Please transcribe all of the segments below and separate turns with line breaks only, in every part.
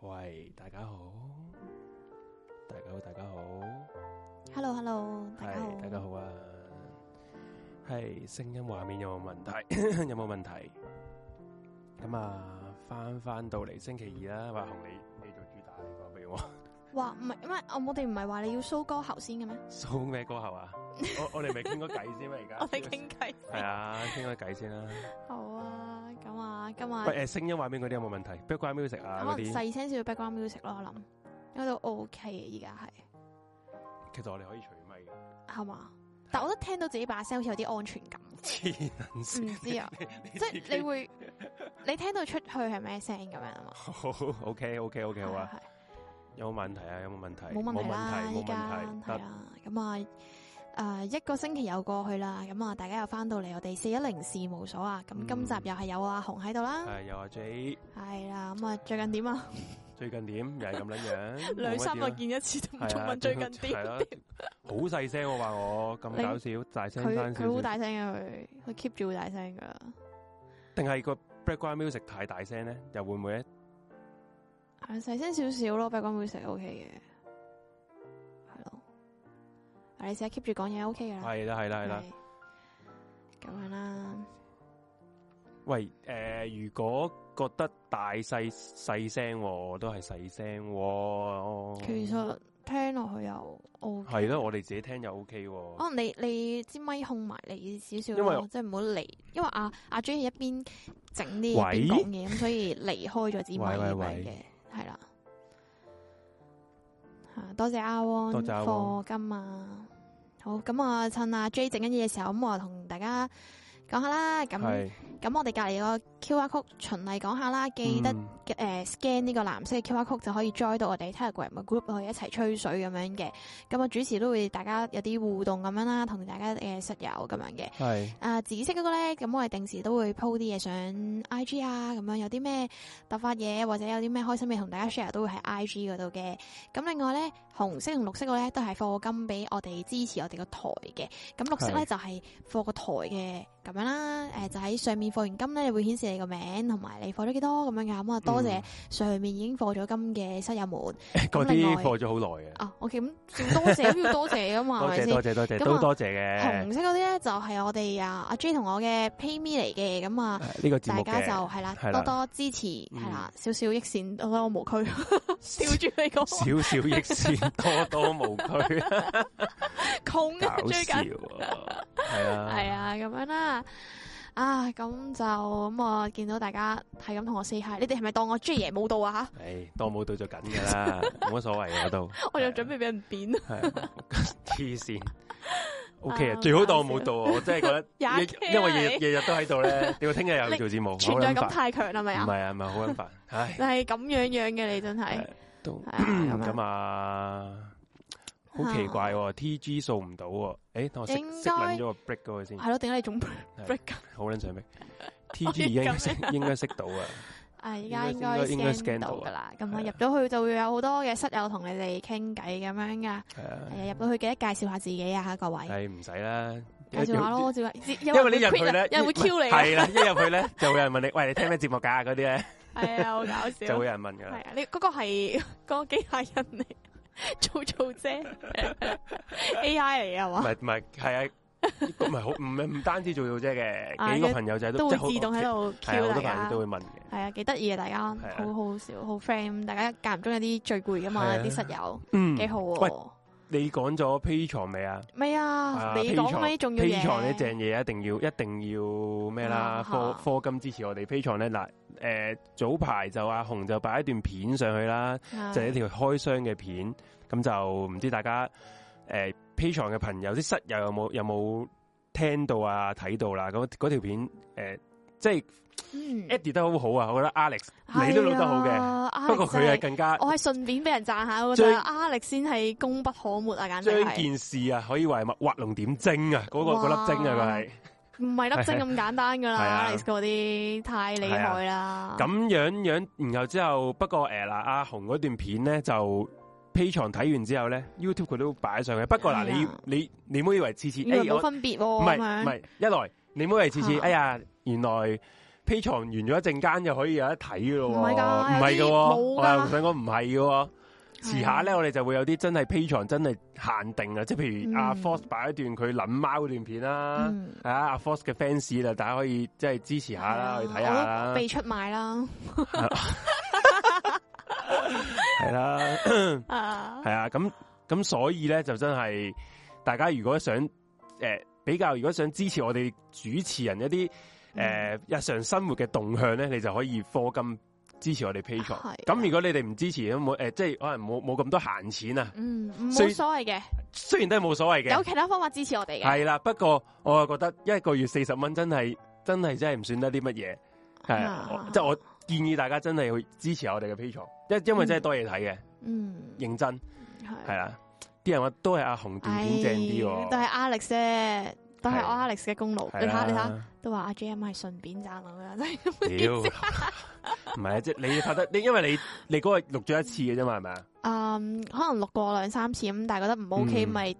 喂，大家好，大家好，大家好，
Hello Hello，大家好
係，大家好啊，係聲音畫面有冇問 題？有冇問題？咁啊，翻翻到嚟星期二啦，話紅你你做主打呢個，不如 我
哇，唔係，因為我哋唔係話你要 show 歌喉先嘅咩？
數咩歌喉啊？我我哋咪傾個偈先咩？ 而家
我哋傾偈
啊係
先。
啊，傾個偈先啦。
好啊，咁啊，今日
喂，誒聲音畫面嗰啲有冇問題？background music 啊
可
嗰
能
啲。
細聲少少 background music 咯，我諗應該都 OK 嘅，而家係
其實我哋可以除咪 嘅，
係嘛？但我覺得聽到自己把聲好似有啲安全感，
黐撚
唔
線，
知啊，即係你會你聽到出去係咩聲咁樣啊嘛？
好 OK OK OK 好啊，
係，係
有冇問題啊？有冇問題？
冇問題啦，
冇
依
問
家
題，冇問題，
係
得
啦，咁啊。誒、一個星期又過去啦，咁啊，大家又翻到嚟我哋四一零事務所啊，咁今集
嗯
又係有阿紅喺度啦，
係又阿 J
系啦，咁啊，最近點啊？
最近點？又係咁撚樣，
兩三
個
個見一次都唔
係
仲
啊
問最近
係
點？
啦好細聲我話我咁搞笑，大聲
佢
翻
佢
少
好
少，
大聲嘅佢，佢 keep 住好大聲噶，
定係個 background music 太大聲咧？又會唔會咧？
係細聲少少咯。不過會食 OK 嘅，係咯。啊你成日 keep 住講嘢 OK 噶啦，
係啦係啦係啦。
係，咁樣啦，
喂，誒，如果覺得大細細聲喎，我都係細聲喎。
其實聽落去又 OK。
係咯，我哋自己聽又 OK 喎。
可能哦你你支咪控埋你少少
因為
咯，即係唔好離，因為阿阿 J 係一邊整啲一邊講嘢，咁所以離開咗支
喂
咪
喂
咁樣
喂
嘅，係啦。吓，多謝阿 Won
多謝阿 Won
課金啊！好，咁啊，趁阿 J 整緊嘢嘅時候，咁我同大家講下啦。咁
係
咁，我哋隔離個 QR code 循例講下啦，記得
嗯
誒、scan 呃呢個藍色嘅 QR code 就可以 join 到我哋 Telegram 嘅 group 去一齊吹水咁樣嘅。咁啊主持都會大家有啲互動咁樣啦，同大家誒、呃、室友咁樣嘅。
係
啊、紫色嗰個咧，咁我哋定時都會 po 啲嘢上 IG 啊，咁樣有啲咩突發嘢或者有啲咩開心嘢同大家 share 都會喺 IG 嗰度嘅。咁另外咧，紅色同綠色個咧都係課金俾我哋支持我哋個台嘅。咁綠色咧
係
就係課個台嘅咁樣啦。誒、就喺上面課完金咧，會顯示你個名同埋你課咗幾多咁樣㗎。咁啊多謝上面已經課咗金嘅室友們。
嗰
另
啲
外
播咗好耐嘅，
啊，OK，咁要多謝都要多謝噶啊嘛，係
多
咪
謝多
先？
謝多謝，
咁啊
都多謝
紅
嘅。
色嗰啲咧就係我哋啊阿 J 同我嘅 PayMe 嚟嘅，咁啊
呢個節
大
目
家就
嘅
係啦
係啦
多多支持，
嗯
係啦少少益善，多多無 區，吊住你個
少少益善，多多無拘，
窮啊
搞
最
笑
近
啊，係啊，
係，啊咁樣啦。啊，咁就咁我見到大家係咁同我 say hi，你哋係咪當我 J 爺冇到啊
唉，當冇到就緊㗎啦，冇乜所謂嘅我都，
吓？我就準備俾人扁，
係啊黐線。O K 啊
啊，，
最好當我冇到啊，我真係覺得
廿 K 啊
因因為日
你
日日都喺度 咧，屌聽日又要做節目，好
存在
撚
感
煩。
太強啦，係咪
唔
啊？
係啊，唔係好撚煩，唉
你，係咁樣樣嘅，你真係
係都
係啊咁樣啊
咁啊。好奇怪喎，T G 掃唔到喎，誒，等我熄
應
熄
該
撚咗個 break 嗰個先，
係咯，點解你仲
係
break 緊
好撚 想逼 T
我
G
要
應該
咁樣
識應該識到 啊，
啊，而家應
應該應該
該
scan
scan
到
到
啊
噶啦，咁啊
係
入
啊
咗去就會有好多嘅室友同你哋傾偈咁樣噶，
係啊，
係啊入到去記得介紹下自己啊，各位
係唔使啦，
介紹下咯，，照因
因為你入去咧
有，人會 Q 你，啊
係啦，一入去咧 就會有人問你，喂，你聽咩節目㗎？嗰啲咧
係啊，好搞
就
笑
會，有人問㗎
係
啦，
啊，你嗰個係 嗰個機械人嚟， 做做 姐 AI 嚟啊
唔
嘛，
係唔係係啊，唔係好唔唔單止做到啫
啊
嘅，幾個朋友仔
都
都
會
即係好
自動喺
係啊
度 Q
好多
大
朋友
家
都。會問嘅，
係啊，幾得意啊！大家
係啊
好好笑，好 friend，大家間唔中有啲聚會噶嘛，
係啊
啲室友
嗯
幾好
喂，
喎。
你講咗 P 床未啊？
咩啊
啊？
你講嗰啲重要
P 床呢
嘢，
正嘢一定要一定要咩啦？
啊
科科金支持我哋 P 床咧嗱，誒早排就阿紅就擺一段片上去啦。就係一
係
條開箱嘅片，咁就唔知大家誒 P 床嘅朋友啲室友有冇有冇聽到啊睇到啦、咁嗰條片誒、呃即係
嗯
edit 得好好啊，我覺得 Alex 你都錄得好
係
嘅，
啊
不過佢係
Alex 真係
更加
我係順便俾人讚下，我覺
將
得啊 Alex 先係功不可沒啊，簡直
將
係
件事啊可以為物畫龍點睛啊，嗰、個
哇
嗰粒睛啊佢係
唔係粒精咁簡單噶
係
啦
啊
，Alex 嗰啲太厲害啦。
咁樣樣，然後之後不過誒嗱阿紅嗰段片咧就。P 床睇完之後咧，YouTube 佢都擺上去。不過嗱，
係
你
啊
你你唔好以為次次
原來
哎誒我
冇分別喎，
唔係
咁樣
唔係，一來你唔好係次次，
哦啊
哎呀，原來 P 床完咗一陣間就可以有得睇咯喎。
唔係㗎
唔係㗎
有啲
喎
冇㗎
我又想講唔係㗎喎。遲下
係
咧，
啊
我哋就會有啲真係 P 床真係限定啊，即係譬如阿
嗯
Force 擺一段佢撚貓嗰段片啦，
嗯
係啊阿 Force 嘅 fans 啦，大家可以即係支持下啦，去睇下
啊我
啦
都，被出賣 啦，
係啦。
啊
系，啊，咁咁所以咧就真系，大家如果想诶、呃比較，如果想支持我哋主持人一啲诶、呃日常生活嘅動向咧，你就可以課金支持我哋 p a t r o
係啊
n 咁如果你哋唔支持，都冇诶，即係可能冇冇咁多閒錢啊，
嗯，
所以
冇所謂嘅，
雖然都係冇所謂
有啊
嘅，
其他方法支持我哋嘅，
係啦。不過我又覺得一個月四十蚊真係真係真係唔算得啲乜嘢，係啊
啊
我即係我建議大家真係去支持下我哋嘅 p a t r o n 因因為真係多嘢睇嘅，
嗯，
認真
係
系啦。啲人話都係阿紅段片正啲喎，
都係 Alex 啫，都係
係
我 Alex 嘅功勞。
係
你睇下，
啦
你睇下，都話阿 J M 係順便讚我㗎，真係
屌，唔係啊，即係你拍得，你因為你你嗰個錄咗一次嘅啫嘛，係咪啊？
嗯，可能錄過兩三次咁，但係覺得唔 OK
嗯
咪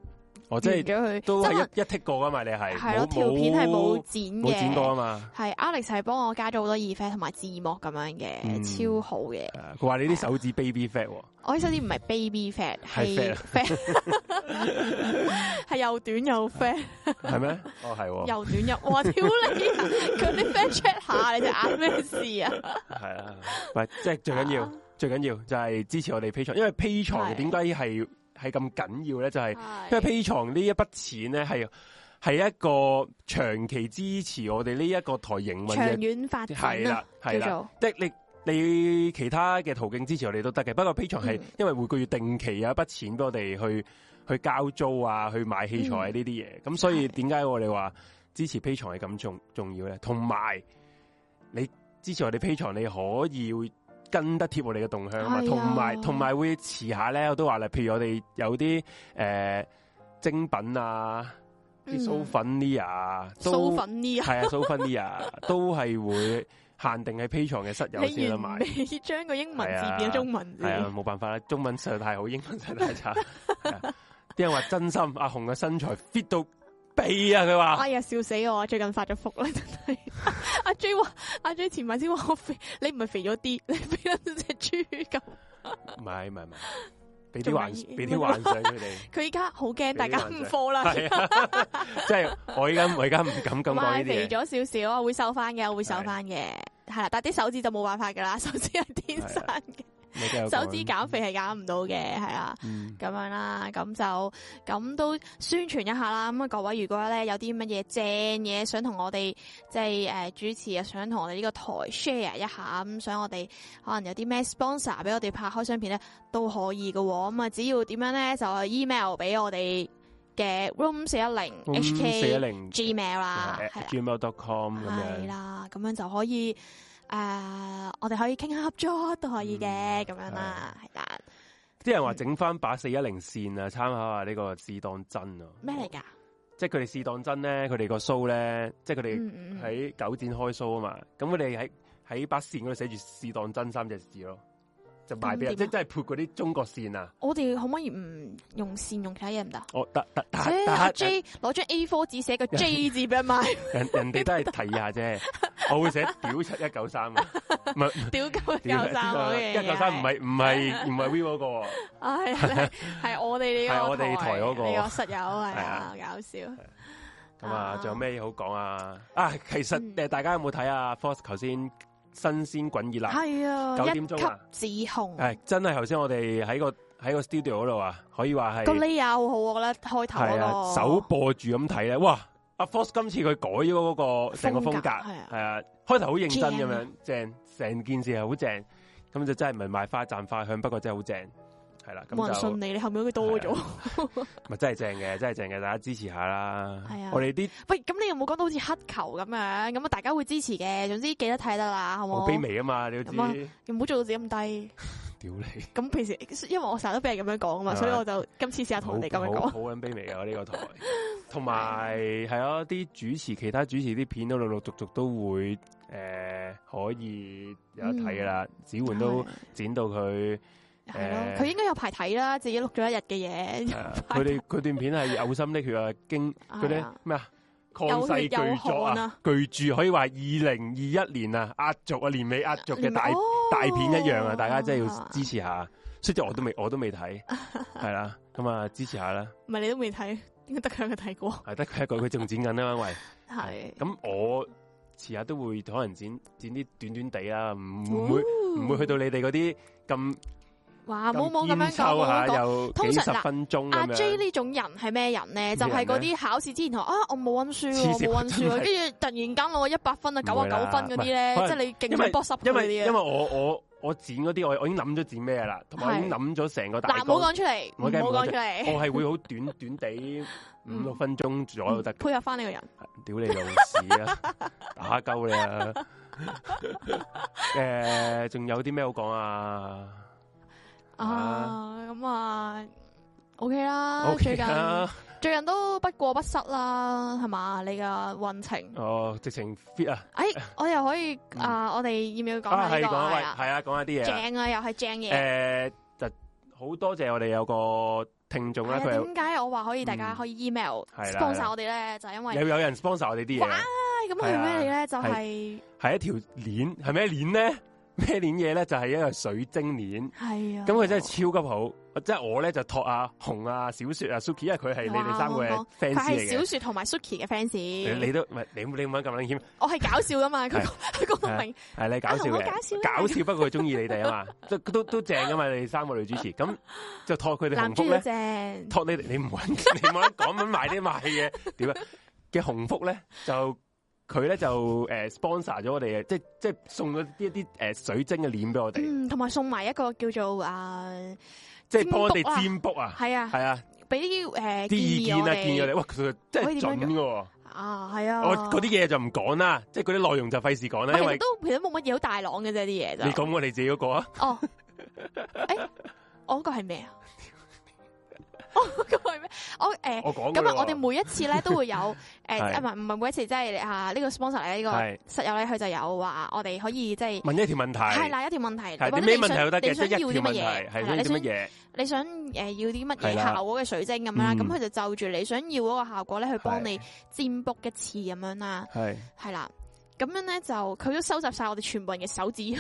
我即
完
係
咗佢，
都
即係可
係
能
一一剔過噶嘛，你係
係咯，
冇
條片係冇剪
冇剪過啊
嘅。
嘛。
係 Alex 係幫我加咗好多 effect 同埋字幕咁樣
嗯
嘅，超好嘅。
係啊佢話你啲手指 baby fat 喎，
我呢首啲唔係 baby fat，
係
係 fat，係又短又 fat，
係咩？哦係喎，
又短又，哇！屌你啊，佢啲 fat check 下你隻眼咩事啊？
係啊，唔係即係最緊要，最緊要就係支持我哋 P 床，因為 P 床
係
點解係係咁緊要咧？就係
係
因為 P 床呢一筆錢咧係係一個長期支持我哋呢一個台營運
長
嘅
遠發
係
展啊
啦，係
叫
啦
做。
即係你你其他嘅途徑支持我哋都得嘅，不過 P 床係
嗯
因為每個月定期有一筆錢俾我哋去去交租啊，去買器材啊呢啲嘢，咁、所以
係
點解我哋話支持 P 床係咁重重要咧？同埋你支持我哋 P 床，你可以會跟得貼我哋嘅動向啊嘛，
係啊
同埋同埋會遲下咧，我都話啦，譬如我哋有啲誒、呃精品啊，啲
嗯
蘇粉呢啊，都
蘇粉 呢啊！
系啊，蘇芬尼啊，都係會限定喺 P 床嘅室友
你
先得買。
完美將個英文字變咗中文字，
係啊，冇辦法啦，中文實在太好，英文實在太 差。係啊啲人話真心阿紅嘅身材 fit 到痹啊，佢話
哎呀笑死我！最近發咗福啦，真係 阿 J 話阿 J 前晚先話我肥，你唔係肥咗啲， 你肥咗只豬咁。
唔係唔係唔係，俾
仲
啲幻
係
俾啲幻想佢哋。
佢而家好驚，
啲
大家
幻
唔
想
科啦。
係啊， 即係我而家我而家唔敢咁講
唔係
呢啲嘢。
肥咗少少，我會瘦翻嘅，我會瘦翻嘅，係啦。但啲手指就冇辦法噶啦， 手指係天生嘅，
你繼續講
手指減肥係減唔到嘅，係啊啦。
嗯
咁樣啦，咁就咁都宣傳一下啦。咁啊，各位如果咧有啲乜嘢正嘢想同我哋即係诶主持啊，想同我哋呢個台 share 一下，咁想我哋可能有啲咩 sponsor 俾我哋拍開箱片咧都可以嘅喎。咁啊，只要點樣咧就係 email 俾我哋嘅 room 四一零 HK
四一零
Gmail 啦，係啦
gmail.com 咁
係
樣。
啦，咁樣就可以诶、誒我哋可以傾下合作都可以嘅，
嗯
咁、樣啦，係啦，
啲人話整翻把四一零線啊，參考下呢個試當真啊。
咩嚟㗎？
即係佢哋試當真咧，佢哋個 show 咧，即係佢哋
嗯嗯嗯，
喺九展開 show 啊嘛，咁佢哋喺喺把線嗰度寫住試當真三隻字咯，就賣俾人，即
咁點啊
係真係潑嗰啲中國線啊，
我哋可唔可以唔用線用其他嘢唔得？
哦得得得
即阿
得，
J 攞張 A4 紙寫個 J 字俾人買，
人人哋都係提下 啫，我會寫屌七一九三啊，唔係
屌鳩
屌
教三嗰嘅嘢
一九三唔係唔係唔係 V 嗰個 喎，
唉，係我哋呢
係
個
我哋台嗰個
呢個室友係
係
啊
啊，
搞笑。
咁啊
啊
仲有咩嘢好講啊？啊其實
嗯
誒大家有冇睇啊 Force 頭先新鮮滾熱辣？
係
九
啊，一
點鐘啊
級自控
系真係頭先我哋喺個喺個 studio 嗰度啊，可以話
個
係
layout 好好，我覺得開頭
係啊
嗰個
手播住咁睇咧，哇！阿 Force 今次佢改咗嗰個成個風
風格
格，
係啊
係啊，開頭好認真咁
正
樣，正成件事係好正，咁就真係唔係賣花讚花香，不過真係好正，係啦，
冇
咁
人
就
信你，你後面嗰句多咗。
咪真係正嘅，真係正嘅，大家支持下啦
係啊。
我哋啲
喂，咁你有冇講到好似乞球咁樣？咁啊，大家會支持嘅。總之記得睇得啦，好
好
冇？
卑微啊嘛，你都知
咁，啊唔好做到自己咁低。
屌你，
咁平時因為我成日都俾人咁樣講啊嘛，
係
所以我就今次試下
好
同人哋咁樣
好
講。
好撚卑微啊呢個台，同埋係啊啲主持其他主持啲片都陸陸續續都會誒可以有得睇噶啦，子桓都
係
剪到佢。
系咯，
誒
佢應該有排睇啦，自己錄咗一日嘅嘢，
呃 係啊佢哋佢段片係嘔心瀝血啊，經佢
係
哋
啊
咩啊？
抗
有血
世巨
有
作
汗
啊！
啊！
巨著可以話二零二一年啊壓軸啊年尾壓軸嘅大
哦
大片一樣啊，大家真係
係
要
嘛
支持下。雖然我都 未我都未睇，係啦，咁啊支持下啦。
哦唔係你都未睇，點解得佢一個睇過？
係得佢一個，佢仲剪緊啦，因為
係
咁我遲下都會可能剪剪啲短短地啦，唔唔
哦
會唔會去到你哋嗰啲咁
哇！啊冇冇咁
煙
樣
抽
講，冇
下
咁講。
有
通
幾
常
十
嗱
分鐘
阿
咁
J
樣。
呢種人係咩人咧？
咩人
就係嗰
咧
啲考試之前話啊，我冇温書喎，
黐
我
線
冇温書 喎，
真係
跟住突然間攞一百分啊，九
唔
啊
會啦
九分嗰啲咧
唔，係
即係你
因
勁
為
想搏濕佢
因
嗰啲啊
為因為
咧。
我我我剪嗰啲，我我已經諗咗剪咩啦，同埋我已經
係
諗咗成個大
嗱，
綱。
唔好講出嚟，
我梗係唔
唔好
好
講出嚟，
我係會好 短短地五
嗯
六分鐘左右得
嗯，配合翻你個人。
屌你老屎啊， 打鳩你啊！诶，仲有啲咩好講啊？
啊，咁啊，OK 啦，啊最
OK 啊
近
啦，
最近都不過不失啦，係嘛？你嘅運程，
哦，直情 fit 啊！
哎，我又可以
嗯
啊，我哋要唔要講
啊，
下
係
呢
講
個
啊，喂，
係啊？
係啊，講下啲嘢啊。
正啊，又係正嘢。
诶，就好多謝我哋有個聽眾
係
啦，
啊
佢
點解我話可以大家
嗯
可以 email
係啦
sponsor 我哋咧？就係因為
有有有人 sponsor 我哋啲嘢啊
哇
嘅，
咁係咩嚟咧？就係
係一條鏈，係咩鏈咧？ 咩鏈嘢咧？就係一個水晶鏈。
係啊，
咁佢真係超級好，即係我咧就托阿紅啊、小雪啊、Suki，因為佢係你哋三個嘅
哇
fans
哦佢
嚟
係小
嘅。
雪同埋 Suki 嘅 fans，
你你都唔係你你唔好咁撚謙，
我係搞笑噶嘛？佢講佢講到明，
係你搞笑
阿紅好搞笑
嘅，
啊
搞笑不過佢中意你哋 啊嘛，都都都正噶嘛，你哋三個女主持，咁就托佢哋
男
紅
主
福
角
咧，
正，
托你哋你唔揾 你冇得講緊埋啲賣嘅點啊嘅紅福咧就。佢咧就誒、呃 sponsor 咗我哋嘅，即即送咗一啲誒、呃水晶嘅鏈俾我哋，
嗯，同埋送埋一個叫做啊，
即係幫我哋
占卜啊
占卜啊，
係啊，
係啊，
俾啲誒
啲意見啊，
建
建議我
議我哋
哋，哇，佢真
可
係
以點
準
樣
嘅喎。
啊，係啊，
我嗰啲嘢就唔講啦，即係嗰啲內容就費事講
唔
啦，因
係其實
為
都其實冇乜嘢好大朗嘅啫啲嘢就
你講我哋自己嗰個啊，
哦，誒，我嗰個係咩啊？ 我嗰個係咩？我誒。
我講
咁啊，我哋每一次咧都會有 誒，
係
啊唔係唔係每一次，即係啊呢個 sponsor 咧呢個
係
實友咧，佢就有話我哋可以即係
問一條問題，
係啦一條問題，
係，
或
你
者
咩
你
問題
想
都得嘅，
你
即係
想
一
要
條
啲乜
問題
嘢？
係想
啦
要
你
啲乜
想
嘢？
你想誒要啲乜
係
嘢
啦
效果嘅水晶咁樣啦，
嗯
咁佢就就住你想要嗰個效果咧去幫
係
你占卜一次咁樣啦，
係
係啦。咁樣咧就佢都收集晒我哋全部人嘅手指，
係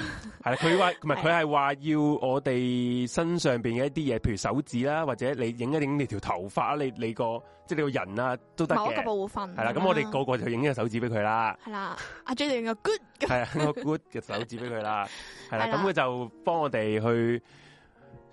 啦，佢話唔係
係
佢係話要我哋身上邊嘅一啲嘢，譬如手指啦，或者你影一影你條頭髮啊，你你個即係你個人啊都得
某一個
嘅，
部分。啊
係啦。咁我哋個個就影一隻手指俾佢啦，
係啦，阿 J 就用個 good 咁
係啊，個 good 嘅手指俾佢 啦，係啦。
係啦
咁佢就幫我哋去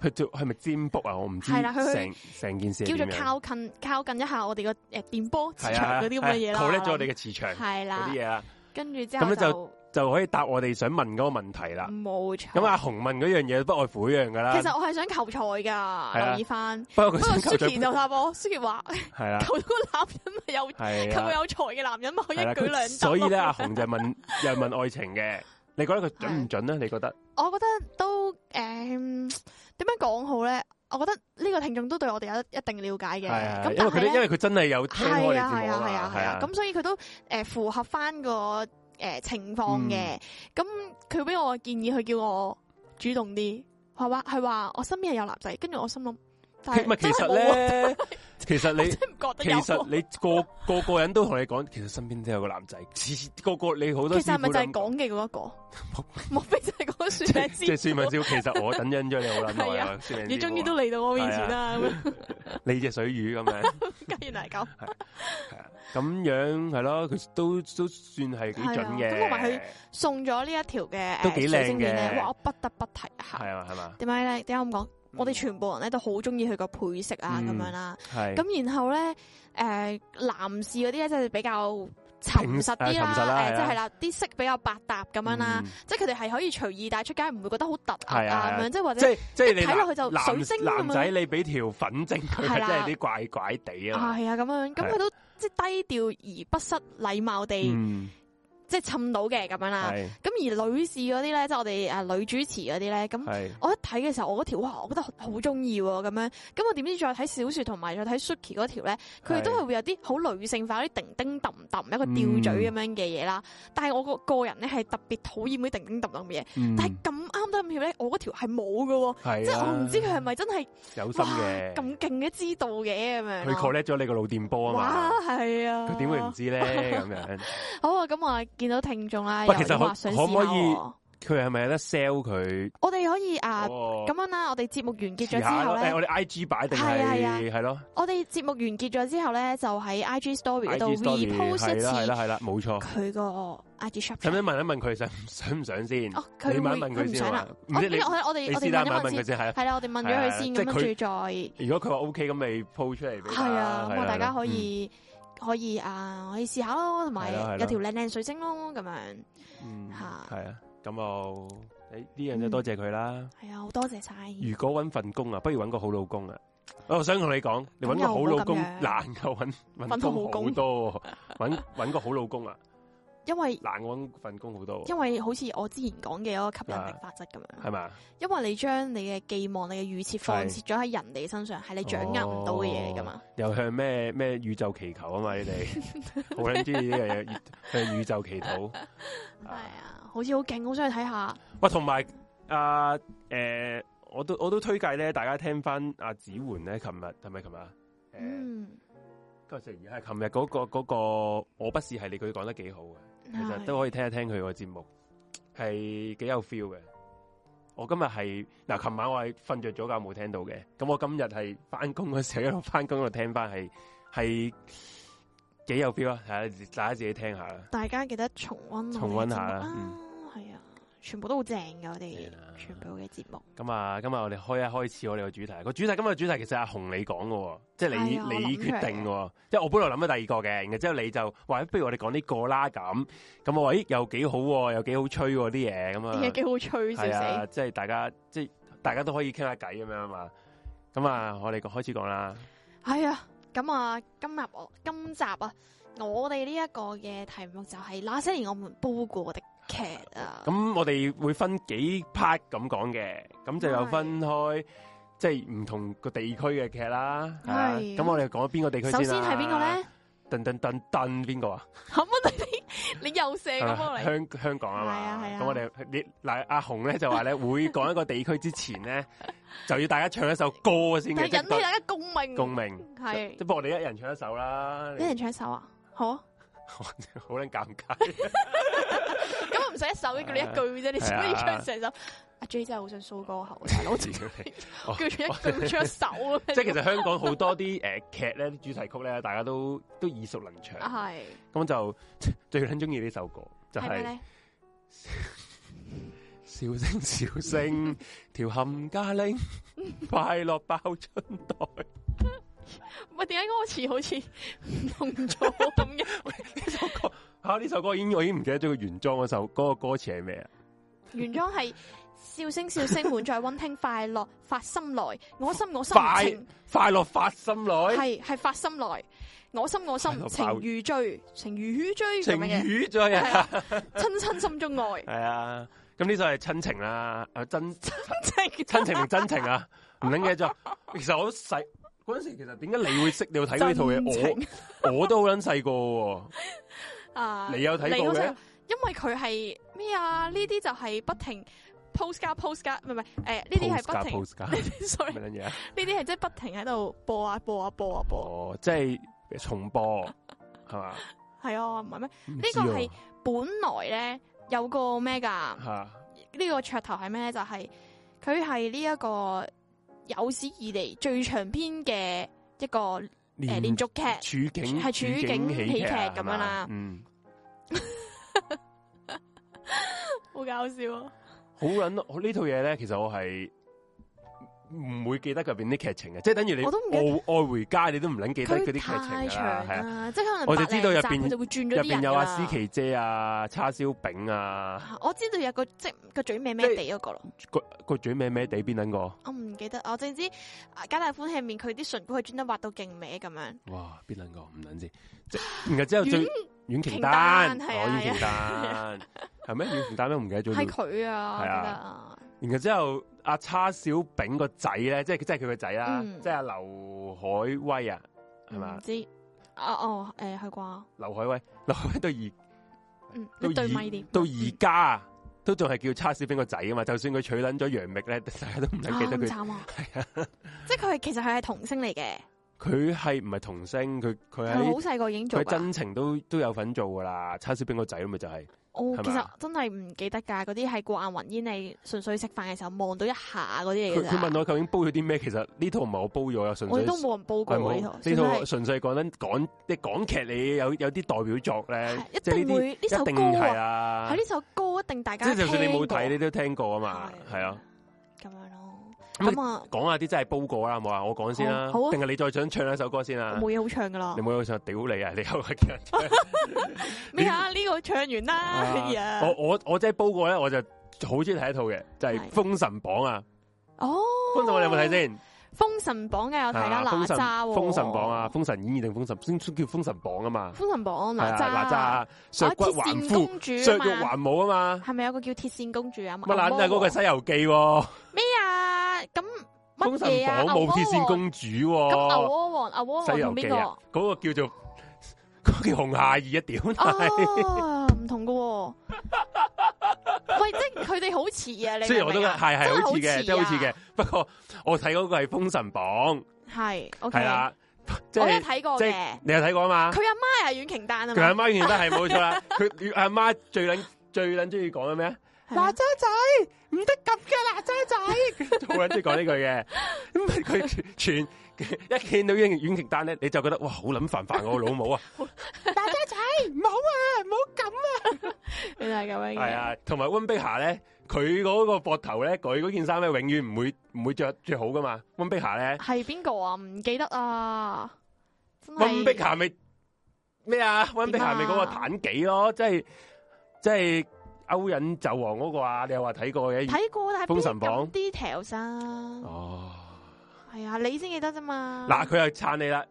去做係咪占卜啊？我唔知
係啦佢去
成成件事係
叫做
點樣
靠近靠近一下我哋個誒電波磁場嗰啲咁嘅 嘢啦。
，collect 啊咗我哋嘅磁場嗰
係啦
啲，嘢啦，
跟住之
咁
後
咧就
就
就可以答我哋想問嗰個問題啦。
冇錯。
咁阿啊紅問嗰樣嘢不外乎一樣噶啦
嗯其，實我係想求財㗎，
啦
留意 翻。
不過
不
佢
過
啊想求啊
Suki
獎
就答我，Suki 話
係 啦，
求到個男人咪有
係
求
啦，
有財嘅男人咪可以一
啊係啦
舉兩
佢
得。
所以咧，阿紅就問 又問愛情嘅，你覺得佢準唔準咧？你覺得
我覺得都诶點樣講好咧？我覺得呢個聽眾都對我哋有一一定了解嘅，
係係係
咁
因
但
為
係
佢因
咧
為佢真係有聽
係
我哋
啊
節
係
目
啊
嘛
係啊係
係
啊，咁所以佢都诶符合翻個诶情況嘅。
嗯
咁佢俾我嘅建議，佢叫我主動啲，係話係話我身邊係有男仔，跟住我心諗，但
其唔係
係
其
真係
實
冇啊，
咧，其實你。
真係唔覺
其
得有
實
喎。
你個個個人都同你講，其實身邊都有個男仔，次次個個你好多
其實係咪就係
係
講嘅嗰一個？莫非就係講算命
即係
師
孫敏超，其 實我等緊咗你好撚耐
係
啊！孫敏
你
超
終於都嚟到我面前啦，咁樣
你只水魚咁樣，
咁原來係咁。
咁樣係咯，佢都都算係幾準嘅。
係啊咁同埋佢送咗呢一條嘅
都
誒
幾靚
水晶鏈咧，
嘅
哇！我不得不提一
係
下。
啊，係嘛，
點解咧？點解咁講？我哋全部人咧都好中意佢個配色啊，
嗯
咁樣啦。
係
咁然後咧，誒男士嗰啲咧即係比較沉實啲
平
啦
誒沉實啦係啊
誒即係啦，啲色比較百搭咁樣啦。，
嗯
即係佢哋係可以隨意帶出街，唔會覺得好突兀
係啊係
啊
啊
咁樣，即係或
即
者
係即係你
睇落去就
男
水晶咁樣
男仔，你俾條粉晶佢，
係啦
真係啲怪怪地啊嘛。
係啊咁樣。咁
係
佢都即係低調而不失禮貌地。啊
嗯，
即係襯到嘅咁樣啦。
系
咁而女士嗰啲咧，即係我哋诶女主持嗰啲咧，咁
系
我一睇嘅時候，我嗰條哇，我覺得好中意喎咁樣。咁我點知再睇小说同埋再睇 Suki 嗰條咧，佢哋都係會有啲好女性化嗰啲叮叮揼揼一個
嗯
吊嘴咁樣嘅嘢啦。但係我個個人咧係特別討厭嗰啲叮叮揼揼嘅嘢，
嗯
但係咁啱得咁巧咧，我嗰條係冇嘅喎。
系
即係我唔知佢係咪真係
有心
哇
啊嘅，
咁勁嘅知道嘅咁樣
佢
咯。
collect 咗你個腦電波啊
哇
嘛，，
係啊！
佢點會唔知 咧？咁樣
好啊，咁我見到聽眾啦，
喂
有
其實
啲
可
話想
可唔
試
可
下
以
喎
佢係咪有得 sell 佢？
我哋可以啊，咁
咁
樣啦，我哋節目完結
遲哦下
咗之後
咯，誒
咧，
我哋 I G 擺定
係啊係啊
係係咯
我哋節目完結咗之後咧，就喺 IG Story 嗰
，I
度
G story
repost 一
係啦係
次
啦係啦，冇錯。
佢個 IG
使唔使
shop。
問一問佢想 想唔想先？
哦，佢
你問
會
一問
佢
佢
唔
先
想
啊
啦。我
嘛，唔知你
我哋我哋
你
我哋
私單
問
問一
一
問
問
佢
先。
先係啊。
係啦，我哋問咗佢先，
係啊嗯即係
咁跟住再
如果佢話 OK，咁咪 po 出嚟俾大家。
係啊，咁
係
啊，大家可
嗯
以可以啊，可以試下咯，同埋
係啦係啦
有條靚靚水晶咯，咁樣。
嗯，
嚇
係啊，咁就誒呢樣就多謝佢啦。
係啊，好多謝晒。
如果揾份工啊，不如揾個好老公啊。我想同你講，你揾個好老公
嗯咁又冇咁樣
難過揾揾
到好
工
工
好多喎，揾揾個好老公啊，
因為
難過揾份工好多喎，
因為好似我之前講嘅嗰個吸引力法則咁樣，
係嘛？
因為你將你嘅寄望、你嘅預設放設咗喺人哋身上，係你掌握唔到嘅嘢嚟噶嘛。
又向咩咩宇宙祈求啊嘛？你 哋好撚中意呢樣嘢，向宇宙祈禱。
係
啊
啊，好似好勁，好想去睇下。
喂，同埋啊，诶、我都我都推介咧，大家聽翻阿子媛咧，琴日係咪琴日啊？诶、
嗯，
今日食完係琴日嗰個嗰、個我不是系列，佢講得幾好嘅，啊其實都
係
可以聽一聽佢個節目，係幾有 feel 嘅。我今日係嗱，琴晚我係瞓着咗覺冇聽到嘅，咁我今日係翻工嗰時候一路翻工一路聽翻，係係幾有 feel 啊！係啊大家自己聽下啦。
大家記得重温
重
温
溫下啦
啦。係啊，全部都好正嘅，我哋
正啊
全部嘅節目。
咁啊，今日我哋開一開始我哋個主題，個主題今日主題其實阿紅你講嘅喎，即係你、
係啊我諗
你決定嘅喎，即係我本來諗咗第二個嘅，然後之後你就話不如我哋講呢個啦咁，咁我話咦又幾好喎，又幾好吹喎啲嘢咁
啲嘢
啊，
幾好吹，笑
係啊，
死！
即係大家即係大家都可以傾下偈咁樣啊嘛，咁啊我哋開始講啦，
係啊，咁啊，今日我今集啊，我哋呢一個嘅題目就係那些年我們煲過的劇啊。
咁我哋會分幾 part 咁講嘅，咁就有
係
分開。即係唔同個地區嘅劇啦，係啊
係
咁我哋講邊個地區
首
先啊
先係邊個 咧？？
噔噔噔噔，邊個啊？
咁啊，你你又射咁我 嚟，
香香港啊
係啊
嘛
係，啊
咁我哋你嗱阿紅咧就話咧會講一個地區之前 咧，就要大家唱一首歌先嘅，
但係引
即
起
係
大家共鳴，
共鳴。
係
即不過我哋一人唱一首啦，
一人唱一首啊，好啊，
好撚尷尬。
咁我唔使一首，叫你一 句
啊
啫，你做乜要唱成首？阿 J 真係好想蘇歌喉，大佬
屌你哦
叫唱一句唱一首啊！
即係其實香港好多啲誒劇咧，啲主題曲咧，大家都都耳熟能詳。
係
咁就 最撚中意呢首歌，就
啊係咩
係
咧？
笑聲笑 聲，條冚家拎，快樂爆春袋。
唔係點解歌詞好似唔同咗咁 嘅？
呢首 歌吓呢、首歌已經我已經唔記得咗個原裝嗰首嗰、個歌詞係咩啊？
原裝係笑聲笑聲滿載溫馨快樂發心來，我心我心
快
情。
快樂發心來，
系系發心來，我心我心
喺，度
情
爆
如醉，情如追咁
情
樣嘅，
語再
係
啊，
啊，親親心中 愛，
係啊，咁呢首係親情啦，啊真
情
親情定真情啊？唔撚記得咗。其實我都細嗰陣時，其實點解你會識你會睇過呢套嘢？我我都好撚細個喎，
啊，
你有睇過嘅
好想因為佢係咩啊？呢啲就係不停 post 加 post 加，唔係唔係诶，呢啲
Post 加
係不停
post 加
，sorry，
乜
呢
撚嘢啊？
啲係即係不停喺度播啊播啊播啊播，
哦，即係重播係嘛？
係啊，唔係咩？
呢
個係本來咧有個咩㗎？
吓
呢個噱頭係咩咧？就係佢係呢一個有史以嚟最長篇嘅一個誒連續劇。
處境
係處境喜劇
啊
咁
係
樣啦
嘛嗯。
好搞笑啊！
好捻，我呢套嘢咧，其實我係唔會記得入邊啲劇情嘅，即係等於你
我都唔記
愛愛回家，你都唔捻記得嗰啲劇
佢太
情㗎啦
長，
係啊。
啦，即係可能
我就
百零
知道入
集
邊
佢就會轉
入
咗啲人
邊
㗎
有阿
啦
思，琪姐啊、叉燒餅啊，
啊我知道有個即係個嘴咩咩地嗰個咯，
個個嘴咩咩地邊撚個？
我唔記得，我淨知啊皆大歡喜入面佢啲唇膏係專登畫到勁歪咁樣，
哇，邊撚個唔撚知？即然後之後最
軟
阮
瓊
瓊
丹
丹，
係啊
我阮瓊丹係咩？阮瓊丹咩？我唔記得咗
係
了。
佢啊，我
係
記得
啊
啊，
然後之後阿叉小炳個仔咧，即係即係佢個仔啦，
嗯
即係阿劉海威啊，係嘛
唔？知啊哦，誒係啩？
劉海威，劉海威到而
嗯，
到
你對咪
而
啲
到而家啊，都仲係叫叉小炳個仔啊嘛。就算佢娶撚咗楊冪咧， 大家都唔
啊
係記得佢。
咁慘啊！
係啊，
即係佢係其實佢係童星嚟嘅，
佢係唔係童星？佢佢
佢好
喺
細個已經做
佢
㗎。
真情都都有份做噶啦。叉小炳個仔咪就係
哦，
係
其
咪
實
啊
真係唔記得㗎，嗰啲係過眼雲煙，你純粹食飯嘅時候望到一下嗰啲嚟
佢
嘅咋
佢問我究竟煲咗啲咩？其實呢套唔係我煲咗，啊我純
我
粹
哋都冇人報過
係冇
喎呢套，
呢
純
套
粹
純粹講緊港即係港劇，你有有啲代表作
係
咧
係，一
即係呢
定
啲
會呢首
一定
歌
係
啊，
啊
係呢。首歌一定大
即
家
係就算你冇睇，你
呢
都聽過啊嘛，係啊。，
咁樣咯。
咁
咁啊，
講下啲真係煲過啦，冇話我講先啦，
好好啊
定係你再想唱一首歌先
我
啊？
冇嘢好唱噶啦
你。冇好想屌你啊！你 又係叫人唱
咩啊？呢個唱完啦，哎呀
啊，我我我真係煲過咧，我就好中意睇一套嘅，就係
係
《封神榜》啊！
哦，
《封神榜》你有冇睇？先？
《封神榜》嘅有睇啦，
啊封
哪
神
吒喎
封神榜》啊，《封神演義》定《封神》先叫《封神榜》啊嘛，
《封神榜》
係
哪
啊，
吒
哪吒啊，削骨
哦
還
鐵扇
父，
公主
削
啊
肉
嘛，
還母啊嘛，
係咪有個叫鐵扇公主啊？
乜撚啊？
牛
嗰個
魔王
《西遊記》喎，《
咩啊？咁乜
封神
嘢啊？
榜》冇鐵扇
扇
公主
咁牛
喎，
魔王，牛魔
《
王
西
同
遊記
邊》個
啊？，嗰個叫做嗰個叫紅孩兒啊！屌，係
哦，唔同 噶、喎。喂，即係佢哋好似啊，你
雖然我都係係
真係
好似嘅，
好似啊
真係好似嘅。不過我睇嗰個係《封神榜》，
系，OK，
係啊啦，即
我有
係
睇過
即
嘅
係，你有睇過啊嘛？
佢阿媽係阮瓊丹啊
佢阿
嘛，
媽原得係冇錯啦。佢阿媽最撚最撚中意講嘅咩？啊
嗱，
吒仔唔得咁嘅哪吒仔， 好撚中意講呢句嘅。咁啊 佢全 一見到阮阮瓊丹咧，你就覺得哇好撚煩煩我老母啊！哪吒仔唔好啊，唔好咁。
原來 係咁樣
係
嘅，
啊，同埋温碧霞咧，佢嗰個膊頭咧，佢嗰件衫咧，永遠唔會唔會着着好噶嘛。温碧霞咧。
係邊個啊？唔記得啊，真係
温碧霞咪咩啊？温碧霞咪嗰個妲己咯，即係即係勾引纣王嗰個啊！你又話睇過嘅？
睇過，但係
封神榜
details 啊，
哦，
係啊，你先記得啫嘛，
嗱，佢又撐你啦，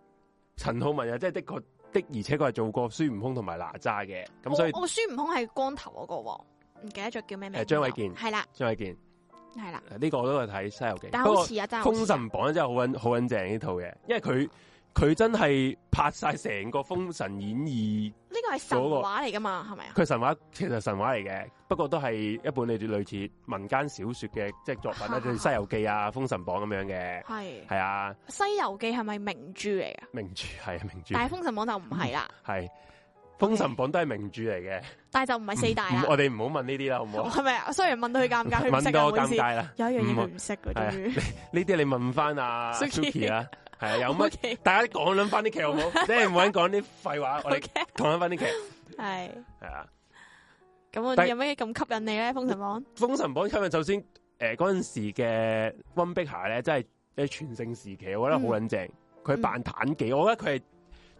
陳浩文又真係的確的，而且佢係做過孫悟空同埋哪吒嘅，咁所以
我我孫悟空係光頭嗰個喎，唔記得咗叫咩名，
誒張衛健
係啦，
張衛健
係啦，
呢個我都有睇《西遊記》，
但
不
係
過
好似啊，真係
《
好似
封神榜》真係好穩好穩正呢套嘢，因為佢佢真係拍晒成個《封神演義》。
呢個係神話嚟噶嘛，係咪 啊？
佢神話其實神話嚟嘅，不過都係一本你哋類似民間小說嘅即係作品啦，即係《西遊記》啊、《封神榜》咁樣嘅，
係
係啊，
《西遊記》係咪名著嚟 噶？
名著係啊，名著
但係《封神榜》就唔係啦，
係《封神榜》都係名著嚟嘅。
但係就唔係四大
唔
啦。
我哋唔好問呢啲啦，好唔好？
係咪啊？雖然問到佢尷尬，佢唔
問
識啊，
到
唔
我
好意
尷
思。
尬啦，
有一樣嘢
唔好
佢唔識嘅，
係啊
終於。
呢啲你問翻阿
Suki
Suki 啦，係啊，有
O
乜？
K
大家講撚翻啲劇好唔好？即係唔好講啲廢話，我
O
哋
K，
講撚翻啲劇
係
係啊。
咁我
但
有咩咁吸引你咧？《封神榜》
《封神榜》吸引，首先誒嗰陣時嘅温碧霞咧，真係誒全盛時期，我覺得好撚正。佢、
嗯
扮妲己，我覺得佢係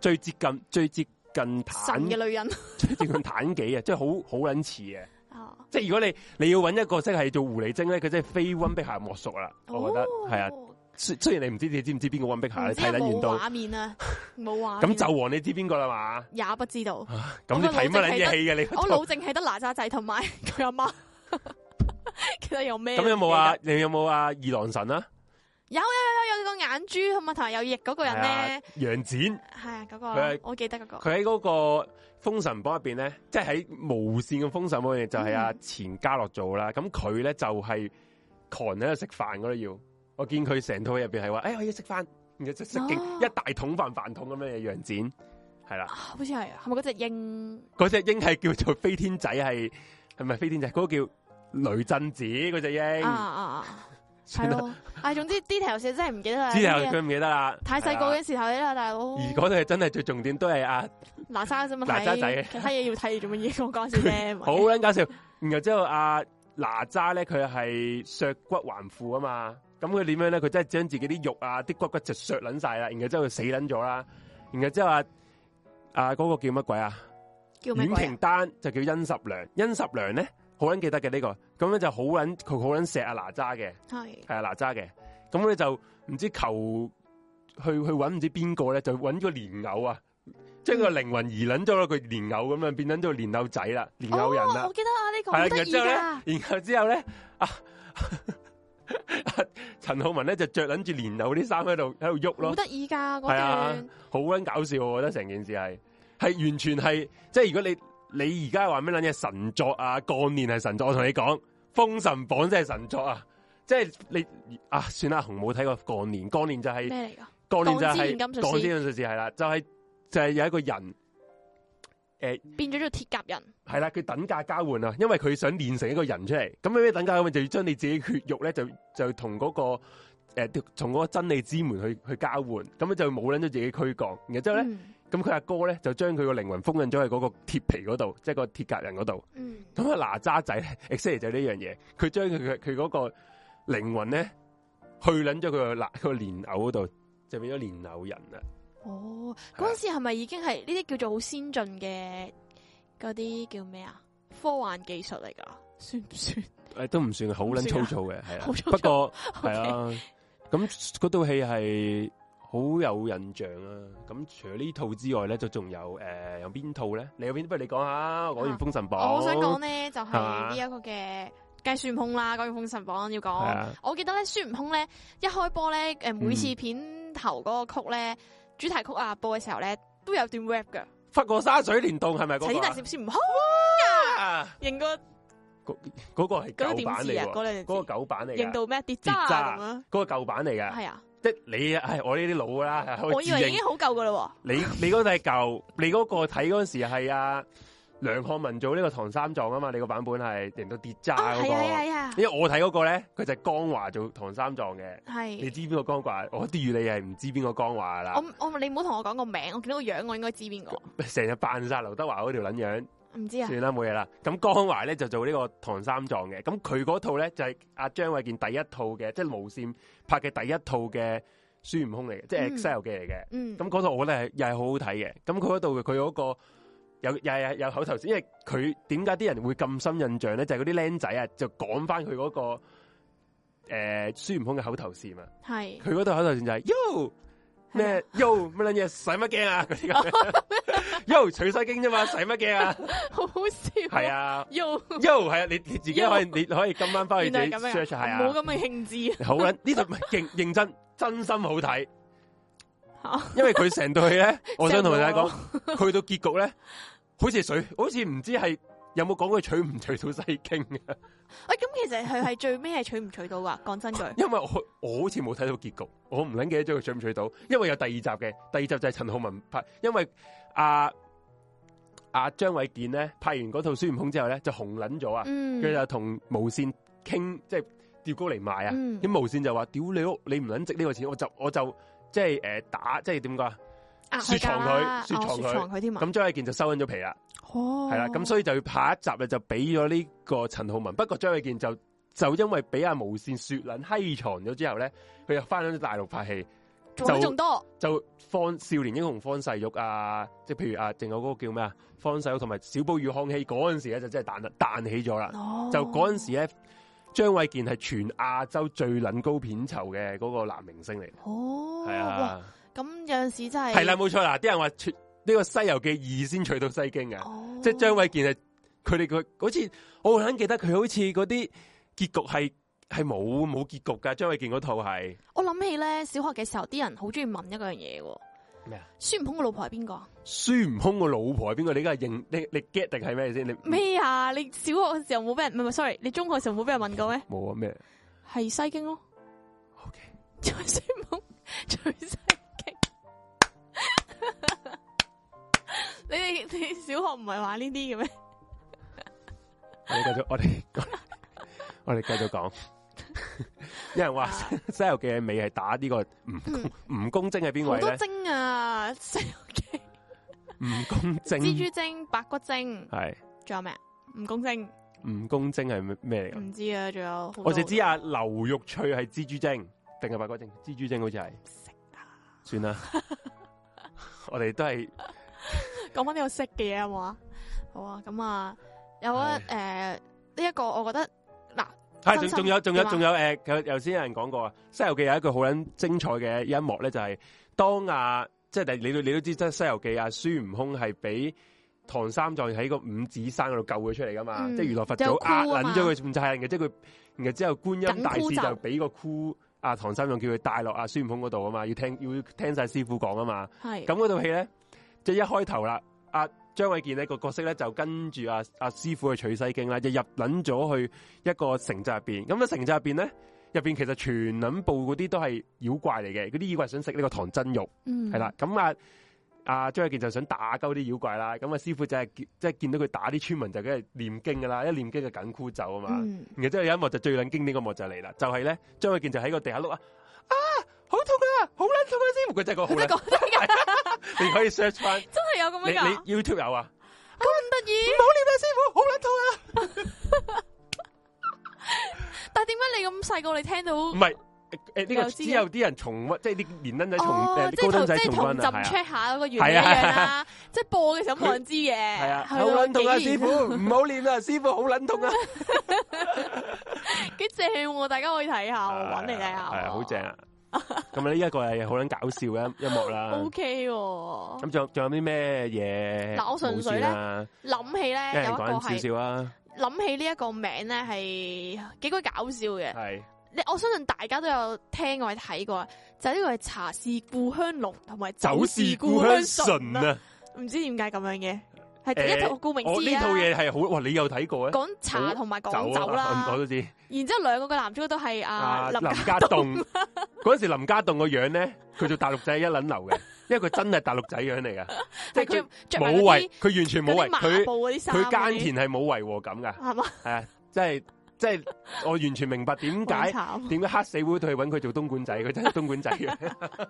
最接近最接近
神
妲
嘅女人
最接近妲己啊嘅，即係好好撚似嘅。
啊，
即係如果你你要揾一個即係做狐狸精咧，佢真係非温碧霞莫屬啦。我覺得係啊。
啊，
雖雖然你唔知你知唔知邊個温碧霞，
哦唔
你
知
睇
有
撚完
冇
到
畫面 啊，冇畫
咁
面。
紂王你知邊個啦嘛？
也不 知道，
咁你睇乜撚嘢戲嘅你
哦我
嗰度？
腦淨係得哪吒仔 同埋佢阿媽， 其實有咩？
咁有冇啊？？你有冇啊？二郎神啊？
有有有有個眼珠同埋同埋有翼嗰個人咧。
啊楊戩。
系啊，嗰、
佢
個
係
我記得嗰、個
佢喺嗰個《封神榜》入边咧，即係喺無線嘅《封神榜》入面就係阿
嗯
錢嘉樂做啦。咁佢咧就係狂喺度食飯嗰度要，我見佢成套戲入边係話，哎诶、我要食飯，然後就食勁
哦
一大桶飯飯桶咁樣嘅楊戩，係
啊
啦。
好似係係咪嗰只鷹？
嗰只鷹係叫做飛天仔，係係咪飛天仔？嗰、個叫雷震子嗰只鷹
啊，啊啊，係
算啦，
咯，唉，總之 detail 寫真係唔記得 啦，
之後
呢啲
佢唔記得啦。
太細個
係啦啊
嘅時候啦，大佬，
而嗰度係真啊係最重點都係阿
哪吒啫嘛，
哪吒仔
睇其他嘢要睇做乜嘢？我講 笑啫，
好啊撚搞笑。然後之後阿哪吒咧，佢係削骨還父啊嘛。咁佢點樣咧？佢真係將自己啲肉啊、啲骨骨就削撚晒啦。然後之後佢死撚咗啦。然後之後啊啊嗰、個叫乜鬼啊？
叫咩
阮
鬼啊
瓊？丹就叫殷十娘。殷十娘咧好撚記得嘅呢、個。咁咧就好撚佢好撚錫阿哪吒嘅，
係
係啊哪吒嘅。咁咧就唔知求去去揾唔知邊個咧，就揾個蓮藕啊。將
嗯
個靈魂移撚咗咯，佢蓮藕咁樣變撚咗蓮藕仔啦，蓮藕人
哦
啦
我，記得啊，呢個
係啦、
好得
然
意
之後咧，
㗎，
然後之後咧，啊， 陳浩文咧就着撚住蓮藕啲衫喺度喺度喐
好
咯，
得意㗎嗰
係啊
段。，
好撚搞笑，我覺得成件事係係完全係，即係如果你你而家話咩撚嘢神作啊，鋼煉係神作，我同你講，《封神榜》真係神作啊！即係你啊，算啦，紅冇睇過鋼煉，鋼煉就係、
咩嚟㗎？
鋼煉就係
鋼之煉金術師
鋼之煉金術士係啦，就係、就係、有一個人，誒
變咗做鐵甲人，
係啦，佢等價交換啊，因為佢想練成一個人出嚟，咁咩等價交換就要將你自己血肉咧，就就同嗰、個誒同嗰個真理之門去去交換，咁樣就冇撚咗自己軀幹，然後之後咧，
嗯
咁佢阿哥咧就將佢個靈魂封印咗喺嗰個鐵皮嗰度，即係個鐵甲人嗰度。
嗯，
咁啊哪吒仔咧 exactly 就係呢 樣嘢，佢將佢佢佢嗰個靈魂咧去撚咗佢個嗱佢個蓮藕嗰度，就變咗蓮藕人啊啦。係啊
哦，嗰陣時係咪已經係呢啲叫做好先進嘅嗰啲叫咩啊？科幻技術嚟㗎，算唔算？
啊诶，都唔算係好捻粗糙嘅，系啦
啊
啊
好。粗糙
不過
OK
係啊，咁嗰套戲係好有印象啊。咁除咗呢套之外咧，就仲有诶有邊套咧？你有邊？不如你講下，講完《
啊
封神榜》，
我想講咧，就係
係嘛
呢一個嘅計孫悟空啦，講完封神榜要
係
講。
啊，
我記得咧，孫悟空咧一開波咧，诶每次
嗯
片頭嗰個曲咧，主題曲啊播嘅時候咧，都有段 rap 㗎。
法國沙水連動係咪
齊
嗰
天
個
大
啊
聖孫悟空，
啊？
認個
嗰個係
嗰
舊
啲點
版
字
嚟
啊？
喎，
嗰兩
嗰
個
個舊版嚟
認
㗎，
到咩
跌
跌渣
渣
啊咁啊？
嗰個舊版嚟㗎。
係啊，
即係你啊，唉，我呢啲老㗎啦，可
我以
自啊
為
認
已經好夠㗎啦喎。
你你嗰個係舊，你嗰個睇嗰陣時係啊梁漢文做呢個唐三藏啊嘛，你個版本係人到跌渣
啊，
嗰、
係啊，係啊，
個。因為我睇嗰個咧，佢就係江華做唐三藏嘅，
係
你。知啊邊個江華？我啲預你係唔知邊個江華㗎啦，
我我你唔好同我講個名，我見到個樣，我應該知邊個。
成日扮晒劉德華嗰條撚樣，
唔知啊，
算啦冇嘢啦。咁江華咧就做呢個唐三藏嘅，咁佢嗰套咧就係阿張衛健第一套嘅，即係無線拍嘅第一套嘅孫悟空嚟嘅，即係
嗯
Excel 嘅嚟嘅。
嗯，
咁嗰套我覺得係又係好好睇嘅。咁佢嗰度佢嗰個有又係有口頭禪，因為佢點解啲人會咁深印象咧？就係嗰啲僆仔啊，就講翻佢嗰個誒孫悟空嘅口頭禪啊。
係
佢嗰套口頭禪就係 Yo
啊
咩 Yo 乜撚嘢使乜驚啊嗰 啲咁樣 Yo 取西經啫嘛，使乜驚啊？
好好笑，
係，啊
又
Yo 係啊，你你自己可以
Yo
你可以今晚翻去
原
自
來
己
係咁
search
樣
下
啊，
係
冇
啊，
咁嘅興致
好撚呢套唔係認認真真心好睇。
啊，
因为佢成對咧，我想同大家
成
講，去到結局咧，好似水，好似唔知係有冇講佢取唔取到西經嘅，
喂，咁其實佢係最尾係取唔取到噶？講真句，
因為我我好似冇睇到結局，我唔撚記得咗佢取唔取到，因為有第二集嘅，第二集就係陳浩文拍，因為阿阿張衛健咧拍完嗰套孫悟空之後咧就紅撚咗啊，
嗯，
佢就同無線傾，即係吊高嚟賣啊。
嗯
咁無線就話：屌你屋，你唔撚值呢個錢，我就我就即係誒、呃打，即係點講啊？
啊
雪藏佢
啊
雪藏佢
雪藏佢添啊，
咁張衛健就收緊咗皮啦。
哦，
系啦，咁所以就下一集咧就俾咗呢個陳浩文，不過張衛健就就因為俾阿無線雪撚閪藏咗之後咧，佢又翻咗大陸拍戲，
仲得
就
仲多，
就方少年英雄方世玉啊，即係譬如啊，仲有嗰個叫咩啊，方世玉同埋小寶與康熙嗰陣時咧就真係彈彈起咗啦，
哦，
就嗰陣時咧。張衛健係全亞洲最撚高片酬嘅嗰個男明星嚟，
哦，
係
哇，
啊，
咁有陣時真係
係啦，，冇錯啦。啲人話取呢個《西遊記二》先取到西經嘅，啊
哦
即系张卫健系佢哋佢好似我好撚記得佢好似嗰啲結局係係冇冇結局噶，張衛健嗰套係
我諗起咧，小學嘅時候啲人好中意問一樣嘢喎，
咩啊？
孫悟空嘅老婆係邊個啊？
孫悟空個老婆係邊個？你而家係認你你 get 定係咩先？你
咩啊？你小學嘅時候冇俾人，唔係唔係，sorry，你中學嘅時候冇俾人問過咩？
冇啊咩
係西經咯，
？OK，
最孫悟空，最西經。 你哋你小學唔係玩呢啲嘅咩？
我哋繼續，我哋我哋繼續講。有人話
啊嗯
《西遊記》嘅尾係打呢個蜈蚣蜈蚣精係邊
好
位
多
咧？
精啊，西遊記
蜈蚣
蜘
精
蛛精、白骨精，
係
仲有咩啊？蜈蚣精
蜈蚣精係咩嚟㗎？
唔知啊，仲有
我就知啊，劉玉翠係蜘蛛精定係白骨精？蜘蛛精好似係。
識啊！
算 啦，我哋都係
講翻啲我識嘅嘢好冇啊？好啊，咁啊，有啊，诶，呢一個我覺得嗱，
係仲
真心
仲有仲有
點啊
仲有诶，有有先有人講過啊，《西遊記》有一句好撚精彩嘅一幕咧，就係當啊即係你都你都知，即係《西遊記》啊，孫悟空係俾唐三藏喺個五指山嗰度救佢出嚟噶嘛，
嗯
即係如來佛祖壓
就有箍啊
撚
嘛
咗佢唔制嘅，即係佢，然後之後觀音大
緊箍
士
咒
就俾個箍啊唐三藏叫佢帶落啊孫悟空嗰度啊嘛，要聽要聽晒師傅講啊嘛，
係
咁嗰套戲咧，即係一開頭啦，阿、張衛健呢個角色咧就跟住阿阿師傅去取西經啦，就入撚咗去一個城寨入邊。咁啊城寨入邊咧，入邊其實全撚部嗰啲都係妖怪嚟嘅，嗰啲妖怪想食呢個唐僧肉，
嗯
係啦、咁啊阿張衛健就想打鳩啲妖怪啦，咁啊師傅就係見即係見到佢打啲村民就梗係念經噶啦，一念經就緊箍咒啊嘛。
嗯
然後之後有一幕就最撚經典嗰幕就嚟啦，就係咧張衛健就喺個地下碌啊，啊好痛啊，好撚痛啊師傅，佢真係個好
佢真係
撚，
講得㗎，
你可以 search 翻。
真係有咁樣㗎，
你你 YouTube 有啊？
咁得意。
冇念啦，師傅，好撚痛啊！
但係點解你咁細個你聽到？
唔係誒呢
又
個
知
只
嘅
有啲人重温，即係啲年登仔重
哦，
誒
即係
高
同
登
即
仔
係
重
同
温
浸
啊，係啊
check 下嗰個原理一
係啊
樣啦，即係播嘅時候冇人知嘅，
係啊，
去
好
到
撚痛啊，
幾
師
年
傅，唔好念 啦，師傅好撚痛啊，
幾正喎！大家可以睇下，我揾嚟睇下，
係啊，好正 啊！咁呢一個係好撚搞笑嘅一幕啦
O。K 喎，
咁仲有仲有啲咩嘢？
嗱我純粹呢
冇事啦
諗起
一
咧
人
有一個
講少
係
少啊，
諗起呢一個名咧係幾鬼搞笑嘅，
係
你我相信大家都有聽過或者睇過，就係呢個係茶是故鄉濃同埋
酒
是
是
故
故
鄉
鄉
醇
醇
啊，
啊！
唔知點解咁樣嘅，係
誒
一套顧名
我
思
呢
義
套
啦，
嘢係好哇，你有睇過啊？
講茶同埋講酒
啊
啦
我，都知。
然之後兩個嘅男主角都係
啊
啊林
林家棟嗰陣時，林家棟個樣咧，佢做大陸仔一撚流 嘅，因為佢真係大陸仔樣嚟噶，即
係
係佢
着着埋
冇
嗰
為
啲
佢完全冇
嗰啲
為
麻
佢
布嗰啲衫嗰啲，
佢耕田係冇違和感噶，
係嘛？
係啊，即係即係我完全明白點
好
解
慘
點解黑社會對佢揾佢做東莞仔，佢真係東莞 仔
啊
嘅，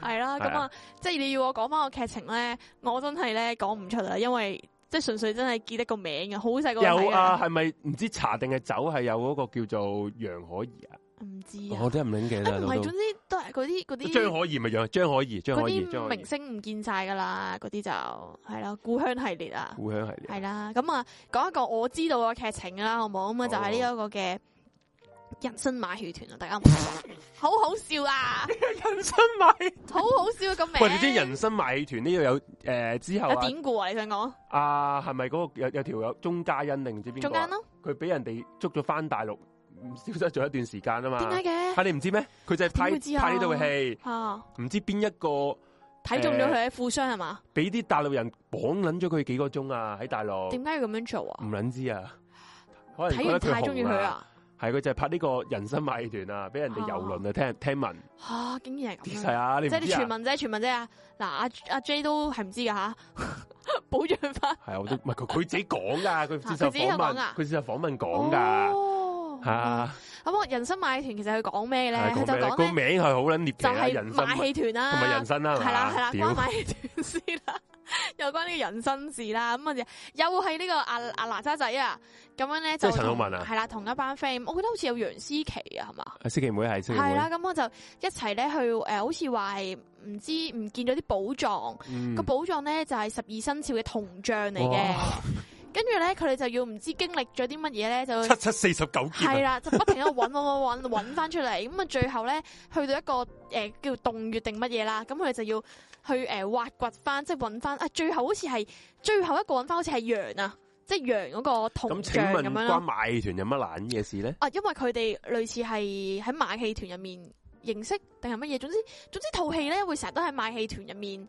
係啦，咁
係
啊，即係你要我講翻個劇情咧，我真係咧講唔出啊，因為即係純粹真係記得個名嘅，好細個
有
睇
啊，
啊，
係咪唔知茶定係酒係有嗰個叫做楊可怡啊？
唔知
我
啊，
真係唔撚記
誒
得
唔
啦
係，
都
總。之都係嗰啲嗰
張
啲
可怡咪楊張可怡，張
嗰
可怡，張可
啲明
怡，
星唔見晒噶啦，嗰啲就係啦，故鄉系列啊，
故鄉系列
係啦，咁啊，講一個我知道嘅劇情啦，好唔好？咁啊，
好
就係呢一個嘅人生馬戲團啊，大家有冇睇過 好好笑啊，
人生米。
好好笑啊個名。
喂，你知人生馬戲團呢度有诶、呃之後
有
啊，
典故啊？你想講
啊係咪嗰個有有條有鐘嘉欣定唔知邊
中
個啊
間？咯？
佢俾人哋捉咗翻大陸，唔消失咗一段時間啊嘛。
點解嘅？
啊你唔知咩？佢就係
點會知
拍
啊
拍呢套戲，
啊！
唔知邊一個
睇中咗佢
呃
喺富商係嘛？
俾啲大陸人綁撚咗佢幾個鐘啊？喺大陸
點解要咁樣做
唔
啊？
撚知啊？可能
睇
覺
完
得
太
佢
中意
紅
佢
啊，
啊！
係佢就係拍呢個人生馬戲團啊，俾人哋遊輪啊，聽聽聞，
吓，竟然係咁
係
樣，
啊，你
嗯即
唔
係啲
知
傳
啊？
聞啫，傳聞啫啊！嗱，阿阿 J 都係唔知噶吓， 保障翻
係啊，我都唔係佢佢自己講噶，佢接
啊佢
受
自己有
訪
講
問
㗎，
佢接受訪問講㗎。
哦
吓，
咁我人生馬戲團其實佢講
啊
咩咧？佢就
咩咧？
講
個
咧
名係好撚獵奇
就
啦，
係
人生
馬戲團啦，
同埋人生啦，啊
係啊啦係啦，
屌
關埋段事啦， 有關呢個人生事啦，咁啊又係呢個阿阿哪吒仔啊，咁樣咧就
即係陳浩
同
文啊
係啦，同一班 friend，我記得好似有楊思琪啊，係嘛？
啊司棋妹係司棋妹
係啦，，咁我就一齊咧去诶、呃好似話係唔知唔見咗啲寶藏，
嗯
個寶藏咧就係十二生肖嘅銅像嚟嘅
哇，
跟住咧佢哋就要唔知經歷咗啲乜嘢咧就。
七七四十九劍
係
啊，
啦，就不停喺度揾揾揾 揾揾翻出嚟，咁啊最後咧去到一個诶、叫洞穴定乜嘢啦，咁佢哋就要去诶、呃挖掘翻，即係揾翻啊最後好似係最後一個揾翻好似係羊啊，即係羊嗰個
咁
銅
請
像
問
咁樣咯
關。馬戲團有乜懶嘢事咧？
啊，因為佢哋類似係喺馬戲團入面認識定係乜嘢，總之總之套戲咧會成日都喺馬戲團入面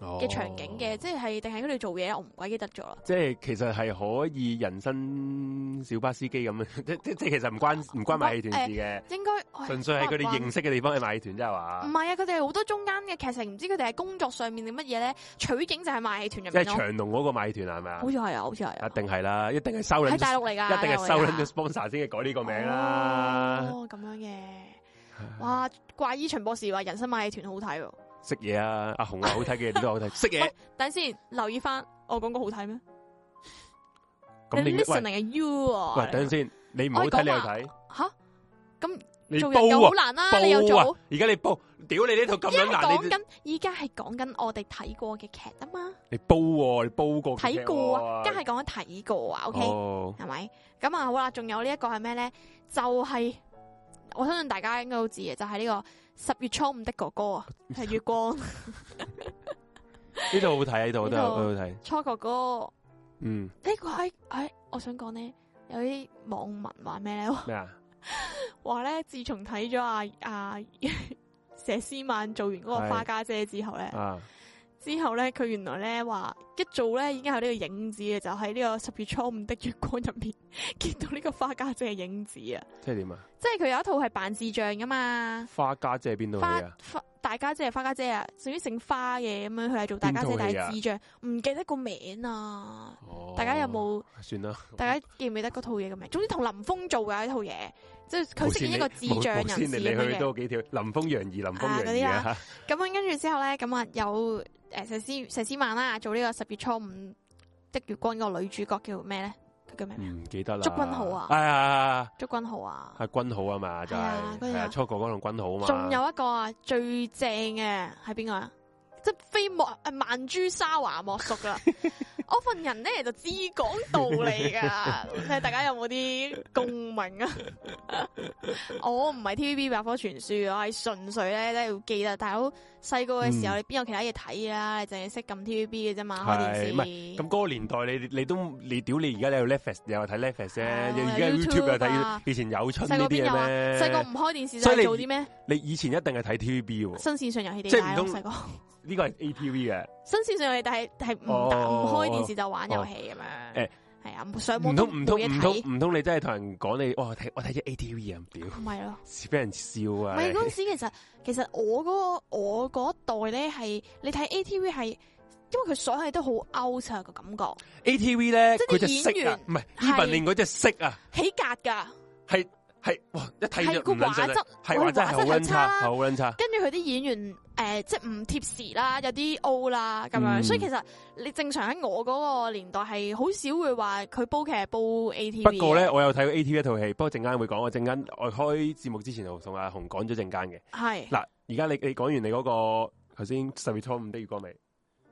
嘅
嘅
場景嘅，，即係定係喺佢哋做嘢，我唔鬼記得咗啦。
哦即係其實係可以人生小巴司機咁樣， 即即即其實唔關
啊
唔關馬戲團事嘅，
應該唉
純粹係佢哋認識嘅地方係馬戲團啫係
唔
嘛？
係啊，佢哋好多中間嘅劇情，唔知佢哋係工作上面定乜嘢咧，取景就係馬戲團入
即係
面咯。
長隆嗰個馬戲團係咪啊
好？似係啊，好似係啊
一，定係啦，一定係收撚
喺大陸嚟㗎，
一定係收撚咗
咗
sponsor 先至改呢個名啦。
哦，咁樣嘅，哇！怪醫秦博士話人生馬戲團好睇喎，
識嘢啊，阿紅啊，好睇嘅嘢你都好睇，識嘢啊
喂。等先留意翻，我講過好睇咩？
咁
你
你喂
listening 係 you 啊？
喂，等陣先，你唔好
我哋講
睇你又睇，
吓，咁
你
做人又好
煲
難啦，
啊
你又
煲
做
啊，，而家你煲，屌你呢套咁
因為
樣難，
講
你
緊，依家係講緊我哋睇過嘅劇啊嘛，
你煲喎，你煲過
睇過
過
啊，家係講緊睇過啊，OK，
哦，
係咪？咁啊好啦，仲有呢一個係咩咧？就係 我相信大家應該都知嘅，就係呢個十月初五的哥哥啊，係月光，
呢度好睇啊，呢度都
呢度
好睇。
初哥哥
嗯，
呢個喺喺，我想講咧，有啲網民話咩咧？
咩啊？
話咧，自從睇咗阿阿佘詩曼做完嗰個
係
花家姐之後咧，
啊，
之後咧佢原來咧話一早咧已經有呢個影子嘅，就喺呢個十月初五的月光入面 見到呢個花家姐嘅影子啊！
即係點啊？
即係佢有一套係扮智障噶嘛，
花家姐係邊度戲
花
啊？
花大家姐係花家姐啊，至於姓花嘅咁樣，佢係做大家姐，
邊套
但
戲啊
係智障，唔記得個名啊！
哦
大家有冇？
算啦？
大家記唔記得嗰套嘢嘅名？總之同林峰做嘅一套嘢，即係佢飾演一個智障人士
先你
咁
去
樣嘅。
都幾條林峰楊怡，林峰
啊
楊怡啊，
咁樣跟住之後咧，咁啊有誒佘詩佘詩曼啦，做呢個十月初五的月光嗰個女主角叫咩咧？佢叫咩名？
嗯唔記得啦。
祝君豪啊
係啊，
祝君豪啊！
係君豪啊嘛，就
係
係
啊嗰啲啊
係啊，初哥哥同君豪啊嘛。
仲有一個啊，最正嘅係邊個啊？即係非莫誒萬珠沙華莫屬 噶啦！我份人咧就只講道理噶，睇下大家有冇啲共鳴啊？ 我唔係 TVB 百科全書，我係純粹咧都要記得。大佬細個嘅時候，
嗯
你邊有其他嘢睇啊？你淨係識撳 TVB 嘅啫嘛，開電視
係唔係咁嗰個年代，你你都你屌你而家你有 Netflix 又睇 Netflix 啫，
啊
而家
有
YouTube 又
YouTube 啊
睇，以前有出
細
呢
個
啲
邊有啊？細個
嘢
唔
咩？
開電視就
所以你
係做啲咩？
你以前一定係睇 TVB 喎，
新線上遊戲
即
地
係
帶
唔
咯，
通
細個。
呢個係 ATV 嘅。
新線上嘅，但係係唔打唔
哦
開電視就玩遊戲咁樣。
誒
係啊，唔上
唔通
網都
唔
冇
通
嘢
唔
睇，
通唔通你真係同人講你，哦睇我睇咗 ATV 啊，屌，
唔係咯。
俾人笑
唔
啊！
係
你
嗰陣時，其實其實我嗰個我嗰一代咧係，你睇 A T V 係，因為佢所有嘢都好 out 啊個感覺，
ATV 咧，
即係啲
佢隻色啊，唔係
係
Even 令嗰隻色啊，
起格㗎。
係係哇一睇
係
就
個
唔撚
畫
上嚟
質，
係
我
話
哋
真係
畫
好
質
撚
係
差，
差
好撚差。
跟住佢啲演員誒、呃即係唔貼時啦，有啲 O 啦咁樣，
嗯
所以其實你正常喺我嗰個年代係好少會話佢煲劇係煲 A T V。
不過咧，我有睇過 ATV 一套戲，不過陣間會講。我陣間我開節目之前同阿紅講咗陣間嘅。
係
嗱，而家你你講完你嗰、個頭先十月初五的月光未？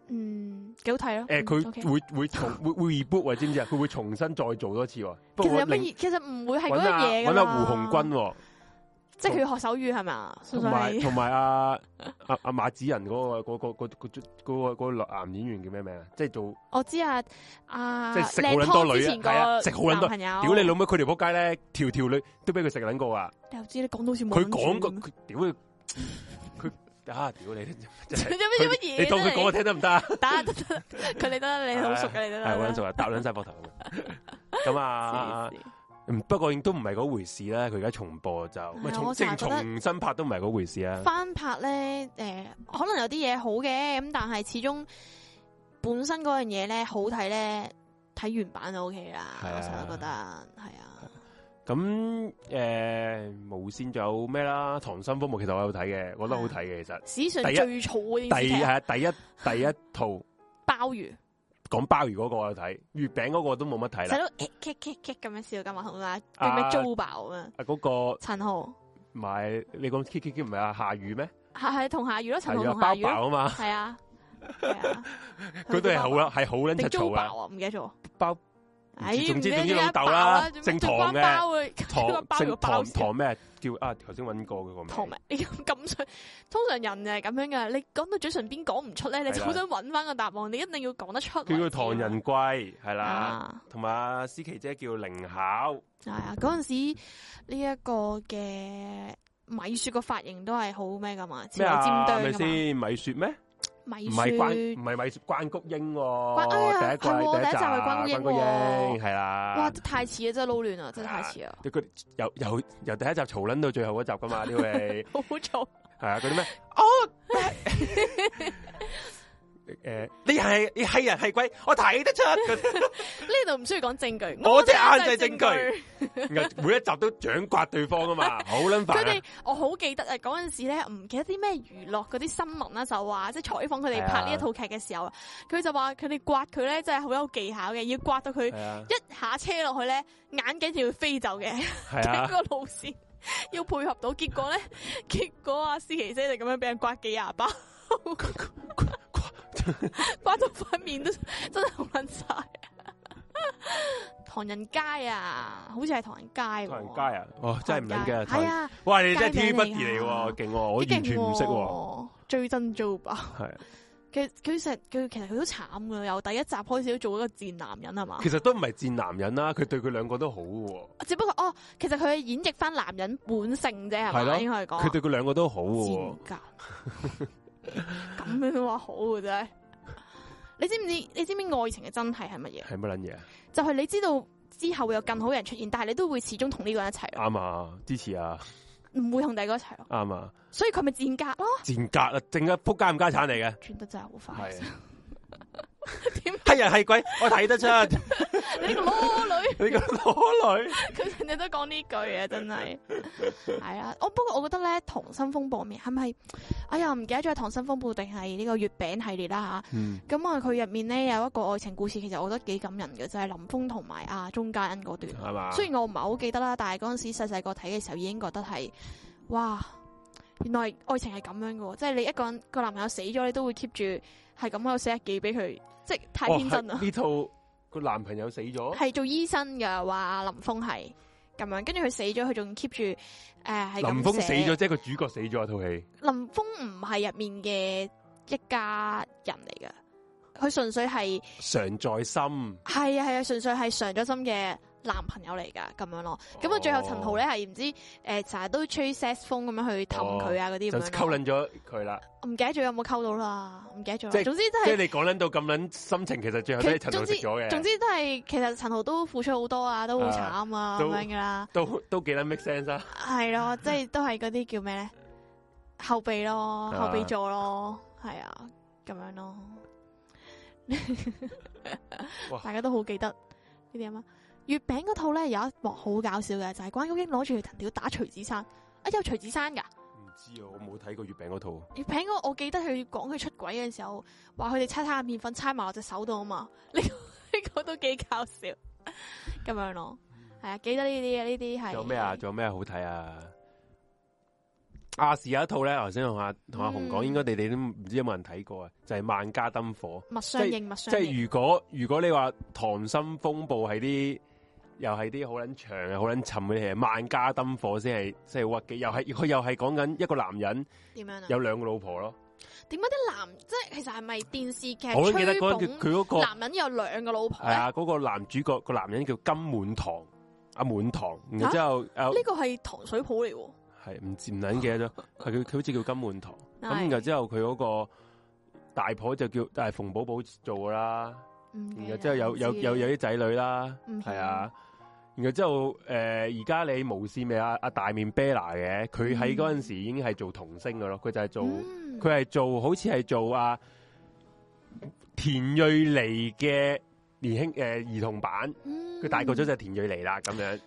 誒、
嗯幾好睇咯。嗯
佢
OK
會會重會會 reboot 喎，知唔知啊？佢會重新再做多次喎。不
其實
過
有乜
另
嘢？其實唔會係
揾
嗰樣
阿
嘢㗎
揾阿胡鴻
啦
鈞喎，
即係佢要學手語係咪啊？純
同
粹
埋
係
同埋阿阿阿馬子仁嗰、個嗰、個嗰、個嗰、個嗰、個男演員叫咩名啊？即係做
我知啊，啊，
即係食好
靚
撚多
湯之
女啊
前個
係啊食好撚多
男朋友，
屌你老母！佢條仆街咧，條條女都俾佢食撚過啊！
你又知你講到好似冇
佢講
撚
過
住咁
佢屌佢佢啊屌你！真係
你 做咩做乜嘢啫？
你當佢 講我聽得唔得啊？
你打得得，佢 你得你好熟嘅，你得
係好撚熟啊，搭撚晒膊頭咁啊！嗯不過都唔係嗰回事啦。佢而家重播就
啊
咪重
我
即
成
係
日覺得
重新拍都唔係嗰回事啊。
翻拍咧，誒，可能有啲嘢好嘅，咁但係始終本身嗰樣嘢咧好睇咧，睇原版就 OK 啦。
係啊
我成日都覺得係啊，
咁诶，無線仲有咩啦？《溏心風暴》其實我有睇嘅，我覺得好睇嘅。其實
史上
第一
最燥嗰
第
件事劇，
係第一第一套
啊鮑魚。
講鮑魚嗰個我有睇，月餅嗰個都冇乜睇啦。
睇到咳咳咳咳咁樣笑噶嘛，好啦，叫咩
啊
租爆啊？
啊嗰個
陳豪
咪你講 K K K 唔係啊夏雨咩？
係係同夏雨咯，陳豪
係啊
同夏
包
雨咯，
爆啊嘛，
係啊，係啊，
佢 都係好啦，，係好撚
定
柒
租
嘈啊！
爆啊？唔記得咗，
包
唉
總之
唔記得
總之
咗
老豆
爆
啦
啊
姓唐嘅
包會
唐
包
姓
個包
唐
先
唐咩叫啊？頭先揾過佢個名，
唐明，你 咁咁想，通常人就係咁樣噶，你講到嘴唇邊講唔出咧，你就
係啦
好想揾翻個答案，你一定要講得出為止啊。
佢叫唐人貴係啦，
啊，
同埋阿思琪姐叫凌巧，
係啊，嗰陣時呢一個嘅米雪個髮型都係好咩噶嘛，似
咩
有尖
啊？係咪
端噶嘛，
先米雪咩？
米
唔係關
雪
唔。係米雪關谷英
關哎
喎，
呀
第一季
係喎
第
第一集係關谷
集
英
關谷英係
哇！
啦。
太似啊，真係撈亂啊，真係太似啊，
佢由由由第一集嘈撚到最後嗰集噶嘛？ 呢位
好嘈。
係啊，嗰啲咩？ 哦，誒，你係你係人係鬼，我睇得出嗰啲。
呢度唔需要講證據，
我隻
隻
眼就
真
係證
係
據。然後每一集都掌摑對方啊嘛，好撚
佢
煩啊
哋。我好記得啊，嗰陣時咧唔記得啲咩娛樂嗰啲新聞啦，就話即係採訪佢哋拍呢一套劇嘅時候，啊佢就話佢哋刮佢咧真係好有技巧嘅，要刮到佢
係啊，
一下車落去咧，眼鏡就要飛走嘅，
係
呢
啊，
個路線要配合到。結 果咧，結果阿思琪姐就咁樣俾人刮幾廿巴，刮到塊面都真係好撚晒。啊唐人街啊，好似係唐人街喎，
唐人街啊，哦，真係唔撚嘅。唐
係
人
啊，
哇，你真係
街
T
名
不
嚟㗎
二嚟喎，勁喎，我完全唔識喎，
喎，追真租吧，
係
其實佢成佢其實佢都慘噶，由第一集開始都做一個賤男人係嘛？
其實都唔係賤男人啦，佢對佢兩個都好喎，
只不過哦，其實佢係演繹翻男人本性啫，係
係咯
咪？應該係講
佢對佢兩個都好喎
哦賤。格，啊咁樣都話好嘅啫。你知唔知？你知唔知愛情嘅真係係乜嘢？
係乜撚嘢啊？
就係你知道之後會有更好嘅人出現，但係你都會始終同呢個人一齊咯，
啱啊，支持啊，
唔會同第二個一齊咯。
啱啊，
所以佢咪賤格咯，
賤格啊，正一仆街唔家產嚟嘅，
轉得真係好快。
係啊
點
係人係鬼，我睇得出 你
你個裸女？
個裸女。
佢成日都講呢句嘢，真係 係啊！我不過我覺得咧，《溏心風暴》入面係咪？哎呀，唔記得咗係《溏心風暴》定係呢個月餅系列啦
嗯
吓。咁啊，佢入面咧有一個愛情故事，其實我覺得幾感人嘅，就係、林峰同埋阿鍾嘉欣嗰段。
係嘛？
雖然我唔係好記得啦，但係嗰陣時細細個睇嘅時候已經覺得係哇，原來愛情係咁樣嘅喎，即係你一個人個男朋友死咗，你都會 keep 住係咁喺度寫日記俾佢，即係太天真啊啦
哦係。呢套個男朋友死咗，
系做醫生噶，話林峰係咁樣，跟住佢死咗，佢仲 keep 住诶系
林峰死咗，即係個主角死咗啊！套戲
林峰唔係入面嘅一家人嚟噶，佢純粹係
常在心。
係啊係啊，純粹係上咗心嘅男朋友嚟噶，咁樣咯。咁啊，最後陳豪咧係唔知诶成日都吹 sex 風咁樣去氹佢啊嗰啲
就
咁樣
溝
咯，
撚咗佢啦，
唔記得咗有冇溝到啦，唔記得咗
即
啦。
係
總之都
即係
係。
你講撚到咁撚心情，其實最後都係
佢
陳豪食咗
總
嘅，
之都係，其實陳豪都付出好多啊，都好
啊
慘啊，咁
都
樣噶啦。
都都幾撚 make sense 啊！
系咯，即系都系嗰啲叫咩咧？后备咯，
啊
后备做咯，系啊，咁样咯
哇。
大家都好记得呢啲啊嘛。月饼嗰套咧有一幕好搞笑嘅，就系、關關谷英攞住條藤條打徐子珊。啊，有徐子珊噶
唔知啊，我冇睇過月餅嗰套，
月餅嗰個我記得佢講佢出軌嘅時候，話佢哋猜猜麵粉猜埋我隻手度啊嘛，呢、個呢個都幾搞笑，咁樣咯，係啊，記得呢啲啊，呢啲
仲
係
有咩啊？仲有咩好睇啊？亞視有一套咧，頭先同阿同阿紅講，
嗯
應該你哋都唔知有冇人睇過啊？就係《萬家燈火》。
物相應，物
即
相應，
係如果如果你話《溏心風暴》係啲又係啲好撚長嘅、好撚沉嘅嘢，萬家燈火先係先係屈嘅，又係佢又係講緊一個男人
點樣啊？
有兩個老婆咯。
點解啲男即係其實係咪電視劇
我都記得
吹
嗰個
捧
佢嗰個係
男人有兩個老婆咧？
啊，嗰個男主角個男人叫金滿堂，阿滿堂，然後之後
啊呢
誒
個係糖水鋪嚟喎，
係唔知唔撚記得咗，係佢佢好似叫金滿堂。咁
哦係
然後之後佢嗰個大婆就叫但係馮寶寶做㗎啦，
嗯唔
然
記得
後之後有有有有啲仔女啦。
啊嗯
系啊，然後之後诶，而、家你無線咪啊阿阿大面 Bella 嘅，佢喺嗰陣時已經係做童星嘅咯，佢就係做
嗯
佢係做好似係做啊田蕊妮嘅年輕诶、呃兒童版，
嗯
佢大個咗就係田蕊妮啦咁樣。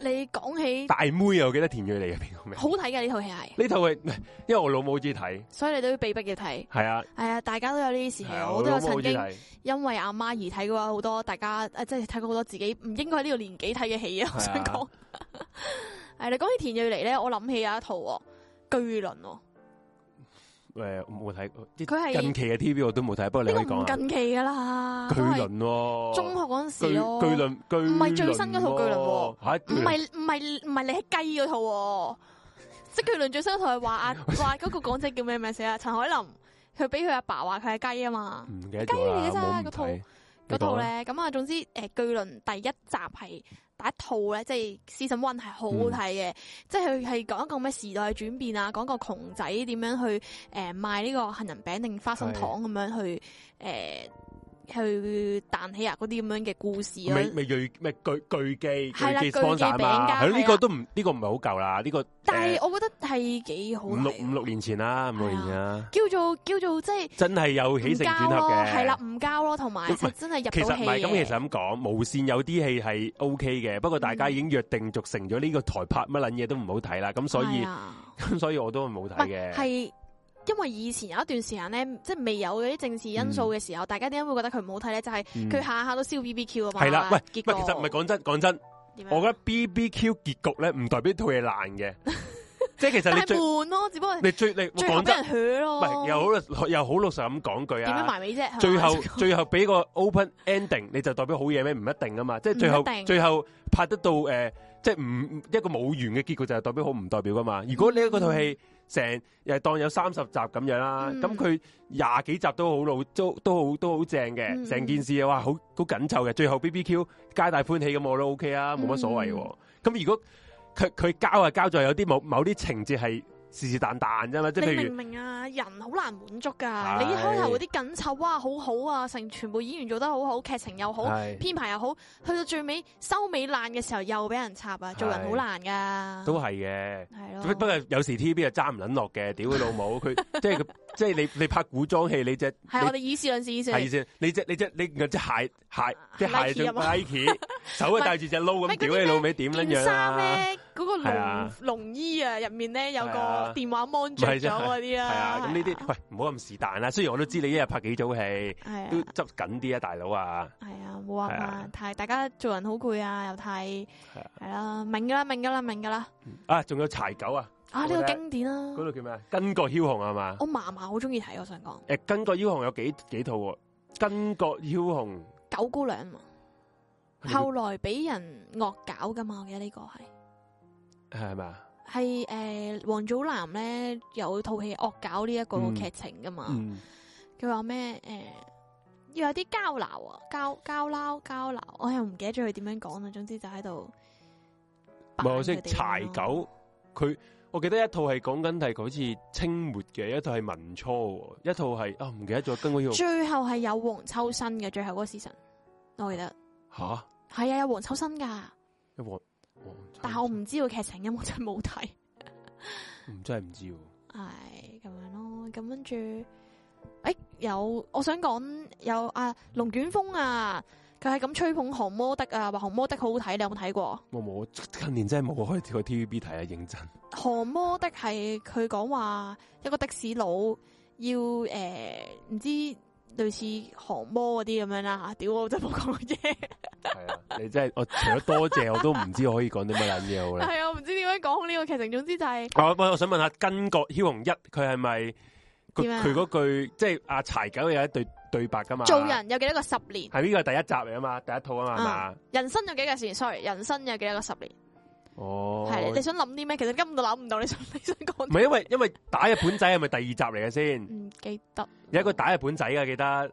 你講起
大妹啊，我記得田蕊妮係邊個名？
好睇嘅呢套戲係，
呢套係因為我老母好中意睇，
所以你都要被逼要睇。
係啊，
係啊，大家都有呢啲時期，
係啊
我都
老
有
母好
曾
中意
經
睇。
因為阿媽而睇過好多大家誒，即係睇過好多自己唔應該喺呢個年紀睇嘅戲啊！我
係
想
啊
講，係你講起田蕊妮咧，我諗起有一套喎巨輪喎，
诶，我冇睇過，即
佢係
近期嘅 TV 我都冇睇，不過你可以
呢個唔
講下
近期噶啦，
巨
都係
輪喎，
中學嗰阵
巨
时
巨
咯，
輪巨
唔係最新嗰套巨輪喎
吓
唔係唔系唔系你喺雞嗰套喎，即係佢論最新嗰套係話啊話嗰個港姐叫咩名死啊？陳海琳，佢俾佢阿爸話佢係雞啊嘛，
唔記得咗啦，
雞嚟嘅咋
冇
嗰
咁
套
睇
嗰套，咧咁啊，總之诶、誒巨輪第一集係第一套咧，即係 season one 係好好睇嘅，即係佢係講一個咩時代嘅轉變啊，講個窮仔點樣去诶、誒賣呢個杏仁餅定花生糖咁樣去诶、去彈起啊嗰啲咁樣嘅故事
你講
啊咯
啦。咪咪巨咪巨巨記
係啦
記
巨記
sponsor 啊
餅
嘛，
家
係咯呢
係
個
啊
都唔呢個唔係好舊啦，呢個
但係
誒
我覺得係幾好
五
睇
六
喎，
五六年前啦，五六年前啦，
叫做叫做即係
真係有
唔
起承
交
轉合
咯，
嘅，
係啦，。唔交咯，同埋
唔係
係真係
其
入
實
到
唔
戲啊
係咁，
嘅
其實咁講，無線有啲戲係 O K 嘅，不過大家
嗯
已經約定俗成咗呢個台拍乜撚嘢都唔好睇啦，咁所以
係啊
咁 所以我都冇
唔
睇
係
嘅，
係因為以前有一段時間咧，即係未有嗰啲政治因素嘅時候，大家點解會覺得佢唔好睇咧？就係
嗯
佢下下都燒 B B Q 啊嘛，
係啦，喂，
其
喂，其實唔係講真講真，
點樣
我覺得 B B Q 結局咧唔代表套嘢爛 嘅，即係其實
但
你
係
最
悶咯，只不過
你最你
最後
講
俾
真。
人血
唔
咯，
係又好老又好老實咁講句
點樣
啊！
埋尾啫？係嘛
最後最後俾個 open ending，你就代表好嘢咩？唔一定啊嘛！即係最後
唔一定
最後拍得到诶、呃即係唔一個冇完嘅結局就係代表好，唔代表噶嘛？如果你嗰套戲成誒當有三十集咁樣啦，
嗯
咁佢廿幾集都好老，都都好都好正
嗯
嘅，成、件事嘅話好好緊湊嘅，最後 BBQ 皆大歡喜咁我都 OK 啊，冇乜所謂喎。咁、如果佢佢交啊交在有啲某某啲情節係是是但但啫嘛，即係
你
譬
明唔
如
明啊？人好難滿足㗎。
係
你一開頭嗰啲緊湊，哇，好好啊，成全部演員做得好好，劇情又好，
係
編排又好，去到最尾收尾爛嘅時候又俾人插啊！做人好難㗎。
都係嘅。
係
不不
咯，
過有時 T V B 就爭唔撚落嘅，屌佢老母！ 佢即係佢即係你你拍古裝戲，你只
係我哋以事論事，以事論事
係先，你只你只你隻鞋鞋隻鞋
Nike 啊
仲
嘛
Nike，手 啊戴住隻撈咁，
喂嗰啲
屌你
咩
老味點撚
件
樣
衫
啊？
咧，嗰個
係
龍
啊
龍衣啊，入面咧有
係
個
啊
電話 mon 着咗嗰啲
係
啊。
啊，咁呢啲喂唔好咁是但啦。雖然我都知你一日拍幾組戲，
係啊
都執緊啲啊，大佬啊，
係啊，冇話
係
嘛
啊，
太大家做人好攰啊，又太
係啊
係啦，明㗎啦，明㗎啦，明㗎啦。
啊仲有柴狗啊，
啊，
我
呢
覺
個
得
經典啦
嗰。度叫咩啊？巾帼梟雄係嘛？
我嫲嫲好中意睇，我想講
誒，巾帼梟雄有幾幾套喎？巾帼梟雄
九姑娘啊嘛，後來俾人惡搞噶嘛，我記得呢個係
係咪啊？
係诶呃王祖藍咧有套戲惡搞呢一個
嗯
劇情噶嘛，
嗯，
佢話咩诶要有啲交流啊，交交撈交流，我又唔記得咗佢點樣講啦，總之就喺度
唔
扮
係我
佢哋咁樣咯。
識柴狗，佢我記得一套係講緊係好似清末嘅，一套係民初喎，一套係啊唔記得咗巾帼梟雄
最後係有黃秋生嘅，最後嗰個 season 我記得
吓，
係啊，有黃秋生噶，
一黃黃秋
但系我唔知道劇情，因為我真係冇睇。
唔真係唔知喎。
系咁樣咯，咁跟住，诶、有我想講有啊龍捲風啊，佢係咁吹捧航摩的啊，話航摩的好好睇，你有冇睇過？
我冇，近年真係冇開個 TVB 睇啊，認真。
航摩的係佢講話一個的士佬要诶唔、知類似航摩嗰啲咁樣啦，啊屌我真係冇講過嘢，
係啊，你真係我除咗多謝，我都唔知可以講啲乜撚嘢好 咧。
係啊，我唔知點樣講好呢個劇情，總之就係
我我我想問下《巾帼梟雄一》，佢係咪佢
點啊
佢嗰句即係阿柴狗有一對對白噶嘛？
做人有幾多個十年，
係呢個係第一集嚟啊嘛，第一套啊嘛係嘛？
人生有幾個十年，sorry，人生有幾多個十年，
哦，
係你想諗啲咩？其實根本就諗唔到你想你想講
唔係因為因為打日本仔係咪第二集嚟嘅先？
唔記得
有一個打日本仔嘅記得，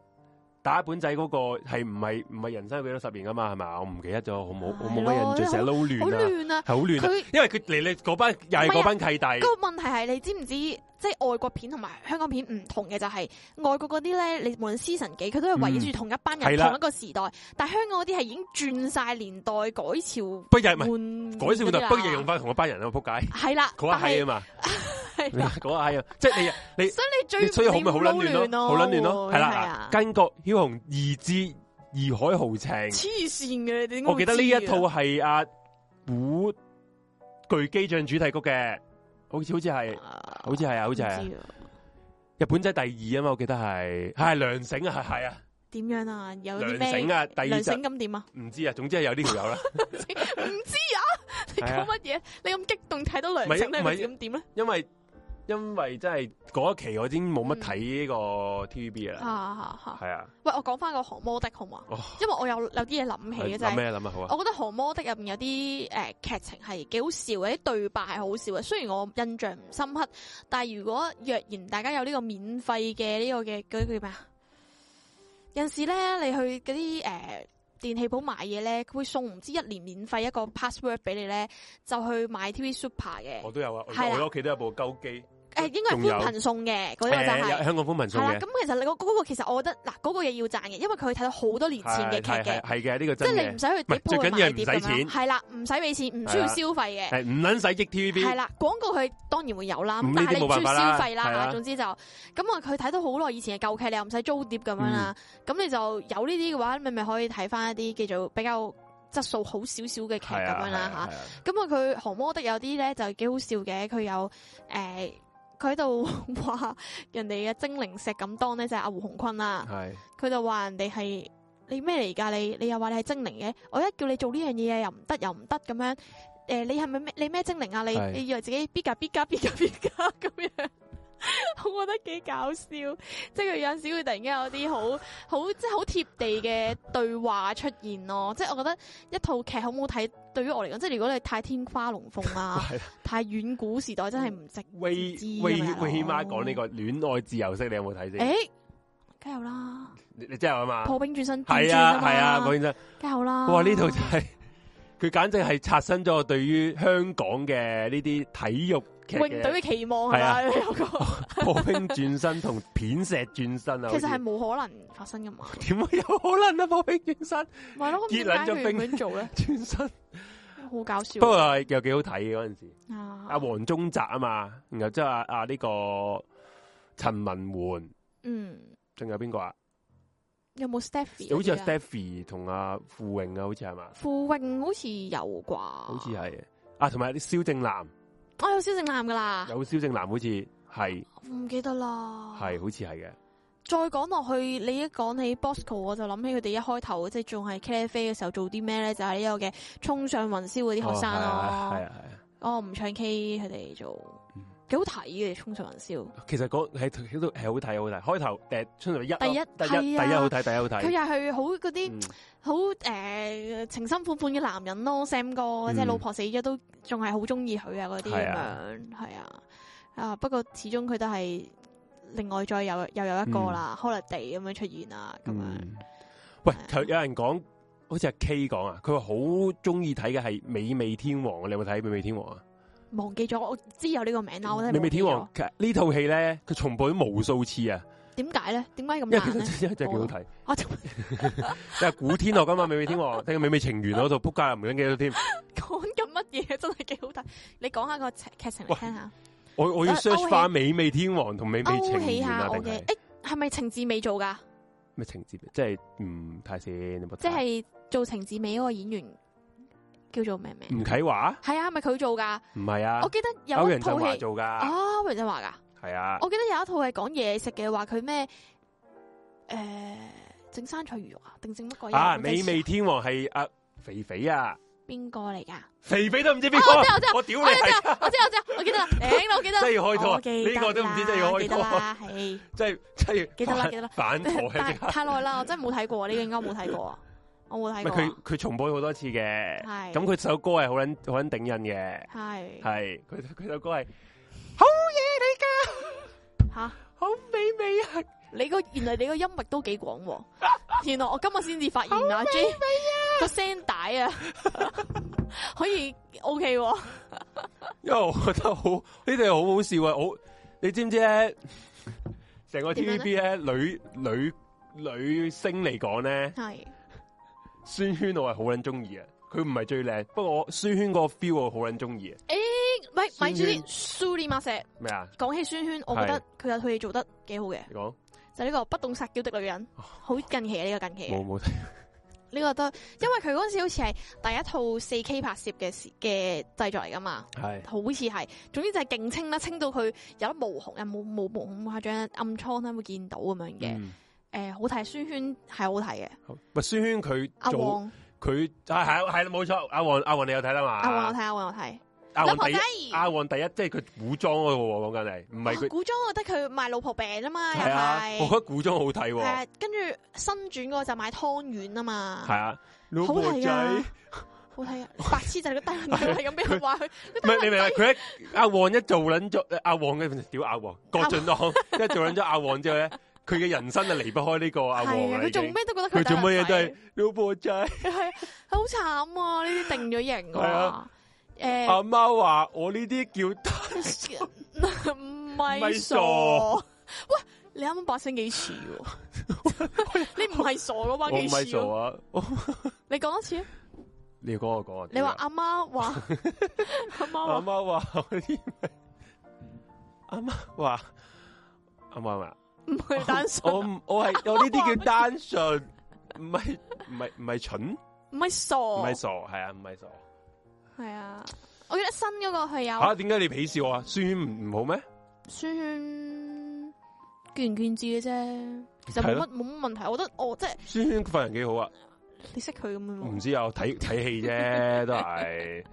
打日本仔嗰個係唔係唔係人生有幾多十年噶嘛？係嘛？我唔記得咗，我冇我冇乜印象，成日撈
好
亂啊，
亂啊！
係好亂啊！
佢
因為佢嚟你嗰班又係嗰啊班契弟，
個問題係你知唔知？即係外國片同埋香港片唔同嘅就係外國嗰啲咧，你無論 season 幾，佢都係圍繞住同一班人、
係嗯啦
同一個時代。但係香港嗰啲係已經轉晒年代、改朝
不日唔係
換
改少就不過又用
法
翻同一班人啊！仆街，
係啊啦，
嗰下
但
閪
係
啊嘛，
係啦
嗰下閪啊，即係你你
所以 你最
你所以好咪好
撚
撚亂咯，好撚亂咯，
係
係啊啦，嗱巾帼梟雄二之義海豪情，
黐線嘅你點解會知嘅？啊
我記得呢一套啊係阿古巨基唱主題曲嘅，好似好似係。
啊，
好似係啊，好似係啊
唔知啊
日本仔第二啊嘛，我記得係係梁醒啊，係係啊，
點樣啊？有啲
梁醒
咩？
啊，第二
梁
集
醒咁點啊？
唔知啊，總之係有呢條友 啦。
唔知啊！你
係
講
啊
乜嘢？你咁激動睇到
唔
梁
係
醒，你
唔
咪
係
咁點咧？
因為因為真係嗰一期我已經冇乜睇呢個 TVB
嗯啊
啦，
啊啊！
係啊，
喂，我講翻個航魔的好嘛？
哦
因為我有有啲嘢諗起嘅就
諗
係，哦
咩諗啊好啊，
我覺得航魔的入面有啲诶劇情係幾好笑嘅，啲對白係好笑嘅。雖然我印象唔深刻，但係如果若然大家有呢個免費嘅呢個嘅嗰啲叫咩啊？有阵时咧，你去嗰啲诶電器鋪買嘢咧，佢會送唔知一年免費一個 password 俾你咧，就去買 TV Super 嘅。
我都有啊，我
係啦
我屋企都有部鳩機，
诶，應該係
仲有
寬頻送嘅嗰個就
誒
係。
有香港風文
系
送
啦，
嘅，
咁其實你嗰嗰個其實我覺得嗱，嗰個嘢要賺嘅，因為佢睇到好多年前嘅
係
劇
係係
嘅，
係嘅，呢個
即
真
係你唔
嘅，
使去碟
唔係
鋪
最
去
緊要係
買
唔
碟
使
咁樣，
錢
係啦，唔使俾錢，唔需要
係啦
消費嘅，
係唔撚使益
係
TVB，
啦，廣告佢當然會有啦，咁
咁
但係
呢啲
你唔需
冇
要
辦法啦
消費啦，
係啦
總之就咁啊，佢睇到好耐以前嘅舊劇，你又唔使租碟咁樣啦，
嗯
咁你就有呢啲嘅話，你咪可以睇翻一啲叫做比較質素好少少嘅劇咁
係啊
樣啦吓。
係啊係啊
咁啊，佢航魔的有啲咧就幾好笑嘅，佢有誒佢喺度 話人哋嘅精靈石咁當咧就係阿胡鴻坤啦，
係啊
佢就話人哋係你咩嚟㗎？你你又話你係精靈嘅，我一叫你做呢樣嘢又唔得又唔得咁樣。誒、你係咪咩？你咩精靈啊？你
係
你以為自己必格必格必格必格咁樣，好覺得幾搞笑，即係佢有陣時會突然間有啲好好即係好貼地嘅對話出現咯。即係我覺得一套劇好唔好睇，對於我嚟講，即係如果你太天花龍 鳳啊，太遠古時代真係唔值。
喂
知啊
喂
㗎啦
喂，起碼講呢個戀愛自由式，你有冇睇
誒、
先？
梗有啦，
你你真係有啊嘛？
破冰轉身
係啊係啊，講，真，
梗有啦。
哇！呢套就係佢簡直係刷新咗我對於香港嘅呢啲體育劇
泳
嘅啊
隊嘅期望係嘛？有個
破冰轉身同片石轉身啊！
其實
好
係
似
冇可能發生噶嘛。
點會有可能啊？破冰轉身
唔係咯，咁點
熱撚
解
咗
佢
冰
咁樣做 咧？
轉身，
好搞笑。
不過係又幾好睇嘅嗰陣時。
啊
阿黃宗澤啊嘛，然後即係阿阿呢個陳文媛，
嗯，
仲有邊個啊？
有冇 Stephy？
好似阿
有
Stephy 同阿傅穎啊，好似係嘛？
傅穎好似有啩，好
好似係啊，同埋啲蕭正楠，
我有蕭正楠噶啦，
有蕭正楠好似係
我唔記得啦。
係好似係嘅。
再講落去，你一講起 Bosco，我就諗起佢哋一開頭即係仲係 Claire 飛嘅時候做啲咩咧？就係呢個嘅衝上雲霄嗰啲學生
哦係啊係啊
咯。
係啊。
哦，唔唱 K 佢哋做
嗯，
幾好睇嘅衝上雲霄。
啊其實嗰喺喺度係好睇好睇，開頭誒春雷一咯
第一
第
係
一第
啊
一好睇，第一好睇
佢。又係好嗰啲。
嗯
好诶、呃情深款款嘅男人咯，Sam 哥，
嗯
即系老婆死咗都仲係好中意佢啊，嗰啲咁
係
樣，係啊，啊不過始終佢都係另外再有又有一個啦，holiday 咁樣出現啦，咁樣
嗯喂
係
有
啊，
有人講，好似阿 K 講啊，佢話好中意睇嘅係《美味天王》，你有冇睇《美味天王》啊？
忘記咗，我知有呢個名啦，我真係
美
忘
味
記
天
咗
王，其實呢套戲咧，佢重播咗無數次啊，
點解咧？點解咁
因為
難
真
咧？
係真係幾好睇。
我仲
但係古天樂噶嘛，美味天王，定係美味情 緣嗰度，仆街又唔記得添。
講緊乜嘢？真係幾好睇！你講下個劇劇情嚟
喂
聽下，
我我要
呃勾
search
起
翻美味天王同美味
勾
情
起
緣
下
啊，
我
定
嘅
係，
诶，係咪程志美做㗎？
咩情節？即係唔睇先，有冇睇
即係做程志美嗰個演員叫做咩名？
吳啟華？
係啊，係咪佢做㗎？
唔係啊
嗯我，記得有
歐
一
陽
套
震華
戲，
做噶，
啊，楊振華噶，
係啊，
我記得有一套係講嘢食嘅，話佢咩诶整生菜魚肉啊，定整乜鬼
啊
嘢？
美味天王係阿肥肥啊，
邊個嚟㗎？
肥肥都唔知邊
啊我知我知
個，我屌你
我知啊
係
我知我知，我 記得啦，頂我記得啦，
真係要開拖啊
我記得啦
呢個都唔知真係要開拖啊
記得啦，係
真係真係
記得啦記得啦
反台
但
啊！
係太耐啦，我真係冇睇過，呢個應該冇睇過，啊我冇
唔
睇
係
過
佢佢重播咗好多次嘅，
啊，係
咁佢首歌係好撚好撚頂癮嘅，
係
係佢佢首歌係好嘢嚟㗎，
吓。
好美味啊！
你個原來你個音域都幾 廣喎，原來我今日先至發現啊，J 個聲帶啊， 可以 OK 喎，
因為我覺得好呢啲係好好笑啊！好，你知唔知咧？成個
點樣
TVB 咧，女女女星嚟講咧，
係
孫圈我係好撚中意啊！佢唔係最靚，不過我孫圈個 feel 我好撚中意啊！
咪咪住
孫
啲
圈
蘇利馬石。
咩啊？
講起孫圈，我覺得佢有套嘢做得幾好嘅，
你講
就呢、個不懂撒嬌的女人，好近期嘅啊呢、個近期嘅
哦冇冇睇？
呢個都，因為佢嗰陣時好似係第一套四 K 拍攝嘅時嘅製作嚟噶嘛，
係
好似係，總之就係勁清啦，清到佢有得毛紅，又冇冇毛紅咁誇張，暗瘡啦會見到咁樣嘅，誒、
嗯
好睇，孫圈係好睇嘅，
好咪孫圈佢
阿
做
旺
佢啊係係啦冇錯，阿旺阿旺你有睇啦嘛？
阿旺我睇，阿啊旺我睇，
啊阿
老
旺
婆
第一
仔。
阿旺第一即係佢古裝嗰個喎，講緊係唔係
哦
佢
古裝我覺得佢賣老婆餅啊嘛，又
係啊？我
係
覺，得古裝好睇
係
喎，
啊跟住新轉嗰個就賣湯圓啊嘛，
係啊，老
好
婆
睇
仔
啊。，好睇啊！白痴就係個低能仔，係咁俾人話佢，
唔係
佢
你明
低
唔
能
明啊
仔
佢一阿旺一做捻咗阿旺嘅屌阿旺郭晉安 一做捻咗阿旺之後咧，佢嘅人生就離不開呢個阿旺
係
啦
啊！
已
佢做
經。
咩都覺得
佢
係低
做
能
乜嘢都
仔
係老婆仔。
係啊好慘啊！呢啲定咗型㗎
係啊
喎。誒
阿媽話我呢啲叫
唔係
咪
傻
傻，
喂！你啱啱把聲幾似 喎？你唔係傻嗰把
我唔
幾
係
似
傻
喎？
啊！我
你講一次啊，
你要講我講啊。
你話哦阿 媽話阿
屌阿
媽
媽
話
話我呢啲咪阿媽話阿媽 話
唔係單純
我，唔我係我呢啲叫單純，唔係唔係唔係蠢，
唔係傻，
唔係
係
傻，係啊唔係傻。
啊！我記得新嗰個係有
吓，點解你鄙視我啊？孫唔唔好咩？
算見唔見字嘅啫，其實
係
冇
咯
乜冇乜問題。我覺得我即係
孫圈份人幾好啊？
你識佢咁樣
唔
喎，
知啊，我睇睇戲啫，都係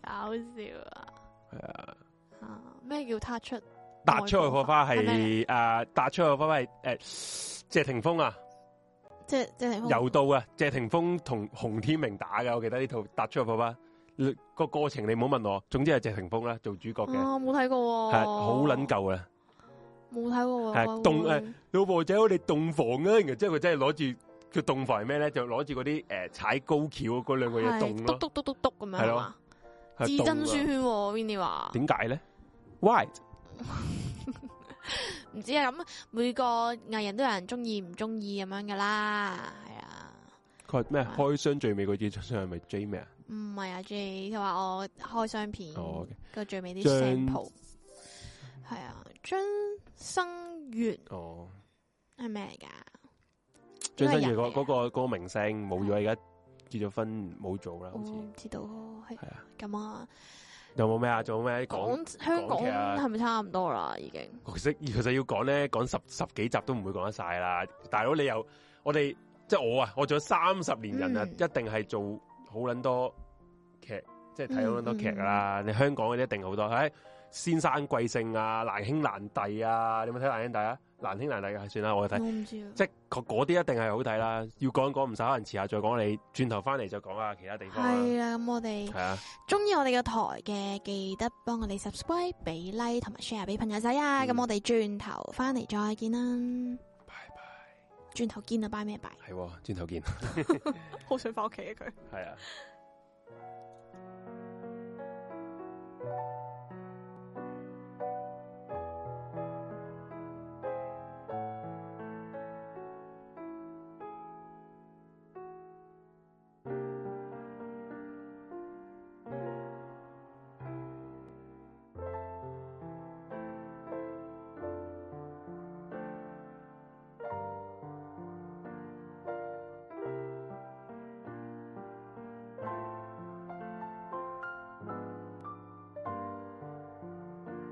搞笑啊！
係啊，
啊咩叫他出
踏出去火花
係咩
係诶，踏出去火花係诶，謝霆鋒啊，
即係即係
柔道啊，謝霆鋒同洪天明打嘅，我記得呢套踏出去火花你個過程你唔好問我，總之係謝霆鋒啦，做主角嘅，係
啊，冇睇過喎，
好撚，舊啊！
冇睇過喎，
係動誒老婆仔，我哋洞房啊！然後之後佢真係攞住佢洞房係咩咧？就攞住嗰啲诶踩高橋嗰兩個嘢洞
係
咯
篤，篤篤篤篤咁樣
係
係
咯
嘛？
係
至
洞啊
真書圈喎 v i n n y 話
點解咧？Why？
唔知啊，咁每個藝人都有人中意唔中意咁樣噶啦，係啊，
佢話咩？開箱最尾嗰支張相係咪 J 咩啊？
唔係啊 J，佢話我開相片
哦
個最尾啲
張
sample 係啊，張生源
哦，
係咩嚟㗎？
張新月
因為人嚟
嗰
啊嗯
嗰個嗰個明星冇咗，而家結咗婚冇做啦，
我
好似
唔知道，係
係啊。
咁啊，
有冇咩啊？仲有咩講？
港香港
港劇啊
係咪差唔多啦？已經
其實其實要講咧，講十十幾集都唔會講得晒啦。大佬你又我哋即係我啊，我做咗三十年人啊，
嗯
一定係做好撚多劇，即係
嗯
睇好撚多劇㗎啦。你香港嗰啲一定好多，喺先生貴姓啊，難兄難弟啊，你有冇睇難兄弟啊？難兄難弟啊，算啦，我有睇
我。唔知啊，
即係嗰嗰啲一定係好睇啦。要講講唔晒，可能遲下再講。你轉頭翻嚟就講下其他地方啦。
係啦，咁我哋。
係啊，
中意我哋嘅台嘅，記得幫我哋 subscribe、俾 like 同埋 share 俾朋友仔啊！咁、
嗯
我哋轉頭翻嚟再見啦，
拜拜，
轉頭見啊，拜咩拜？
係啊喎轉頭見，
好想翻屋企啊佢。
係啊。
Hãy subscribe cho kênh Ghiền Mì Gõ Để không bỏ lỡ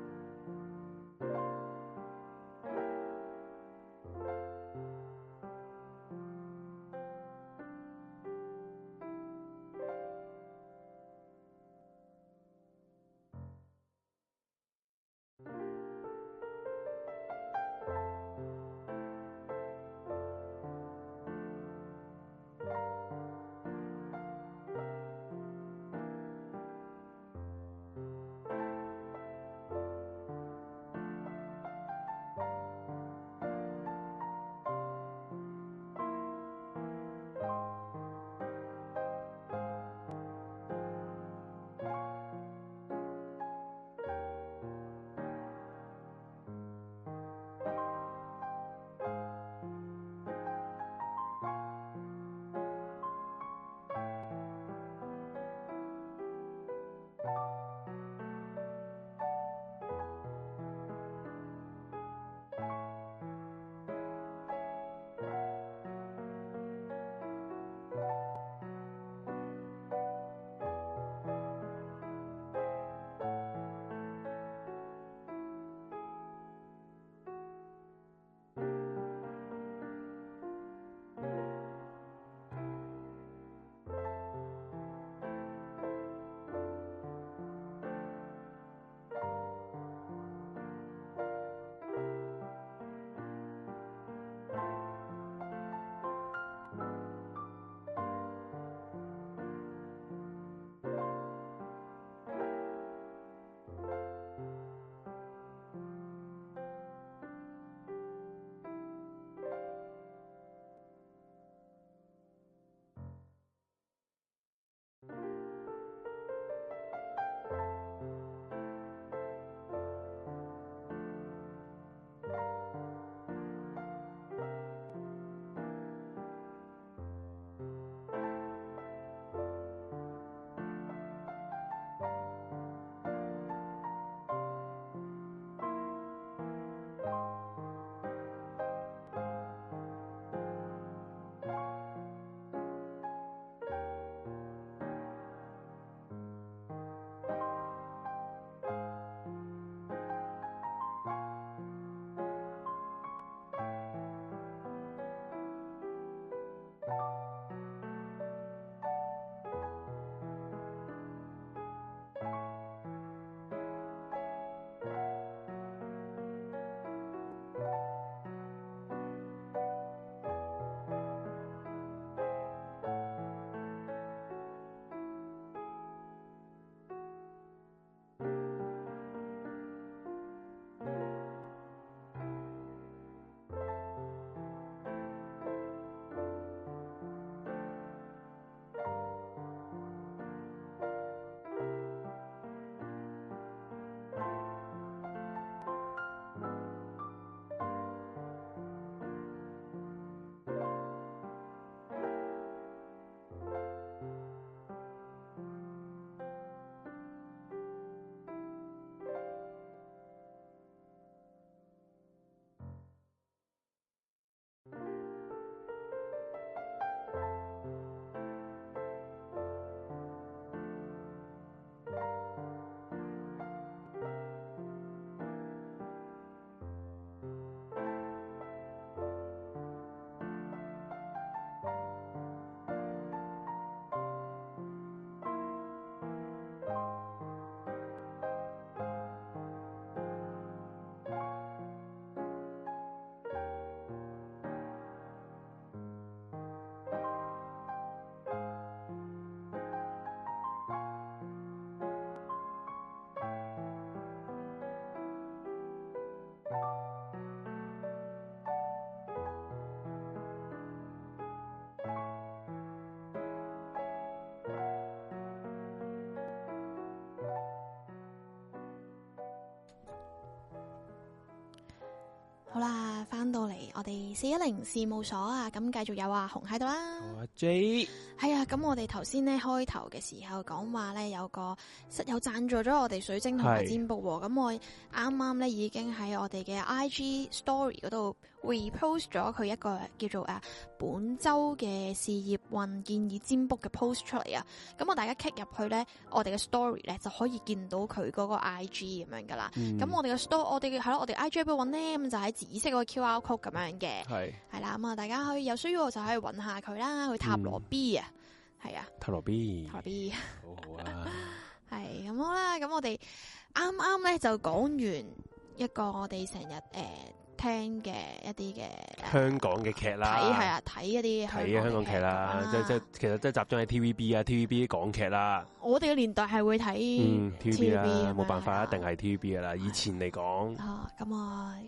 好啦，翻到嚟我哋四一零事務所啊，咁繼續有阿紅喺度啦。
阿 J
係啊，咁我哋頭先咧開頭嘅時候講話咧有個室友贊助咗我哋水晶同埋
係
占卜喎，咁我啱啱咧已經喺我哋嘅 IG Story 嗰度 repost 咗佢一個叫做啊本周嘅事業運建議占卜嘅 post 出嚟啊，咁我大家 click 入去咧，我哋嘅 story 咧就可以見到佢嗰個 IG 咁樣噶啦。
嗯
咁我哋嘅 store，我哋嘅係咯，我哋 IG 喺邊揾咧？咁就喺紫色嗰個 QR code 咁樣嘅。
系
係啦，咁啊，大家可以有需要就可以揾下佢啦，去塔羅
嗯
B 啊，係啊，
塔羅 B，
塔羅 B
好好啊，
係咁好啦，咁我哋啱啱咧就講完一個我哋成日诶聽嘅一啲嘅呃
香港嘅劇啦，
睇係啊睇一啲
睇香港劇
劇啊
啦，
咁
即
樣
即其實即集中喺 TVB 啊、TVB 港劇啦，
我哋嘅年代係會睇
嗯 TVB
咁
啦，
樣
冇辦
係
法，
啊
一定係 TVB 噶啦。以前嚟講，
啊，咁啊，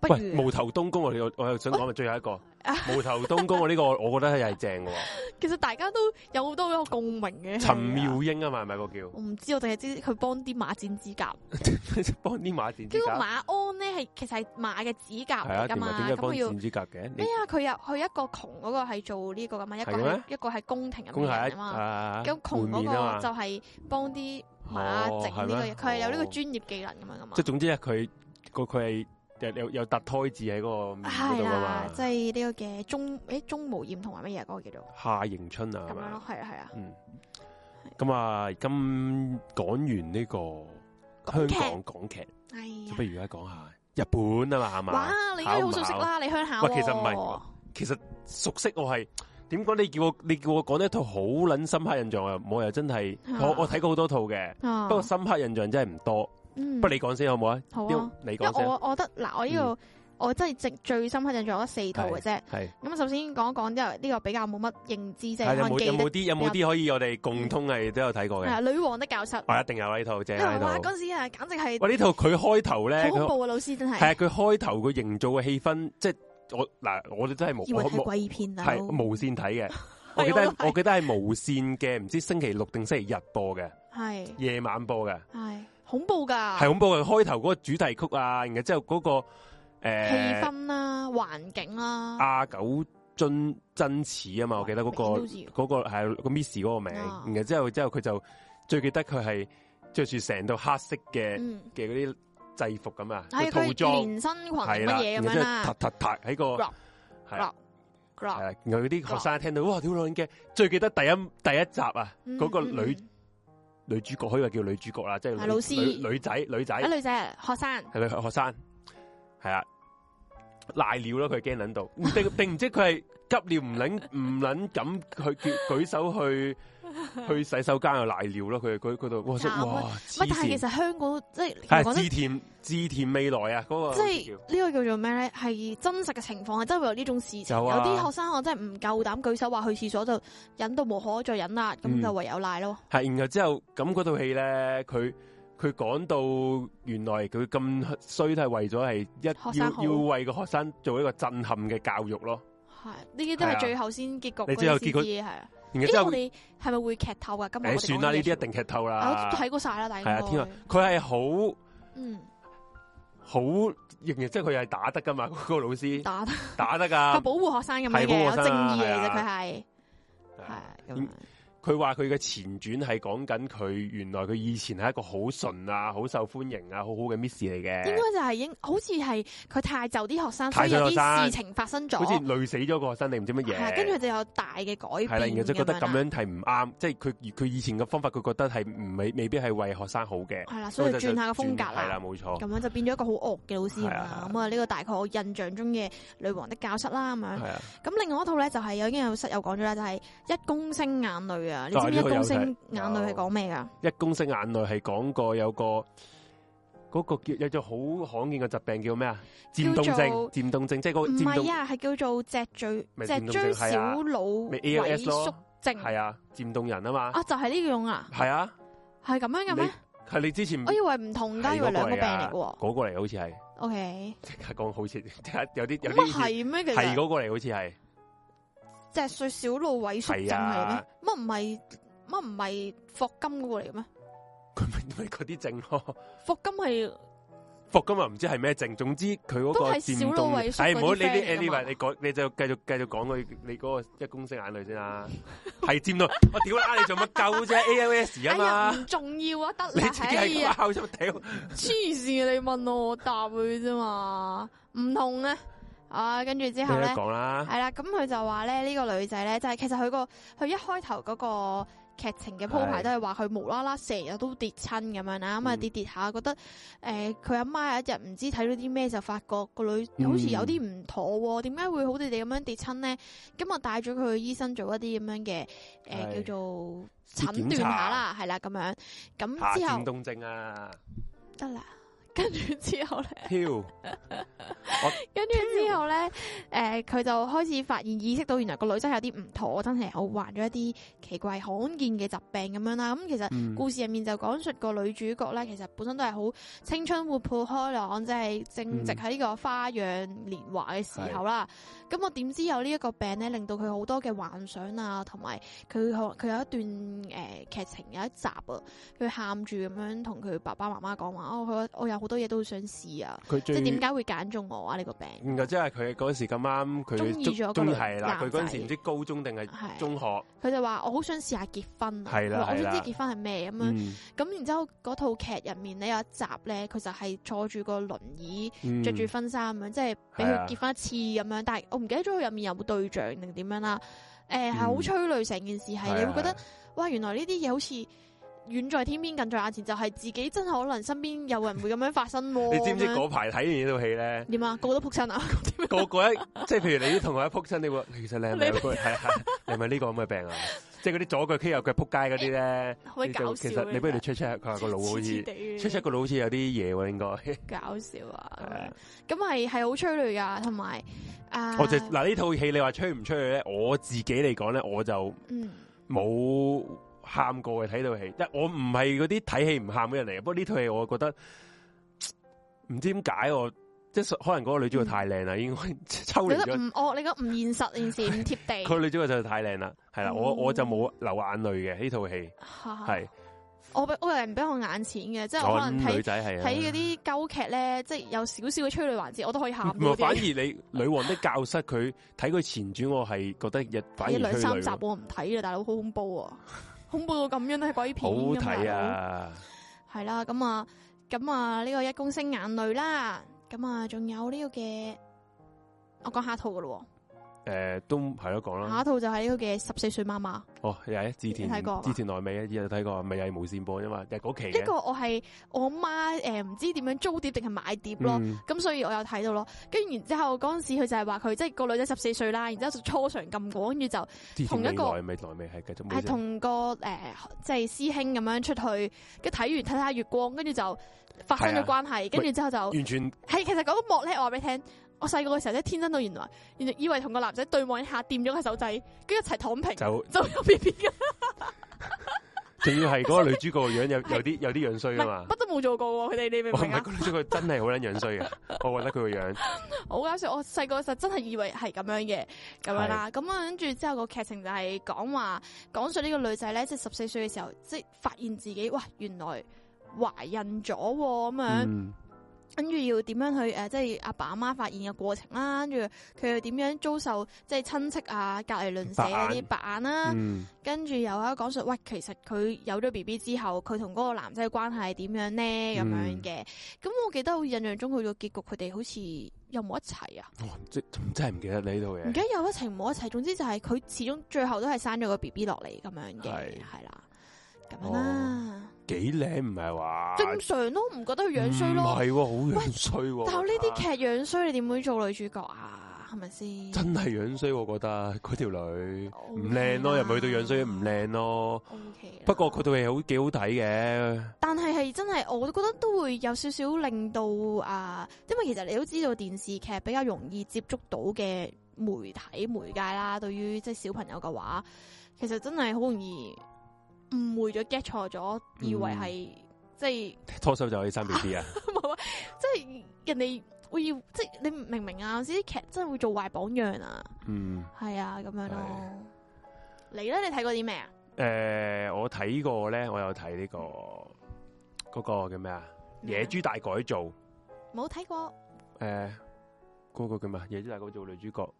不
嗯喂，
如
無頭東宮我哋我又想講咪最後一個
啊
無頭東宮，我呢個我覺得係係正嘅喎，
其實大家都有好多嗰個共鳴
陳
嘅係啊
妙英啊嘛，係咪個叫
我唔知，我淨係知佢幫啲馬剪指甲。
幫啲馬電指
叫做
甲？
馬鞍咧，係其實係馬嘅指甲
係啊，
嚟噶
點
嘛
解點，解
咁
幫
佢要咩
剪指甲嘅？你
啊？佢又佢一個窮嗰個係做呢個噶嘛，一個
係嘅咩
係一個係宮廷入
公
面嘅
係
人啊
一
嘛。
啊
咁窮
門
嗰
面啊
個
嘛
就係幫啲馬
哦
整呢個嘢，
係咩
佢係有呢個
哦
專業技能咁啊樣噶嘛
即係。總之咧，佢個佢係有有有突胎字喺嗰個面嗰
係
度噶
啦
嘛，，
即係呢個嘅中誒中無染同埋乜嘢啊嗰個叫做
夏迎春啊，係
咁樣
咪
咯？？係啊係啊，
嗯，咁啊，今講完呢個香
港劇
港港劇，
哎
咁
呀
不，如而家講下日本啊嘛，係
哇
嘛？！
你應
考
該好
唔
熟悉
考啊
啦，你鄉下
喂其實唔係
喎
其實熟悉我係點講？你叫我你叫我講一套好撚深刻印象啊！我又真係
啊
我我睇過好多套嘅，
啊
不過深刻印象真係唔多。
嗯
不過你講先好唔好啊？
好啊
因為你
因為
講嗯先
我我覺得嗱，我呢度我真係最最深刻印象得四套嘅啫。
係。
咁首先講一講之後，呢個比較冇乜認知
係
啫，可
有
能
冇
記
有冇
得
啲有冇啲可以我哋共通係都有睇過
係啊
嘅？
女王的教室。
我一定有啦呢套正
因
啊
為哇，
呢
嗰
套。
陣時啊，簡直係
喂呢套佢開頭咧，
好恐
佢
怖啊！老師真
係啊
係，
佢開頭佢營造嘅氣氛，即係我嗱我哋真係無
以為
我
睇
無
鬼片啊，
係
都
無線睇 嘅。我記得係
我都係
我記得係無線嘅，唔知星期六定星期日播嘅，
係
夜晚播嘅，
係恐怖㗎，
係恐怖嘅。開頭嗰個主題曲啊，然後之後嗰個
氣
誒
氛啊啦、環境啊啦，
阿九真真似啊嘛，啊我記得嗰
名
個
都知
嗰個係個 Miss 嗰個名，
啊
然後之後之後佢就最記得佢係着住成套黑色嘅。
嗯，
嘅嗰啲制服咁啊，
係
個套
佢
裝
連身裙定啊
係
乜
啦，
嘢
然後
咁樣
之後
啦
突突突喺個
Rock，
係啦，係
，rock
啦，然後嗰啲學生聽到哇，屌撚嘅，最記得第一第一集啊，
嗯
嗰個
嗯
女
嗯
女主角可以話叫女主角啦，即係
係
女
老師
女女仔女仔
啊女仔啊學生
係女學生，係啊，賴尿咯，佢驚撚到，唔定 定唔知佢係急尿唔撚唔撚敢去叫舉手去去洗手間又賴尿咯，佢佢佢度哇
慘啊
哇
乜
黐？
但係其
線，
實香港即係
係啊
講得
自甜自甜未來啊，嗰個
即
好似
係
叫
呢個叫做咩咧？係真實嘅情況，係真係會有呢種事情。
有
有
啊
啲學生我真係唔夠膽舉手話去廁所，就忍到無可再忍啦，咁
嗯
就唯有賴咯。
系，然後之後咁嗰套戲咧，佢佢講到原來佢咁衰都係為咗係
學
一
生好
要要為個學生做一個震撼嘅教育咯。
係呢啲都
係
係
啊
最後先結局
你
嗰
最後
啲
結果
先知係啊。
然後之
咦，
後
我，哋係咪會劇透噶？今日
誒
我哋
算啦，
講嘅
呢
嘢
啲一定劇透
啊
啦
我都。睇過晒啦，大
係啊，
家
天啊
應該。
佢係好
嗯，
好，仍然即係佢係打得噶嘛， 嗰個老師
打 得
打得
係
噶。
保護學生咁樣
係保
嘅，
護
有
學
正
生啊
義嚟嘅
係啊
啫，佢係係
係
啊咁樣。
佢話佢嘅前傳係講緊佢原來佢以前係一個好純啊、好受歡迎啊、好好嘅 Miss 嚟
應
嘅，
該就係應，好似係佢太就啲學生，所
太
以
就
有
學生
啲事情發生咗
好，似累死咗個學生定唔知乜
係啊
嘢。
跟住就有大嘅改
系啦，然後
變。
即係覺得咁
啦
樣係唔啱，即係佢佢以前嘅方法，佢覺得係唔未未必係為學生好嘅，
係啦，啊所以
就
轉下個風格
係啦，
啦，
冇錯，
咁樣就變咗一個好惡嘅老師
係啊係
啦
啊。
咁啊，呢個大概我印象中嘅女王的教室啦，咁樣。
係啊，
咁另外一套咧就係有已經有室友講咗啦，就係一公升眼淚啊！你知唔知一
呢個有
公升
睇
眼淚係講咩噶？
一公升眼淚係講過有個嗰個叫有隻好罕見嘅疾病叫咩啊？漸凍症，漸凍症即係嗰個
唔
漸
係
凍
啊，係叫做脊椎
咪
脊
漸凍
椎
症係啊
小腦
咪
萎
ALS
縮
咯，
症
係啊，漸凍人啊嘛，
啊，就係呢種啊，
係啊，
係咁樣嘅咩哎
你？係你之前
我以為唔同㗎，
係
以為兩
嗰
個
個
病
嚟㗎
嚟嘅喎。
嗰個嚟，好似係
O K，
即刻講好似即刻有啲有
咁啊
啲
係咩？其
係
實
嗰個嚟，好似係
脊髓小腦萎縮
係
症係
啊
咩？乜唔係乜唔
啊
係霍金嗰個嚟嘅咩？
佢咪咪嗰啲症咯，
霍金係
服噶嘛，唔知係咩症。總之佢嗰
都
個
係小
漸
佬
凍
萎縮，
唉唔好
嗰啲
你啲
friend 啊嚟㗎
anyway，
嘛
你講你就繼續繼續講佢你嗰個一公升眼淚先 啦。係漸凍，我屌啦，你做乜鳩啫？A L S 啊
哎呀，
嘛，
唔重要啊，得
你
啦，
自己
哎
係
呀，
拗咗屌。
黐線啊！你問我，我答佢啫嘛，唔同咧。啊，跟住之
你
後
都
咧，
講啊啦，
係啦，咁佢就話咧呢個女仔咧，就係其實佢個佢一開頭嗰個劇情嘅鋪排
係
都係話佢無啦啦成日都跌親咁樣啦，咁啊
嗯
跌跌下，覺得誒佢阿媽有一日唔知睇到啲咩就發覺個女
嗯
好似有啲唔妥喎，點解會好地地咁樣跌親咧？咁啊帶咗佢去醫生做一啲咁樣嘅誒
係
叫做
檢
診斷
查
下啦，係啦咁樣，
下
咁之後
漸凍症啊，
得啦，跟住之後咧。
挑。
跟住之後咧，诶、佢就開始發現意識到原來個女仔有啲唔妥，真係好患咗一啲奇怪罕見嘅疾病咁樣啦。咁其實
嗯
故事入面就講述個女主角咧，其實本身都係好青春活潑開朗，即係正值喺呢個花樣年華嘅時候啦。咁我點知有呢一個病咧，令到佢好多嘅幻想啊，同埋佢可佢有一段誒劇情有一集啊，佢喊住咁樣同佢爸爸媽媽講話，哦，佢我有好多嘢都好想試啊，
佢
即
最
係點解會揀中我啊？呢、個病。
然後即係佢嗰時咁啱，佢
鍾意咗個
中
女
係啦，佢嗰陣
男仔
時唔知高中定係
係
中學，
佢就話：我好想試下結婚啊！
係啦
佢話我
係啦
想知結婚係咩咁啊樣。
嗯
咁然之後嗰套劇入面咧有一集咧，佢就係坐住個輪椅，
嗯
着住婚紗咁樣，即係俾
係啊
佢結婚一次咁樣。但係我唔記得咗佢入面有冇對象定點樣啦。誒係
嗯
好催淚成件事係，你
啊
會覺得哇，原來呢啲嘢好似遠在天邊近在眼前，就係自己真係可能身邊有人會咁樣發生 喎。
你知唔知
咁樣？
嗰排睇完呢套戲咧
點啊？個個都撲親啊！
個個一即係譬如你啲同學一撲親，你話其實你係咪有個係係你係咪呢個咁嘅 病啊？即係嗰啲左腳 K 右腳撲街嗰啲咧，
好鬼
你
搞
就
笑
其
啊。
實你不如你
真
check check 佢話個腦好
係
似
黐黐地
check check 個腦好似有啲嘢喎，應該
搞笑啊！咁
係
樣
啊。
咁係係好催淚噶，同埋 啊，
我就嗱呢套戲你話吹唔吹佢咧？我自己嚟講咧，我就
嗯
冇喊過嘅睇套戲，即係我唔係嗰啲睇戲唔喊嘅人嚟嘅。不過呢套戲我覺得唔知點解我即係可能嗰個女主角太靚啦，應該 抽
你
離
覺嗯得
咗。
唔惡，你覺得唔現實件事，唔貼地，
佢女主角就太靚啦，係啦，我
嗯
我就冇流眼淚嘅呢套戲，
係
係
我俾我有人俾我眼淺嘅，即係我
我
可能
諗女
睇
仔係啊
睇嗰啲鳩劇咧，即係有少少嘅催淚環節，我都可以喊
唔係
到
反而
啲。
你 女王的教室佢睇佢前傳，我係覺得日反
睇
而
兩
催
三集
淚，
我唔睇啦，大佬好恐怖啊！ 恐怖到咁樣都係鬼
好
片咁
睇！啊！
大佬係啦，咁啊，咁啊，呢個一公升眼淚啦，咁啊，仲有呢個嘅，我講下一套噶咯
誒，都係咯，講
喎，
啦
下一。套就係呢個嘅十四歲媽媽。
哦，又係之前
你睇過嘛
之前內美啊，有睇過，咪又係無線播啫嘛，就係嗰期
呢
嘅。
個我係我媽诶，唔、知點樣租碟定係買碟咯。
嗯
咁所以我有睇到咯，跟住然之後嗰陣時佢就係話佢即係個女仔十四歲啦，然之後就初嘗禁果，跟住就
之前
同一個
未來未來未係繼續冇
係
事
同個誒即係師兄咁樣出去，跟住睇完睇下月光，跟住就發生
係
咗
啊
關係，跟住之後就
完全
係其實嗰幕咧，我話俾你聽，我細個嘅時候真係天真到原來，原來以為同個男仔對望一下，掂咗個手仔，跟住一齊躺平
就
就有 B B 嘅，
仲要係嗰個女主角個樣有有啲有啲樣
唔
衰噶
係
嘛。
乜都冇做過喎，佢哋你明
我唔
唔明
係
啊
嗰？個女主角真係好撚樣衰嘅， 我覺得佢個樣
好搞笑！我細個嘅時候真係以為係咁樣嘅，咁樣啦。咁啊，跟住之後個劇情就係講話講述呢個女仔咧，即係十四歲嘅時候，即係發現自己哇，原來懷孕咗喎咁樣，
嗯
跟住要點樣去誒、呃即係阿爸阿媽發現嘅過程啦，跟住佢又點樣遭受即係親戚啊、隔離鄰舍嗰啲白眼啦。
嗯
跟住又喺度講述，喂，其實佢有咗 B B 之後，佢同嗰個男仔嘅關係係點樣呢？咁樣嘅，咁、我記得好似印象中佢個結局，佢哋好似有冇一齊啊？
哇即真係唔記得你呢套
唔記
嘢。
得有一齊冇一齊，總之就係佢始終最後都係生咗個 B B 落嚟咁樣嘅，
係
係啦，咁樣啦，
幾靚唔係話
正常都唔覺得佢樣衰
哦啊唔
咯。
係喎，好樣衰喎。啊
但係呢啲劇樣衰，你點會做女主角啊？係咪先？
真係樣衰，我覺得嗰條女
唔
唔靚咯，
啊
又唔係去到樣衰唔靚咯。
O K，
不過佢套戲好幾好睇嘅，
但係係真係，我都覺得都會有少少令到啊，因為其實你都知道電視劇比較容易接觸到嘅媒體媒介啦，對於即係小朋友嘅話，其實真係好容易誤會咗 get 錯咗，以
嗯
為係、即係
拖手就可以生 B B 啊。
冇啊即係人哋會要即係你明唔明啊？有時啲劇真係會做壞榜樣啊，
嗯，
係啊咁樣咯
係。
你咧，你睇過啲咩啊？
誒，呃我睇
啊
過咧，我有睇呢個嗰個叫咩啊？野豬大改造
冇睇過，嗯
诶嗰個叫咩啊？夜之大嗰做女主角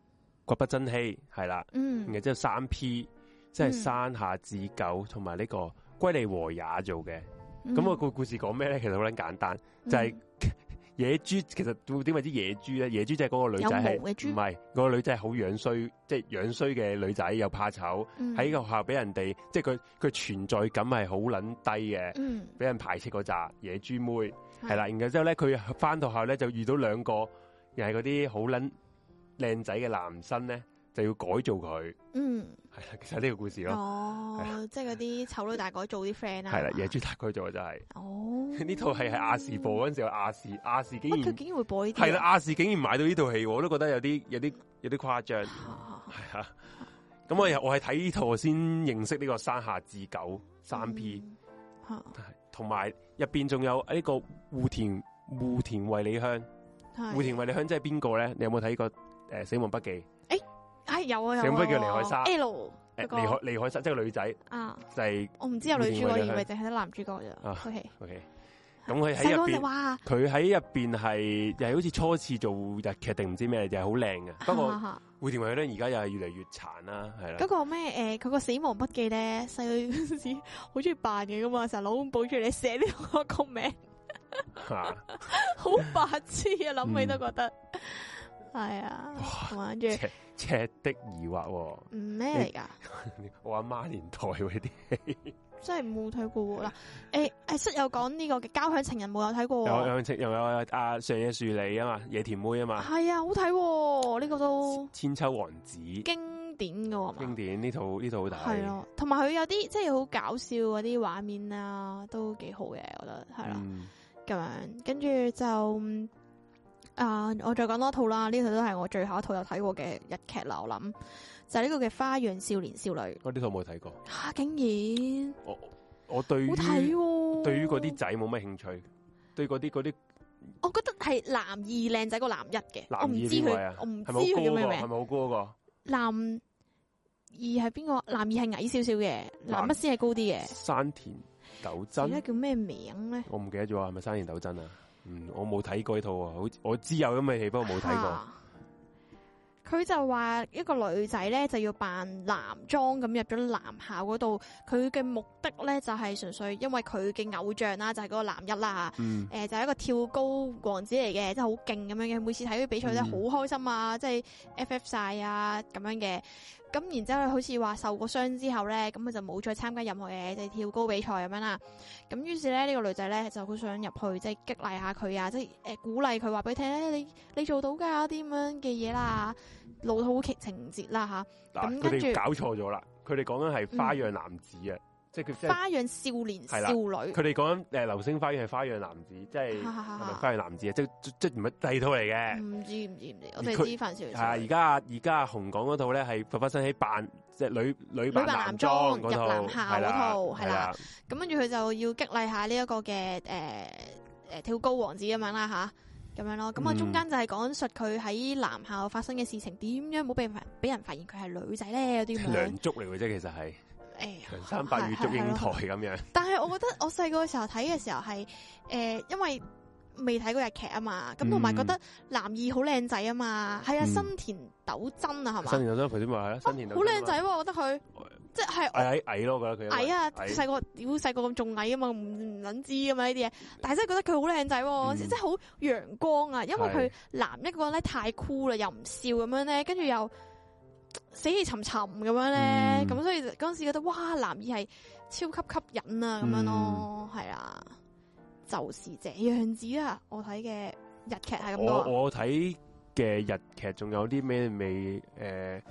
郭不真希係啦，然
嗯
後之後三 P 即係
嗯
山下智久同埋呢個龜梨和也做嘅。
嗯
咁我個故事講咩咧？其實好撚簡單，就係野豬。其實會點為之野豬咧？野豬就係嗰個女仔係
有毛嘅豬
唔係嗰個女仔係好樣衰，即係樣衰嘅女仔又怕醜，
嗯
喺個學校俾人哋即係佢佢存在感係好撚低嘅，
嗯
俾人排斥嗰扎野豬妹係啦。然後之後咧，佢翻到學校咧就遇到兩個又係嗰啲好撚靚仔嘅男生咧，就要改造佢。
嗯
係啦，其實呢個故事咯，啊
哦，即係嗰啲醜女大改做啲 friend 啊，
係啦，野
係
豬大改造就係。
嘛哦
呢套戲係亞視播嗰陣時候，亞視亞視竟
乜佢
然
竟然會播呢啲啊？
係啦，亞視竟然買到呢套戲喎，我都覺得有啲有啲有啲誇張，
嚇，
係啊。咁我又
嗯
我係睇呢套我先認識呢個山下智久三 P，
嗯嚇
同埋入邊仲有呢個户田户田惠里香，
係
户田惠里香即係邊個咧？你有冇睇過誒《死亡筆記》？
係有啊有啊，
有冇叫尼海沙
L
誒
嗰個
李海李海瑟即係個女仔，
啊，
就係
我唔知有女主角
胡
而
田惠梨
咪淨係得男主角咋
啊
，OK。
OK。咁佢喺
細
入
個你
邊。
話，
佢喺入邊係又係好似初次做日劇定唔知咩，就係好靚嘅。不過
哈哈
蝴蝶衛咧而家又係越嚟越殘啦，係
嗰
啦。
個咩誒，佢個死亡筆記咧，細個嗰陣時好中意扮嘅噶嘛，成日攞本簿出嚟寫呢個個名，
吓
好白痴啊！諗起都覺得
嗯
係啊，同埋跟住
赤赤的疑惑喎，
唔嗯咩嚟㗎，
我阿媽年代嗰啲
真係冇睇 過喎嗱。誒誒，室友講呢個嘅《交響情人》冇有睇過
有
喎，
有戚又有阿上野樹里啊嘛，野田妹啊嘛，
係啊，好睇喎，呢 個都
千秋王子
哦經典嘅喎嘛
經。典呢套呢套好睇
係，咯，同埋佢有啲即係好搞笑嗰啲畫面啊，都幾好嘅，我覺得係啦。
嗯
咁樣，跟住就嗯啊、我再講多套啦，呢套都係我最後一套有睇過嘅日劇啦，我諗就係呢個嘅《花樣少年少女》
我呢套冇睇過，
吓、竟然
我我對
好睇
於
喎、
對於嗰啲仔冇乜興趣，對嗰啲嗰啲
我覺得係男二靚仔過男一嘅，
男
我
二
唔知
邊位
佢
啊，，
我唔
係咪
知
好
佢叫
高
咩
個？係咪
名，
好高個？
男二係邊個？男二係矮少少嘅，男一先係高啲嘅，
山田斗
而家
真，
叫咩名咧？
我唔記得咗啊，係咪山田斗真啊？嗯，我冇睇過呢套啊，好似我知有咁嘅戲，不過冇睇過。
嚇啊佢就話一個女仔咧就要扮男裝咁入咗男校嗰度，佢嘅目的咧就係、純粹因為佢嘅偶像啦，就係、嗰個男一啦。
嗯
誒、呃就係一個跳高王子嚟嘅，即係好勁咁樣嘅。每次睇佢比賽咧，好
嗯
開心啊，即係 FF 晒啊咁樣嘅。咁然之後好似話受過傷之後咧，咁佢就冇再參加任何嘅即係跳高比賽咁樣啦。咁於是咧，呢、個女仔咧就好想入去，即係激勵下佢啊，即係誒、鼓勵佢話俾佢聽咧，你你做到㗎啲咁樣嘅嘢啦，老土劇情節啦
嗱，
咁
佢
跟住
哋搞錯咗啦，佢哋講緊係花樣男子啊，即係佢即係
嚇，花樣少年
係啦
少女
佢，哋講緊誒流星花園係花樣男子，即係係
哈
咪
哈哈哈
花樣男子啊？即即即唔係第二套嚟嘅。
唔知唔知唔知，我
而
哋
佢
知范少年
係啊，
少
而
女
家而家阿紅講嗰套咧係發發生喺扮即係女女扮
女扮
男
男
裝
裝
嗰套，
入男校
係
嗰
啦
套係
係
啦
啦，
咁跟住佢就要激勵下呢一個嘅誒誒跳高王子咁樣啦吓，咁樣咯。咁啊
嗯
中間就係講述佢喺男校發生嘅事情，點樣冇被發俾人發現佢係女仔咧，有啲 咁樣
梁祝嚟嘅啫，其實係
誒。
梁山 伯與祝
係係
英
係
台
咯
咁樣。
但係我覺得我 細個嘅時候睇嘅時候係誒、呃因為未睇過日劇啊嘛，咁同埋
嗯
覺得男二好靚仔啊嘛，係啊，
嗯
新田斗真啊係嘛，
新田斗真頭先咪係啦，新田
啊
斗
好
真
靚
嘛
仔喎，我覺得佢即係我
矮矮咯，我覺得佢因
矮
為
啊，
矮
細個屌細個咁仲矮啊嘛，唔唔撚知啊嘛呢啲 嘢，但係真係覺得佢好靚仔喎，
嗯
即係好陽光啊，因為
係
佢男一個咧太酷啦，又唔笑咁樣咧，跟住又嘖死氣沉沉咁樣咧，
嗯
咁、所以嗰陣時覺得哇，男二係超級吸引啊咁樣
嗯
咯，係啦、就是這樣子啊，我睇嘅日劇係咁
我
多啊，
我睇嘅日劇仲有啲咩未？誒、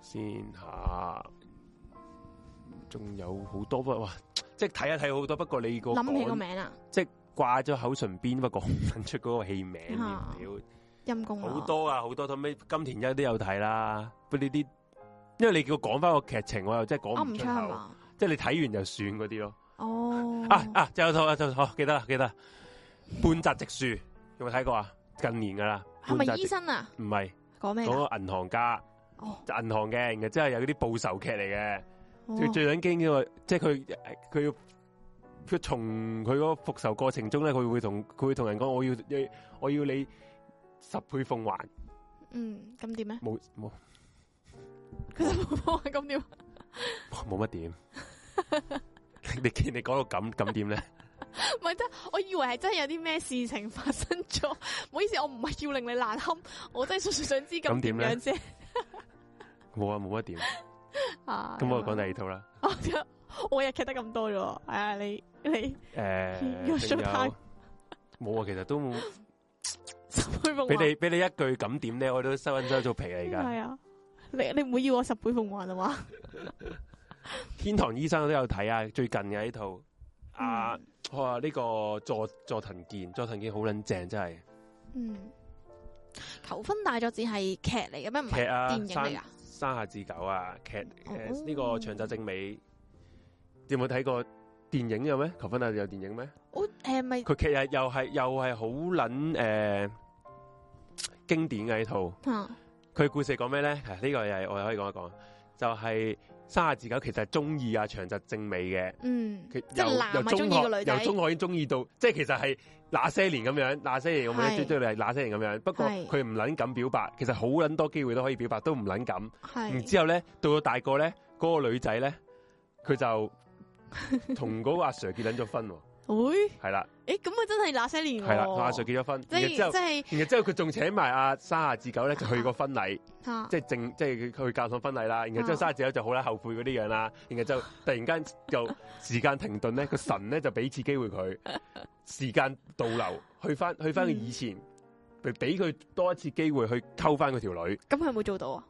先下，仲有好多不哇！即係睇一睇好多，不過你個
諗起個
講
名啊，
掛咗口唇邊，不過講唔出嗰個戲名添，
啊
屌
陰公啊
好，多啊，好多咁咩金田一都有睇啦，不過呢啲。因為你叫我講翻個劇情，我又真係
噏
講
啊唔
唔
出
出
係
口，
嘛？
即係你睇完就算嗰啲咯。
哦，
啊啊，就有套啊，就好記得啦，記得啦。半澤直樹有冇睇過啊？近年噶啦，
係咪
半澤
醫
直啊
生啊？
唔係？
講咩㗎？
嗰個銀行家，
哦，
就銀行嘅，然後之後有嗰啲報仇劇嚟嘅。
哦
佢最緊驚嘅，即係佢佢要佢從佢嗰個復仇過程中咧，佢會同佢會同人講：我要我要你十倍奉還，
嗯，咁點咧？
冇冇
佢就冇幫我咁點？
冇乜 點。你見你講到咁咁點咧？
唔係得，我以為係真係有啲咩事情發生咗。唔好意思，我唔係要令你難堪， 我真係純粹想知咁
咁
點
點呢
樣啫。
冇啊，冇乜點。
啊，
咁我講第二套啦。
我 我日劇得咁多啫喎，係啊，你 你
誒，
要
呃仲
showtime
有 冇啊？其實都冇。
十倍奉
俾
還，
你俾你一句咁點咧，我都收緊收做皮嚟
係
噶。
啊，你你唔會要我十倍奉還啊嘛？
天堂醫生都有睇啊，最近嘅呢套啊，
嗯
哇呢個佐佐藤健，佐藤健好撚正真係
嗯，求婚大作戰係劇嚟嘅咩？唔
劇
係
啊，
嗯電影嚟
山
噶？
山下智久啊，劇
哦
誒呢個長澤正美，你有冇睇過電影有咩？求婚啊有電影咩？
我誒哦咪
佢劇日又係又係好撚誒經典嘅呢套。
啊
佢故事講咩咧？啊呢、個又係我可以講一講，就係、山下智久其實係中意啊長澤正美嘅。
嗯，
佢
即係
由
男
由
啊中
中
意
學
個女
由
仔，
中學已經中意到，即係其實係那些年咁樣，那些年咁
係
樣，追追你係那些年咁樣。不過
係
佢唔撚敢表白，其實好撚多機會都可以表白，都唔撚敢。然
係
之後咧，到到大個咧，嗰、個女仔咧，佢 就同嗰個阿 Sir 結撚咗婚喎，
會
係啦，
誒咁啊，真係那些年喎
係啦，同阿 Sir 結咗婚。
哦即
然後之
係
後
即，係
然後之後佢仲請埋阿沙下智久咧，就去個婚禮。
嚇
即係正，即係佢去教堂婚禮啦。然後之後
啊
沙姐就好啦，後悔嗰啲樣啦。然後就突然間就時間停頓 咧，個神咧就俾次機會佢時間倒流，去翻去
嗯
翻佢以前，俾俾佢多一次機會去溝翻佢條女。
咁佢有冇做到啊？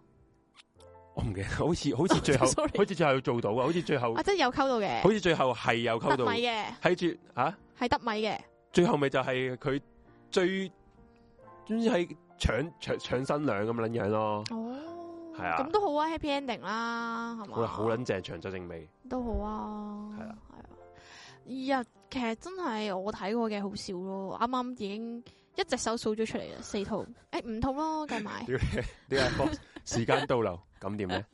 我唔記得，好 似好似最後，
Oh, Sorry
好似最後做到啊，好似最後
啊，，即係有溝到嘅，
好似最後係有溝
得
到
米，嘅，
喺住啊，
係得米嘅，
最後咪就係佢最總之係搶搶搶新娘咁樣樣咯。
哦，
係啊
咁都好啊，happy ending 啦，係
好
嘛，
啦，好撚正，長咗正美。
都好啊，
係啊
係啊，日劇真係我睇過嘅好少咯，啱啱已經一隻手數咗出嚟啦，四套，誒五套咯，計埋，
屌你，屌你 Fox，時間倒流，咁點咧？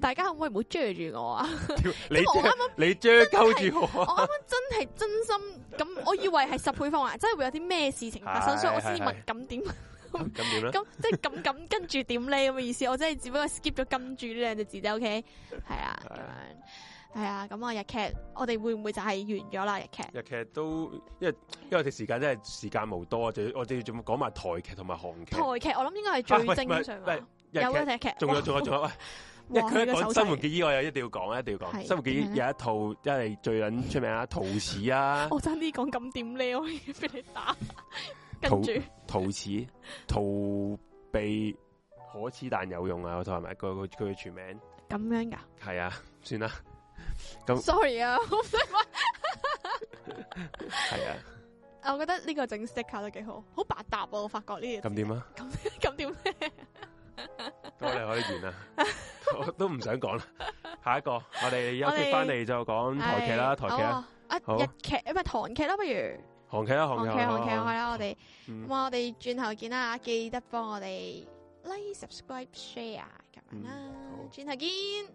大家可唔可以唔好追住我啊？
屌你
因為我啱
啫，
啱
你追鳩住我
我
啊，
啱啱真係真心咁，我以為係十倍方案，真係會有啲咩事情發生，
係
所以我先至
係
問
係
咁點，
咁點咧？
咁即係咁咁跟住點咧咁嘅意思，我真係只不過 skip 咗跟住呢兩隻字啫，OK，係啊，咁
係
樣係啊，咁啊日劇，我哋會唔會就係完咗啦日劇？
日劇都因為因為我哋時間真係時間無多，仲要我哋仲要講埋台劇同埋韓劇
台。劇我諗應該係
啊
最
喂
精
喂
髓
喂
啦，
日
有嘅
劇
日劇，
仲有仲有仲有，喂！因為
哇
佢一
佢嘅手
講
勢
生活結衣，我又一定要講，一定要
係嗯
講。生活結衣
點
有一套，因為最撚出名啊，陶瓷 啊，
我爭啲講咁點咧，我已經俾你 打。跟
好
住
陶瓷逃避可恥但有用啊！嗰套係咪？佢佢佢嘅全名
咁樣噶
係啊，算啦，
，sorry 啊， 我唔識
係啊，
我覺得呢個整 sticker 都幾好，好百搭啊！我發覺呢啲
咁點啊？
咁 點咧？
咁我哋可以完 啦，我都唔想講啦。下一個，我哋休息翻嚟就講台劇啦，
唉
台劇啦，
好
好
啊，啊日劇唔係韓劇啦，不如
韓劇啦，韓
韓
劇，啊
劇韓劇啊係
韓劇
啦，我哋
嗯
咁我哋轉頭見啦，記得幫我哋 like、subscribe、share 咁樣啦
嗯好，
轉頭見。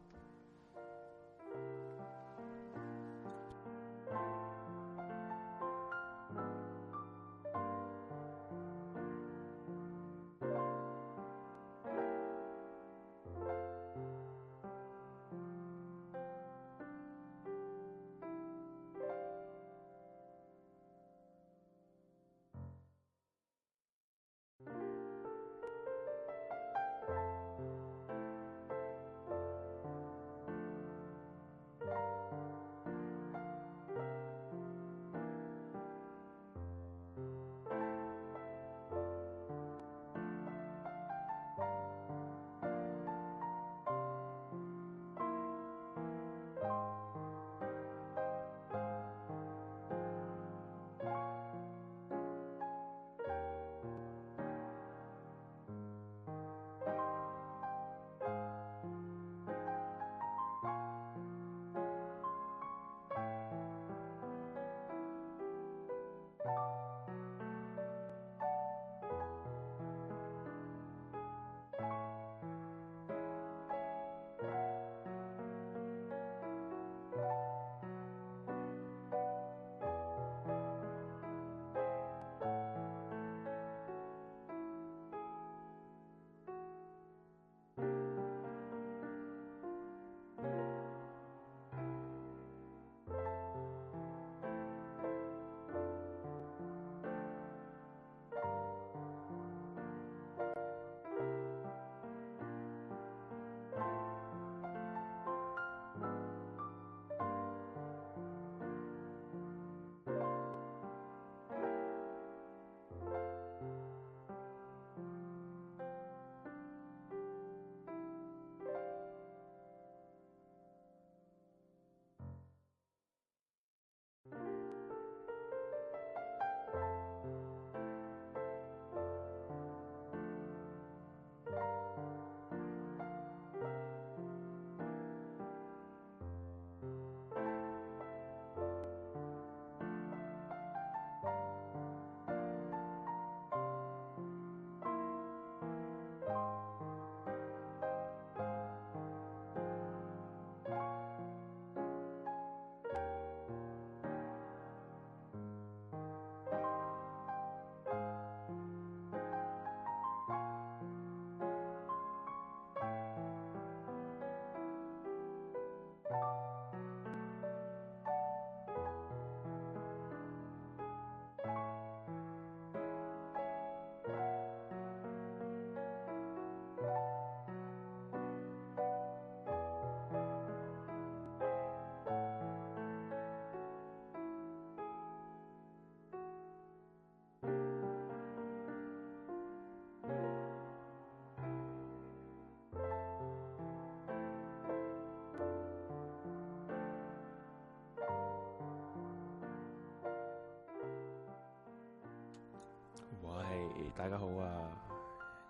大家好啊！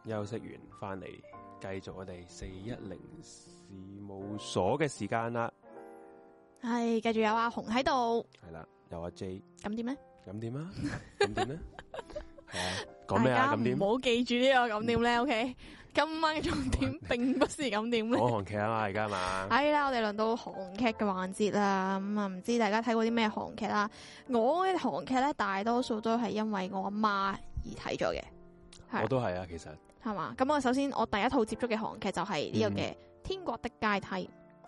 休息完翻嚟，繼續我哋四一零事務所嘅時間啦，
系继续有阿紅喺度，
係啦，有阿 J，
咁點咧？
咁點 啊？咁點咧？係啊，講咩啊？
大家
咁點嗯
唔？好記住呢個咁點咧，OK？今晚嘅重點並不是咁點咧。
講韓劇啊嘛，而家係嘛？
係啦，我哋輪到韓劇嘅環節啦。咁、啊，唔知大家睇過啲咩韓劇啦？我嘅韓劇咧，大多數都係因為我阿媽而睇咗嘅，係
我都係啊，其實
係嘛？咁我首先我第一套接觸嘅韓劇就係呢個
嗯
嘅《天國的階梯》，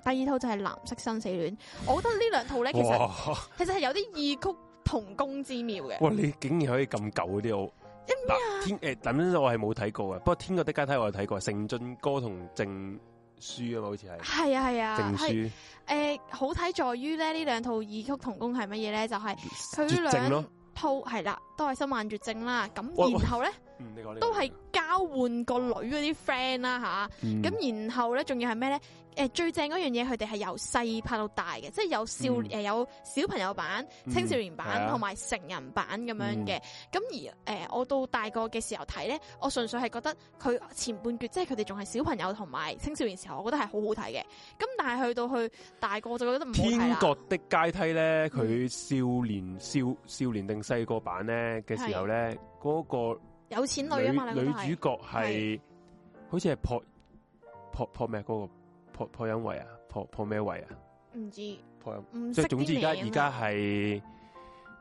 第二套就係《藍色生死戀》。我覺得呢兩套咧，其實
哇
其實係有啲異曲同工之妙嘅。
哇，你竟然可以咁舊嗰啲我
啊
嗱天誒，等陣我係冇睇過嘅，不過《天國的階梯》我係睇過，成進歌同證書啊嘛，好似係
係啊係啊，
證
係
書
诶、好睇在於咧呢兩套異曲同工係乜嘢咧？就係佢
絕症
兩
咯。
套係啦，都係身患絕症啦。
喂
咁
喂
然後咧
嗯，你講
都係交換個女嗰啲 friend 啦吓。
咁
咁、然後咧仲要係咩咧？诶、最正嗰樣嘢，佢哋係由細拍到大嘅，即係有少
嗯
诶、有小朋友版、青少年
係
版
啊嗯
同埋成人版咁樣嘅。咁、而诶、我到大個嘅時候睇咧，我純粹係覺得佢前半橛，即係佢哋仲係小朋友同埋青少年時候，我覺得係好好睇嘅。咁但係去到去大個，我就覺得唔好睇
天
啦。嗯
國的階梯咧，佢少年少少年定細個版咧嘅時候咧，嗰、
有錢
個
女啊嘛，
女
你
女
覺
主
得係
角係好似係朴朴朴咩嗰個朴朴恩惠啊，朴朴咩惠啊，
唔知
朴恩
唔
即
識
係總之而家
啲
而
名
家
啊
係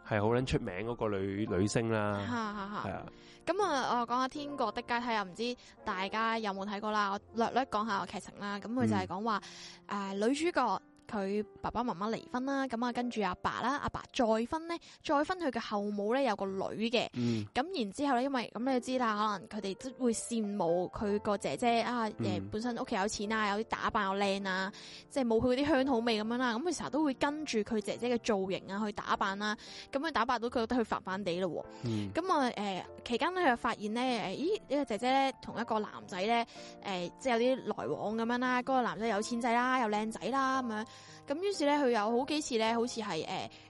係好撚出名嗰個女女星
嚇
啦，
嚇
係
嚇。
啊，
咁啊，我講下《天國的階梯》啊，唔知大家有冇睇過啦？我略略講下個劇情啦。咁佢就係講話誒女主角。佢爸爸媽媽離婚啦，咁啊跟住阿爸啦，阿爸再婚咧，再婚佢嘅後母咧有個女嘅，
嗯
咁然之後咧，因為咁你都知啦，可能佢哋都會羨慕佢個姐姐啊，誒、
嗯
本身屋企有錢啊，有啲打扮又靚啊，即係冇佢嗰啲香好味咁樣啦。咁佢成日都會跟住佢姐姐嘅造型啊去打扮啦。咁佢打扮到佢覺得佢煩煩地咯
嗯
喎。咁啊誒期間咧，佢就發現咧誒，咦呢、個姐姐咧同一個男仔咧誒，即係有啲來往咁樣啦。嗰、個男仔有錢仔啦，又靚仔啦咁樣。咁於是咧，佢有好幾次咧，好似係誒。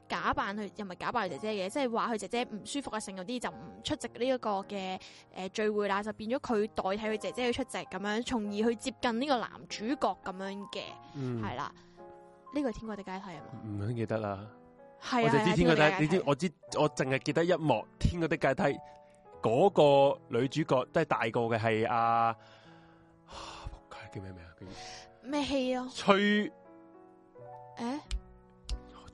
假扮佢又唔係假扮佢姐姐嘅，即係話佢姐姐唔舒服啊，成嗰啲就唔出席呢一個嘅誒聚會啦，就變咗佢代替佢姐姐去出席咁樣，從而去接近呢個男主角咁樣嘅，
嗯，
係啦、呢個係天國的階梯啊嘛，
唔唔記得啦，
係
我
啊，
就
係
知
啊
天國的，你知
梯
我知我淨係記得一幕天國的階梯嗰、個女主角都係大個嘅係阿啊仆街叫咩名啊？佢
咩戲啊？
崔
誒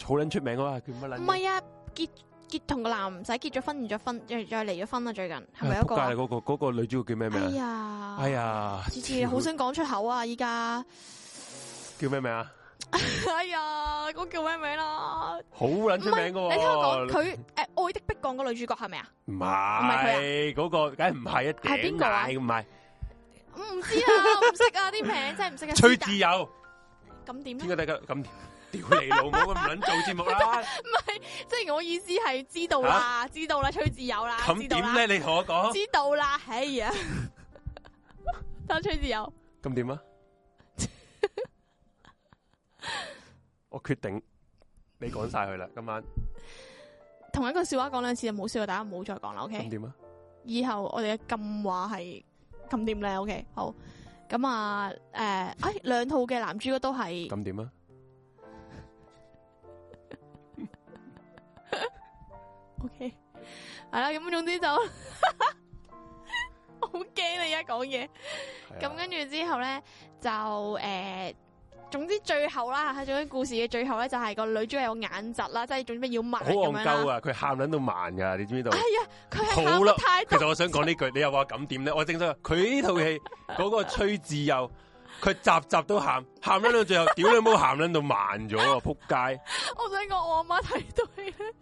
好撚出名啊！叫乜撚嘢？
唔係啊，結結同個男仔結咗婚，完咗婚，再再離咗婚啦，最近係咪
啊
有一個
仆街啦
啊？
嗰個嗰個女主角叫咩
哎
名啊？
呀，
哎，呀，
次次好想講出口啊！依家，
叫咩名啊？
哎呀，嗰叫咩名啦？
好撚出名嘅
你
喎！
聽我講，佢诶《愛的迫降》個女主角係咪啊？
唔
係
係嗰個，梗係唔係一
係邊
頂
個啊
奶唔係
唔知啊， 我唔識啊，啲名真係唔識 啊。
崔
是但
智啊友，
咁點
天國
咧？
的階咁屌你老母咁撚做節目
啊
啦！
即係我意思係知道啦，知道啦，崔智友啦，
咁
知道
點
啦，
咧？你同我講
知道啦，哎呀， 得崔智友，
咁點 啊？我決定你講晒佢啦，今晚
同一個笑話講兩次就冇笑，大家唔好再講啦
咁
，OK？
點啊？
以後我哋嘅禁話係咁點咧？OK，好。咁啊，诶、哎，兩套嘅男主角都係
咁點啊？
OK，係啦，咁總之就 我好驚你而家講嘢。
啊
咁跟住之後咧就誒、呃，總之最後啦，喺總之故事嘅最後咧就係、個女主角有眼疾啦，即係準備要盲
好
咁
戇
樣啦
鳩。啊！佢喊撚到慢㗎，你知唔知道
哎？呀，佢
好
係喊
啦
得太
其
多，
實我想講呢句，你又話咁點咧？我正想話佢呢套 戲嗰個崔智友，佢集集都喊，喊撚到最後，屌你冇喊撚到慢咗啊！仆街！
我想講我阿媽睇到戲咧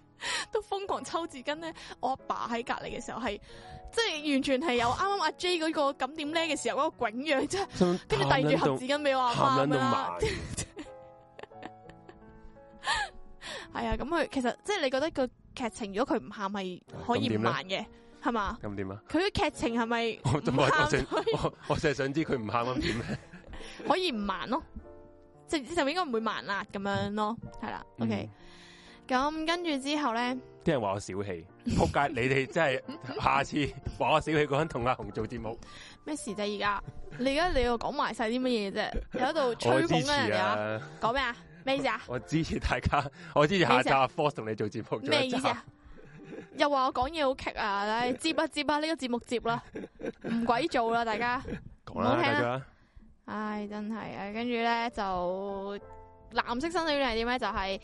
都瘋狂抽紙巾咧，我阿爸喺隔離嘅時候係。即係完全係有啱啱阿 J 嗰個咁點咧嘅時候嗰個囧樣啫，跟住遞住盒紙巾俾我阿
喊
媽
撚
咁樣
到
啦
慢，
係啊，咁佢其實即係你覺得個劇情如果佢唔喊係可以唔慢嘅，係嘛？
咁點啊？
佢嘅劇情係咪
我
唔
我我
喊
想
可以
我我淨係想知佢唔喊咁點咧？
可以唔慢咯，即係就應該唔會慢辣咁樣咯，係啦，OK。咁跟住之後咧，
啲人話我小氣，仆街！你哋真係下次話我小氣嗰陣同阿紅做節目，
咩事啫？而家你而家你又講埋晒啲乜嘢啫？又喺度
我
吹捧
支
緊人
持
哋啊！
啊！
講咩啊？咩意思啊？
我支持大家，我支持下集阿 Force 同你做節目，做
咩
一
意
集
思啊？又話我講嘢好棘啊！唉，接啊接啊，呢、個節目接啦，唔鬼做啦，大家。
講
唔好
啦，
聽啦
大家
唉，真係啊！跟住咧就藍色生死戀係點咧？就係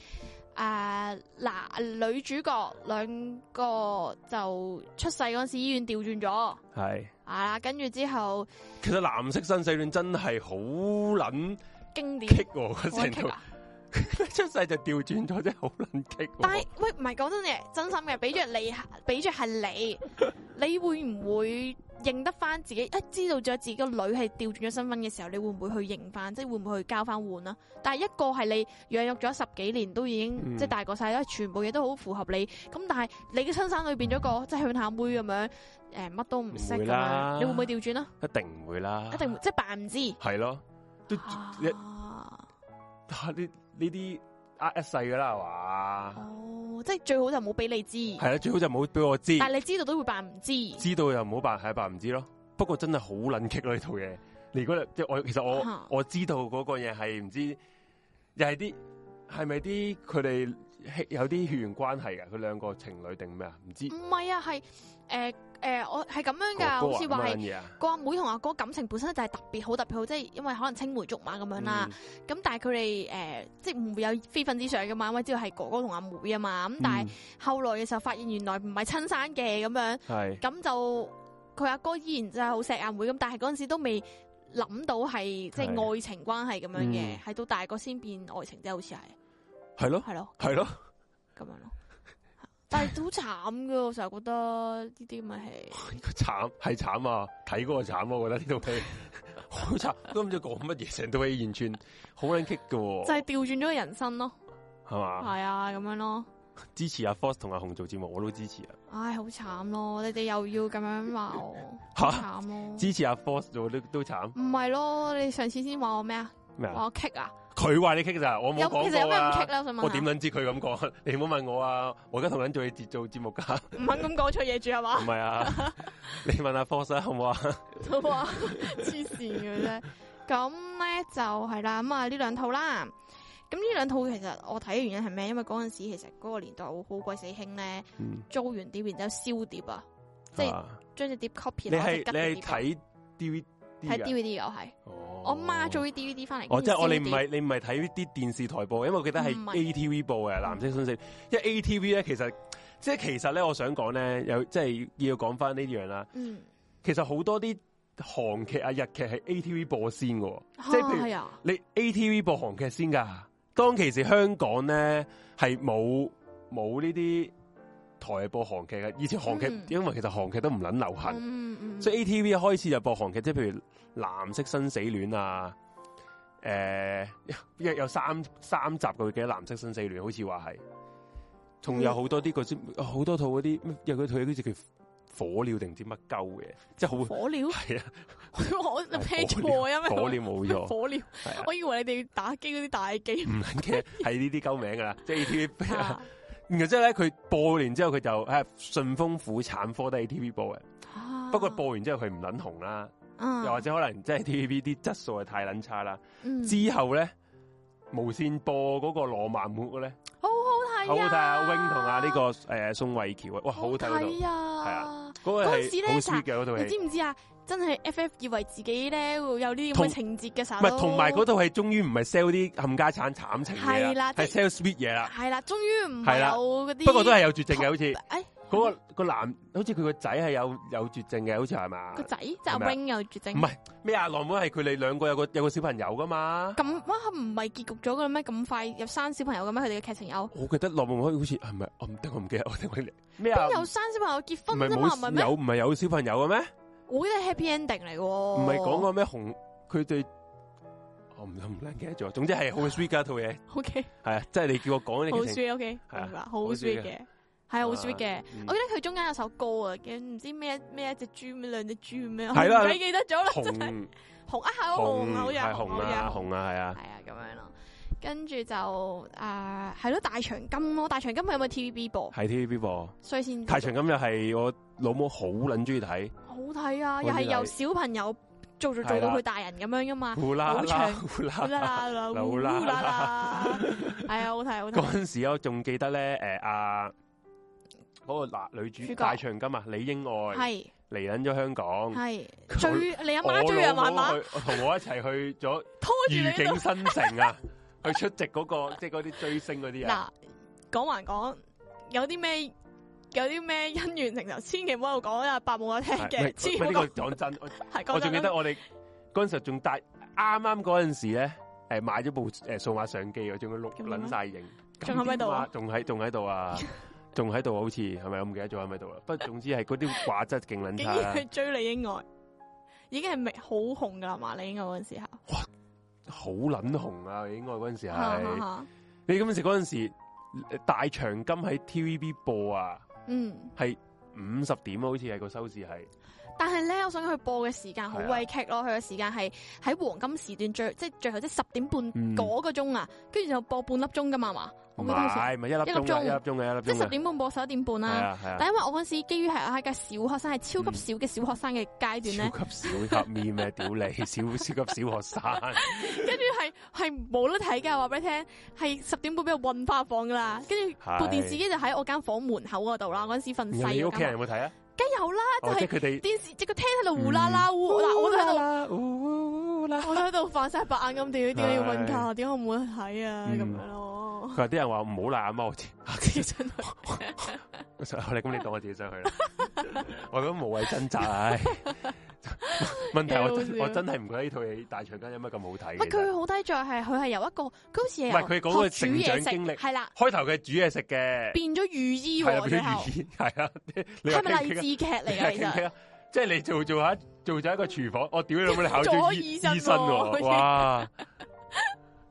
誒嗱，女主角兩個就出世嗰陣時醫院調轉咗，
係。
啊，跟住之後
其實藍色生死戀真係好撚
經典
棘喎，
好
成
棘
套
啊！
出世就調轉咗，真係好撚棘喎。
但係喂，唔係講真嘅，真心嘅，俾着你，俾着係你， 你會唔會認得翻自己？一知道咗自己個女係調轉咗身份嘅時候，你會唔會去認翻？即係會唔會去交翻換啊？但係一個係你養育咗十幾年，都已經、
嗯
即係大個晒啦，全部嘢都好符合你。咁但係你嘅親生女變咗個即係向下妹咁樣，誒、乜都唔識
唔會
咁
啦
樣，你會唔會調轉啊？
一定唔會啦，
一定會即係扮唔知。
係咯。都一
啊
啊呢呢啲呃一世噶啦，係嘛？
哦，即係最好就冇俾你知，
係啦，最好就唔好俾我知，
但係你知道都會扮唔知。
知道又唔好扮係扮唔知咯。不過真係好撚棘咯呢套嘢。你如果你即係我，其實我、
啊
我知道嗰個嘢係唔知，又係啲係咪啲佢哋血有啲血緣關係啊噶？佢兩個情侶定咩啊？唔知
唔係啊，係诶诶，我係咁樣㗎，
哥哥
好似
啊
話
乜撚
係
嘢啊？
個阿妹同阿哥感情本身就係特別好，特別好，即係因為可能青梅竹馬咁樣啦。
嗯
咁、但係佢哋诶，即係唔會有非分之想噶嘛，因為知道係哥哥同阿妹啊嘛。
嗯
咁但係後來嘅時候發現原來唔係親生嘅咁樣，
係
咁就佢阿哥依然就係好錫阿妹咁，但係嗰陣時都未。諗到係即係
係
愛情關係咁樣嘅，
嗯
係、到大個先變愛情啫，好似係
係咯
係咯
係咯，
咁樣咯。但係好慘噶，我成日覺得呢啲咪係。
慘係慘啊！睇嗰個慘咯，我覺得呢套戲 好慘，都唔知講乜嘢，成套戲完全好撚棘噶
就
喎，
係調轉咗個人生咯，
係嘛？
係啊，咁樣咯，
支持阿 Force 同阿紅做節目，我都支持啊！
唉，好慘咯，你哋又要咁樣話我，好
嚇
慘咯，
支持阿 Force 做都都慘
唔係咯，你上次先話我咩啊，
咩啊
話？我棘啊，
佢話你棘咋，我冇
有
講
其實有
過
咩唔棘
啊！
咧？我想問
我點
下，
撚知佢咁講？你唔好問我啊！我而家同緊做你節做節目 㗎，
唔肯咁講錯嘢住係嘛
唔？係啊！你問阿 Force 啊好唔好啊？
都話黐線嘅啫。咁咧就係啦，咁啊呢兩套啦。咁呢兩套其實我睇嘅原因係咩？因為嗰陣時其實嗰個年代好好鬼死興咧，
嗯，
租完碟然之後燒碟啊，即係
啊
將只碟 copy
你
落
係
去吉碟
你係
碟
睇 DVD
睇
㗎
DVD 我係。
啊哦
我媽做啲 DVD 翻嚟。
哦，即係我哋唔係
係
你唔係睇啲電視台播，因為我記得係
唔係嗯
ATV 播嘅《藍色信息》，因為 ATV 咧其實即係其實咧，我想講咧有即係要講翻呢樣啦。
嗯，
其實好多啲韓劇啊、日劇係 ATV 播先嘅喎，
啊
即係譬如
係啊，
你 ATV 播韓劇先㗎。當其時香港咧係冇冇呢啲台播韓劇嘅，以前韓劇、
嗯
因為其實韓劇都唔撚流行。
嗯嗯，
所
以
以 ATV 一開始就播韓劇，即係譬如《藍色生死戀》啊，诶、有有三三集嘅，記得《藍色生死戀》好似話係，
嗯
仲有好多啲嗰啲好多套嗰啲，咩有佢套好似叫火鳥定唔知乜鳩嘅，即係好
火料，
係啊，
我
係
聽錯啊咩？
火鳥冇咗，
火料，
係啊
我以為你哋打機嗰啲大機
唔撚嘅係呢啲鳩名 噶啦，即係 ATV
啊。
然後之後咧，佢播完之後佢就誒順風婦產科都係 ATV 播嘅，不過播完之後佢唔撚紅啦，
啊，
又或者可能即係 TVB 啲質素係太撚差啦。
嗯
之後咧，無線播嗰個《浪漫滿屋》咧，
好好睇，
好好睇啊！wing 同啊呢個誒宋慧喬啊，哇，好
哎好
好睇嗰套，
睇啊，
係
啊，
嗰個
嗰陣時
係
呢
好 sweet 嘅嗰套
你
戲，
知唔知啊？真係 FF 以為自己咧會有呢啲咁
同
嘅情節嘅時
唔
候，
係同埋嗰套戲終於唔係 sell 啲冚家產慘情嘢
係啦
啦，
即
係
係
sell sweet 嘢啦。
係啦，終於唔係
啊係啦
有嗰啲，哎
不過都係有絕症嘅，好似
誒
嗰個個男，好似佢個仔係有有絕症嘅，好似係嘛
個？仔就
係咪啊
wing 有絕症
唔。係咩啊？浪漫係佢哋兩個有個有個小朋友噶嘛？
咁哇，唔係結局咗嘅咩？咁快有生小朋友嘅咩？佢哋嘅劇情有
我記得浪漫可以好似係咪？我唔得，我唔記得，我定我咩啊
邊？有生小朋友結
唔
婚
係
啫嘛？唔係
冇
咩？
有唔係有小朋友嘅咩？
我呢係 happy ending 嚟嘅喎，
唔
唔
係講過咩紅，佢對我唔唔記得咗。總之係好 sweet 噶套嘢，
OK，
係啊，即係你叫我講呢
好
啲劇情。
sweet，OK，
係啊
明白好
好
sweet
sweet
嘅，係啊好 sweet 嘅。
嗯
我記得佢中間有首歌啊，嘅唔知咩咩一隻豬咩兩隻豬咩，
係啦
我唔鬼記得咗啦，
紅
紅啊係
紅
紅好似
係紅
係好似係
啊紅啊係啊，
係啊咁樣咯。跟住就诶系咯大長今咯，大長今係咪 TVB 播？
喺 TVB 播。
所以先
太長咁又係我老母好撚中意睇，
好睇啊！又係由小朋友做做做到佢大人咁樣噶嘛，
呼啦
啊好
啦
長
呼
好
啦
啦
啦。
啦啦，
啦
好啦啦， 係啊，好 睇好
嗰
睇，
陣時我仲記得咧，誒阿嗰個男女
主
主
角
大長今啊，李英愛
係
嚟撚咗香港，
係
佢
追你阿
我
媽追阿嫲
老
嘛
母，啊去同我一齊去 咗
拖住
御
你
景新城啊， 去出席嗰個即係嗰啲追星嗰啲啊，
嗱，講還講，有啲咩有啲咩姻緣成就，千祈唔好喺度講啊，伯母有聽
係
嘅，千祈
唔係
唔
呢個
好
講真，我
講。
我仲記得我哋嗰陣時候仲帶啱啱嗰陣時咧，誒買咗部誒數碼相機，我仲要錄
咁點啊
撚晒影，
仲喺咪度啊
咁點仲喺仲喺度 啊！仲喺度好似係咪？我唔記得咗喺咪度啦。啊不過總之係嗰啲畫質勁撚
竟
差啊啦
然去，追李英
啊
愛，已經係未好紅噶啦嘛？李英愛嗰陣時候，
好撚紅啊！應該嗰陣時
哈哈
係
哈
你嗰陣時嗰陣時大長今喺 TVB 播啊，
嗯，
係五十點啊好似係個收視係。
但係咧，我想佢播嘅時間好
係啊
威劇咯，佢嘅時間係喺黃金時段最即係最後即係十點半
嗯
嗰個鐘啊，跟住就播半粒鐘噶嘛嘛，我
唔
記得好似係
係，唔係一粒
一粒
鐘啊，
鐘
一粒鐘啊，一粒
即係
鐘
十
啊，
點半播十一點半
係
啦。
啊係啊
但因為我嗰陣時基於係我係個小學生，係超級小嘅小學生嘅階段咧，
超級小級面咩？屌你，小超級小學 生。
跟住係係冇得睇噶，話俾你聽，係十點半俾我運化房噶啦，跟住
係
部電視機就喺我間房門口嗰度啦，嗰陣時瞓
你
細
屋
嗰
企人
間
有
房，
冇睇啊？
梗有啦，就
哦，即
係
係佢嗯哋
電視即個廳喺度胡啦啦烏，嗱我都喺度，
度啦。
我都喺度發晒白眼咁，點點解要瞓
係
覺？點解我冇得睇啊？
嗯
咁樣咯
佢，話啲人話唔好賴阿媽，我知
自己真係
我想你咁你當我自己想去 啦，我咁無謂掙扎，唉。問題我真
幾好笑
我真係唔覺得呢套戲大長今有乜咁好睇
乜佢
嘅。
好低在係佢係由一個，佢好似
唔係佢講個
煮
成長
嘢
經歷
食，係啦，
開頭佢係煮嘢食嘅，
變咗御醫
係啊
喎，最
變咗
後
寓意 係啊，你話
係咪
傾唔傾
勵
啊
志劇嚟㗎？其
你話傾唔
實
傾啊即係你做做下做咗一個廚房，我屌 你老母，你考
做
咗
咗
醫
醫生喎
醫生喎，哇！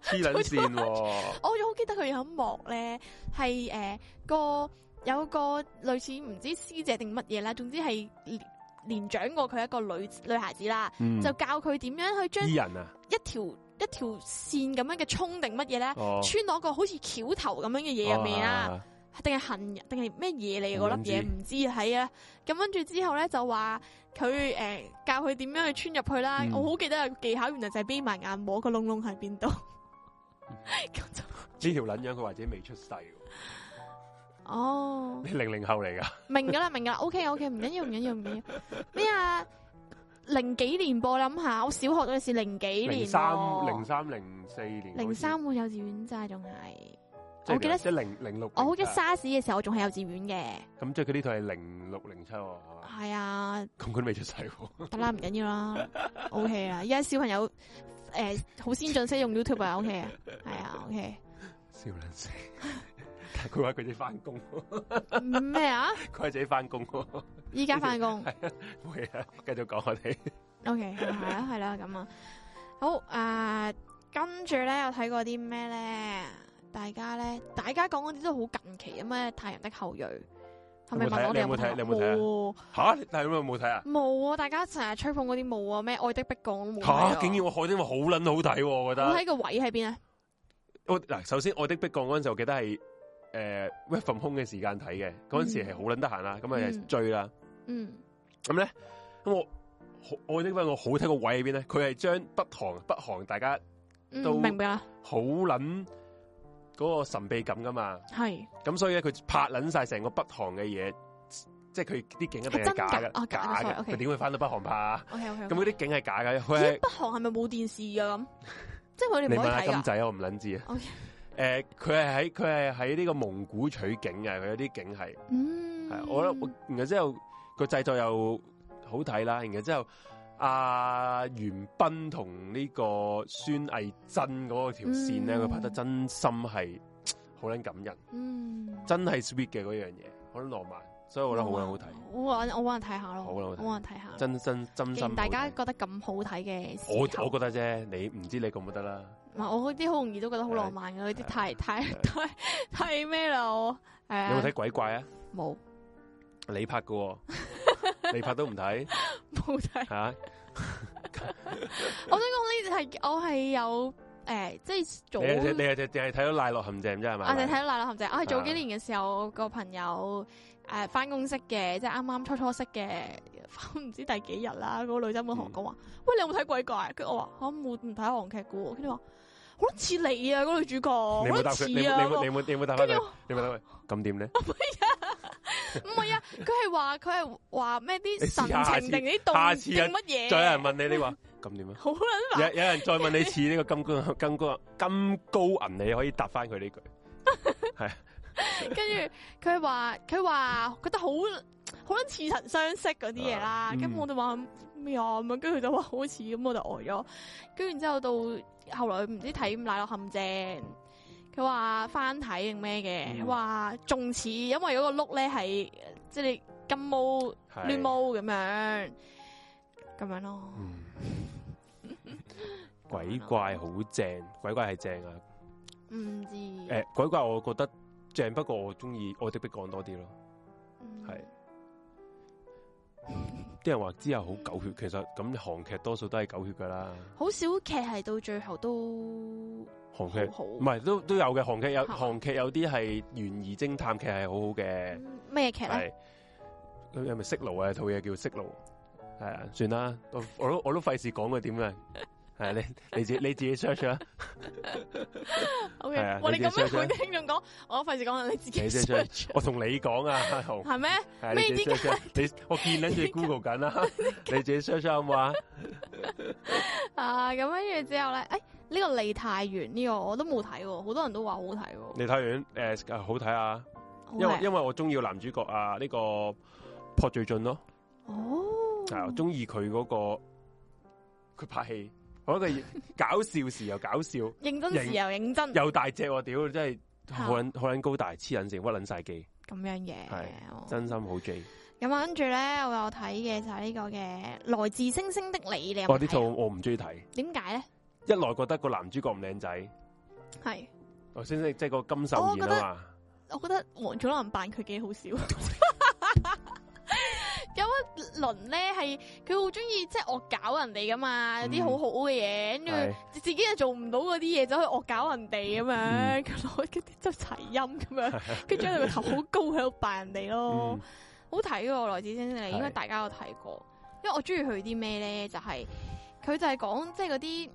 黐撚線喎，
我好記得佢有一幕咧，係诶、呃個有個類似唔知師姐定乜嘢啦，總之係年年長過佢一個女女孩子啦，
嗯
就教佢點樣去將
醫人啊，
一條一條線咁樣嘅葱定乜嘢咧，
哦，
穿落個好似橋頭咁樣嘅嘢入面啦，
啊，
定係痕定係咩嘢嚟
我
嗰
嗯唔
粒嘢唔知係啊，咁跟住之後咧就話佢诶教佢點樣去穿入去啦，
嗯
我好記得有個技巧，原來就係眯埋眼摸個窿窿喺邊度， 咁就
呢條撚樣佢或者未出世喎，
哦。
你零零後嚟㗎，
明噶啦，明噶啦，OK OK，唔緊要，唔緊要，唔緊要。咩啊？零幾年播諗下，我小學嗰陣時零幾年
零
喎，
三零三零四年好似，
零三我幼稚園咋，仲係
即係
我記得
即係零零六，
我好記得
零七啊
沙士嘅時候，我仲係幼稚園嘅，
咁即係佢呢套係零六零七喎，係嘛
係啊，
咁佢都未出世喎，
得啦，唔緊要啦，OK 啊，而家小朋友诶好先進，識用 YouTube 啊，OK 啊，係啊，OK
笑撚死！但係佢話佢自己翻工 喎，
咩啊？
佢話自己翻工喎，
依家翻工。
冇嘢啦，繼續講我 哋。
O K，系啦系啦咁啊，好啊，呃跟住咧有睇過啲咩咧？大家咧，大家講嗰啲都好近期啊咩？太陽的後裔係咪
有冇睇啊
問我哋有
你有冇
冇
睇
睇
啊
啊？
你有冇睇啊
冇啊
吓，你睇有冇睇啊？
冇啊！大家成日吹捧嗰啲冇啊，咩愛的迫降都冇睇啊
吓，竟然我海丁話好撚好睇喎，我覺
我
得。
睇個位喺邊啊？
我嗱，首先《愛的迫降》嗰陣時，我記得係誒 work from home 嘅時間睇嘅，嗰陣時係好撚得閒啦，咁啊
嗯
追啦。
嗯，
咁咧，咁我好《愛的迫降》我好睇個位喺邊咧？佢係將北韓北韓大家
嗯
都
明白啦，
好撚嗰個神秘感噶嘛，
係
咁所以咧佢拍撚晒成個北韓嘅嘢，即係佢啲景一定
係
係
真
假
㗎
嘅，
哦假嘅
假嘅，
sorry，OK
佢點會翻到北韓拍啊？
OK OK。
咁嗰啲景係假嘅，佢係
咦，北韓係咪冇電視㗎咁？即係佢哋
你
唔
問
可以
下
睇
金
㗎。
仔，我唔撚知啊
OK。
诶，佢係喺佢係喺呢個蒙古取景嘅，佢有啲景係
嗯，
系，我覺得我然後之後個製作又好睇啦，然後之後阿袁彬同呢個孫藝珍嗰個條線咧，
嗯
佢拍得真心係好撚感人，
嗯，
真係 sweet 嘅嗰樣嘢，好撚浪漫，所以我覺得好撚好睇，
我搵我搵人睇下咯，
好啦好睇
我搵人睇下咯。
真真真
啊既
心好
然
睇。
大家覺得咁好睇嘅時候，
我我覺得啫，你唔知你覺唔覺得啦，
唔係我嗰啲好容易都覺得好浪漫嘅，嗰啲太太太太咩啦我係
有
啊
冇睇鬼怪啊？
冇
你拍嘅 喎，你拍都唔睇
冇睇。
吓？
我想講呢係我係有诶，
即係早
你係你係淨係睇到賴落陷阱啫係咪？
我啊哋睇到奶酪陷阱，哎我係早
啊
幾年嘅時候個朋友诶翻工識嘅，即係啱啱初初識嘅， 唔知第幾日啦，嗰個女仔冇同我講
嗯
話，喂你有冇睇鬼怪？跟住我話我冇唔睇韓劇嘅喎，跟住話哦好撚似你啊嗰個女主角，好
你有冇答
撚
佢？你有冇
似啊
你有冇你有
嗰
冇你有冇答
個，
翻
跟住
佢？
我
你有冇答佢？咁點 咧？
唔係啊，佢係話佢係話咩
你
啲
試下
神情定啲動
下次啊
定乜嘢？
再有人問你，你話咁點啊？
好撚
有
煩，
有人再問你似呢個金冠 金冠金高銀，你可以答翻佢呢句。
跟住佢話佢話覺得好好撚似曾相識嗰啲嘢啦，
啊
咁、
嗯
我就話咩啊咁樣，跟住佢就話好似咁，我就呆咗。跟住然之後到後來唔知睇《奶酪陷阱》，佢話翻睇定咩嘅，
嗯
話仲似，因為嗰個碌咧係即係你金毛
係
亂毛咁樣咁樣咯。
嗯鬼怪好正，鬼怪係正啊！
唔知
诶、鬼怪我覺得正，不過我中意愛的迫降多啲咯。
嗯
係啲人話之後好狗血，其實咁韓劇多數都係狗血噶啦。
好少劇係到最後都
韓
好
劇
好
唔係都都有嘅，韓劇有
係嘛
韓劇有啲係懸疑偵探劇係好好嘅，
嗯咩劇咧？
係咁係咪色奴啊？套嘢叫色奴，係啊，算啦，我我都我都費事講佢點啊，係你你自己你自己 search 啊啦，
O
係啊
K，我哋
你自
咁
己
樣
search
同啲聽眾講，我費事講啦，你自己
你自己
search
我同你講啊，阿紅
係咩？
係你自己
咩
search 啊你我見緊住 Google 緊啦，你自己 search 啊好唔好啊？
啊，咁跟住之後咧，诶，呢個梨泰院呢個我都冇睇喎，好多人都話好睇喎
你睇完诶好睇啊，
好
因為
睇啊。
因為我中意個男主角啊呢、個朴敘俊咯。
哦，
系我中意佢嗰個佢拍戲，我覺得佢搞笑時又搞 笑，
認真時又認真
又大隻喎，屌真係
嚇
好撚好撚高大，黐撚線，屈撚晒機，
咁樣嘅。
係
哦
真心好 J。
咁啊，跟住咧，我有睇嘅就係呢個嘅《來自星星的你》，你有冇
我哦
睇
呢
啊
套我唔中意睇，
點解咧？
一來覺得個男主角唔靚仔，
係
我先即係個金秀
我覺
賢
得
啊嘛，
我覺得黃祖藍扮佢幾好笑。有一輪咧係佢好中意即係惡搞人哋噶嘛，有啲好好嘅嘢，跟住。
嗯係
自己又做唔到嗰啲嘢，走去惡搞人哋咁樣，
嗯
佢攞嗰啲執齊音咁樣，跟住將佢個頭好高喺度扮人哋
嗯，
咯好睇喎！來自星星你應該
係
大家都睇過，因為我中意佢啲咩咧，就係佢就係講即係嗰啲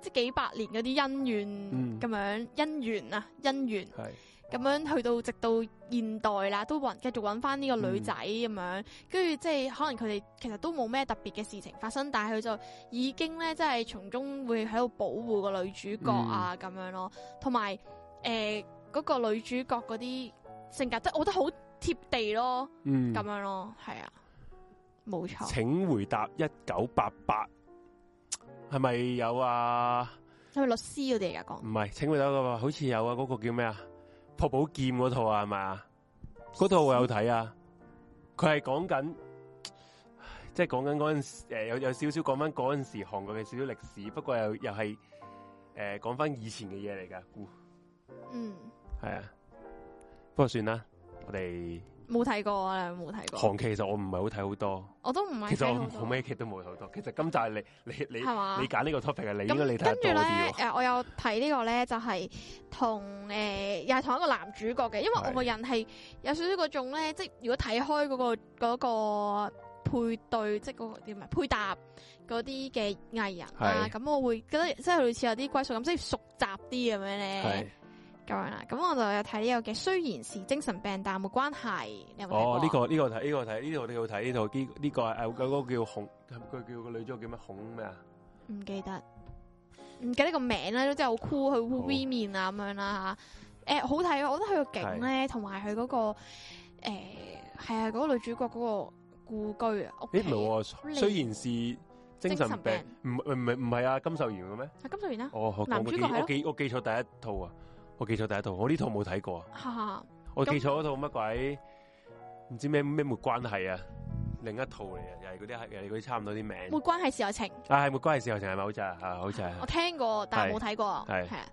即係幾百年嗰啲恩怨
嗯
咁樣，恩怨啊，恩怨。
係
咁樣去到直到現代啦，都揾繼續揾翻呢個女仔
嗯
咁樣，跟住即係可能佢哋其實都冇咩特別嘅事情發生，但係佢就已經咧即係從中會喺度保護個女主角
嗯
啊咁、樣咯，同埋誒嗰個女主角嗰啲性格，即係我覺得好貼地咯，
嗯
咁、樣咯，係啊，冇錯，
請回答一九八八係咪有啊？
係咪律師嗰啲嚟噶
唔
講？
係，請回答個好似有啊，嗰、個叫咩啊？朴寶劍嗰套啊，係咪啊？嗰套我有睇啊，佢係講緊，即係講緊嗰陣時，誒有有少少講翻嗰陣時韓國嘅少少歷史，不過又又係誒講翻以前嘅嘢嚟㗎，估
嗯，
係啊。不過算啦，我哋
冇睇過啊，冇睇過，
韓劇其實我唔係好睇好多，
我都唔係
其實
睇
我
好
好
多
咩劇都冇睇好多。其實今集係你你你
係嘛
你揀呢個 topic 係你
咁
應該你睇得
跟住
多
咧，
啲
誒、
喎。
我有睇呢個咧，就係同誒又係同一個男主角嘅，因為我個人係有少少嗰種咧，即係如果睇開嗰、個嗰、個配對，即係嗰、個點啊配搭嗰啲嘅藝人啦，
係
咁我會覺得即係類似有啲歸屬感，即係熟習啲咁樣
係
咧，咁樣啦。咁我就有睇呢個嘅，雖然是精神病，但冇關係。你有冇睇過
哦
啊，
呢、個呢、個睇呢、個睇呢套呢個睇呢套呢呢個誒嗰個叫孔，佢叫個女主角叫咩孔咩啊？
唔記得，唔記得個名啦，都真係好酷，佢會
好
V 面啊咁樣啦吓。誒、好睇啊！我覺得佢個景咧，同埋佢嗰個誒係啊，嗰、個女主角嗰個故居啊，屋
咦
企啊。
唔係
好靚
喎，雖然是精神
精神
病，唔唔唔唔係啊金秀賢嘅咩？
啊，金秀賢啦，
哦，我
男
我
主
記
角係咯
我記我記錯第一套啊，我記錯第一套，我呢套冇睇過啊，
哈哈，
我記
咁
錯嗰套乜鬼唔知咩咩沒關係啊，另一套嚟啊，又係嗰啲係又係嗰啲差唔多啲
沒
名，
關係是有情。
啊係沒關係事情係咪好似啊？啊好似係
我聽過，但係
係
冇睇過。
係
係啊，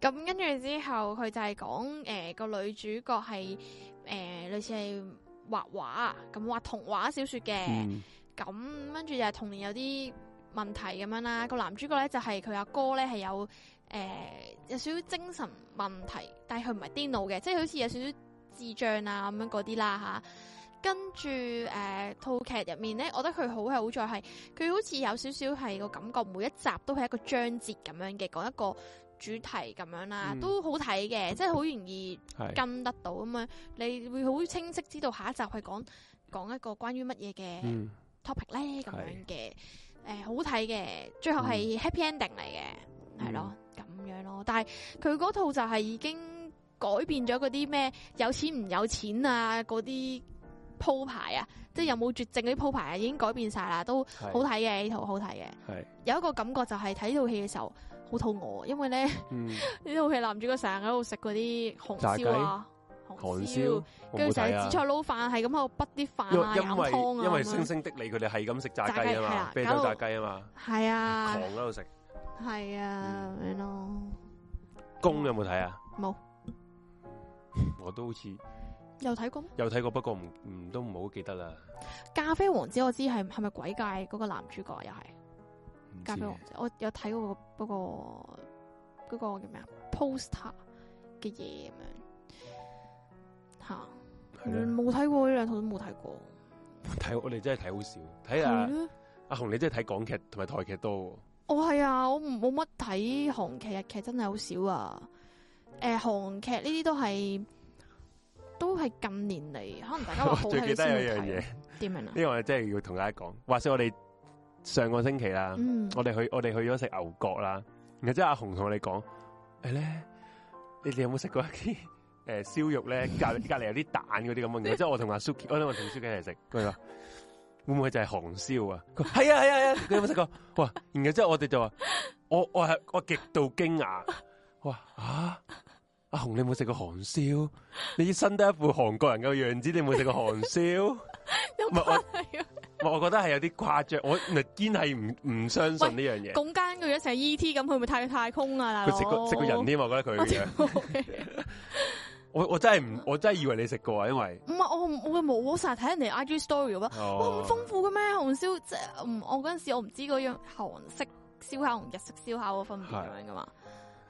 咁跟住之後，佢就係講誒個女主角係誒、呃、類似係畫畫咁畫童話小説嘅。
嗯
咁跟住又係童年有啲問題咁樣啦。個男主角咧就係佢阿哥咧係有诶、有少少精神問題，但係佢唔係癲佬嘅，即係好似有少少智障啊咁樣嗰啲啦吓。跟住诶套劇入面咧，我覺得佢好係好在係佢好似有少少係個感覺，每一集都係一個章節咁樣嘅，講一個主題咁樣啦，
嗯
都好睇嘅，即係好容易
系
跟得到咁樣，你會好清晰知道下一集係講講一個關於乜嘢嘅
嗯
topic 咧咁
係嗯
樣嘅，诶、好睇嘅，最後係 happy ending 嚟嘅，係咯咁樣咯。但係佢嗰套就係已經改變咗嗰啲咩有錢唔有錢啊嗰啲鋪排啊，即係有冇絕症嗰啲鋪排啊，已經改變晒啦，都
好
好睇嘅呢套好睇嘅。
系
有一個感覺就係睇套戲嘅時候好肚餓，因為咧。
嗯
呢套戲男主角成日喺度食嗰啲紅燒啊，
韓
紅
燒
燒，，
我
跟
冇
住成日
睇
紫
啊
菜撈飯，係咁喺度滗啲飯啊，
因因
飲
為
湯啊，
因為
咁
星
樣。
星的你佢哋係咁食炸
炸
雞
雞
啊
係
嘛
啊，
啤
搞
酒炸
到
雞啊嘛，
係啊
狂，喺度食。
係啊，
嗯
咁樣咯。
公有冇睇啊？
冇，
我都好似
有睇過咩？
有睇過，不過唔唔都唔好記得啦。
咖啡王子我知係係咪鬼界嗰個男主角又係
唔知啊
咖啡王
嘅
子，我有睇過嗰個嗰個叫咩啊 poster 嘅嘢咁樣吓，
係咯
冇睇過呢兩套都冇睇過，
睇我哋真係啊睇好少，睇
係
下
咯。
阿紅你真係睇港劇同埋台劇多
我係啊，我唔冇乜睇韓劇、日劇，真係好少啊。诶、韓劇呢啲都係都係近年嚟，可能大家話
喎。
好
我最記
睇先
得
會
有一樣嘢
睇。，點樣啊？
呢個我真係要同大家講。話說我哋上個星期啊啦，
嗯，
我哋去我哋去咗食牛角啦，然後之後阿紅同我哋講，诶咧，你哋有冇食過一啲 诶燒肉咧？隔 隔離有啲蛋嗰啲咁嘅嘢，即係我同阿 Suki，我同我同 Suki 一齊食，佢話會唔會就係韓燒啊？佢話係啊係啊係啊，佢有冇食過？哇！然後之後我哋就話，我我係我極度驚訝，我話啊！阿紅，你有冇食過韓燒？你身得一副韓國人嘅樣子，你有冇食過韓燒？
有
唔係我
係啊
我我覺得係有啲誇張，我咪堅係唔唔相信呢樣嘢。
咁奸佢一成 E.T. 咁，佢咪太太空啊？大佬，
佢食過食過人添，我覺得佢
我
嘅
屌
樣。我我真係唔，我真係以為你食過啊，因為
唔係我唔我冇，我成日睇人哋 I.G. story 咁啊。哇咁
哦，
豐富嘅咩？韓燒即係唔我嗰陣時我唔知嗰樣韓式燒烤同日式燒烤嘅分別咁樣噶嘛，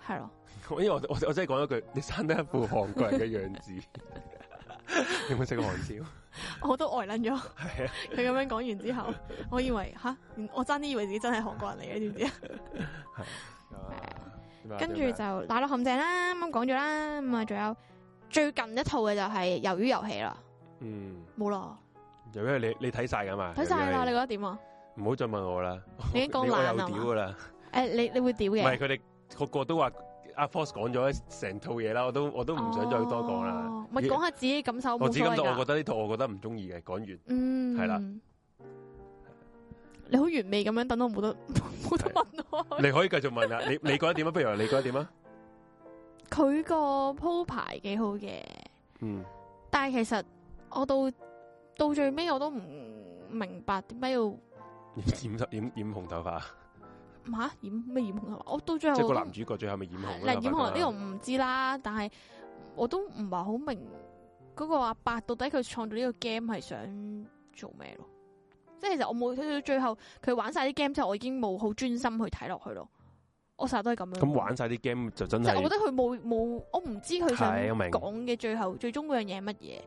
係咯。
因為我我我真係講咗句，你生得一副韓國人嘅樣子。 你有冇食過韓燒？
我都呆撚咗。
係啊，
佢咁樣講完之後，我以為吓，我爭啲以為自己真係韓國人嚟嘅，知唔知 啊？跟住就《奶酪陷阱》啦，啱啱講咗啦，咁啊，仲有最近一套嘅就係《魷魚遊戲》啦，
嗯，
冇啦，
就因為你你睇晒㗎嘛，
睇晒
由
啦，你
於
覺得點啊？
你唔好再問我啦，
你 已經
我
講
有
爛啦
屌
嘛？
㗎啦，
誒，你你會屌
唔係
嘅？
佢哋個個都話阿 Force 講咗成套嘢啦，我都我都唔想再多講啦
哦。咪講下自己感受，
我
哦冇
只
所
感
謂
到我覺
㗎。
得呢套我覺得唔中意嘅，講完。
嗯，
係啦。
你好完美咁樣等我冇得 冇得問我。
你可以繼續問啦，你你覺得點啊？不如你覺得點啊？
佢個鋪排幾好嘅。
嗯，
但系其實我到到最尾我都唔明白點解要
染染染染紅頭髮，
吓染咩染紅啊？我到最後
即係
我
個
都
男主角最後咪染紅
嗱
嗰
染
個頭髮㗎啊嘛
紅呢個唔知啦，但係我都唔係好明嗰個阿伯到底佢創造呢個 game 係想做咩咯？即係其實我冇睇到最後佢玩晒啲 game 之後，我已經冇好專心去睇落去咯。我成日都係咁樣。
咁玩晒啲 game 就真
即係我覺
係
得佢冇冇，我唔知佢想
係我啊明
講嘅最後最終嗰樣嘢係乜嘢。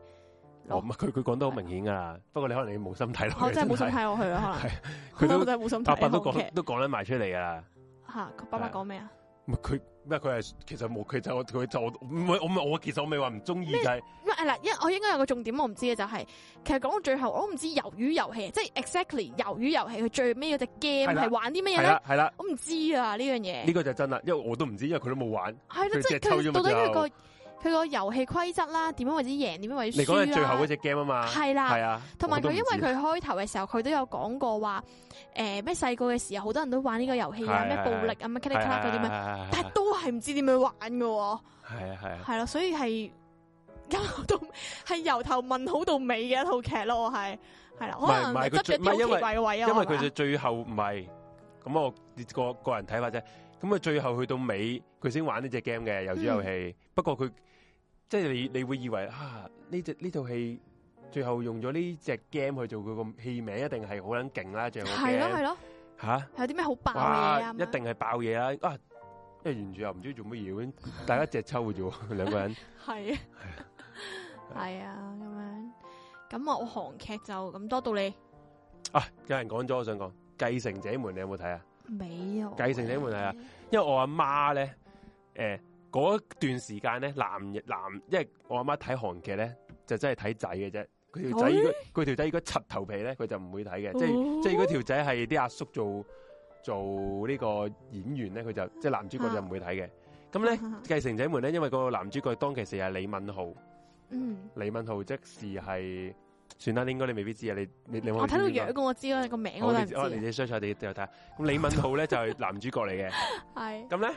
哦唔係佢佢講得好明顯㗎啦。不過你可能你冇心睇落去，
我哦 真係冇心
係
睇落去啊，可
佢
能 我
都
真係冇心
阿
睇
伯都
韓劇
講。都講得埋出嚟啊㗎啦。
吓，佢爸爸講咩啊？
唔係佢咩？佢係其實冇佢就佢就唔係我唔係我其實我咪話唔中意嘅，
唔係嗱，因為我應該有個重點我唔知嘅就係、其實講到最後我都唔知魷魚遊戲，即係 exactly 魷魚遊戲佢最尾嗰只
係
game
啦
係玩啲乜嘢
係
咧
啦？係啦，
我唔知啊呢樣嘢
呢，個就真啦，因為我都唔知，因為佢都冇玩。
係咯，
佢
即
隻
係
抽咗
佢
咪
到底佢
最後
個佢個遊戲規則啦，點樣為之贏，點樣為之
你講
輸
係
啦，
最後嗰只 game 啊嘛，
係啦
係啊，
同埋
我都
佢
唔
因為
知
佢開頭嘅時候，佢都有講過話，誒咩細個嘅時候好多人都玩呢個遊戲啊，
係
咩
係
暴力啊，咩 k i 卡嗰啲咩，
係
但係都係唔知點樣玩嘅喎，
係啊係啊，
係咯，所以係由到係由頭問好到尾嘅一套劇咯，我係係啦，
唔
可
係唔
能
係佢
執
最
咗
唔係
啲
因為
好奇怪嘅位啊，
因為
為
佢就最後唔係咁我個個人睇法啫。咁啊，最後去到尾佢先玩呢只 game 嘅遊主遊戲。
嗯
不過佢即係你你會以為啊呢只呢套戲最後用咗呢只 game 去做佢個戲名，一定係好撚勁啦！最後
係咯係
game
咯，
吓，
有啲咩好爆嘅
哇
嘢啊？，
一定係爆嘢啦！啊，因為完全又唔知做乜嘢，大家隻抽嘅啫喎， 兩個人
系系啊，咁样咁我韓劇就咁多到你
啊，有人講咗，我想講《繼承者們》，你有冇睇啊？
尾啊！
繼承者們係啊，因為我阿媽咧，诶、嗰段時間咧，男男，因為我阿媽睇韓劇咧，就真係睇仔嘅啫。佢
哦
條仔如果佢條仔如果柒頭皮咧，佢就唔會睇嘅。即係即系如果條仔係啲阿叔做做呢個演員咧，佢就即係男主角就唔會睇嘅。咁
嗯
咧，繼承者們咧，因為個男主角當其時係李敏鎬，
嗯，
李敏鎬即是係算啦，應該你未必知啊。你你你有冇
我睇到
知邊個
樣我知啦，個名
好
我都
你
唔知
哦你
啊。
你 search 下，你你有睇下。咁李敏鎬咧就係男主角嚟嘅。
係
咁咧，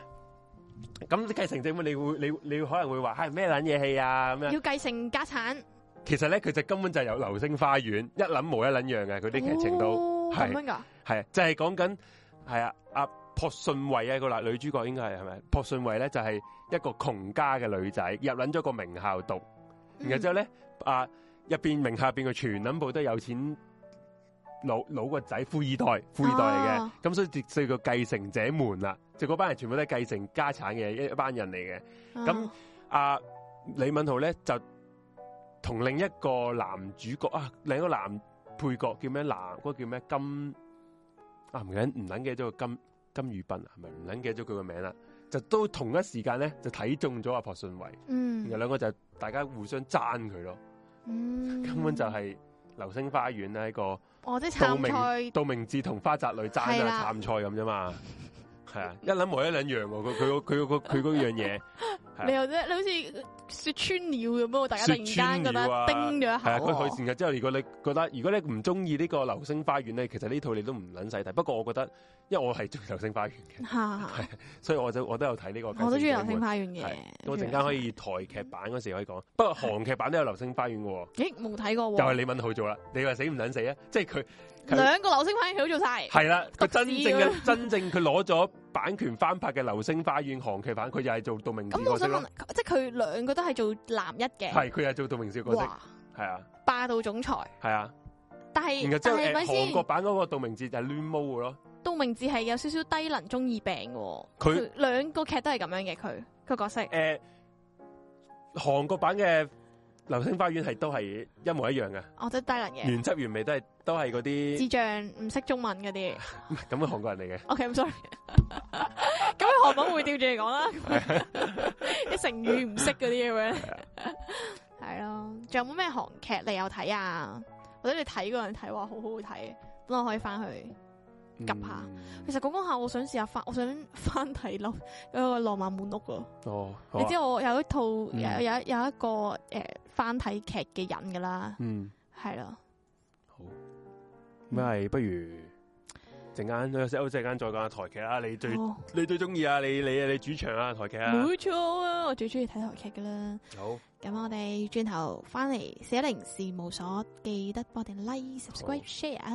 咁繼承政府你會你你可能會話係咩撚嘢戲啊咁樣。
要繼承家產，
其實咧佢就根本就由《流星花園》一撚模一撚樣嘅，佢啲劇情都
哦
係
咁樣㗎。
係啊就係講緊係啊阿朴信惠啊個嗱女主角應該係係咪？朴信惠咧就係一個窮家嘅女仔，入撚咗個名校讀，
嗯
然後之後咧啊入邊名校入邊佢全撚部都有錢。老老個仔富二代，富二代嚟嘅
哦，
咁、所以所以叫繼承者們啦，就嗰班人全部都係繼承家產嘅一一班人嚟嘅。咁
啊
阿李敏鎬咧就同另一個男主角啊，另一個男配角叫咩男？嗰、個叫咩金啊？唔緊唔撚記得咗個金金宇彬啊，係咪唔撚記得咗佢個名啦？就都同一時間咧就睇中咗阿朴信惠，然後
嗯，
兩個就大家互相爭佢咯，
嗯
根本就係流星花園啦，一個
哦，即係
道
參
明
賽
道明寺同花澤類爭
係
啊
啦
參賽咁啫嘛，係啊，一撚模一撚樣喎，佢佢佢佢佢嗰樣嘢。
你又啫，你好似雪穿了咁喎，大家突
雪
然
穿
間覺
了啊
得叮 咗一
系啊，
下哦
佢佢
喎。
前日之後，如果你覺得如果你唔中意呢個《流星花園》咧，其實呢套你都唔撚使睇。不過我覺得，因為我係中意《流星花園》嘅，
嚇嚇
所以我就我啊都有睇呢個。
我都中意流星花園
係
嘅。
咁我陣間可以台劇版嗰時可以講，不過韓劇版都有《流星花園》嘅喎，
咦冇睇過
又係
喎，
李敏鎬做啦。你話死唔撚死啊？即係佢佢
兩個流星花園佢都做晒。
係啦，佢
篤
真
屎
正 嘅 真正佢攞咗版權翻拍嘅《流星花園》韓劇版，佢又係做杜明智
咁
角
我
色
想
咯
問，。即係佢兩個都係做男一嘅，
係佢又係做杜明智角色，
哇，
係啊
霸道總裁。
係啊。
但係
然後之
但
後
係
誒
咪
韓國
先？
版嗰個杜明智就係攣毛嘅咯。
杜明智係有少少低能中二病嘅喎，
佢
佢兩個劇都係咁樣嘅，佢個角色
诶、韓國呃版嘅《流星花園》係都係一模一樣嘅，
我真哦係低能嘅，
原汁原味都係都係嗰啲
智障唔識中文嗰啲。
咁嘅韓國人嚟嘅。
OK，I'm sorry。咁樣韓文會吊住嚟 講啦，啲成語唔識嗰啲咁樣，
啊
係咯。仲有冇咩韓劇你有睇啊？或者你睇嗰陣睇話好好睇，咁我可以翻去。及下
嗯
嗯其實講講下，我想試下翻，我想翻睇樓有個浪漫滿屋啊！
哦，好啊
你知我有一套
嗯
有有有一個诶翻睇劇嘅人噶啦，
嗯
係啦。
好，咁
嗯
係不如陣間休息，休息間再講下台劇啦。你最
哦
你最中意啊？你你你主場啊？台劇啊？
冇錯啊！我最中意睇台劇噶啦。
好，
咁我哋轉頭翻嚟四一零事務所，記得幫我哋 like、subscribe、share 啊！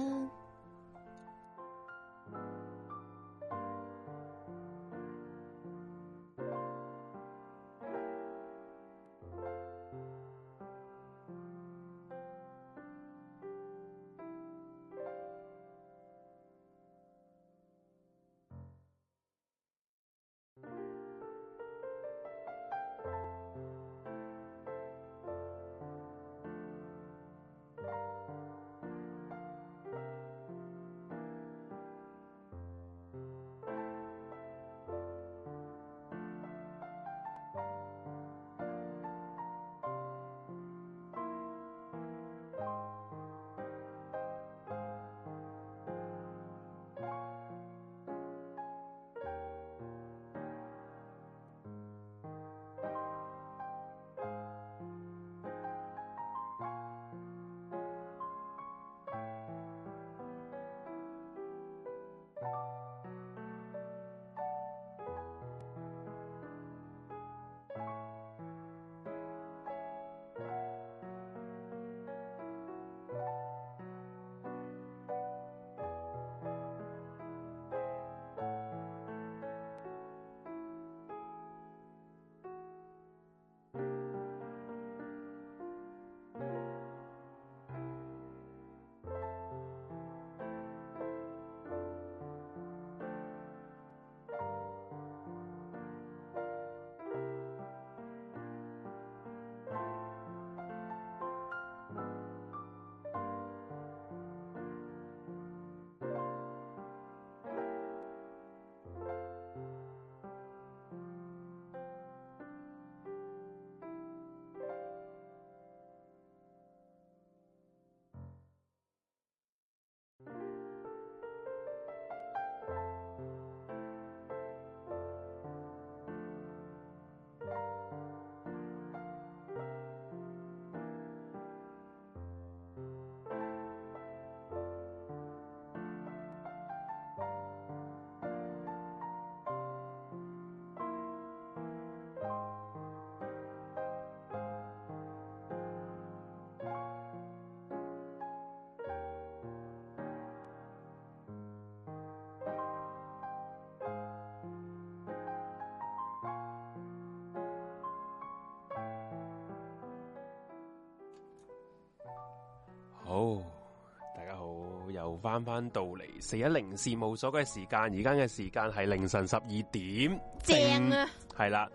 就翻翻到嚟四一零事務所嘅時間，而家嘅時間係凌晨十二點，
正啊，
係啦。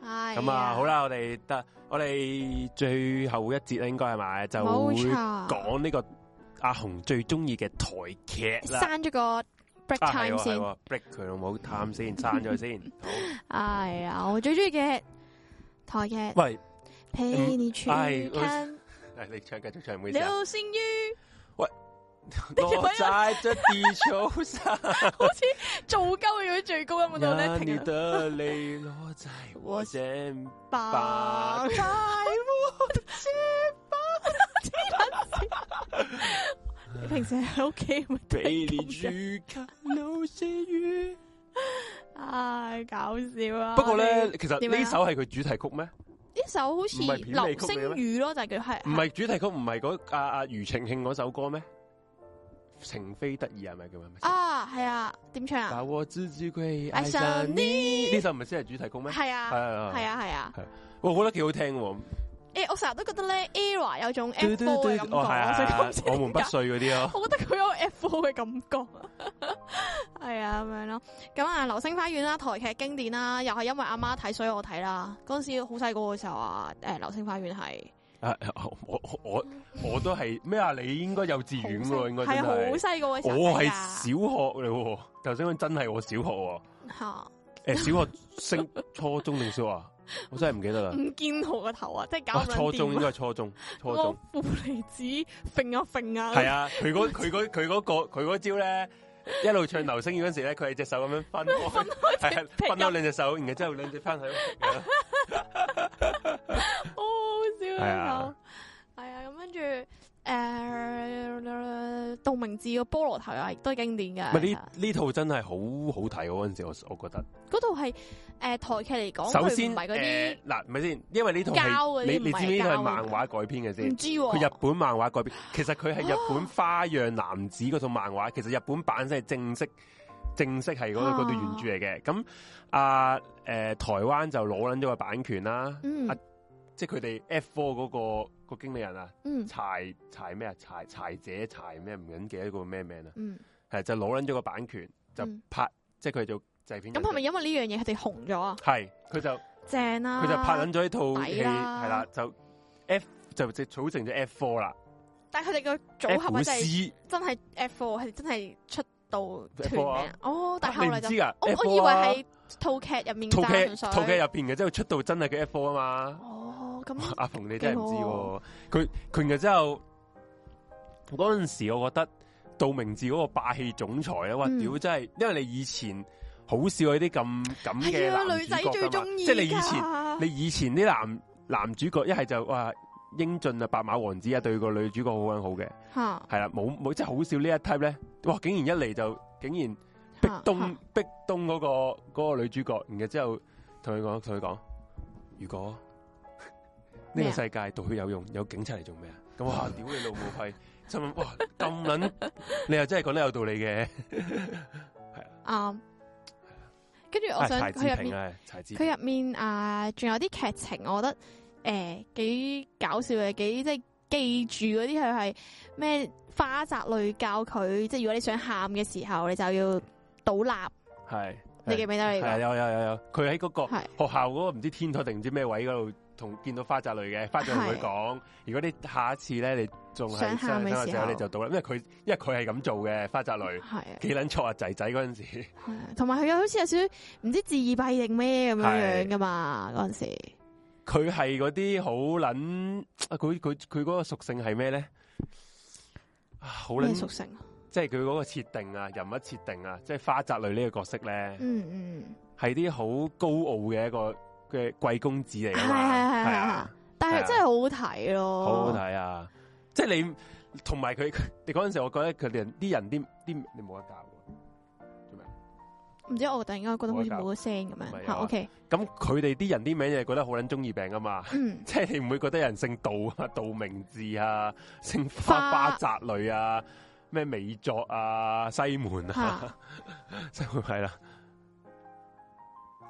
系
咁啊，好，啦，我哋得我哋最後一節啦，應該係咪就會
冇錯，
講呢個阿紅最中意嘅台劇啦。
删咗個 break
啊，係
time
喎係
先。
喎，break 佢老母探 先，刪咗佢先。好，
哎呀，我最中意嘅台劇《
喂，
陪你去
哎我
看》，
誒你唱繼續唱，唔好意思啊。
流星雨
我在這地球上，
做鳩咗最高音嗰度
那
咧，
你
停啦，
的淚落在我肩
吧
膀。
你平時喺屋企咪
陪你去看流星雨。
唉搞笑啊！
哦
不過咧
呢，
其實
點樣
呢
啊
首係佢主題曲咩？
首好似
唔係片尾
流
曲嚟嘅咩
星雨咯，就係叫係
唔係主題曲，唔係嗰啊阿阿庾澄慶嗰首歌咩？情非得已係咪叫咩？
啊，係啊，點唱啊？
把我自己歸
愛
愛上
上
你，呢首唔係先係主題曲咩？
係啊，係
係啊，
啊，係啊。
我覺得幾好聽喎。
诶，我成日都覺得咧，era 有種 F4 嘅感覺
哦係
啊，
啊
所以
係啊
咁先
我們不碎嗰啲咯。
我覺得佢有 F4 嘅感覺，係啊咁樣咯。咁啊，《流星花園》啦，台劇經典啦，又係因為阿媽睇，所以我睇啦。嗰陣時好細個嘅時候啊，誒，《流星花園》係
啊我我我我都係咩啊？你應該幼稚園
好
喎，
細
應該
係啊
真
好
係。
細個嘅時候
我係
睇啊
小學嚟喎，頭先嗰陣真係我小學喎。
嚇，
誒，小學升初中定小學啊？我真係唔記得啦。
唔見我個頭啊，即係搞
哇
唔
哦初
撚
中應
掂
該
啊。
係初中，初
我
中
負離子揈啊揈啊，
係啊。佢嗰佢嗰佢嗰個佢嗰招咧，一路唱流星雨嗰時咧，佢係隻手咁樣分開，係啊
劈入
分開兩隻手，然後之後兩隻翻喺度劈啊
哦好好笑
係
啊
啊！
係啊，咁跟住誒杜明志個菠蘿頭啊，亦都係經典嘅。啊
唔係呢呢套真係好好睇喎嗰陣時，我我覺得。
嗰套係誒台劇嚟講，
首
哦佢
先
唔係嗰
誒
啲
嗱，咪先，因為呢套
膠嗰
係
啲
你
唔
你
係
知唔知呢套係
膠嗰啲
漫畫改編嘅先
唔？知喎、
呃
哦
佢日本漫畫改編，其實佢係日本花樣男子嗰套漫畫，其實日本版先係正式正式係嗰
啊
個嗰段原著嚟嘅。咁啊誒，台灣就攞撚咗個版權啦，
嗯
啊即係佢哋 F Four 嗰個個經理人啊，
嗯
柴柴咩啊，柴柴姐柴咩唔緊記得個咩名啊，
嗯，
係就攞撚咗個版權就
嗯
拍，即係佢做製片人。
咁係咪因為呢樣嘢佢哋紅咗啊？
係佢就？
正啦、啊，
佢就拍撚咗呢套戲，
抵啦
係啦，就 F 就即係組成咗 F four 啦
但係佢哋個組
，F
合
股
咧真係
C，
真係 F 4係真係出道團
F4 啊
名哦，但係後
你唔
嚟就
知噶？
我
F4
我以為
啊
係套劇入面
套
單
劇
純粹
套劇入邊嘅，即係出道真係嘅 F four 啊嘛。
哦，咁
阿馮你真係
啊
唔知喎，佢佢然後之後嗰陣時，我覺得杜明治嗰個霸氣總裁啊咧，哇
嗯
屌真係，因為你以前好少有啲咁咁
係
嘅
啊，
男
女
主
仔
角
最
㗎
中
嘛，
意
即係你以前。
前
你以前啲男男主角一係就哇英俊啊白馬王子啊對個女主角好撚好嘅，
吓
係啦冇冇即係好少呢一 type 咧，哇竟然一嚟就竟然逼
啊
東逼東嗰、個嗰、個女主角，然後之後同佢講同佢講，如果呢
咩
個
啊
世界盜血有用，有警察嚟做咩啊？咁哇屌你老母閪，心諗哇咁撚， 你又真係講得有道理嘅，
啱。
跟住我
啊
想
柴智
佢入
屏
面
啊柴智屏，
佢入面啊，仲有啲劇情，我覺得诶几搞笑嘅，幾即係記住嗰啲佢係咩花澤類教佢，即係如果你想喊嘅時候，你就要倒立。
係
你記唔記得你
係有有有有，佢喺嗰個。
係
學校嗰個唔知天台定唔知咩位嗰度，同見到花澤類嘅，花澤同佢
係
講：如果你下一次咧，你仲係
想喊嘅時候
想喊你就到啦。因為佢因為佢係咁做嘅，花澤類
係啊
幾撚錯啊仔仔嗰陣時，
係啊，同埋佢有好似有少少唔知自閉定咩咁樣
係
樣噶嘛，嗰陣時
佢係嗰啲好撚啊！佢佢佢嗰個屬性係咩咧？啊，好
咩
撚
屬性啊？
即係佢嗰個設定啊，人物設定啊，即係花澤類呢個角色咧，
嗯嗯，
係啲好高傲嘅一個嘅貴公子嚟㗎嘛，
係係係哦
係啊。
但
係啊
係真係好好睇咯，
好好睇啊！即系你同埋佢，你嗰阵时，我覺得佢哋啲人啲啲你冇得教喎。
唔知我突然間覺得好似冇咗聲咁
唔係啊
樣。嚇 OK，
咁佢哋啲人啲名就係覺得好撚中意病噶嘛，
嗯，
即係你唔會覺得有人姓杜啊、 杜明志啊、姓花
花
花澤類啊、咩美作啊、西門 啊，西門係啦，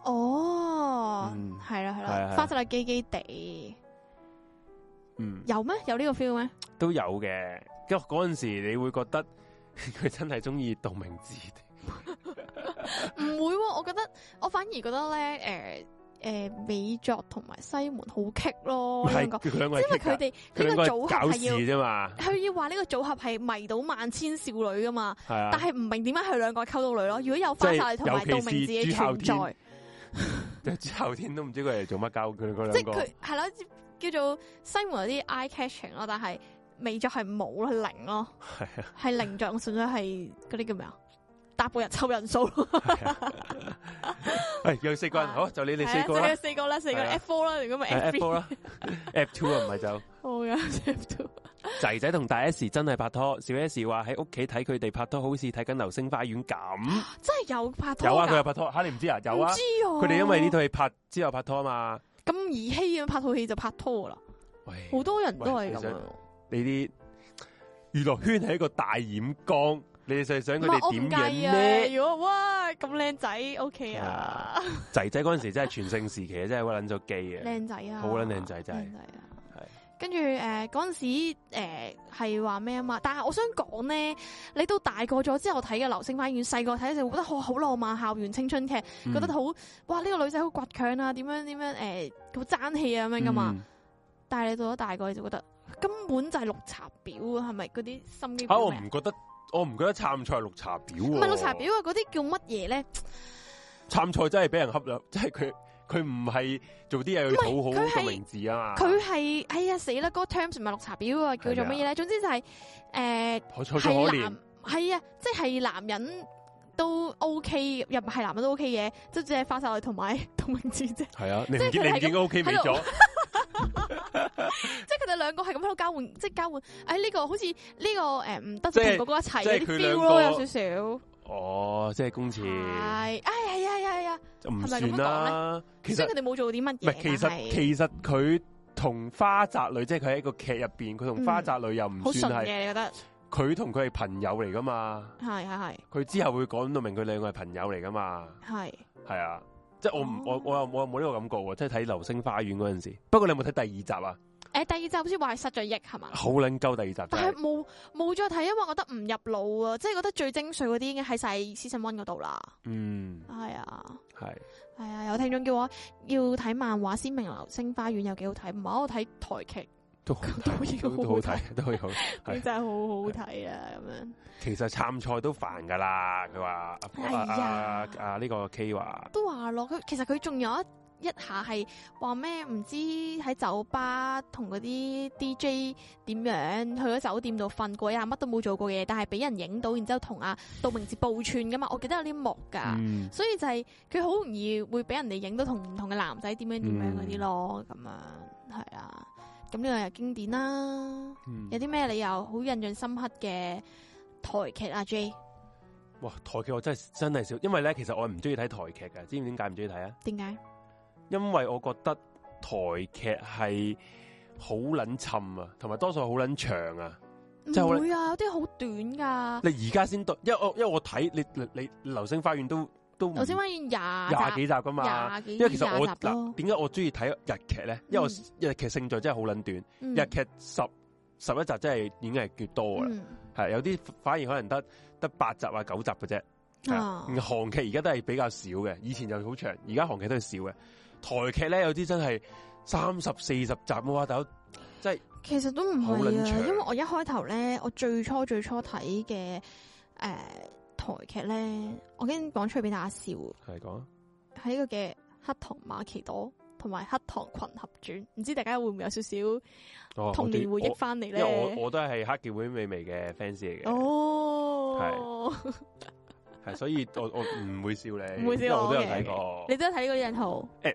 哦
嗯，
係啦係
係啊係啊
啦，花澤類基基地
嗯，
有咩？有呢個 feel 咩？
都有嘅。因為嗰阵时你會覺得 佢真係中意杜明志，
唔會喎，我覺得我反而覺得咧，诶、诶、美作同埋西門好棘咯，
係
兩個，
佢兩個
因
係
為
kick 㗎
佢哋
佢
呢
兩
個
個
組
係
合
搞事
係要，
啫嘛，
佢要話呢個組合係迷倒萬千少女噶嘛，
係啊
但。係唔明點解佢兩個溝到女咯？如果有花晒同埋杜
即係尤
明
其
自
是
己
朱孝
存
天
在，
就之後天都唔知佢哋做乜搞佢嗰
即
兩
係
個，
佢係啦，叫做西門有啲 eye catching 咯，但係美作係冇咯，係零咯，
係啊。
係零像，純粹係嗰啲叫咩啊？搭步人湊人數咯，
哎喂，有四個人，
啊
好就你哋
係啊
四個
即
啦
係四個啦，四個
係啊
F four 啦，如果咪 F
，F
three，
four 啦，F two 啊，唔係就
好嘅 F two，
仔仔同大 S 真係拍拖，小 S 話喺屋企睇啊佢哋拍拖，好似睇緊《流星花園》咁。
真係有拍拖㗎哎
有啊，佢有拍拖，吓你唔知啊？有啊
唔，知啊，
佢哋因為呢套戲拍之後拍拖啊嘛。
咁兒戲咁拍套戲就拍拖㗎啦，
喂，
好多人都係咁啊
喂
樣。
你啲娛樂圈係一個大染缸，你哋就係想
唔
佢
係我
哋
唔
點
介意
樣
啊！
咧？
如果哇咁靚仔，OK 啊，
仔仔嗰阵时真係全盛時期，真係搵撚咗機嘅。
靚仔啊，
好撚靚仔真係
靚仔啊
係！
跟住誒嗰陣時誒係話咩啊嘛？但係我想講咧，你到大個咗之後睇嘅《流星花園》，細個睇就會覺得好好浪漫校園青春劇，
嗯
覺得好哇呢個女仔好倔強啊，點樣點樣誒好爭氣啊咁樣噶嘛。
嗯？
但係你到咗大個，你就覺得根本就係綠茶婊啊，係咪嗰啲心機
啊，
婊
我
咩啊？
唔覺得，我唔覺得參賽綠茶婊喎。
唔係綠茶婊啊，嗰啲叫乜嘢咧？
參賽真係俾人恰啦，即係佢佢唔係做啲嘢去討
唔係佢
好
係
個名字啊嘛。
佢係哎呀死啦！嗰、個 terms 唔係綠茶婊啊，叫做乜嘢咧？總之就係、诶
可楚楚可
係男
憐，
係啊，即係男人都 OK，入係男人都 OK 嘅，即係只係花晒女同埋同明志啫。
係啊，你
即
唔
係
見
佢係
你唔見
咁
O K
喺
未
度
咗？
即係佢哋兩個係咁喺度交換，即係交換。哎呢、個好似呢、個诶唔、得
即
就
係
同哥哥一齊
即係
嗰啲
佢
feel
兩個
咯，有少少。
哦，即係公
係，
廁
哎係啊係啊係啊，
就唔
係咪咁
算啦。其
雖
實
然佢哋冇做啲乜
唔
嘢，
係，其
但係
實其實佢同花澤類，即係佢喺一個劇入邊，佢同花澤類又
嗯好
唔
純
算
嘅，
係，
你覺得
佢同佢係朋友嚟噶嘛。
係係係
佢之後會講到明佢兩個係朋友嚟噶嘛。
係。
係啊，即係我唔我
哦
我又我又冇呢個感覺喎，即係睇《流星花園》嗰陣時。不過你有冇睇第二集啊？
诶、第二集好似話係失咗憶係嘛？
好撚鳩第二集真
但係
係。
冇冇再睇，因為我覺得唔入腦啊，即係覺得最精髓嗰啲已經喺晒 season one 嗰度啦。
嗯，
係啊，
係。
係啊，有聽眾叫我要睇漫畫《鮮明流星花園》有幾好睇，唔係我睇台劇
都好睇，
都
都
好睇
都好睇，都好。係
真係好好睇啊！咁樣
其實參賽都煩噶啦，佢話啊
哎
阿
呀啊
阿阿呢個 K 話，
都話落佢，其實佢仲有一一下係話咩？唔知喺酒吧同嗰啲 DJ 點樣去咗酒店度瞓過呀，乜都冇做過嘅嘢，但係俾人影到，然之後同阿杜明哲報串噶嘛，我記得有啲幕㗎。
嗯，
所以就係佢好容易會俾人哋影到同唔同嘅男仔點樣點樣嗰啲咯，咁、樣係啦。咁呢個又經典啦。
嗯
有啲咩理由好印象深刻嘅台劇啊？J
哇台劇我真係真係少，因為咧其實我唔中意睇台劇嘅，知唔知點解唔中意睇啊？
點解？
因為我覺得台劇係好撚沉啊，同埋多數好撚長啊。真係好
唔會啊，有啲好短噶。
你而家先對，因為我因為我睇你你你你流星花園都都唔
頭先
嗯廿
花園廿
幾
集，啊
集噶嘛。
廿幾
因為其實我
廿集
嗱，
咯。
點解我中意睇日劇咧？因為我
嗯
日劇勝在真係好撚短。
嗯
日劇啊十十一集真係已經係叫多啦，
嗯
係有啲反而可能得得八集啊九集嘅啫。係啊
啊
而韓劇而家都係比較少嘅，以前就好長，而家韓劇都係少嘅。台劇咧有啲真係三十四十集嘅哇，大佬
其實都唔
好
係
撚
啊，
長
因為我一開頭咧，我最初最初睇嘅誒台劇咧，我驚講出嚟俾大家笑喎。
係講
喺呢個嘅黑糖瑪奇朵同埋黑糖群合傳，唔知大家會唔會有少少
哦
童年回憶
我
翻嚟
因為我
咧？
我都係黑澀會美眉嘅 fans 嚟嘅，
哦，
係所以我我唔會笑你，
唔會笑
因為我都有
我嘅
睇過，
你都有睇呢個印圖？
誒哦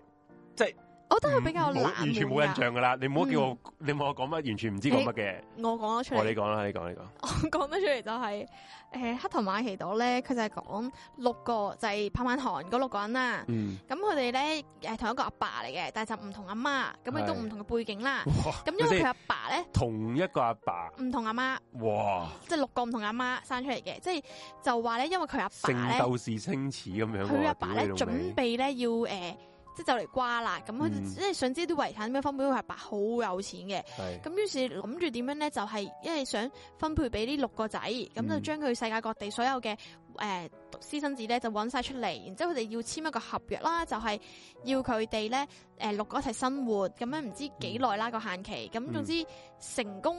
即係
我覺得佢比較
唔冇
冷，啊嗯
完全冇印。象噶啦。你唔好叫我，你問我講乜，完全唔知講乜嘅。
我講得出
哦我你
嚟，
講啦，你講你講。
我講得出嚟就係、誒黑糖瑪奇朵咧，佢就係講六個就係拍晚韓嗰六個人啦。
嗯，
咁佢哋咧誒同一個阿爸嚟嘅，但係就唔同阿媽，咁亦都
係
唔同嘅背景啦。
哇！
咁因為佢阿爸咧
同一個阿爸，
唔同阿媽。
哇！
即系六個唔同阿媽生出嚟嘅，即系就話咧，因為佢阿
聖
爸咧，
鬥士星矢咁樣喎。
佢阿爸咧
啊屌你老味
準備咧要诶、呃即係就嚟瓜啦，咁佢
嗯
即係想知啲遺產點樣分配，因為佢阿爸好有錢嘅，
系
咁於是諗住點樣咧，就係因為想分配俾呢六個仔，咁就
嗯
將佢世界各地所有嘅誒私生子咧就揾晒出嚟，然之後佢哋要簽一個合約啦，就係、要佢哋咧誒六個一齊生活，咁樣唔知幾耐啦個限期，咁總之成功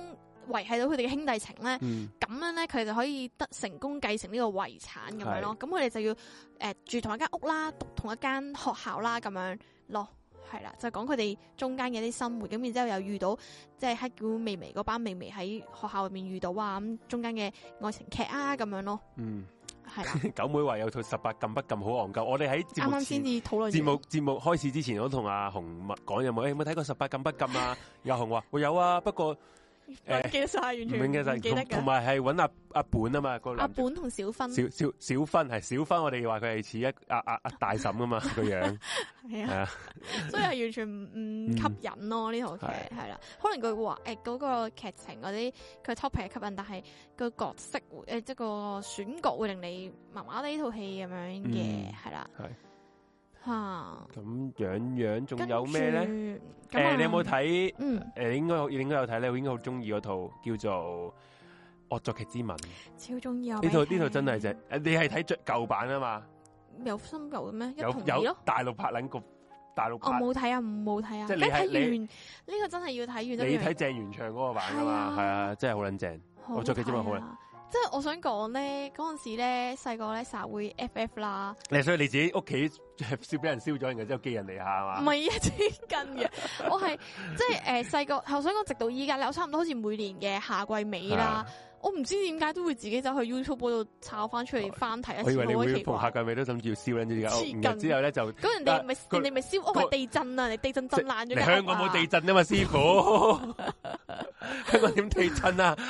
維係到佢哋嘅兄弟情咧。
嗯
咁樣咧，佢就可以得成功繼承呢個遺產咁樣咯。咁佢哋就要誒、呃住同一間屋啦，讀同一間學校啦，咁樣咯，係啦，就講佢哋中間嘅啲生活。咁然之後又遇到即係黑叫微微嗰班微微喺學校入面遇到啊，咁中間嘅愛情劇啊，咁樣咯，
嗯，
係啦。
九妹話有套十八禁不禁好戇鳩，我哋喺節
啱
目
啱
前
先至討論完
節目節目開始之前，我都同阿紅麥講有冇誒有冇睇過十八禁不禁 啊？阿紅話我有啊，不過誒
唔記得晒，完
唔
全
明嘅就
唔記得
係同
㗎。
埋係揾阿阿本啊嘛，個
阿
男
本同小芬
小小小芬係小芬，我哋話佢係似一阿阿阿大嬸啊噶嘛個 樣，
係
係
啊，
啊，
所以係完全唔唔
嗯
吸引咯呢套劇
係
係啦，可能佢話誒嗰個劇情嗰啲佢 topic 係吸引，但係個角色誒、呃即係個選角會令你麻麻地呢套戲咁樣嘅
嗯
係啦，
係
嚇
咁樣樣仲有咩咧？？
跟住咁、啊
誒，你有冇？睇？
嗯，
誒，應該你應該有睇咧，我應該好中意嗰套叫做《惡作劇之吻》呢
超中意啊！
套
俾
呢
你
套真係
聽
正，誒你係睇着舊版啊嘛，
有深究嘅咩？一
有
同意
有
咯，
大陸拍撚個大陸
我
拍，
冇睇啊，冇睇啊，
即係
梗
你
係
係
睇完呢個真係要睇完都
你睇鄭元暢嗰個版啊嘛，
係
係
啊
啊，真係好撚正，
好
我再繼續問好啊
啦。即係我想講咧，嗰陣時咧細個咧實會 FF 啦。
你所以你自己屋企 燒俾人燒咗，然後之後寄人籬下啊
唔
嘛，
係啊，黐 筋嘅，我係即係诶細個，我想講直到依家，我差唔多好似每年嘅夏季尾啦
啊，
我唔知點解都會自己走去 YouTube 嗰度抄翻出嚟翻睇一
我以
次，
為你
好鬼奇
會逢下
怪。
季尾都諗住要燒撚呢啲
黐筋
屋，哦然後之後咧就
咁人哋咪
個
人哋咪燒屋係地震啊，人哋地震震爛咗
你
間屋啊
香港冇地，震啊嘛，師 傅，香港點地震啊？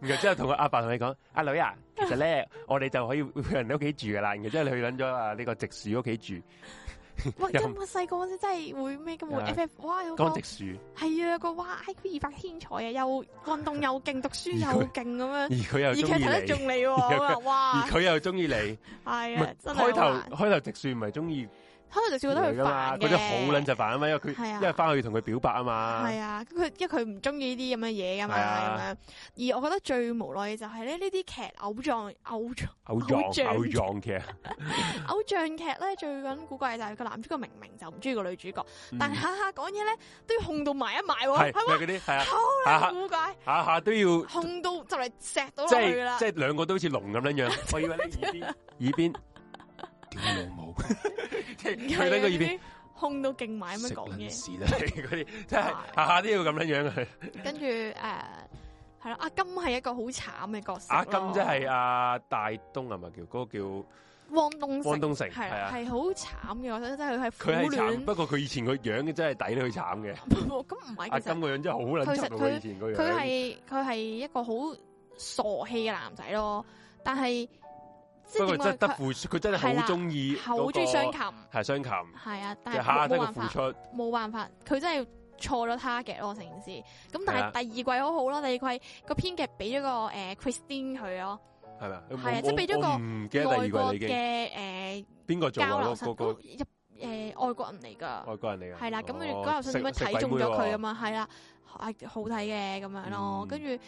然後之後同個阿爸同你講，阿女啊，其實 咧我哋就可以去人哋屋企住噶啦。然後之後你去撚咗啊呢個直樹屋企住，
喂，
又
真係我細個嗰陣真係會咩咁會
啊
FF，哇有個
江直 樹，
係啊個哇 IQ 二百天才啊，又運動又勁，讀書又勁咁樣，
而佢又
而且
中意
睇得中
你，
你喎，我話
而
哇
佢又中意你。
係
唔
啊
係，
真係好
開
難
頭開頭直樹唔係中意
開頭就少覺得
佢
佢
噶嘛，嗰
煩嘅，
啲好撚就煩啊嘛，因為
係啊
佢因為翻去要同佢表白啊嘛
系，啊，咁佢因為佢唔中意呢啲咁嘅嘢噶嘛，
係啊
咁樣。而我覺得最無奈嘅就係咧，呢啲劇偶像偶 像
偶
偶像
像偶像劇，嗯
偶像劇咧最緊古怪就係個男主角明明就唔中意個女主角，但係
係
下下講嘢咧都要控到埋一埋喎，
嗯係
係嘛？
嗰啲係啊，下
好
下
古怪，
下下都要。
控到就嚟錫到
即
落去
系
啦
即。系两个都好似龙咁樣樣， 我以為你耳邊耳邊屌
啊
你老母，即係佢喺個耳邊
邊控到勁埋咁樣
食
講
撚
嘢，
屎啦，嗰啲 即係下下都要咁樣啊樣嘅。
跟住誒係啦，阿金係一個好慘嘅角色咯。
阿金即係啊阿大東係咪叫嗰個叫
汪東
汪
城，
東城
係
係
啦
啊？
係好慘嘅角色，即係佢係苦
佢係
戀
慘，。不過佢以前個樣真係抵到佢慘嘅。
咁唔係，
阿
其
金
實
個樣真係好撚
其實
柒喎，佢以前個樣。
佢係佢係一個好傻氣嘅男仔咯，但係即
不過
係
真係
點
得
講啊
付出，佢真係
係啦
好中意
佢
嗰個，
好中意
雙
雙琴，
係雙琴，
係啊，
就
但係
下下
冇
得
冇
個
辦
付
法，
出。
冇辦法，佢真係錯咗他嘅咯成件事。咁
係啊
但係第二季好好啦，第二季個編劇俾咗個誒 Christine 佢咯，
係咪啊？
係啊
我
即係俾咗個
我唔記得第
外
二季啦
國
已經
嘅
邊個做
誒交
啊？
流
嗰
實
個
都入誒外國人嚟㗎。
外國人嚟嘅，
系啊啦，咁佢
哦
嗰頭信點樣
食
睇中咗佢啊？
食鬼妹喎
嘛？係啦，係好睇嘅咁樣咯。
嗯
跟住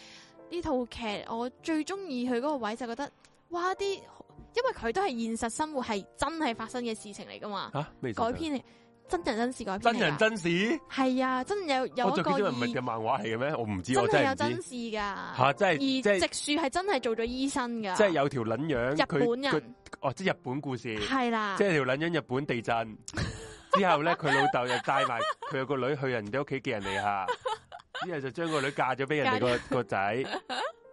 呢套劇，我最中意佢嗰個位就覺得，哇！啲因為佢都係現實生活係真係發生嘅事情嚟噶嘛，
吓咩啊
改編嚟真人真事改編嚟㗎。
真人真事，哦
係啊，真有有
我
一
就
個
見到人物
醫
嘅漫畫嚟嘅咩？我唔知，
真
我
係
真係
有真
唔知
事㗎。
吓，真
而
係即係
直樹係真係做咗醫生㗎，
即係有條撚樣，
啊日
佢
本
佢
人
哦，即係日本故事，
係啦
即，係條撚樣日本地震之後咧，佢老豆又帶埋 佢個女去人哋屋企寄人嚟下，之後就將個女嫁咗俾人哋個個仔，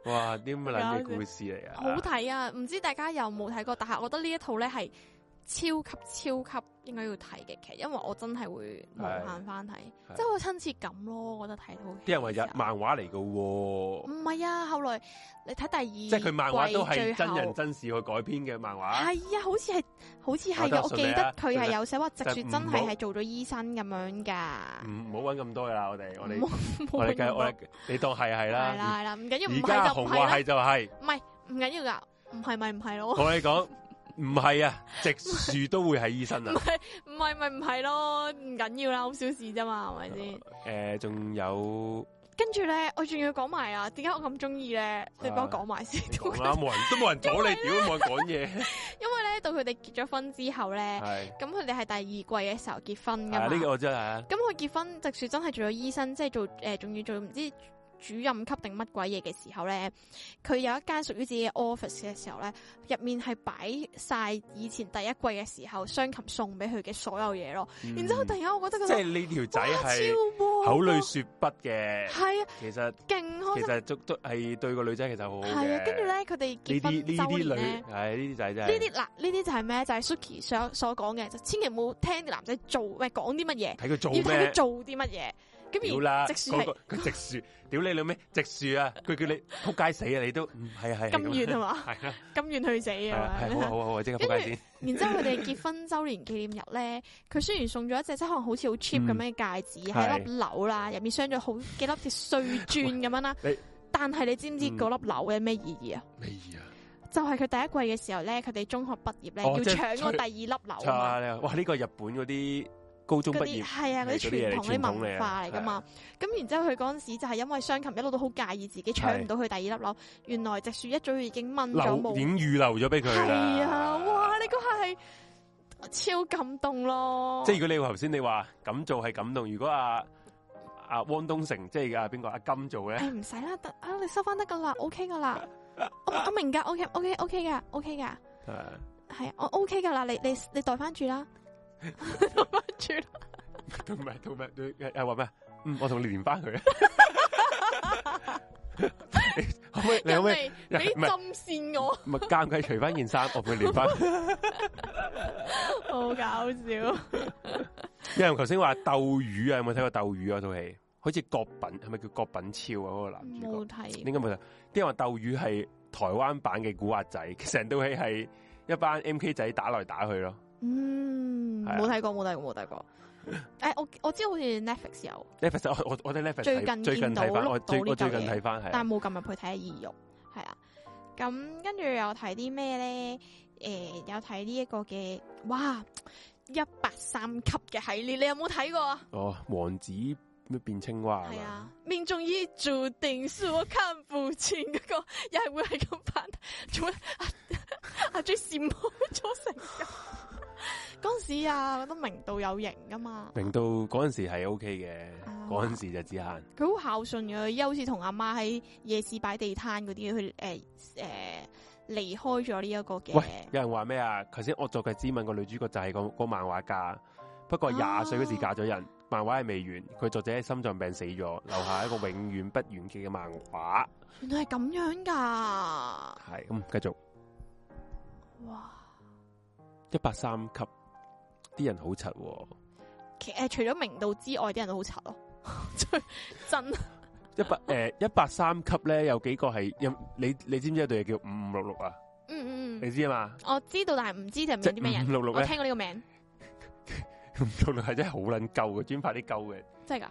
哇！啲咁嘅撚嘅故事嚟啊，
好睇啊！唔知大家有冇睇過，但係我覺得呢一套咧係超級超級應該要睇嘅劇，因為我真係會無限翻睇，
係
即係好有親切感咯。我覺得睇到
啲人話日漫
漫
畫嚟嘅喎，
唔係啊，後來你睇第
即
二，
係佢漫畫都係真人
係
真事去改編嘅漫畫，
啊，好似係，好似係
我得
嘅。我記
信你啊
得佢係有寫話直
信你
樹真
就唔
係
好
係做咗醫生咁樣
唔
㗎。
唔好揾咁多㗎啦，我嗯哋我哋
唔。好唔好
我哋
咁
計我哋
多
你當係係
係
啦。
啦係啦，唔緊要，唔
而家
係就唔
紅
係
話係
啦，
就係，
唔係唔緊要㗎，唔係咪唔係咯。
我同你講，唔係啊，植樹都會係醫生啊。
唔係咪唔係咯，唔緊要啦，好小事啫嘛，係咪先？
诶、仲 有
跟住咧，我仲要講埋啊，點解我咁中意咧？你幫我講埋先，因
講啦，冇人都冇人阻你，屌冇人講嘢，
為咧到佢哋結咗婚之後咧，
係
咁佢哋係第二季嘅時候結婚噶
啊
嘛。
呢個我真係啊，
咁佢結婚，直樹真係做咗醫生，即係做诶，仲、要做唔知主任級定乜鬼嘢嘅時候咧，佢有一間屬於自己嘅 office 嘅時候咧，入面係擺晒以前第一季嘅時候雙琴送俾佢嘅所有嘢咯。
嗯
然之后突然間，我覺得
即
嗰
係
度
呢條仔
哇
係
超啊窩
口里
喎
說不嘅，
係啊，
其實
勁
其
開心。
實足足係對個女仔其實好好
係啊，
嘅。
啊跟住咧，佢哋
呢
結
啲
婚
呢
周
啲
年
女
咧。
係呢啲仔真
呢
係
啲嗱，呢啲就係咩？就係 Suki 所所講嘅，就千祈唔好聽啲男仔做，喂講啲乜嘢，
睇佢做
要睇佢
咩？
做啲乜嘢。
屌
咁
啦，
而直樹係
嗰個佢直樹，屌你老咩？直樹啊！佢叫你 仆街死啊！你都嗯係啊係啊
咁
係
遠啊嘛
係啊
甘願去死
係啊
啊！
係好啊好啊好啊，即刻仆街先。
然之後佢哋結婚周年紀念日咧，佢雖然送咗一隻即係可能好似好 cheap 咁
嗯
樣嘅戒指，係粒紐啦，入面鑲咗好幾粒嘅碎鑽咁 樣啦
你。
但係你知唔知
嗯
嗰粒紐有咩意義啊？
咩啊？
就係佢第一季嘅時候咧，佢哋中學畢業咧，
哦
要
即係
搶
吹
嗰第二粒紐啊嘛。
差啦！哇！呢個日本嗰啲高中
嗰
畢
啲
業
係啊，嗰
係
啲
嗰啲嘢嚟
傳統
傳
啲
統
文化
嚟
嚟
嘅
噶嘛。咁然之後佢嗰陣時就係因為雙琴一路都好介意自己搶唔到佢第二粒樓，原來直樹一早已經掹咗
留已
冇。
經預留咗俾佢啦。
係啊，哇！你嗰下係超感動咯。
即係如果你頭先你話咁做係感動，如果阿阿汪東城即係阿邊個阿金做咧，
唉唔使啦，得啊你收翻得噶啦，OK 噶啦，我我明噶，OK OK OK 噶，OK 噶，
係
係我 OK 噶啦，你你你袋翻住啦，袋翻住啦。
同埋同埋佢又話咩？嗯，我同你連翻 佢。 你可唔可以？你可
人
唔可以？
哋俾
唔係
針線我，
咪監佢除翻件 衫，我唔會連翻。
好搞笑。
有人頭先話鬥魚啊，有冇睇過鬥魚啊？套戲好似郭品，係咪叫郭品超啊？嗰、個男主角
冇睇
應該冇睇。啲人話鬥魚係台灣版嘅古惑仔，成套戲係一班 M K 仔打來打去咯。
嗯，
係啊
冇睇過，冇睇過，冇睇過。诶，我我知好似 Netflix 有，
Netflix 我我我哋 Netflix
最
睇
近
最近
見到
睇翻，我
碌到
最
呢
我最近
嚿嘢
睇翻係啊
但冇撳入去睇下意欲，係啊。咁跟住又睇啲咩咧？诶、有睇呢一個嘅，哇，一百三級嘅系列，你有冇睇過啊？
哦，王子咩變青蛙
係
嘛
啊，命中已注定是我看不清嗰、個，又係會係咁翻，做咩阿阿 J 羨慕咗成咁。嗰陣時啊，覺得明道有型噶嘛，
明到嗰陣時係 O K 嘅
啊，
嗰陣時就只限
佢好孝順嘅，又好似同阿媽喺夜市擺地攤嗰啲，佢誒誒離開咗呢一個嘅
喂。有人話咩啊？頭先惡作劇之吻個女主角就係個個漫畫家，不過廿歲嗰時嫁咗人，漫畫係未完，佢作者喺心臟病死咗，留下一個永遠不完結嘅漫畫。
原來係咁樣噶，
係咁繼續
哇！
一百三級，啲人好柒喎，
其誒、除咗明道之外，啲人都好柒咯， 真真
一百诶一百三級咧有幾個係有你你知唔知有隊嘢叫五五六六啊？
嗯嗯
你
嗯，
知啊嘛？
我知道，但係唔知就係
即
啲咩人
五。六六
我
咧，
聽過呢個名，
五六六係真係好撚鳩嘅，專拍啲鳩嘅。
真係㗎。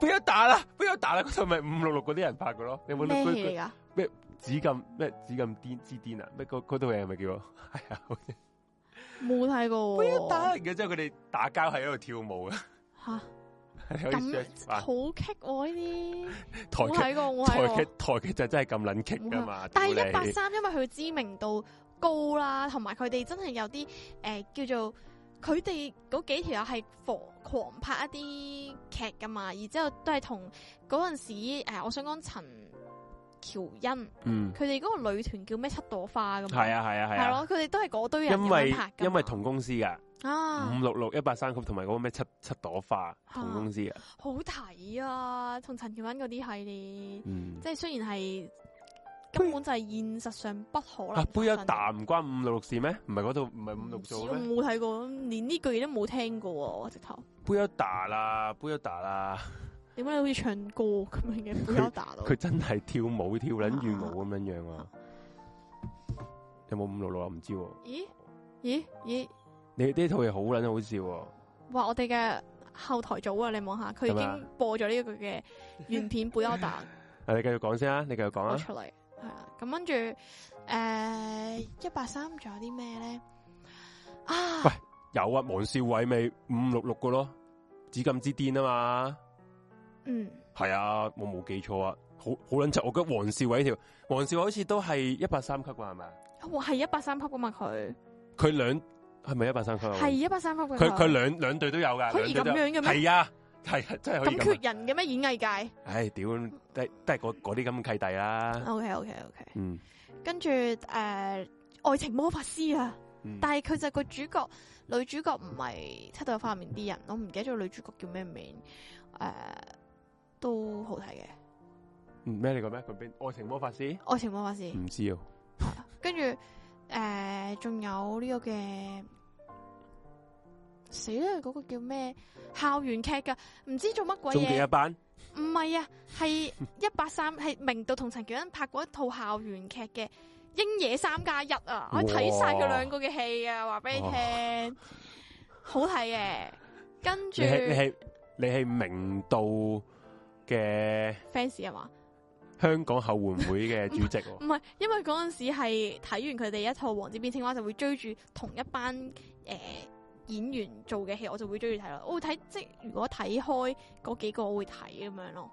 俾咗打啦，俾咗打啦，嗰套咪五六六嗰啲人拍嘅咯。你有冇
咩
嗰
戲嚟噶？
紫禁咩紫禁癲之癲啊？咩嗰嗰套嘢係咪叫？ 係啊，好似
冇睇過
俾咗打，
喎。
然之後佢哋打交係喺度跳舞啊，
吓
係有啲
咁
search
好
翻
棘喎呢啲，
啊台
冇
劇
睇過，冇
台
睇
劇
過。
台劇就真係咁撚劇噶嘛。
啊但係一
屌
八
你
三，因為佢知名度高啦，同埋佢哋真係有啲诶、呃叫做佢哋嗰幾條友係狂狂拍一啲劇噶嘛，然之后都係同嗰陣時诶、呃我想講陳喬恩，
嗯，
佢哋嗰個女團叫咩七朵花咁，
係，啊係啊係
係
啊，
咯，佢哋都係嗰堆人
因
咁
為
樣拍㗎
因為
嘛
同嗯公司噶
啊
五六六一八三級同埋嗰個咩七七朵花同公司啊，
好睇啊，同陳喬恩嗰啲系列，
嗯
即係雖然係根本就係現實上不可能
啊杯
發
一
生嘅。
啖唔關五六六事咩？唔係嗰套唔係五六
唔知
做
我
咩？
冇睇過，連呢句嘢都冇聽過喎，我直頭。
杯一打啦，杯一打啦。
點解你好似唱歌咁樣嘅布拉達咯？
佢真係跳舞跳捻住舞咁樣樣啊
啊！
有冇五六六啊？唔知喎。
咦咦咦！
你呢套嘢好捻好笑喎！
哇！我哋嘅後台組啊，你望下，佢已
係咪啊
經播咗呢一句嘅原片布拉達
啊，你繼續講先啊！你繼續講
咗
啊！
出嚟，係啊。咁跟住誒一八三仲有啲咩咧？
有啊，黃少偉咪五六六個咯，紫禁之巔啊嘛，
嗯，
係啊，我冇記錯啊，好好撚柒，我覺得黃少偉條黃少偉好似都係一百三級啩係咪？
哇，哦系一百三級噶嘛佢，
佢兩係咪一百三級啊？
係一百三級嘅
佢佢兩兩隊都有噶，
可以
兩隊
咁樣嘅
都有
咩
係啊，係啊真係可以
咁
咁啊。
缺人嘅咩演藝界
唉，屌，都係都係嗰嗰啲咁嘅契弟啦。
？OK OK OK，
嗯
跟住诶、呃愛情魔法師啊，
嗯，
但係佢就個主角女主角唔係七到花面啲人，我唔記得咗女主角叫咩名，诶、都好睇嘅
嗯咩嚟個咩？佢邊愛情魔法師？
愛情魔法師。
唔知啊，
跟住诶，仲、有呢個嘅死啦！嗰、個叫咩校園劇噶，唔知做乜鬼
終極
嘢
一？班
唔係啊，係一八三，係明道同陳喬恩拍過一套校園劇嘅《英野三加一》啊！我睇晒佢兩個嘅戲啊，話俾你聽，好睇嘅。跟住
你係你係你係明道嘅
fans 啊嘛，
香港後援會嘅主席喎
唔係，因為嗰陣時係睇完佢哋一套《王子變青蛙》，就會追住同一班诶、呃演員做嘅戲，我就會追住睇咯。我會睇即係如果睇開嗰幾個，我會睇咁樣咯。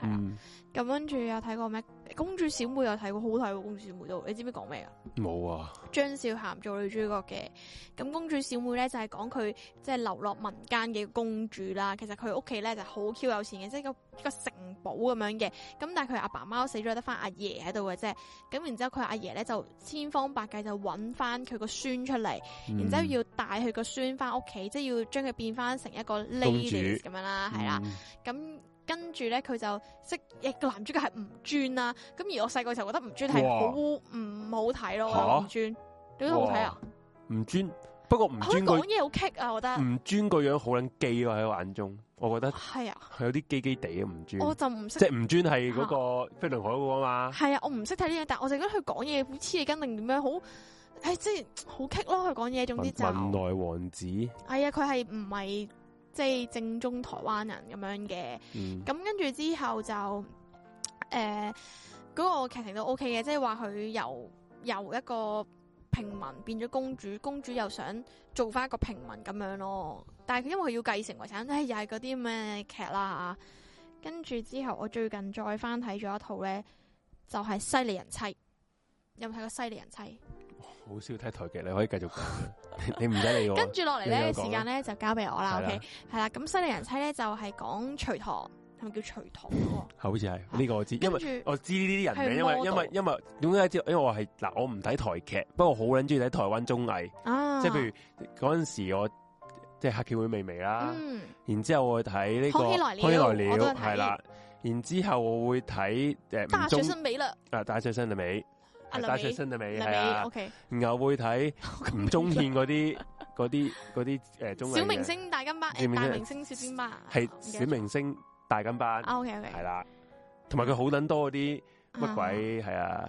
係啊，
嗯，
咁跟住有睇過咩？公主小妹有睇過，好睇喎！公主小妹都，你知唔知講咩啊？
冇啊，
張韶涵做女主角嘅，咁公主小妹咧就係講佢即係流落民間嘅公主啦。其實佢屋企咧就好 Q 有錢嘅，即係個一個城堡咁樣嘅。咁但係佢阿爸媽都死咗，得翻阿爺喺度嘅啫。咁然之後佢阿爺咧就千方百計就揾翻佢個孫出嚟，
嗯
然之後要帶佢個孫翻屋企，即係要將佢變翻成一個 lady 咁樣啦，係啦。
嗯，
咁跟住咧，佢就識誒個男主角係吳尊啦。咁而我細個時候覺得吳尊係
哇
好唔好睇咯，我覺得
嚇
吳尊你覺得好睇啊？
吳尊，嗯不過吳
佢
尊個
講嘢好棘啊，我覺得
吳尊個樣好撚基咯喺我眼中，我覺得
係啊，
佢有啲基基地啊吳尊，
我就唔識
即係吳尊係嗰個飛輪海嗰個啊嘛，
係啊，我唔識睇呢樣，但我就覺得佢講嘢好黐你筋定點樣好。誒，即係好棘咯，佢講嘢，總之
雲
就
雲內王子，
係啊，佢係唔係即係正宗台灣人咁樣嘅？
嗯
咁跟住之後就誒嗰、個劇情都 O K 嘅，即係話佢由由一個平民變咗公主，公主又想做翻一個平民咁樣咯。但係佢因為佢要繼承遺產，唉、又係嗰啲咩劇啦。跟住之後，我最近再翻睇咗一套咧，就係、犀利人妻》。有冇睇過《犀利人妻》？
好少睇台劇，你可以繼續講嘅，你你唔使理我啊。
跟住落嚟咧，
你繼續講啦
時間咧就交俾我啦。
係啦
OK，係啦。咁《犀利人妻》咧就係講隋唐，係咪叫隋唐嗰個？
好似係呢個我知，因
跟
為哦
住
我知呢啲人
係
名，因為
model
因為因為點解知？因為我係嗱，我唔睇台劇，不過好撚中意睇台灣綜藝，
啊，
即係譬如嗰陣時我即係黑澀會微微啦，
嗯。
然之後我會睇呢個
康熙來了
來
我都有睇
係啦，然之後我會睇誒
大
吳
學
宗
生美啦，
啊大學生嘅尾，
阿
係
梁
哎大學
美，
生嘅尾
梁
係
美
啊，
，OK，
然後會睇吳宗憲嗰啲嗰啲嗰啲誒綜藝嘅
小明星大金巴，
小
誒
明星
大明星小金巴，
係
唔記
小
得咗
明星大金班
啊，OK OK，
係啦，同埋佢好撚多嗰啲。乜鬼係啊？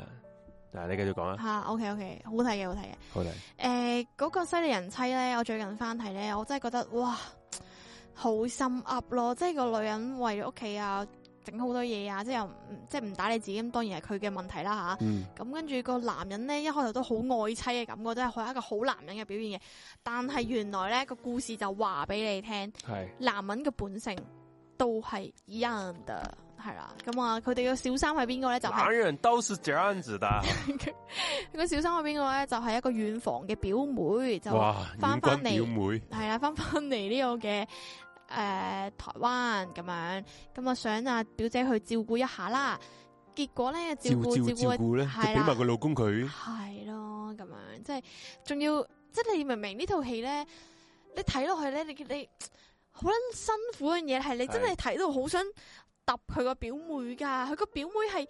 嗱，你繼續講啊，
吓，OK OK，好睇嘅，好睇嘅。
好嚟，
誒嗰個犀利人妻咧，我最近翻睇咧，我真係覺得哇，好心噏咯！即係個女人為咗屋企啊，整好多嘢啊，即係又唔即係唔打理自己，咁當然係佢嘅問題啦吓。
嗯，
咁跟住個男人呢，一開頭都好愛妻嘅感覺，真係佢係一個好男人嘅表現嘅。但係原來呢個故事就話俾你聽。
係，
男人嘅本性都係一樣的，係啦。咁啊，佢哋嘅小三係邊個咧？就係、
人都是這樣子的，
佢個小三係邊個咧？就係、一個遠房嘅表妹，就係
哇，
返
遠
返
軍
嚟
表妹，
啦，翻翻嚟呢個嘅。誒、台灣咁樣，咁啊想啊表姐去照顧一下啦。結果咧照顧照顧
顧咧
係啦啊
個老公佢，
系咯，咁樣即係仲要，即係你明明呢套戲咧，你睇落去咧，你你好撚辛苦嘅嘢係你真係睇到好想揼佢個表妹噶，佢個表妹係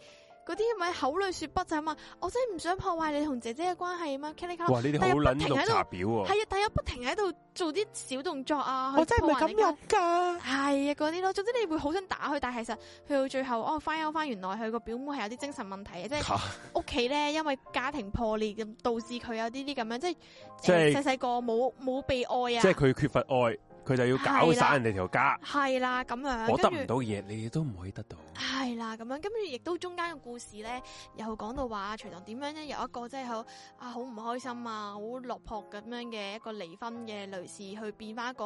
嗰啲咪口裏說不就係嘛，我真係唔想破壞你同姐姐嘅關係啊嘛，Kelly
哇，呢啲好撚
但係不停喺
綠
度
茶婊喎，
係啊，但係不停喺度做啲小動作啊，
哦
去破壞你家
噶，
係啊，嗰啲咯，總之你會好想打佢，但係其實去到最後，哦，翻休翻，原來佢個表妹係有啲精神問題嘅，即係
嚇
屋企咧，因為家庭破裂咁，導致佢有啲啲咁樣，即係
即係
誒細細個冇冇被愛啊，
即係佢缺乏愛，佢就要搞散人哋條家，
系啦，咁样
我得
跟住
唔到嘅嘢，你哋都唔可以得到。
系啦，咁樣跟住亦都中間嘅故事咧，又講到話隋唐點樣咧，有一個即係好啊好唔開心啊，好落魄咁樣嘅一個離婚嘅女士，去變翻一個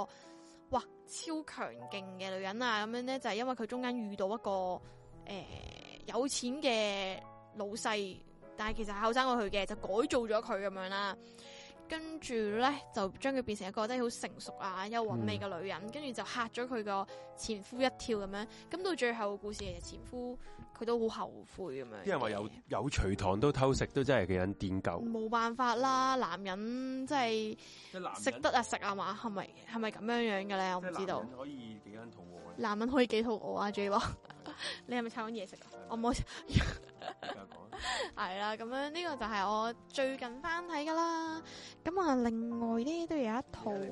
哇超強勁嘅女人啊，咁樣咧就係因為佢中間遇到一個诶、有錢嘅老細，但係其實後生過佢嘅，就改造咗佢咁樣啦。跟住咧就將佢變成一個即係好成熟啊、有韻味嘅女人，跟住、就嚇咗佢個前夫一跳咁樣。咁到最後故事其實前夫佢都好後悔咁樣嘅。
啲人話有有隋唐都偷食，都真係幾人癲鳩。
冇辦法啦，男人即係
即係男
食得啊食啊嘛，係咪係咪咁樣樣嘅咧？我唔知道。
可以幾人肚餓
男人可以幾肚餓啊，J 咯， 你係咪炒緊嘢食啊？我冇係啦，咁樣呢個就係我最近翻睇噶啦。咁啊，另外咧都有一套
睇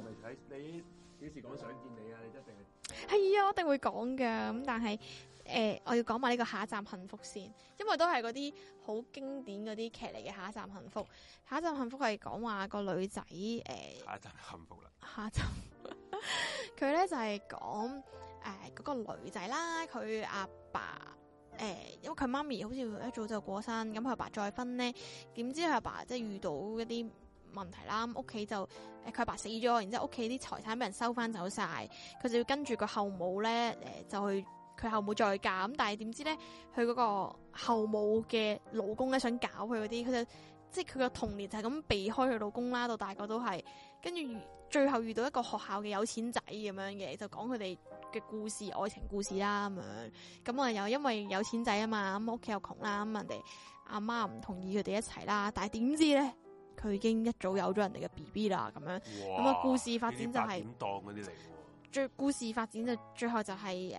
你幾時講想見你啊？你一定係
係啊，我一定會講嘅。咁但係诶、呃我要講埋呢個下一站幸福先，因為都係嗰啲好經典嗰啲劇嚟嘅下一站幸福。下一站幸福係講話個女仔呃诶、
下一集幸福啦。
下集，佢咧就係講诶嗰個女仔啦，佢阿爸诶、呃因為佢媽咪好似一早就過身，咁佢阿爸再婚咧，點知佢阿爸即係遇到一啲問題啦，咁屋企就诶佢阿爸死咗，然之後屋企啲財產俾人收翻走晒，佢就要跟住個後母咧诶、呃就去。佢後母再嫁咁，但係點知咧，佢嗰個後母嘅老公咧想搞佢嗰啲，佢就即係佢個童年就係咁避開佢老公啦，到大個都係，跟住最後遇到一個學校嘅有錢仔咁樣嘅，就講佢哋嘅故事、愛情故事啦咁樣。咁啊又因為有錢仔啊嘛，咁屋企又窮啦，咁人哋阿媽唔同意佢哋一齊啦，但係點知咧，佢已經一早有咗人哋嘅 B B 啦，咁樣。
咁
啊故事發展就係
點當嗰啲嚟喎。
最故事發展就最後就係、誒、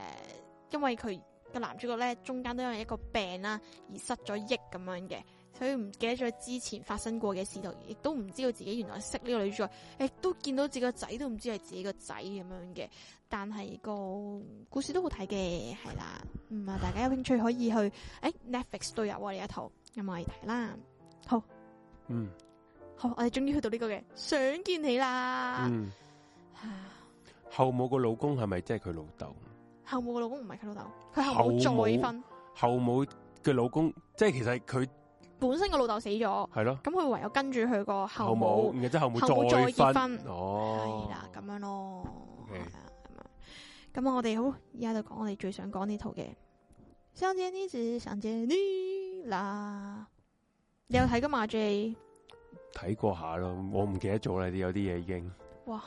因為佢個男主角咧中間都因為一個病啦而失咗憶咁樣嘅，所以唔記得咗之前發生過嘅事，同亦都唔知道自己原來識呢個女主角，亦都見到自己個仔都唔知係自己個仔咁樣嘅，但係個故事都好睇嘅，係啦，嗯啊，大家有興趣可以去誒、Netflix 都有啊呢一套，有冇嚟睇啦？
嗯
好，我哋終於去到呢個嘅想見你啦，
嗯，後母個老公係咪即係佢老豆？
後母個老公唔係佢老豆，佢後母
後母
再婚。
後母嘅老公即係其實佢
本身個老豆死咗，
係咯。
咁佢唯有跟住佢個
後
後
母，
母，
然後之後
後母
母
再
再
結
婚
婚，
哦，
係啦咁樣咯，
OK
係啊咁樣。咁我哋好，而家就講我哋最想講呢套嘅《想見你只想見你》啦。你有睇噶嘛？J，
睇過下咯，我唔記得咗啦，啲有啲嘢已經。
哇，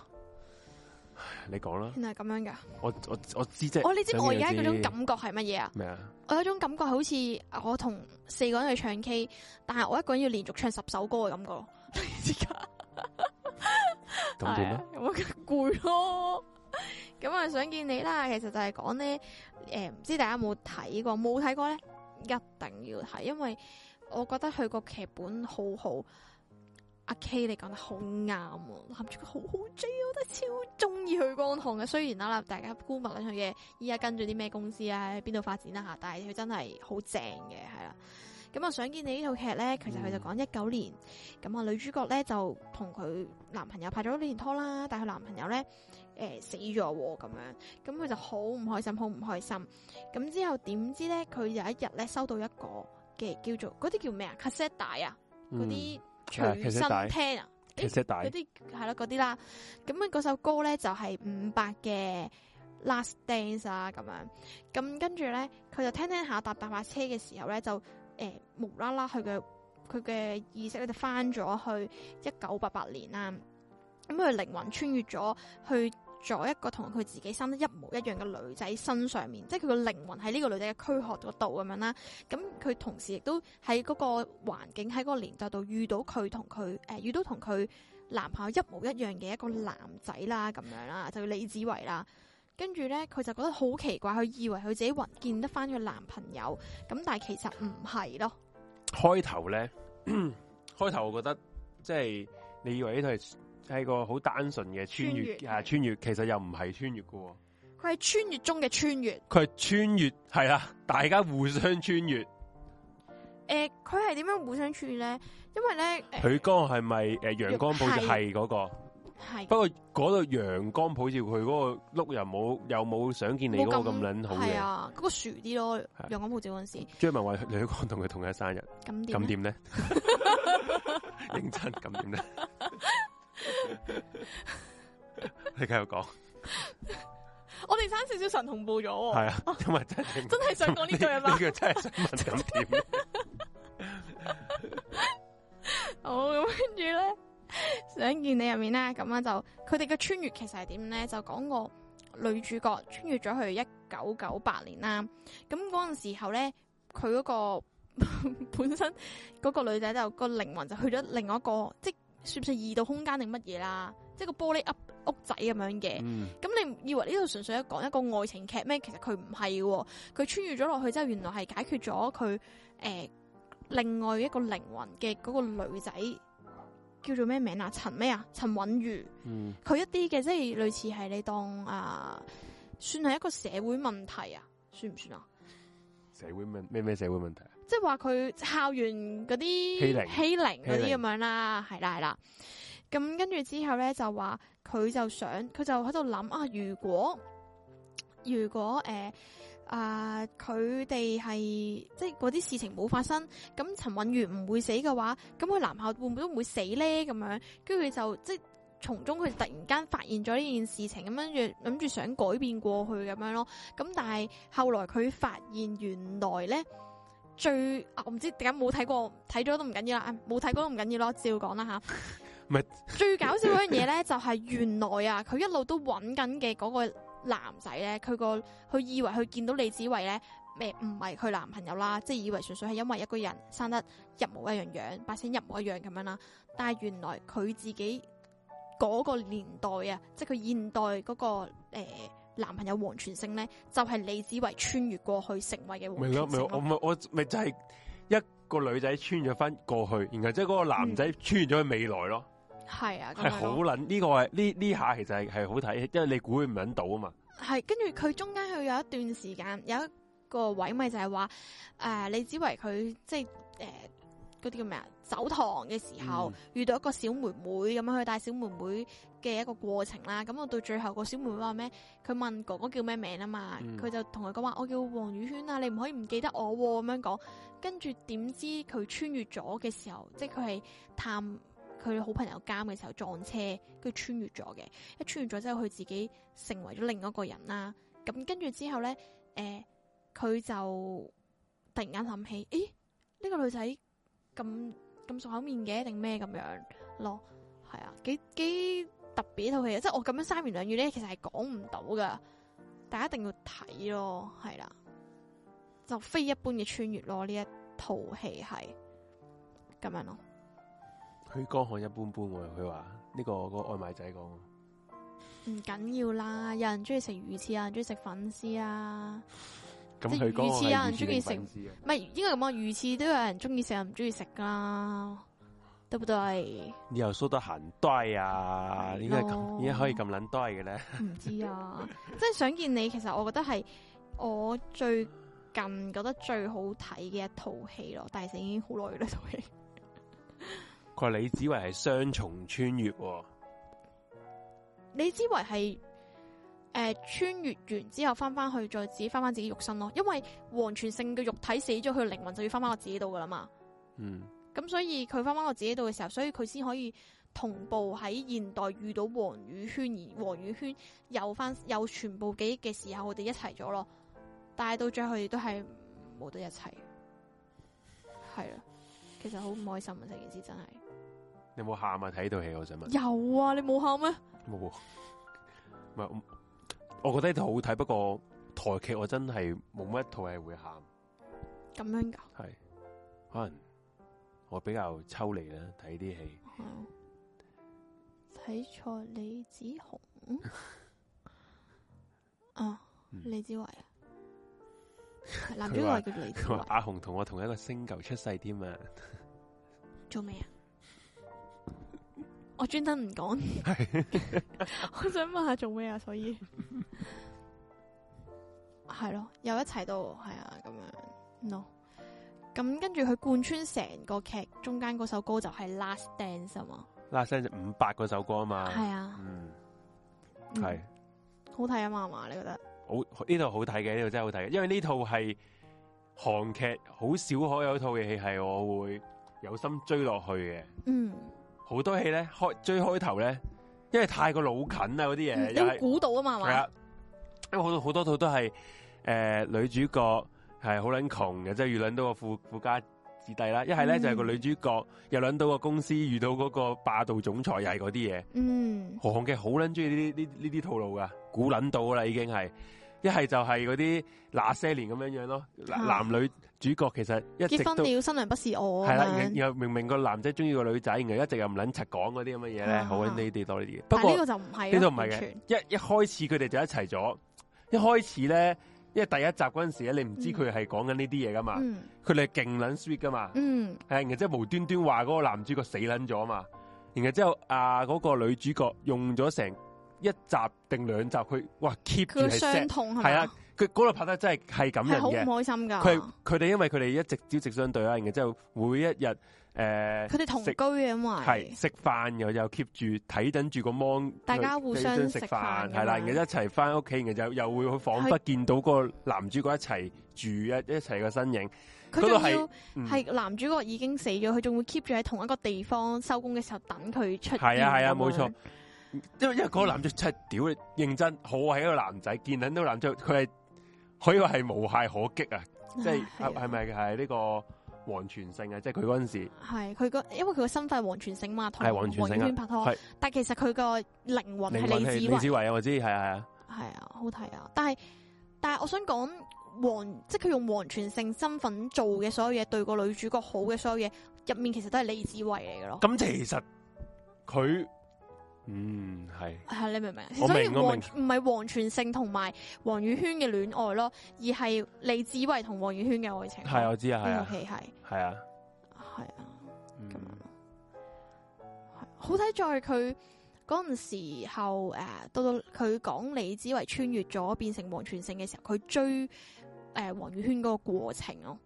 你講啦，
原來係咁樣噶。
我我我知啫。
哦，你知唔知我而家嗰種
想
感覺係乜嘢啊？
咩啊？
我有一種感覺好似我同四個人去唱 K，但係我一個人要連續唱十首歌嘅感覺 咯。你知㗎
咁點
係
咧
啊？咁攰咯。咁啊，想見你啦。其實就係講咧，诶、唔知大家有冇睇過？冇睇過咧，一定要睇，因為我覺得佢個劇本好好。阿 K 你講得好啱啊，男主角好好 J，我覺得超中意佢光堂嘅。雖然啦，大家估唔到佢嘅依家跟住啲咩公司啊，喺邊度發展啦吓，但係佢真係好正嘅，係啦。咁啊，想見你呢套劇咧，其實佢就講一九年，咁啊、女主角咧就同佢男朋友拍咗一年拖啦，但係佢男朋友咧诶、呃死咗喎咁樣，咁佢就好唔開心，好唔開心。咁之後點知咧，佢有一日咧收到一個嘅叫做嗰啲叫咩啊 cassette 帶啊，嗰啲
啊
隨
cassette 帶
身聽啊。
其實大
嗰啲係咯嗰啲啦，咁樣嗰首歌咧就係伍佰嘅 Last Dance 啊咁樣，咁跟住咧佢就聽聽下搭搭下車嘅時候咧就诶、呃無啦啦佢嘅佢嘅意識咧就翻咗去一九八八年啦，咁佢靈魂穿越咗去。咗一個同佢自己生得一模一樣嘅女仔身上面，即係佢個靈魂喺呢個女仔嘅軀殼嗰度咁樣啦。咁佢同時亦都喺嗰個環境喺嗰個年代度遇到佢同佢誒遇到同佢男朋友一模一樣嘅一個男仔啦，咁樣啦，就叫李子維啦。跟住咧，佢就覺得好奇怪，佢以為佢自己還見得翻佢男朋友，咁但係其實唔係咯。
開頭 咧，開頭我覺得即係你以為呢套係係個好單純嘅穿越
穿越
啊，穿越其實又唔係穿越嘅喎，
佢係穿越中嘅穿越，
佢係穿越係啦，啊大家互相穿越。
誒佢係點樣互相穿越咧？因為咧，誒
呃許光係咪诶阳光報就係嗰個
係
不過嗰度陽光普照佢嗰個碌又冇又冇想見你嗰個咁撚好
係
嘅。
啊，嗰個薯啲咯，
係
陽光普照嗰陣時，
張文話呂光同佢同日生日，
咁點啊
咁
呢？
點咧？認真咁點咧？你繼續講，
我哋生少少神同步咗
哦
喎，
係啊，因為真係
真係想講呢句 啊
呢
嘛。
句真係想問 咁點？
好，咁跟住咧，
想見你入面啦，咁啊就佢哋嘅穿越其實係點咧？就講個女主角穿越咗去一九九八年啦。咁嗰陣時候咧，佢嗰、個 本身嗰個女仔就、個靈魂就去咗另外一個，即係算唔算異度空間定乜嘢啦？即係個玻璃屋屋仔咁樣嘅。
嗯，
咁你以為呢度純粹講一個愛情劇咩？其實佢唔係喎，佢穿越咗落去之後，原來係解決咗佢誒另外一個靈魂嘅嗰個女仔叫做咩名啊？陳咩啊？陳韻如，
嗯
佢一啲嘅即係類似係你當啊，算係一個社會問題啊，算唔算啊？
社會問咩咩社會問題啊？
即係話佢校園嗰啲
欺凌
欺凌嗰
欺
啲
凌
咁樣啦，係啦係啦。咁跟住之後咧就話佢就想佢就喺度諗啊，如果如果誒啊佢哋係即係嗰啲事情冇發生，咁陳韻如唔會死嘅話，咁佢男校會唔會都唔會死咧？咁樣跟住就即係。從中佢突然間發現咗呢件事情，咁跟住諗住想改變過去咁樣咯。咁但係後來佢發現原來咧最啊我唔知點解冇睇過，睇咗都唔緊要啦，啊冇睇過都唔緊要咯，照講啦
唔
吓
係。
最搞笑嗰樣嘢咧，就係原來啊，佢一路都揾緊嘅嗰個男仔咧，佢個佢以為佢見到李子維咧。誒唔係佢男朋友啦，即係以為純粹係因為一個人生得一模一樣樣，把聲一模一樣咁樣啦。但係原來佢自己嗰個年代啊，即係佢現代嗰、個、呃、男朋友黃傳勝咧，就係、李子維穿越過去成為嘅黃
咪 咯，
傳
咪
勝
咯我
咯。
咪我咪就係一個女仔穿咗翻過去，然後即係嗰個男仔穿越咗去未來咯，
係啊，嗯咁
係
樣咯
好捻呢個係呢呢下其實係係好睇，因為你估佢唔捻到啊嘛。
係，跟住佢中間佢有一段時間有一個位咪就係話，誒、李子維佢即係誒嗰啲叫咩啊，走堂嘅時候、
嗯
遇到一個小妹妹咁樣，佢帶小妹妹嘅一個過程啦。咁我到最後個小妹妹話咩？佢問哥哥叫咩名啊嘛，
嗯
佢、就同佢講話我叫黃宇軒啊，你唔可以唔記得我喎、咁樣講。跟住點知佢穿越咗嘅時候，即係佢係探佢好朋友監嘅時候撞車，佢穿越咗嘅。一穿越咗之後，佢自己成為咗另一個人啦。咁跟住之後咧，誒、佢就突然間諗起，咦，呢、個女仔咁咁熟口面嘅，定咩咁樣咯？係啊，幾幾特別一套戲啊！即係我咁樣三言兩語咧，其實係講唔到噶，大家一定要睇咯，係啦、就非一般嘅穿越咯，呢一套戲係咁樣咯。
佢江漢一般般喎，佢話呢個嗰個外賣仔講，
唔緊要啦，有人中意食魚翅，有人中意食粉絲啊。
咁
即係
佢江
魚翅
漢
有人
係
鍾意食
粉絲啊
唔係應該咁講，魚翅都有人中意食，有人唔中意食噶啦，對不對？
你又梳得閒呆啊？點解咁
咯
點解可以咁捻呆嘅咧？
唔知 啊，即係想見你。其實我覺得係我最近覺得最好睇嘅一套戲咯，但係已經好耐嘅呢套戲。
佢話李子維係雙重穿越喎，
你之為係誒呃穿越完之後翻翻去，再自己翻翻自己肉身咯，因為黃泉性嘅肉體死咗，佢靈魂就要翻翻我自己度噶啦嘛。
嗯，
咁所以佢翻翻我自己度嘅時候，所以佢先可以同步喺現代遇到黃宇軒，而黃宇軒有翻有全部記憶嘅時候，我哋一齊咗咯。但係到最後，佢哋都係冇得一齊，係啦。其實好唔開心啊！成件事真係
你有冇喊啊？睇呢套戲我想問，
有啊！你冇喊咩？
冇喎，唔係嗯我我覺得呢套好睇，不過台劇我真係冇乜一套係會喊。
咁樣噶，
系，可能我比較抽離啦，睇啲戲。
係啊睇錯李子雄 啊，
嗯
李子維啊，男主角係叫李子
佢話
維，
阿紅同我同一個星球出世添啊，
做咩啊？ 我專登唔講， 我想問下做咩啊？所以係咯，又一齊到係啊，咁樣 no。咁跟住佢貫穿成個劇中間嗰首歌就係 Last Dance 啊嘛，
Last Dance 五百嗰首歌啊嘛，
系啊，
嗯，
嗯
係
好睇啊嘛，係嘛？你覺得？
好呢套好睇嘅，呢套真係好睇嘅，因為呢套係韓劇，好少可有一套戲係我會有心追落去嘅。
嗯，
好多戲咧開追開頭咧，因為太過老近啦嗰啲嘢，
嗯你
呃又
會
係
估到啊嘛，
係
係嘛？
啊，因為好多好多套都係诶、呃女主角係好撚窮嘅，即係遇撚到個富富家子弟啦，一係咧
嗯
就係個女主角又撚到個公司遇到嗰個霸道總裁，又係嗰啲嘢。
嗯，
韓劇好撚中意呢啲呢呢啲套路噶，估撚到啦已經係。一係就係嗰啲那些年咁樣樣咯，
啊
男男女主角其實一直
結婚
都
了，新娘不是我啊
系啦，
咁
然
樣
然後明明個男仔中意個女仔，然後一直又唔撚柒講嗰啲咁嘅嘢咧，
啊
好撚呢啲多呢啲嘢。不
但係呢個
過
就唔係
呢
咯，
度唔係
完
嘅
全，
一一開始佢哋就一齊咗，一開始咧，因為第一集嗰阵时咧，你唔知佢係講緊呢啲嘢噶嘛，
嗯
佢哋係勁撚 sweet 噶嘛，
嗯
係，然後即係無端端話嗰個男主角死撚咗嘛，然後之後啊嗰、個女主角用咗成一集定兩集，佢哇 keep
佢
住
個
係 set，
傷痛係
係啊
咪？，
佢嗰度拍得真係係感
係
人
好唔啊
嘅。
開心㗎。
佢佢哋因為佢哋一直朝夕相對啦，然後之後每一日诶
佢哋同居嘅，因
系
為
食飯又又 keep 住睇緊住個 mon，
大家互相
食
食飯
飯
咁
係啦，然
樣
後一齊翻屋企，然後又又會彷彿見到個男主角一齊住一一齊嘅身影，嗰
佢仲
度係
要
嗯
係男主角已經死咗，佢仲會 keep 住喺同一個地方收工嘅時候等佢出現。
係啊係啊冇錯
咁樣。
因為因為嗰個男仔真係屌你認真，好係一個男仔，見到到男仔佢係可以話係無懈可擊啊！即係
唉
係係咪係呢個黃泉性啊？即係佢嗰陣時
係佢個，因為佢個身份係黃泉醒嘛，同
係黃泉性啊
圈拍拖
係，
但其實佢個靈魂
靈魂
係
係
李子
李子
維，
維啊，我知係啊係啊，
係啊，好睇啊！但係但係，我想講黃，即係佢用黃泉性身份做嘅所有嘢，對個女主角好嘅所有嘢，入面其實都係李子維嚟嘅咯。
咁其實佢嗯係。
系你明唔明？
我明
所以
我
黃
明
唔係黃泉勝同埋黃宇軒嘅戀愛咯，而係李子維同黃宇軒嘅愛情咯。
係我知啊，係
呢
啊
套，戲係
係啊，
係啊
嗯
咁樣咯。係好睇在佢嗰陣時候诶，誒到到佢講李子維穿越咗變成黃泉勝嘅時候，佢追诶黃宇軒嗰個過程咯，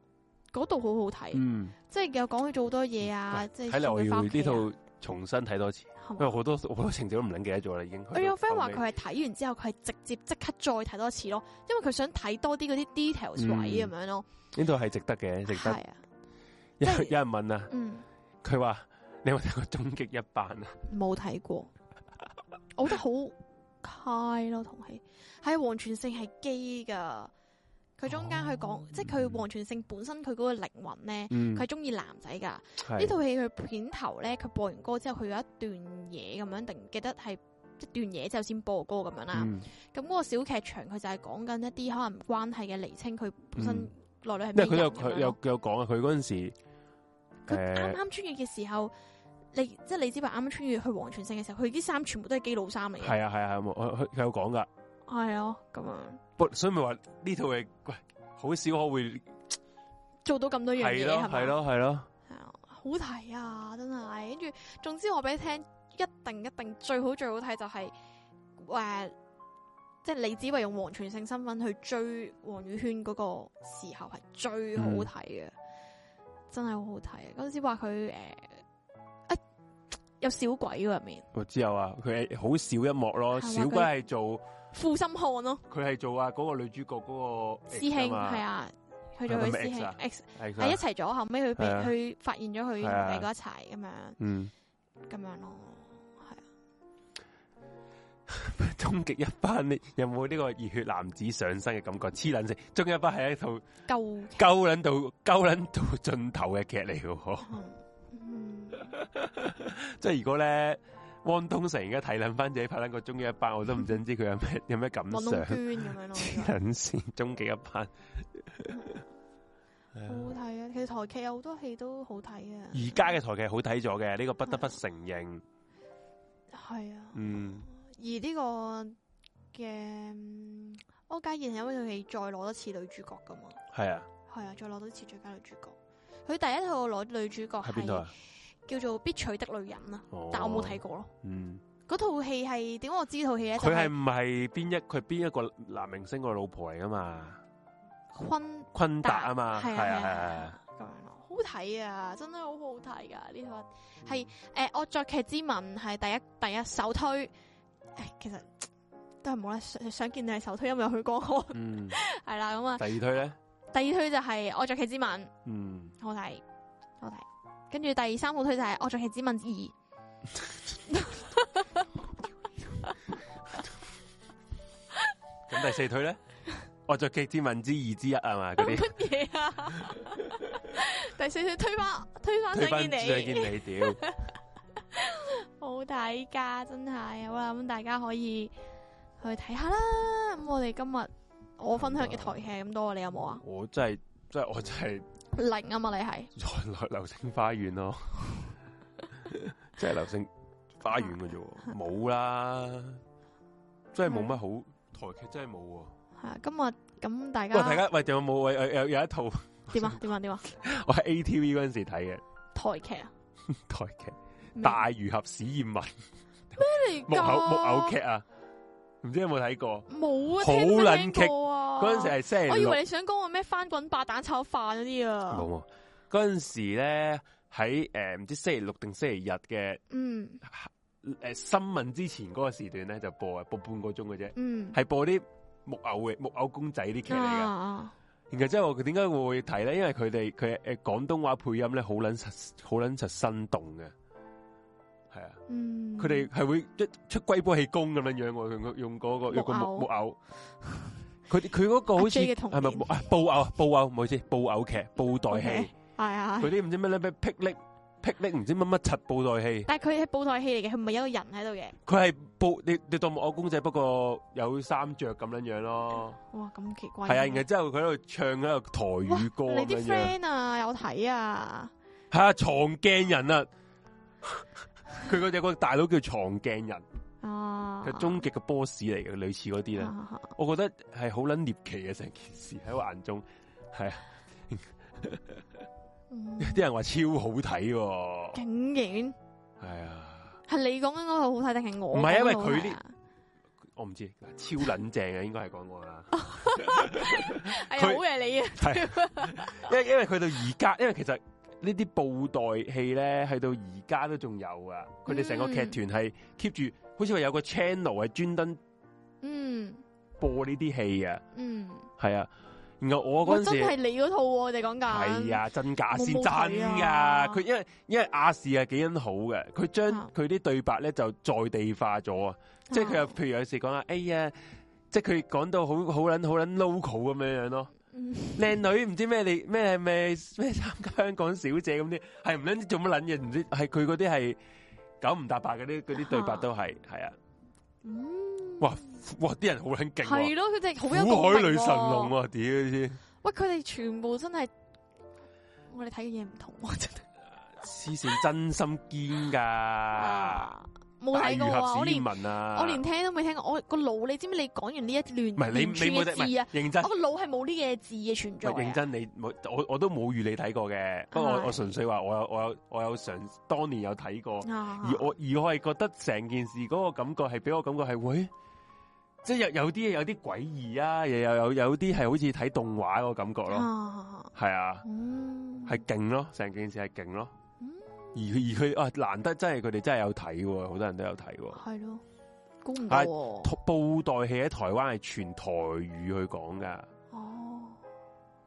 嗰度好好睇，啊
嗯，
即係又講佢做好多嘢啊，即係
睇嚟我要呢
送佢返屋
套重新睇多次，
企啊係嘛
因為好多好多情節都唔撚記得咗啦，已經去到後
我
尾。
有 friend 話佢係睇完之後，佢係直接即刻再睇多次咯，因為佢想睇多啲嗰啲 details
嗯
位咁樣咯。
呢套係值得嘅，值
係
得。
啊，
有
即係
有人問啊，
嗯，
佢話你有冇睇過《終極一班》啊？
冇睇過，我覺得好 high 咯，同戲係黃泉性係基噶，佢中間佢講，
哦
即係佢黃泉性本身佢嗰個靈魂咧，
嗯
佢係中意男仔㗎。呢
呢
套戲佢片頭咧，佢播完歌之後，佢有一段嘢咁樣，定唔記得係一段嘢之後先播歌咁樣啦。
嗯
咁嗰個小劇場佢就係講緊一啲可能關係嘅釐清，佢本身
嗯
內裏係
因為佢
咩人
有
咁
佢
樣
有
咯
有講啊，佢嗰陣時
佢啱
誒
啊啱穿越嘅時候，你即係李子華啱啱穿越去黃泉聖嘅時候，佢啲衫全部都係基佬衫嚟嘅，
係啊係啊係啊，冇佢佢佢有講噶，
係啊咁樣
不所以咪話呢套係喂好少可會
做到咁多樣
係
嘢
咯
係咪？
係咯係咯，
係啊，好睇啊，真係。跟住，總之我俾你聽，一定一定最好最好睇就係、誒、即係李子維用黃傳勝身份去追黃宇軒嗰個時候係最好睇嘅，
嗯
真係好好睇啊！嗰陣時話佢誒啊有小鬼喎入面，
我之後啊，佢係好少一幕咯，
係話
小
佢
鬼係做
負心漢咯，
佢係做啊嗰個女主角嗰個
師兄
ex 啊嘛
係啊，去咗佢
係咪
師
ex
兄
啊
X
係
係一齊咗，後尾佢被
係啊
佢發現咗佢
係啊
同你嗰一齊咁樣
嗯，
咁樣咯，係啊
終極一班，你有冇呢個熱血男子上身嘅感覺？黐撚線，終極一班係一套
夠
鳩撚到鳩撚到盡頭嘅劇嚟嘅喎，
嗯，
即係如果咧汪東城而家睇撚翻自己拍撚個終極一班，我都唔想知佢有咩有咩感
运
想。
動圈
黐
咁樣 咯，
撚線，終極一班。
好好睇啊！其實台劇有好多戲都好睇啊嘅，
而家嘅台劇好睇咗嘅，呢、個不得不承認。
係啊，
嗯，
而呢個嘅嗯柯佳燕係因為套戲再攞多次女主角噶嘛，
係啊，
係啊，再攞多次最佳女主角。佢第一套攞女主角
喺邊度
係
啊？
叫做《必娶的女人》啊，
哦
哦但我冇睇。過咯。
嗯，
嗰套戲係點解我知套戲咧？就
佢係
係
唔係邊一佢邊一個男明星個老婆嚟噶嘛？
昆
昆達
達
啊嘛，係
係
啊係啊
係
係啊。
咁樣咯，好睇啊，真係好好睇噶呢套。係诶，《惡作劇之吻》係第一第一首推，唉其實嗯都係冇啦。想想見你係首推，因為有許光漢
嗯，
係啦咁啊。
第二推咧，
第二推就係《惡作劇之吻》，
嗯，
好睇，好睇。跟住第三好推就係《惡作劇 之吻二》，
咁第四推 咧，我就極之問之二之一啊嘛，嗰啲
乜嘢啊？第四推推翻推翻
推
想
翻
見
想
你，
見你屌，
好睇噶，真係好啦。咁大家可以去睇下啦。咁我哋今日我分享嘅台劇咁多，你有冇啊？
我真係真係我真係
零啊嘛，你係
流流星花園咯， 即係流星花園嘅啫 喎，冇啦，真係冇乜
嗯
好台劇，真係冇喎。
係啊。今日咁大家
喂，大家喂，仲有冇喂有有有一套我
點啊？點啊？點啊？
喺 ATV 嗰陣時睇嘅
台劇啊？
台劇
咩
《大魚俠史艷文》
咩嚟㗎
木偶木偶劇啊，唔知有冇睇過？
冇啊，
好
聽都
撚
聽
劇
過啊！
嗰陣時係星
我
期
以
六
為你想講我咩翻滾八蛋炒飯嗰啲
冇
啊，
冇，嗰陣時咧喺誒唔知星期六定星期日嘅
嗯
誒新聞之前嗰個時段咧就播啊，播半個鐘嘅啫，
嗯，
係播啲木偶嘅木偶公仔啲劇嚟嘅。
啊，
然後之後佢點解會睇咧？因為佢哋佢誒廣東話配音咧好撚實好撚實生動嘅，係啊。
嗯，
佢哋係會一出龜波氣功咁樣樣喎，用用嗰、個用個木
木
木
偶
偶。佢佢嗰個好似
阿 J 嘅童
係
年
咪木啊布偶啊布偶？唔好意思，布偶劇布袋
OK
戲，
係啊，
嗰啲唔知咩咧咩霹靂霹靂唔知乜乜柒布袋戲，
但係佢係布袋戲嚟嘅，佢唔係一個人喺度嘅，
佢係布你你當木偶公仔，不過有衫着咁樣樣咯。
哇咁奇怪，
係啊，然後之後佢喺度唱喺度台語歌
你
咁
啲
樣樣，
friend 啊有睇啊，
係啊藏鏡人啊，佢嗰有個大佬叫藏鏡人，
啊，
佢終極嘅 boss 嚟嘅，類似嗰啲啦。
啊
我覺得係好撚獵奇嘅成件事喺我眼中，係啊，
嗯
啲人話超好睇喎，
竟然
係啊，
係你講緊嗰個好睇定係我
唔
講緊嗰個好睇啊？
係因為佢啲我唔知，超撚正啊嘅應該係講我啦，
哦哎呀，
佢
好嘢你啊，
係啊，因因為佢到而家，因為其實呢啲布袋戲咧，去到而家都仲有啊，佢哋成個劇團係 keep 住，好似話有個 channel 係專登
嗯
播呢啲戲嘅，
嗯，
係啊，然後我
哇
嗰陣
真
時
係。你嗰套喎，我哋講緊
係，啊，真假先
我
真
冇睇
噶
啊，
佢因為因為亞視係幾咁好嘅，佢將
啊
佢啲對白咧就在地化咗啊，即係佢又譬如有時講啊，哎呀，即係佢講到好好撚好撚 local 咁樣樣咯，
嗯
靚女唔知咩你咩係咪咩參加香港小姐咁啲，係唔撚知做乜撚嘢，唔知係佢嗰啲係九唔搭八嗰啲嗰啲對白都係係啊，
嗯
哇哇啲人好撚勁
係
喎，
咯，佢哋好有
苦
共
海
鳴
女神
喎
龍喎，屌你知
喂，佢哋全部真係我哋睇嘅嘢唔同 喎，真係
黐線真心堅㗎。
冇睇過啊！我連
文啊，
我連聽都未聽過，我個腦你知唔知？你講完呢一
唔
段
係你
連串
你冇
嘅
得唔係
字啊，
認真
我，個腦係冇呢嘅字嘅存
唔
在
係認
啊。
真你冇我我都冇預你睇過嘅，不過我
係
我純粹話我有我有我有嘗當年有睇過，
啊
而我而我係覺得成件事嗰個感覺係俾我感覺係喂，即係有有啲嘢有啲詭異啊，又有有有啲係好似睇動畫嗰個感覺咯，
啊
係啊，
嗯
係勁咯，成件事係勁咯，
嗯
而佢而佢啊難得真係佢哋真係有睇喎，好多人都有睇喎。
係咯，估唔到喎
布袋戲喺台灣係全台語去講噶，
哦，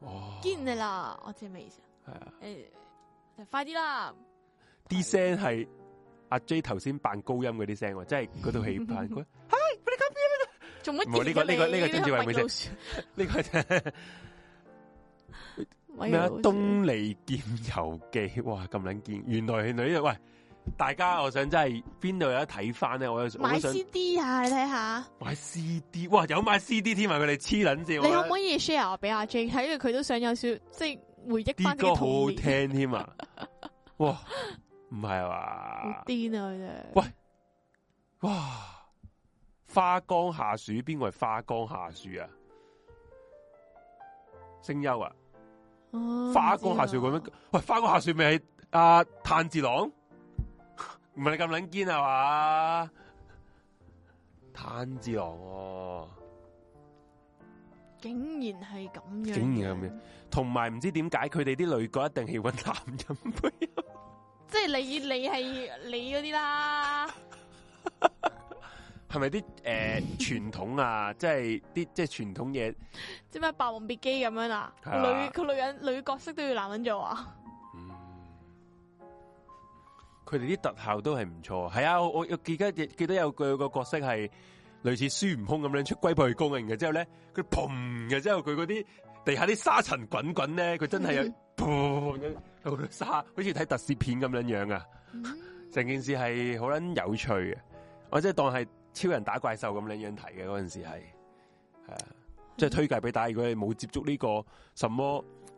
哦，
見你啦！我知咩意思
係
啊？
啊。
誒，就快啲啦！
啲聲係阿 J 頭先扮高音嗰啲聲喎，即係嗰套戲 扮嗰
做乜
唔係呢個
嘢
呢個
你
呢個政治為美
米老鼠
呢個 係
米
咩啊？
老鼠
東離劍遊記，哇咁撚見，原來係女喂！大家我想真係邊度有得睇翻咧？我有我
買
都想
CD 啊！你睇下。
買 CD，哇有買 CD 添啊！佢哋黐撚線，
你可唔
我
可以 share 我俾阿 J 睇？因為佢都想有少即係
覺
回憶
得啲
翻自
歌好好
己童年。
聽添 啊！哇，唔係啊
好
話
癲啊！佢哋
喂哇，花江下樹邊個係花江下樹啊？聲優啊！
哦
花江下雪咁樣，喂，花江下雪咪係阿炭治郎？唔係你咁撚堅係啊嘛？炭治郎、喎，
竟然係咁樣，
竟然係咁樣，同埋唔知點解佢哋啲女角一定要揾男人配，
即係你你係你嗰啲啦，
係咪啲诶傳統啊？即係啲即係傳統嘢，
即係咩《霸王別姬》咁樣啊？
係啊
女個女人女角色都要男人做啊？
嗯佢哋啲特效都係唔錯。係啊，我我我記得記得有個有個角色係類似孫悟空咁樣出龜背功嘅，然之後咧佢嘭嘅之後佢嗰啲地下啲沙塵滾滾咧，佢真係有嘭咁有好多沙，好似睇特攝片咁樣樣啊！
嗯
成件事係好撚有趣嘅，我即係當係超人打怪獸咁樣樣睇嘅嗰陣時係，係啊，即係推介俾大家，如果你冇接觸呢個什麼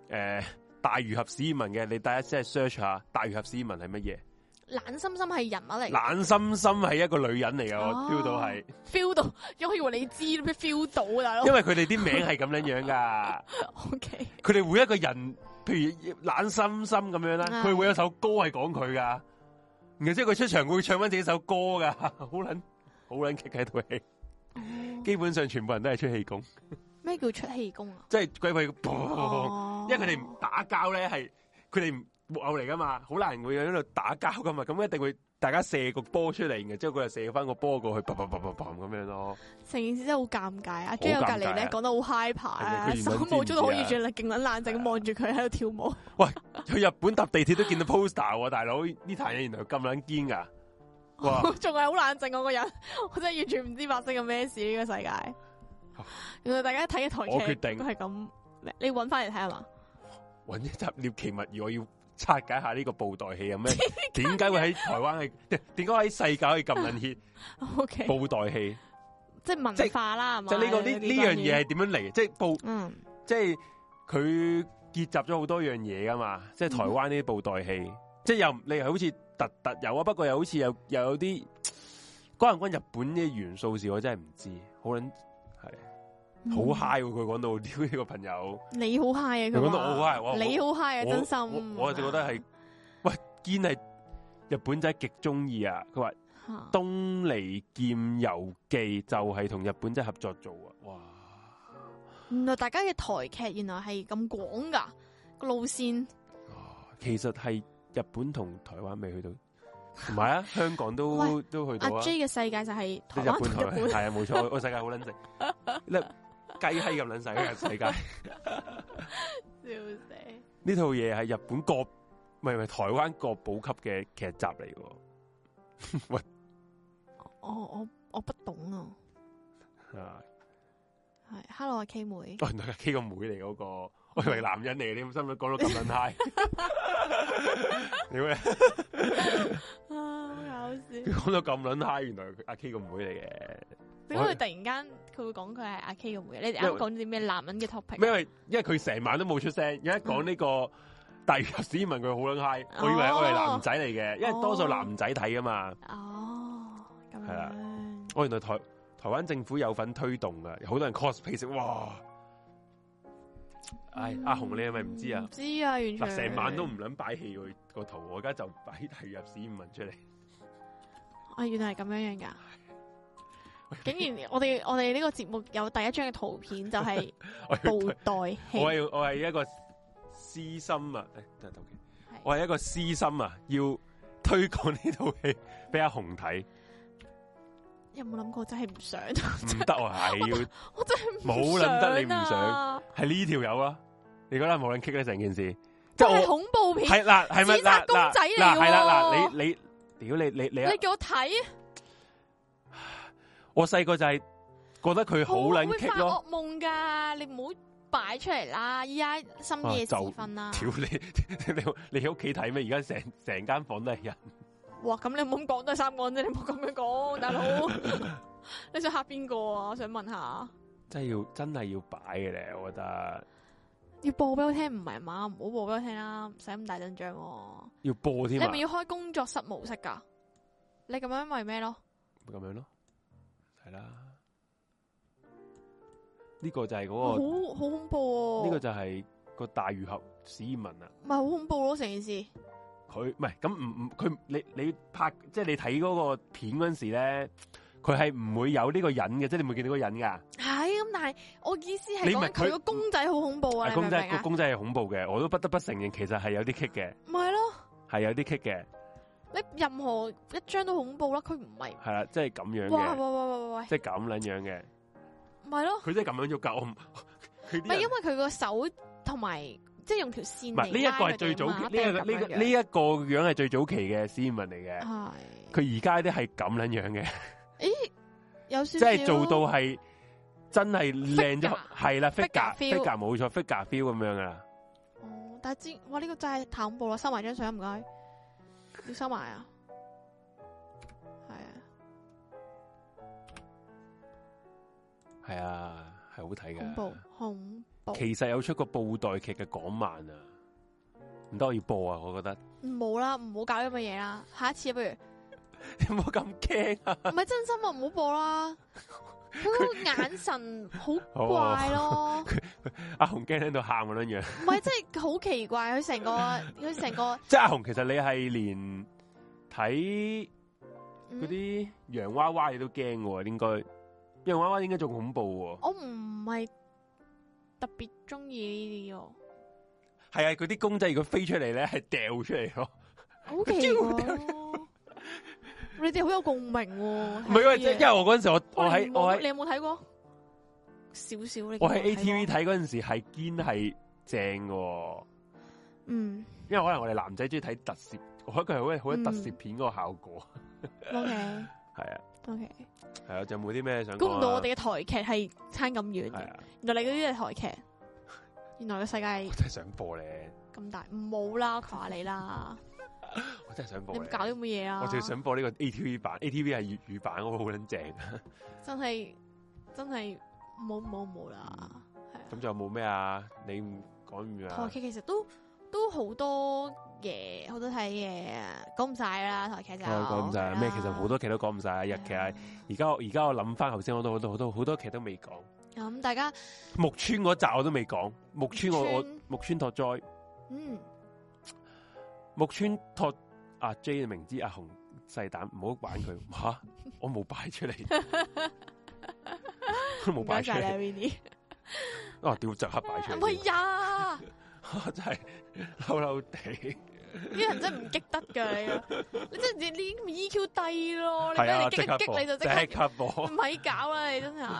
诶、呃大魚俠史艷文嘅，你大家即係 search 下大魚俠史艷文係乜嘢？
懶心心係人物嚟㗎
懶心心係一個女人嚟嘅，我
哦
feel 到係，
，feel 到，我以為你知咩 feel 到啊，大佬
因為佢哋啲名係咁樣樣噶，
，OK，
佢哋每一個人，譬如呃懶心心咁樣啦，
啊
係
佢會有首歌係講佢噶，然後即係佢出場會唱翻自己首歌噶， 好撚好撚劇喺套戲。基本上全部人都係出氣功，
哦咩叫出氣功啊？
即係鬼鬼，砰
哦
因為佢哋唔打交咧，係佢哋唔木偶嚟噶嘛，好難會喺度打交噶嘛，咁一定會 大家射個波出嚟，然之後佢又射翻個波過去，砰砰砰砰砰咁樣咯。
成件事真係好尷尬啊！阿 J 喺隔離咧
尷尬啊
講得好 hyper
係
啊，
咪佢原
手
本
舞足蹈，好
知唔知啊
似仲勁撚冷靜咁望住佢喺度跳舞。啊
去日本搭地鐵都見到 poster 喎，大佬呢壇嘢原來咁撚堅噶，哇！
仲係好冷靜嗰個人， 我真係完全唔知發生緊咩事呢、個世界。原來大家睇嘅台劇，
啊我決定
都係咁，你揾翻嚟睇下嘛？
揾一集獵奇物語，我要拆解下呢個布袋戲有咩？點解會喺台灣係？ 點解喺世界可以咁撚 hit
O K，
布袋戲？
即係文化啦，係嘛？
就呢個呢呢樣嘢係點樣嚟？即係布
嗯，
即係佢結集咗好多樣嘢噶嘛，即係台灣呢啲布袋戲，即係又你又好似特特有啊，不過又好似有又有啲關唔關日本嘅元素事，我真係唔知，好撚
嗯
好 high 喎！佢講到屌呢個朋友，
你好 high 啊！
佢講
佢
到我好 high，哇
話你好 high 啊！
我
真心，
我我就覺得係喂堅係日本仔極中意啊！佢話
嚇
《東離劍遊記》就係同日本仔合作做啊！哇，
原來大家嘅台劇原來係咁廣噶個路線，
啊其實係日本同台灣未去到，唔係啊，香港都
喂
都去
阿
到啊！
J 嘅世界就係
即
台
係日
灣同日
本台
本
係啊，冇錯，我世界好撚 正，咧雞閪咁撚細嘅世界。，
笑死！
呢套嘢係日本國，唔係唔係台灣國寶級嘅劇集嚟嘅喎。
我我我不懂啊，
啊，
係 Hello 阿 K 妹，
哦，原來係 K 個妹嚟嗰、個，我以為男人嚟嘅，你咁心諗講到咁撚 嗨，屌你，
啊好搞笑。
講到咁撚嗨，原來佢啊阿 K 個妹嚟嘅。
點解佢突然間佢會講佢係阿 K 嘅妹？你
因
哋啱
為
講咗啲咩男人嘅 topic？啊
因為因為佢成晚都冇出聲，一講呢個大魚史文佢好撚嗨，我以為我係男仔嚟嘅，因為多數男仔睇噶嘛。
哦，咁
係啦
樣
我原來台台灣政府有份推動噶，有好多人 cosplay 食哇！唉，阿紅你係咪唔知啊
唔？知啊，完
嗱，
全
成晚都唔撚擺戲佢個圖，我而家就擺提入史五文出嚟。
啊，原來係咁樣樣噶。竟然我哋我哋呢個節目有第一張嘅圖片 就係
我
布
係
袋
我
戲，
係我係一個私心啊！誒得得 OK
係
我係一個私心啊，要推廣呢套戲俾阿紅睇，
有冇諗過真係唔想？
唔得啊，係要
我真係啊
冇諗得你唔
想
想，係呢條友啊！你覺得冇撚棘咧成件事，即
真
係
係
我
恐怖片，
係啊嗱係咪
紙紮
嗱
公
嗱
仔嚟
嗱
㗎
係啦
喎
嗱你你屌你你你啊
你叫我睇，
我細個就係覺得佢好
我
撚
會
棘
發
咯，
噩夢㗎，你唔好擺出嚟啦！依家深夜
啊
時
就
分啦。
屌你你你喺屋企睇咩？而家成成間房都係人，
哇！咁你唔好咁講都係三個人啫，你唔好咁 樣講，大佬。你想嚇邊個啊？我想問下，
真係要真係要擺嘅咧，我覺得
要播俾我聽唔係嘛？唔好播俾我聽啦，唔使咁大陣仗喎。
要播
你
添
係
啊
咪，要開工作室模式㗎？你咁樣咪咩咯？
咁樣咯，係啦，呢個就係
好好
嗰
恐
個
怖
呢
喎、
個就係個大魚俠史艷文啊。
唔係好恐怖咯，成件事。
佢唔係咁唔唔佢你你拍即係你睇嗰個片嗰陣時咧，佢係唔會有呢個人嘅，即係你唔會見到嗰個人噶。
係咁，但係我意思係
你
講
咪
緊佢
佢
個公仔好恐怖啊！你明
公
唔明
仔個
啊？
公仔係恐怖嘅，我都不得不承認，其實係有啲棘嘅，
咪係咯，
係有啲棘嘅，
你任何一張都恐怖啦，佢唔係
係啦，即係咁樣
哇
嘅，
喂喂喂喂喂，
即係咁撚樣嘅，
咪係咯，
佢真係咁樣喐㗎，我唔佢啲
咪
人
因為 佢個手同埋即係用條線
唔
嚟
係呢一個係
係
最早期，
呢
呢一個呢個呢一個樣係最早期嘅斯文嚟
啊
嘅，
係
佢而家啲係咁撚樣嘅。
有少
即
少
系做到係真係靚咗，係啦，figure
figure feel
figure 冇錯 figure feel 咁樣啊，
哦，但係知哇呢個真係太恐怖啦！收埋張相唔該，要收埋啊，係啊。
係啊，係好睇
恐
噶
怖。恐怖，
其實有出過布袋劇嘅港漫啊，唔得我要播啊，我覺得
冇啦，唔好搞呢咁嘅嘢啦。下一次啊不如，唔
你唔好咁驚啊，
係真心啊，唔好 播啦。佢個眼神好
好啊
怪咯，
阿紅驚喺度喊咁樣樣，
唔係真係好奇怪。佢成個佢成個
即係阿紅其實你係連睇嗰
嗯，
啲洋娃娃你都驚喎，應該洋娃娃應該仲恐怖
我唔係特別中意呢啲喎，
喎，係啊，嗰啲公仔如果飛出嚟咧係掉出嚟
啊
咯。
好奇怪。你哋好有共鳴喎，
唔係因為
睇呢啲嘢
因為我嗰陣時我我喺
你冇
我喺
你有冇睇過少少？你
我喺
有冇過
ATV 睇嗰阵时系坚系正嘅喎，
嗯
因為可能我哋男仔中意睇特攝，我覺得佢係好好有特攝片嗰個效果。
OK
係啊，
OK，
係啊，就冇啲咩想
估
講
唔
啊
到我哋嘅台劇係差咁遠
係
嘅。
啊，
原來你嗰啲係台劇，原來個世界係
我真係想播咧，
咁大，冇啦，求下你啦，
我真係想播
你
呢。
唔搞啲咁嘅嘢啊！
我最想播呢個 ATV 版，ATV 係粵語版，我覺得好撚正。啊
真係真係冇冇冇啦，係啊！
咁仲有冇咩啊？你唔講完
台
啊？
劇其實都都好多嘢，好多睇嘢，講唔晒啦，台劇就哦
我講唔晒啊咩？其實好
多
多劇都講唔晒啊，日劇啊，
嗯
而家我而家我諗翻頭先，我都好多好多好多劇都未講。
嗯咁大家
木村嗰集我都未講，木村我
木
我
村
木村拓哉。
嗯
木村拓阿 J 明知阿紅細膽，唔好玩佢吓，我冇擺出嚟， 我冇
唔
擺
該
出
晒啦
嚟，
，Vinny，
啊屌即刻擺出
唔
嚟
係呀，
添， 真係嬲嬲地，
呢人真係唔激得㗎你啊，你真係你你 EQ 低咯，你
係
俾
啊，
你
即
激
刻
一激
播
你就即刻
即。刻播
唔，咪搞啦，你真係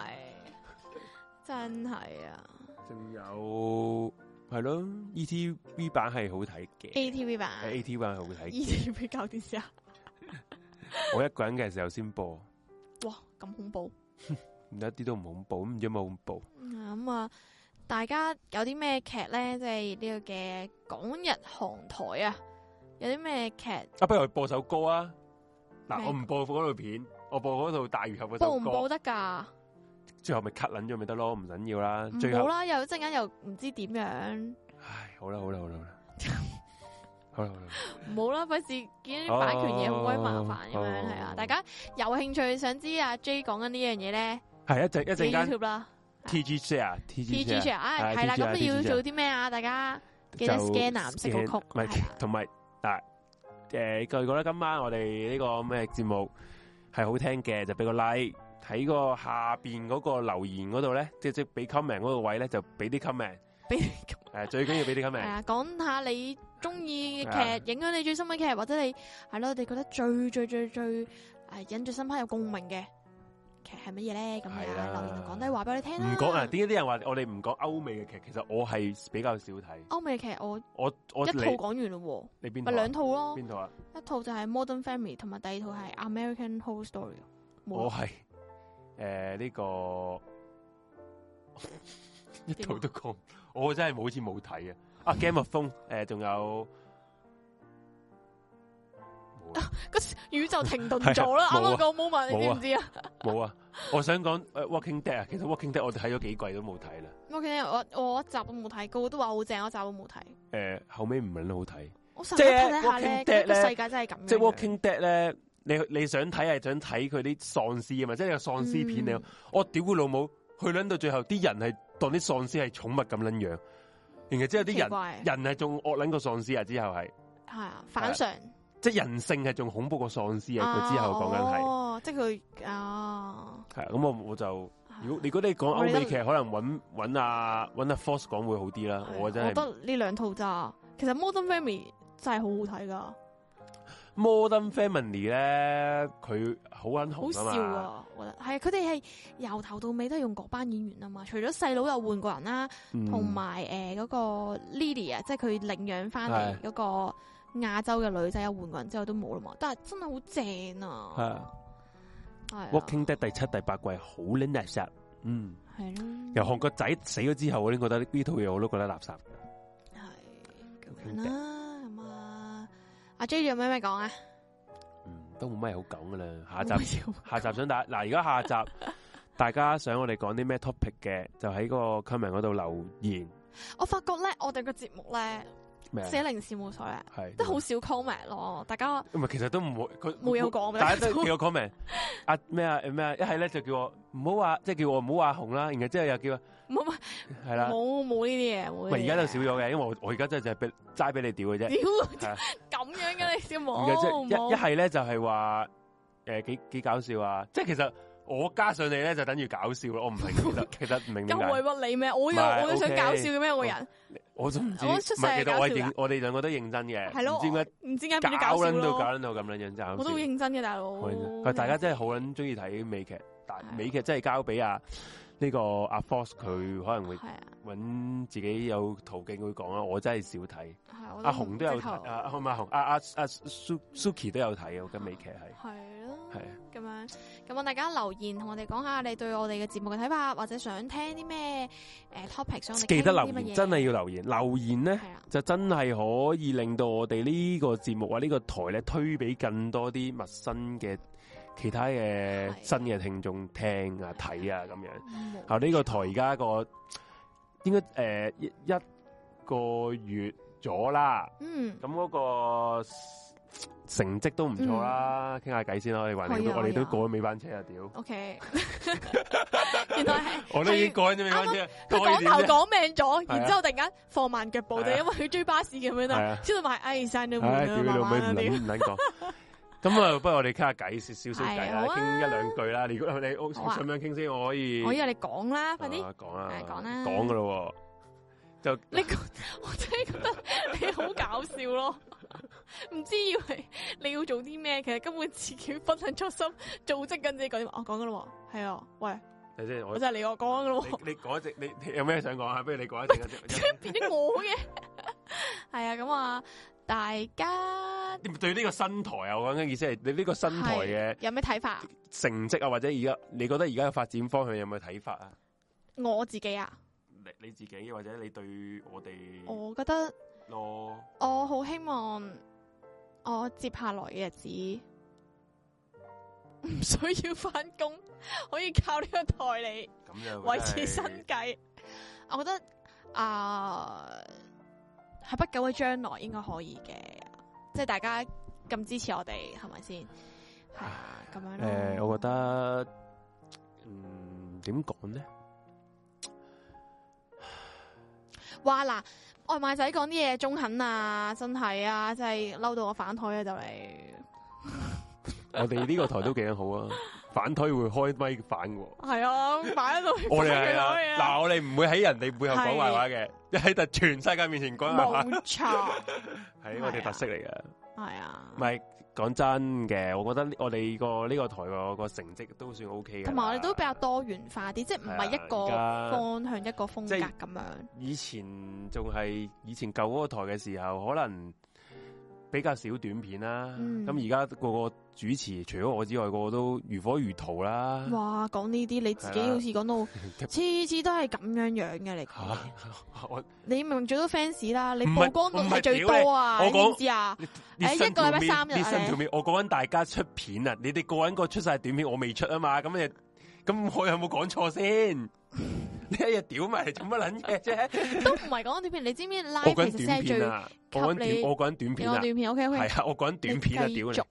真係啊
仲有係咯，ETV 版係好睇嘅
！ATV 版
，ATV 版係 E 好睇嘅，
，ATV 搞電視啊！
我一個人嘅時候先播，
哇，咁恐怖！
唔得一啲都唔恐怖，唔知有冇恐怖，
嗯咁啊，大家有啲咩劇咧？即係呢個嘅港日韓台啊，有啲咩劇
啊不如我播首歌啊，嗱
咩
我唔播嗰套片，我播嗰套大魚俠嗰
報
首
唔
歌。
報得㗎？
最後咪 cut 捻咗咪得咯，唔緊要啦。嗯最
唔好
後，
啦，又一陣間又唔知點樣，
唉，好啦，好啦，好啦， 好啦，好啦，好啦，
唔好啦，費事見啲版權嘢好鬼麻煩咁
哦
樣，係啊！大家有興趣想知阿 J 講緊呢樣嘢咧，
係一陣一
自
陣
己
間
YouTube 啦
啊 T G share，T
，P
G
G
share
share，啊
係
係啦，
TG
咁你要
TG
做啲咩啊？大家？記
就
得 scan 藍色個
scan，
曲
唔係
係啊啦
同埋嗱，誒，據講咧，今晚我哋呢個咩節目係好聽嘅，就俾個 like。睇個下邊嗰個留言嗰度咧，即即俾 comment 嗰個位咧，就俾啲 comment，
俾
誒最緊要俾啲
係
comment，
啊，講下你中意
係啊
嘅劇，影響你最深嘅劇，或者你係咯，你覺得最最最最誒印象深刻有共鳴嘅劇係乜嘢咧？咁
係
樣
啦
留言同講低話俾我哋聽
唔
啦。
講啊！點解啲人話我哋唔講歐美嘅劇？其實我係比較少睇，
歐美劇我
我我
一套
你
講完咯
你邊
喎，
套
咪
啊
兩套咯，
邊套啊？
一套就係 Modern Family，同埋第二套係 American Horror Story。
我
冇啊啦
系诶呢 个一
啊
套都講，我真係冇好似冇睇啊！啊 Game of Thrones 诶、仲有冇啊
個宇宙停頓咗啦，
係啊
啱
冇啊
啱個 moment 你
冇
知
啊
唔知啊
冇啊！我想講诶 Walking Dead 啊，其實 Walking Dead 我哋睇咗幾季都冇睇啦。
？OK，我我一集都冇睇，個個都話好正，我一集都冇睇。
诶、呃後尾唔撚好睇，
我成日
即
都
係
睇睇下
Walking
咧，
Dead
個
呢
世界真係咁樣。
即係 Walking Dead 咧。你你想睇係想睇佢啲喪屍啊嘛，即係有喪屍片你，
嗯
我屌佢老母，去撚到最後啲人係當啲喪屍係寵物咁撚樣，然後之後啲
奇
人
怪
人係仲惡撚過喪屍啊，之後係。
係啊，反常。啊
即系人性係仲恐怖過喪屍啊！佢之後講緊係
哦哦，即係佢啊，
係啊咁我我就
係
如果你如果你講
我
歐
哋都
美劇，可能揾揾阿揾阿 Force 講會好啲啦。我真
啊我覺
係
得呢兩套咋，其實 Modern Family 真係好好睇噶，
Modern Family 咧，佢好撚
好
紅
笑
啊嘛。
啊！我覺得係佢哋係由頭到尾都係用嗰班演員啊嘛，除咗細佬又換過人啦，
嗯
同
同埋誒嗰個 Lily 啊，即係佢領養翻嚟嗰個亞洲嘅女仔，又換過人之後都冇啦嘛，但係真係好正
係
啊！
啊
係啊
Walking Dead 第七、第八季好撚垃圾。嗯，
係咯，
由韓國仔死咗之後，我已經覺得呢套嘢我都覺得垃圾。
係咁樣啦，咁啊，阿 J 仲有咩咩講啊？
嗯，都冇乜嘢好講噶啦。下
我
集
唔知喎
下集想打嗱，而家下 集大家想我哋講啲咩 topic 嘅，就喺個 comment 嗰度留言。
我發覺咧，我哋個節目咧
咩啊？
寫零事務所咧，
係
都好少 comment 咯，大家
唔係，其實都唔會，佢
冇嘢好講
大家都 叫我 comment 啊咩啊咩啊，一係咧就叫我唔好話，即係叫我唔好話紅啦，然後之後又叫
冇乜
係啦，
冇冇呢啲嘢，啊冇
唔
呢啲嘢。
係而家就少咗嘅，因為我我而家真係就係俾齋俾你屌嘅啫， 係啊
屌咁樣嘅你小
然後即係
冇
一一
冇，
係咧就係話誒幾幾搞笑啊，即係其實我加上你咧就等於搞笑咯，我唔明其實其實唔明點
咁委
解，
屈你咩？我
唔
又
係
我都想
OK，
搞笑嘅咩？我個人
我都唔知，唔
我出世
係其實我係
搞笑
認我哋兩個都認真嘅，
係咯，
唔知點解
我唔知點解
搞
變咗搞笑
撚到搞
咯？
撚到咁樣樣真係好
我都好
笑
認真嘅大佬
好認真，大家真係好撚中意睇美劇，但
係啊
美劇真係交俾啊呢個阿 Force 佢可能會
係啊
揾自己有途徑去講啦。啊我真係少睇，
係啊
阿紅都有睇，
係
啊阿紅阿紅阿阿阿 Su- Suki 都有睇啊我嘅美劇係
咯。
係
咁樣，咁啊大家留言同我哋講下你對我哋嘅節目嘅睇法，或者想聽啲咩誒 topic，想我哋
記得
傾啲
留
乜
言，
嘢
真係要留言，留言咧。
係啦，啊
就真係可以令到我哋呢個節目啊，呢、個台咧推俾更多啲陌生嘅其他嘅
係
新嘅聽眾聽啊、睇啊咁樣。
冇
后呢個台而家個應該诶、一一個月咗啦，
嗯，
咁嗰個成績都唔錯啦，傾下偈先啦，我哋還
嗯可以啊
我哋
可以
都
啊
過咗尾班車啊，屌！
O K，原來係
我都已經過咗尾班車，
佢
可以
講
點
頭
啫？
講命咗，
係啊
然之後突然間放慢腳步，
係
就
啊
因為佢追巴士咁樣
係
啦
啊，
知道埋唉閂哎咗啊
唉，屌
門啦，
你
慢
老味
慢
唔
啦屌
撚唔撚講。咁啊，不如我哋傾下偈少少少
係
偈啦，
好啊
傾一兩句啦。如果你
好啊
想唔想傾先，我可以
我以為你講啦，啊快啲，
啊講啦
係，講啦
講噶咯喎，就
你講，我真係 覺得你好搞笑咯，唔知以為你要做啲咩，其實根本自己分身出心，組織緊自己講啲乜，我講噶啦，係啊，喂，
睇先，我
我真係你我講噶啦。
你你講一隻，你你有咩想講啊？不如你 講一隻。
變咗我嘅，係啊，咁啊，大家
對呢個新台啊，我講緊意思係你呢個新台嘅
係有咩睇法？
成績啊，或者而家你覺得而家嘅發展方向有冇睇法啊？
我自己啊，
你你自己或者你對我哋
我覺得
咯，
我好希望我接下來嘅日子 唔需要翻工，可以靠呢個台嚟
咁就
維持生計。我覺得啊，喺、不久嘅將來應該可以嘅，即係大家咁支持我哋，係咪先？係啊，咁樣咯。
誒，我覺得嗯點講咧？
哇嗱，外賣仔講啲嘢中肯啊，真係啊，真係嬲到我反台啊就嚟。
我哋呢個台都幾好 啊，反推會開咪反喎。
係啊，擺喺度，
我哋
擺
係
佢
啊
攞嘢，
嗱，我哋唔會喺人哋背後講壞話 嘅，喺特全世界面前講壞話，
冇錯，
係我哋特色嚟嘅。
係啊
唔，係講真嘅，我覺得我哋個呢個台個個成績都算 O K 嘅。
同埋我哋都比較多元化啲，即係唔係一個
啊係啊而家
方向一個風
即係
格咁樣。
以前仲係以前舊嗰個台嘅時候，可能比較少短片啦。
嗯
咁而家個個主持除咗我之外，個個都如火如荼啦。
哇，講呢啲你自己
嗯係啦啊
好似講到
次次都係咁樣樣嘅你
吓、
講，
我
你明明最多 fans 啦，
啊
你
唔
曝
係
光率
我唔係
係最
屌你
多啊，
我
你知唔
講
知啊？
listen
一個禮拜
to me，
三日啊
listen
你
to me，我講緊大家出片啊，你哋個人個出晒短片，我未出啊嘛，咁你咁我有冇講錯先？ 你一日屌埋嚟做乜撚嘢啫？
都唔係講短片，你知唔知
我
live
講
其
緊
實先
短
係最
片啊，我講緊
吸
短，
你
我講緊短
你
片
講
啊，
短片？OK OK，
係啊，我講緊短片啊，
你繼
屌
續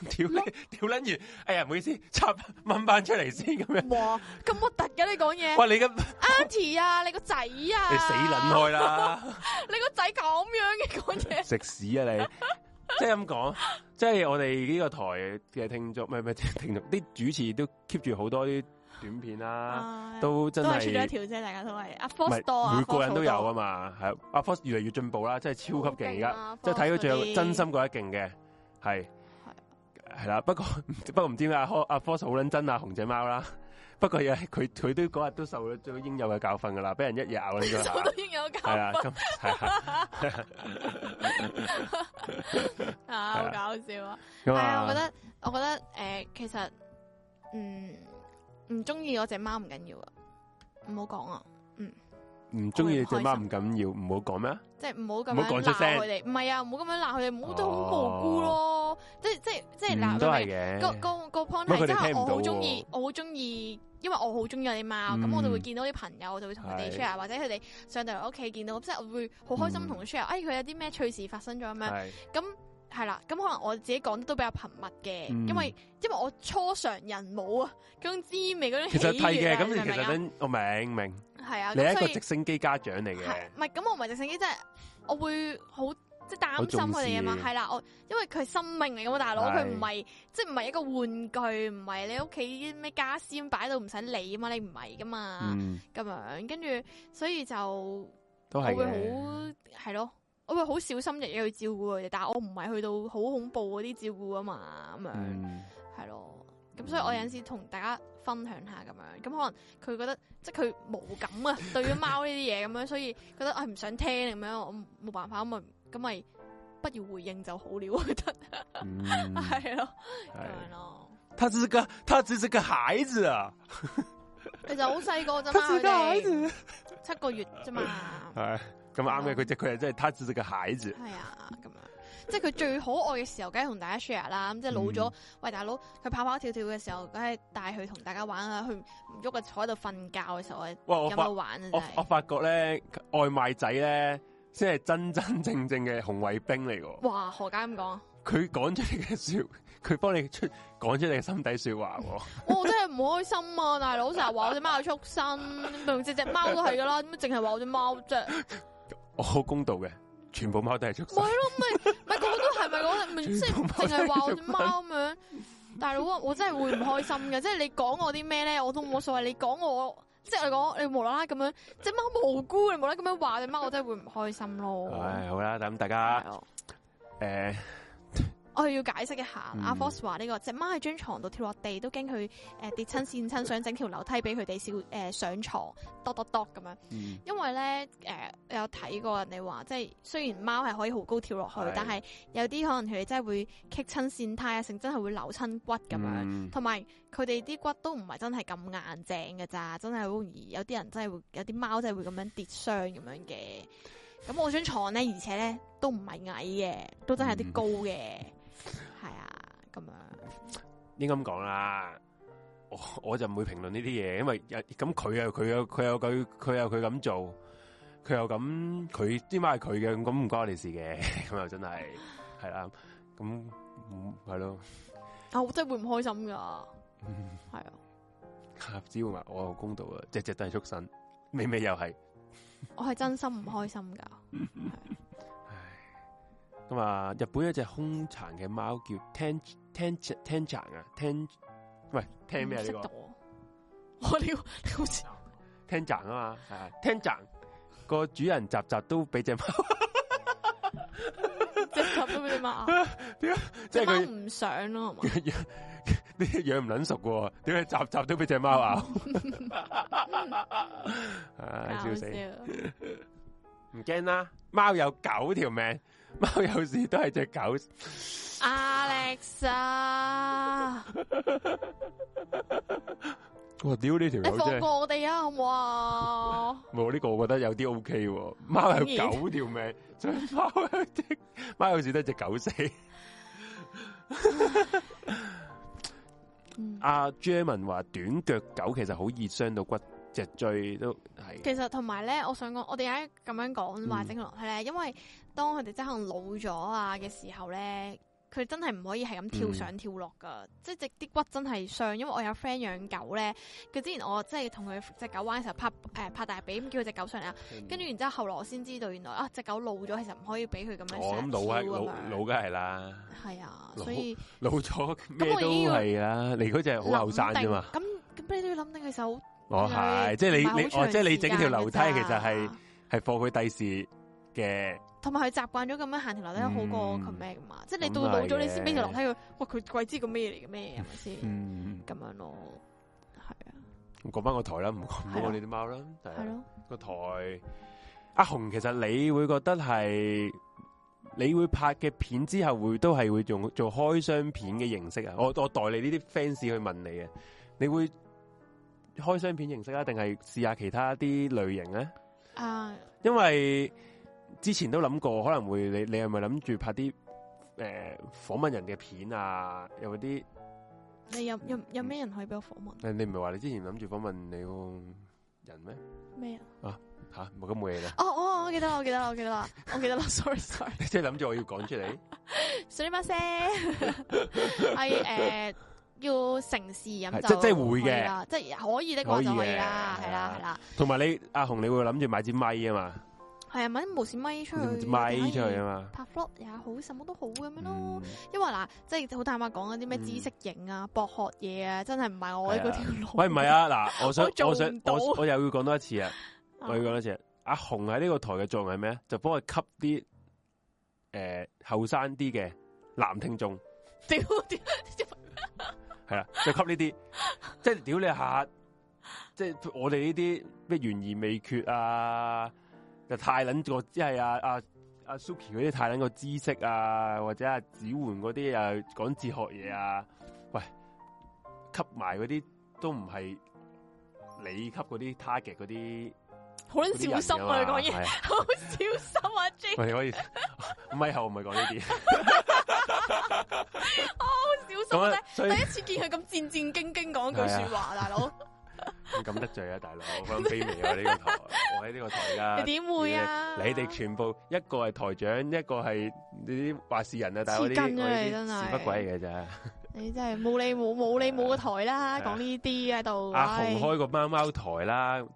你！屌你！ 屌撚完，哎呀，唔好意思，插掹翻出嚟先咁 樣。
哇，咁核突嘅你講嘢
喂，你咁
，Auntie 啊，你個仔啊，你死
你死撚開啦！
你個仔咁樣嘅講嘢，
食屎啊你！即係咁講， 即係我哋呢個台嘅聽眾，唔係唔係聽眾，啲主持都 keep 住好多啲短片啦，
啊
都真
都係出咗
係
一條啫，大家都係阿
唔
Force 多
係
啊，
每個人都有啊嘛，係阿 Force 越嚟越進步啦，真係超級勁而家，
啊
家
即係睇佢最有真 心覺得勁嘅，係係啦。不過 不過唔知點解阿 Force- 阿 Force 好撚真啊，紅隻貓啦。 不過又係佢佢都嗰日都受咗最應有嘅教訓噶啦，俾人一嘢咬撚咗下
我。都已經有
係
搞
啦，咁係啊啦，
啊，好搞笑啊！
咁
係啊，
啊，
我覺得我覺得诶、其實嗯唔中意嗰只貓唔緊要啊，唔好講啊，
唔中意只貓唔緊要，唔好講咩啊。
即係唔好咁
唔好講
樣
出聲
鬧佢哋，唔係啊，唔好咁樣鬧佢哋，唔好都好無辜咯，即係即係即係
哦嗯
鬧
都
佢
係
哋。
嘅，
個個個 point
不過
係，
佢哋
即係
聽唔
我
到
好中意
喎，
我好中意，因為我好中意有啲貓，咁、
嗯
我就會見到啲朋友，我就會同佢哋
係
share，或者佢哋上到嚟我屋企見到，即係我會好開心同佢 share，哎佢有啲咩趣事發生咗咁樣。
嗯係
咁係啦，咁可能我自己講得都比較頻密嘅，
嗯
因為因為我初尝人冇啊，嗰種滋味嗰種
其實
喜
係
悦
嘅。
啊，
咁其實等我明明，
系啊，
你係
咁
一
所
個
以
直升機家長嚟
係啊
嘅，
唔係咁我唔係直升機，即係我會好即係擔心佢哋
好
啊嘛
重，視
係啦，我因為佢係生命嚟噶嘛，大佬
係
佢唔係即係唔係一個玩具，唔係你屋企咩家私咁擺到唔使理啊嘛，你唔係噶嘛，
嗯，
咁樣跟住所以就
都
我
係
會
嘅。
好係咯，我會好小心翼翼去照顧佢哋，但系我唔係去到好恐怖嗰啲照顧啊嘛，咁樣
嗯
係咯。咁所以我有阵时同大家分享下咁樣，咁可能佢覺得即係佢無感 啊，對咗貓呢啲嘢咁樣，所以覺得啊唔想聽咁樣，我冇辦法咁咪咁咪不要回應就好了，我覺得
嗯，
係咯咁
係
樣咯。
他只是個，他只是個孩子啊，
其實好細個 啫
他
嘛，
只是
佢
個孩
哋
子。
七個月啫嘛，
係咁啱
啊
嘅，佢只佢係真係他只是個孩子。
係啊咁樣，即係佢最可愛嘅時候，梗係同大家 share 啦。咁即係
嗯
老咗，喂大佬，佢跑跑跳跳嘅時候，梗係帶佢同大家玩啊。佢唔喐嘅坐喺度瞓覺嘅時候，我哋
哇！我
有
發
冇玩啊？真
我我
係。
發覺咧，外賣仔咧，先係真真正正嘅紅衛兵嚟㗎。
哇，何解咁講啊？
佢講出嚟嘅笑，佢幫你出講出你嘅心底说話喎。
哇我真係唔開心啊！大佬成日話我只貓係畜生，明明只只貓都係噶啦，點解淨係話我只貓啫？
我好公道嘅，全部貓都係畜
咪
生
係。咯，咪咪講都係咪講，咪即係淨係話我只貓咁樣。大佬啊，我真係會唔開心嘅，即係你講我啲咩咧，我都冇所謂。你講我，即係我講你無啦啦咁樣，只貓無辜，你無啦啦咁樣話只貓，我真係會唔開心咯。
唉，好啦，咁大家
係咯
诶，
我要解釋一下，
嗯
阿 Force 話呢個只貓喺張床度跳落地，都驚佢诶跌親跣 親，想整條樓梯俾佢哋笑诶上床，哆哆哆咁樣。
嗯
因為咧，诶、有睇過人哋話，即係雖然貓係可以好高跳落去
係，
但係有啲可能佢哋真係會棘親線胎啊，成真係會扭親骨咁樣。
嗯
同埋佢哋啲骨都唔係真係咁硬淨嘅咋，真係好容易有啲人真係會有啲貓真係會咁樣跌傷咁樣嘅。咁我張床咧，而且咧都唔係矮嘅，都真係
嗯
有啲高嘅，係、啊，咁樣
應該咁講啦。我我就唔會評論呢啲嘢，因為咁佢有佢有佢有佢佢有佢咁做，佢又咁佢啲貓係佢嘅，咁唔關我哋事嘅， 咁又真係係啦，咁嗯係咯，
啊，我真係會唔開心噶，
嗯
係啊，
只要話我好公道啊，隻隻都係畜生，美美又係。
我係真心唔開心噶。
咁啊，日本有一隻兇殘嘅貓叫 Ten Ten Ten 殘啊，Ten 喂 Ten 咩啊
唔識
呢
讀
個
我我呢個你好似
Ten 殘啊嘛，係
嗯
啊 Ten 殘個主人集集都俾 只貓，
隻手都俾你嘛，
即係
隻貓
佢
唔想咯，係嘛？
養 呢養唔撚熟嘅喎，點解集集都俾只貓 咬？唉，笑死！唔
搞
驚啦，貓有九條命，貓有時都係只狗。
笑 Alex 啊，
我屌呢條
你
友
放
真係〜
過我哋啊，好唔好啊？
冇呢、個我覺得有啲 O K 喎，貓有九條命，所以貓有隻貓有時得只狗死。
嗯
阿 Jerman 話短腳狗其實好易傷到骨脊椎，都係
其實同埋咧，我想講，我哋而家咁樣講
嗯
話整落去咧，因為當佢哋真係可能老咗啊嘅時候咧，佢真係唔可以係咁跳
嗯
上跳落噶，即係隻啲骨真係傷。因為我有 friend 養狗咧，佢之前我即係同佢只狗玩嘅時候拍誒、拍大髀，咁叫佢只狗上嚟
嗯
啊，跟住然之後後來我先知道，原來啊只狗老咗，其實唔可以俾佢咁樣
我
上
哦咁
跳
老係老
咁
老
樣。
梗係啦，
係啊，
老
所以
老咗咩
咁我已
都
經要
係啦，你嗰只係好後生啫嘛，
諗定咁咁你都要諗定佢手，
我係即係
唔係好
你你
長
哦，即係你整條
時間
樓梯
㗎咋
其實係係放佢第時嘅，
同埋佢習慣咗咁樣行條樓梯好過
嗯
佢咩噶嘛，即係你
咁
到老
係
咗你先俾條樓
嘅
梯佢，哇佢鬼知個咩嚟嘅咩係咪先？
嗯，
咁樣咯，係啊，
咁講翻個台啦，唔講唔
係
講
咯
你啲貓啦，係啊
係咯，
個台。阿紅，其實你會覺得係你會拍嘅片之後會都係會用做開箱片嘅形式啊？我我代理呢啲 fans 去問你嘅，你會開箱片形式啊，定係試下其他啲類型咧？
啊
因為之前都諗過，可能會你你係咪諗住拍啲诶訪問人嘅片啊？有啲
你有有有咩人可以俾我訪問？
誒你唔係話你之前諗住訪問你個人咩？
咩啊？
吓冇咁冇嘢啦，
哦哦，我記得啦，我記得啦，我記得啦，我記得啦，sorry sorry，
你即係諗住我要講出嚟。
水馬聲係誒要城市飲
係
酒，
即即係會嘅
可以啦，即係可以的話
可
就可
以
以
嘅
啦，係
係啊
啦
啦
係啦，
同埋你阿紅，你會諗住買支咪啊嘛，
係啊，咪無線咪出
買
去，
支咪出去啊
啊，
嘛。
拍 vlog 也好，什麼都好咁樣咯。
嗯
因為嗱，即係好坦白講嗰啲咩
嗯
知識型啊、博學嘢啊，真係唔係我呢
係
嗰
啊
條路。
喂，唔係，啊，嗱，我想
我做
我想
唔到
我我又要講多一次啊，我要講多一次啊。阿紅喺呢個台嘅作用係咩咧？就幫佢吸啲诶後生啲嘅男聽眾。
屌屌，
系啦，就吸呢啲，即系屌你下，即系我哋呢啲咩懸而未決啊，就太捻個，即係啊啊啊 Suki 嗰啲太捻個知識啊，或者啊子媛嗰啲啊講哲學嘢啊，喂，吸埋嗰啲都唔係你吸嗰啲 target 嗰啲
好撚
嗰啲人
小心啊！你
㗎嘛
講嘢
係啊
好小心啊，J，
喂，你可以咪後唔係講呢 啲，
小心
咁
咧
啊。，所以
第一次見佢咁戰戰兢兢講句說話，大 佬
唔敢得罪啊，大佬，好 卑微啊呢個台，我喺呢個台噶
你。點會啊？
你哋全部一個係台長，一個係你啲話事人啊，但係我
黐
啲
筋啊
我
你
哋
真係
啲屎忽鬼嚟嘅咋。
你真係冇你冇冇 你冇個台啦，
係啊
講呢啲喺度。
阿
唉
紅開個貓貓台啦，咁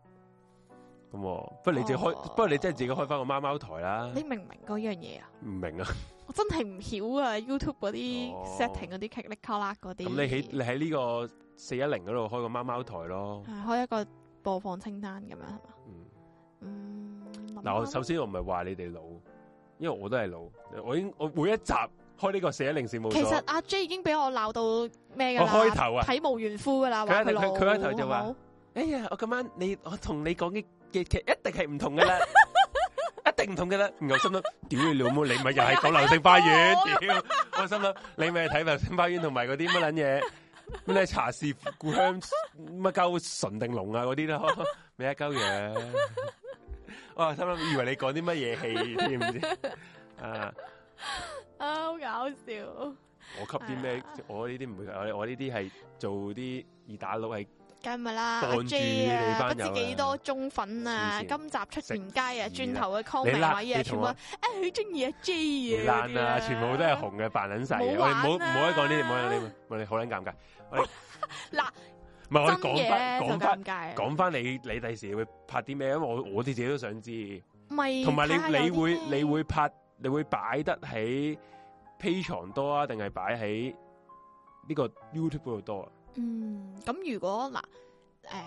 喎不如你自己開，
哦
不過你真係自己開翻個貓貓台啦。
你明唔明嗰樣嘢啊？
唔明啊？
我真係唔曉啊！YouTube 嗰啲
哦
setting 嗰啲 click 卡啦嗰
咁
啲。
你喺你喺呢個四一零嗰度開個貓貓台咯。
係開一個播放清單咁樣係嘛？
嗯
嗯，諗
嗱，我
下
首先我唔係話你哋老，因為我都係老，我已經我每一集開呢個四一零事務
其實
所，
阿 J 已經俾我鬧到咩㗎
我
啦，
開頭啊。
體無完膚㗎啦，
佢
話
一定
老
佢佢一頭就話
好冇
哎呀，我今晚你我同你講嘅嘅劇一定係唔同噶啦，一定唔同噶啦。然後心諗，屌你老母，你咪又係講《流星花園》，屌！我心諗，你咪係睇《流星花園》同埋嗰啲乜撚嘢，咩茶是故鄉乜鳩純定龍啊嗰啲咯，咩一鳩樣。我心諗，以為你講啲乜嘢戲添唔知啊？
啊，好搞笑，
我吸啲咩？我呢啲唔會，我我呢啲係做啲二打六係。
梗係咪啦？
當
阿
住
J
你
啊，
班
不知
友啊
幾多忠粉啊！
黐線
今集出前街啊，
食屎
轉頭嘅 comment
你啦
位啊，
你
全
同
部
我
啊，佢中意阿 J 啊，嗰
爛
啲
啊，
啊，
全部都係紅嘅，扮撚晒嘢。
冇
我哋
玩啊
唔好唔
啦
好講呢啲，唔好講呢啲，我哋好撚尷尬。我哋
嗱，
唔係我哋講
真
翻
嘢
講
就
翻
尷尬啊，
講翻你你第時會拍啲咩？因為我我哋自己都想知，
咪
同埋
睇下
你你
有啲
會
咩
你會拍你會擺得喺 P 床多啊，定係擺喺呢個 YouTube 嗰度多啊？
嗯，咁如果嗱，诶、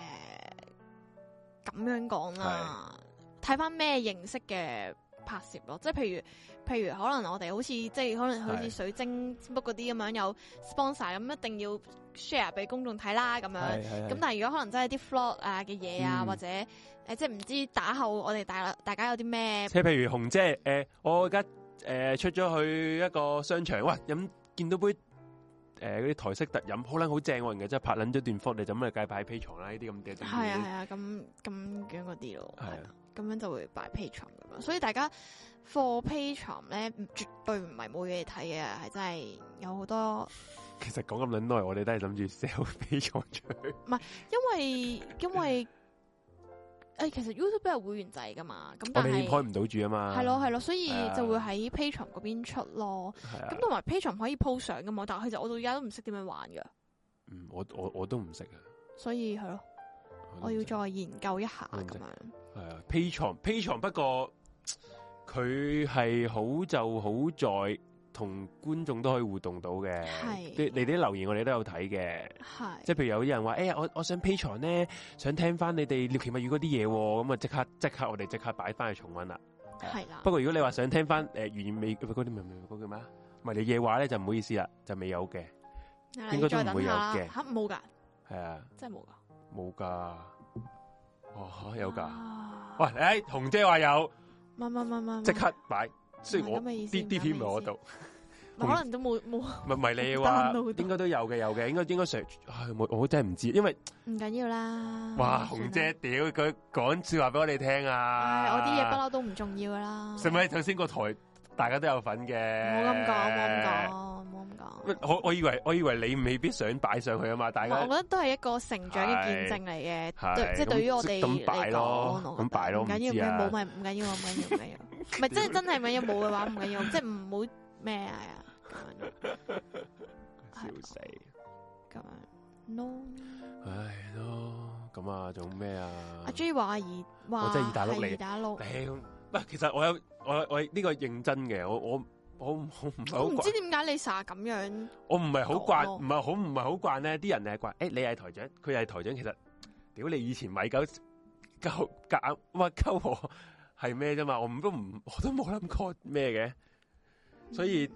咁樣講啦，睇翻咩形式嘅拍攝咯，即係譬如譬如可能我哋好似即係可能好似
係
水晶屋嗰啲咁樣有 sponsor 咁，一定要 share 俾公眾睇啦咁樣。咁
係
但係如果可能真係啲 vlog 啊嘅嘢啊，
嗯
或者诶、誒即係唔知打後我哋大大家有啲咩
即係譬如紅姐誒，我而家誒出咗去一個商場，哇飲見到杯誒嗰啲台式特飲，好撚好正喎，然後真係拍撚咗段 f o 你就咁啊嚟計擺喺 P 床啦，呢啲咁嘅。
係啊係啊，咁咁樣嗰啲咯，
係啊
係啊，咁樣就會擺 Patreon 咁樣，所以大家 for Patreon 咧，唔絕對唔係冇嘢睇嘅，係真係有好多，
其實講咁撚耐，我哋都係諗住 sell 飛床出去。
因為
嗯
因為诶、其實 YouTube 都有會員制噶嘛，咁
我
但
哋
係
開唔到住啊嘛。
係咯係咯，所以
係啊
就會喺 Patreon 嗰邊出咯，
係啊
咁。同埋 Patreon 可以 po 相噶嘛，但係其實我到而家都唔識點樣玩噶，
嗯，我我我都唔識啊。
所以係咯，
嗯
我要再研究一下咁樣，
係啊，P 床 P 床，不過佢係好就好在同觀眾都可以互動到嘅。
係
啲你啲留言我哋都有睇嘅，
係
即係譬如有啲人話：，誒、哎呀，我我想 P 床咧，想聽翻你哋獵奇物語嗰啲嘢喎，咁啊即刻即刻我哋即刻擺翻去重温啦。
係啦
不，過如果你話想聽呃翻誒原味嗰啲咪咪嗰叫咩啊？迷你嘢話咧就唔好意思啦，就未有嘅，
係啦
應該都
再
唔會
等下啦
有嘅
吓冇噶，
係啊，
真係冇噶，
冇噶，哦有噶。
啊
喂，诶，紅姐話有，
唔係，唔係唔係唔係
即刻擺。雖然我
唔係咁嘅意思
啲啲片唔係我度，
唔係可能都冇冇
唔係你
單
話
路度
應該都有嘅，有嘅，應該應該 search，唉我我真係唔知，因為
唔緊要啦。
哇，
算啦
紅姐，屌佢講说話俾我哋聽
唉，
啊！
我啲嘢不嬲都唔重要噶啦。
使唔使頭先個台大家都有份嘅？
哦冇咁講，冇咁講，冇咁講。
喂。我我以為我以為你未必想擺上去啊嘛，大
我
家
覺得都係一個成長嘅見證嚟
係
嘅，對即係
咁
對於我哋
咁
嚟
擺
講，
咯
我覺得
咁擺咯
唔緊要，
唔知啊
唔緊要冇咪唔緊要，唔緊要，唔緊要，唔 係即係真係唔緊要，冇嘅話唔緊要，即係唔好咩啊咁樣
笑死，
咁樣 no。
啊唉咯，咁啊，仲咩啊？
阿 J 話阿怡話
我真係二打六嚟
係二打六，
屌，唔係其實我有我我呢個認真嘅，我我我唔我唔係好
我唔
慣
知點解你成日咁樣
我唔係好慣，
講
唔係好唔係好慣咧。啲人係慣，誒、你係台長，佢係台長。其實，屌你以前米狗鳩夾硬哇鳩我係咩啫嘛？我唔都唔我都冇諗過咩嘅，所以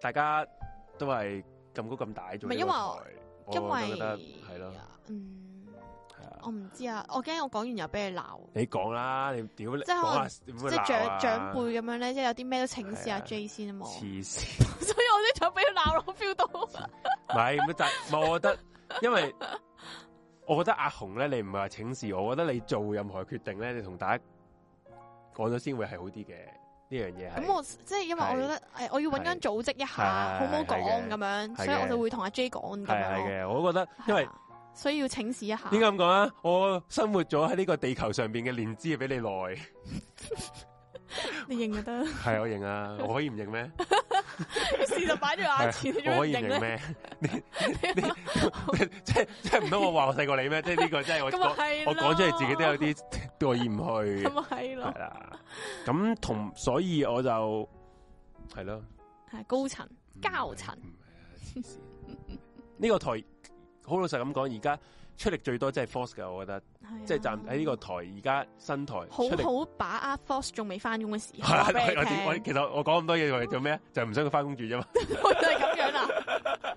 大家都係咁高咁大做呢個
唔係因為
台。我
因為
就覺得係咯，，
嗯，
係啊
我唔知啊，我驚我講完又俾你鬧，
你講啦，你屌你
即係可
講
能
下點
即
會
係
鬧啊
長長輩咁樣咧，即係有啲咩都請示
係
阿
啊
J 先啊嘛， 所以
黐線。
我先就俾佢鬧咯我，feel 到。
唔係咁，但唔係我覺得，因為我覺得阿紅咧，你唔係話請示我，我覺得你做任何決定咧，你同大家講咗先會係好啲嘅。呢樣嘢係
咁我即係因為我覺得誒，我要揾間組織一
係
下，好唔好講
係嘅
咁
係嘅
樣，所以我就會同阿 J 講咁
係係
樣咯。
嘅，我覺得因
係
為
啊所以要請示一下。
點解咁講啊？我生活咗喺呢個地球上邊嘅年資比你耐，
你認 就得，
係我認啊，我可以唔認咩？
事就擺咗眼前，你做
我可以
咩
唔
認
認
咧？
咩？ 你 即係 即係唔通我話我細過你咩？即係呢個真係我
咁啊
講
係
我講出嚟自己都有啲 過意唔去。
咁啊係咯
系，啦，咁同所以我就系咯，嗯
係高層交層
唔係啊黐線呢個台好老實咁講，而家出力最多即係 Force 嘅，我覺得，
係啊
即係站喺呢個台而家新台
好
出力。
好把握 Force 仲未翻工嘅時候
係啊
話俾你
我哋我
聽，
其實我講咁多嘢為做咩？啊就係唔想佢翻工住啫嘛。
我 就係咁樣啊啦。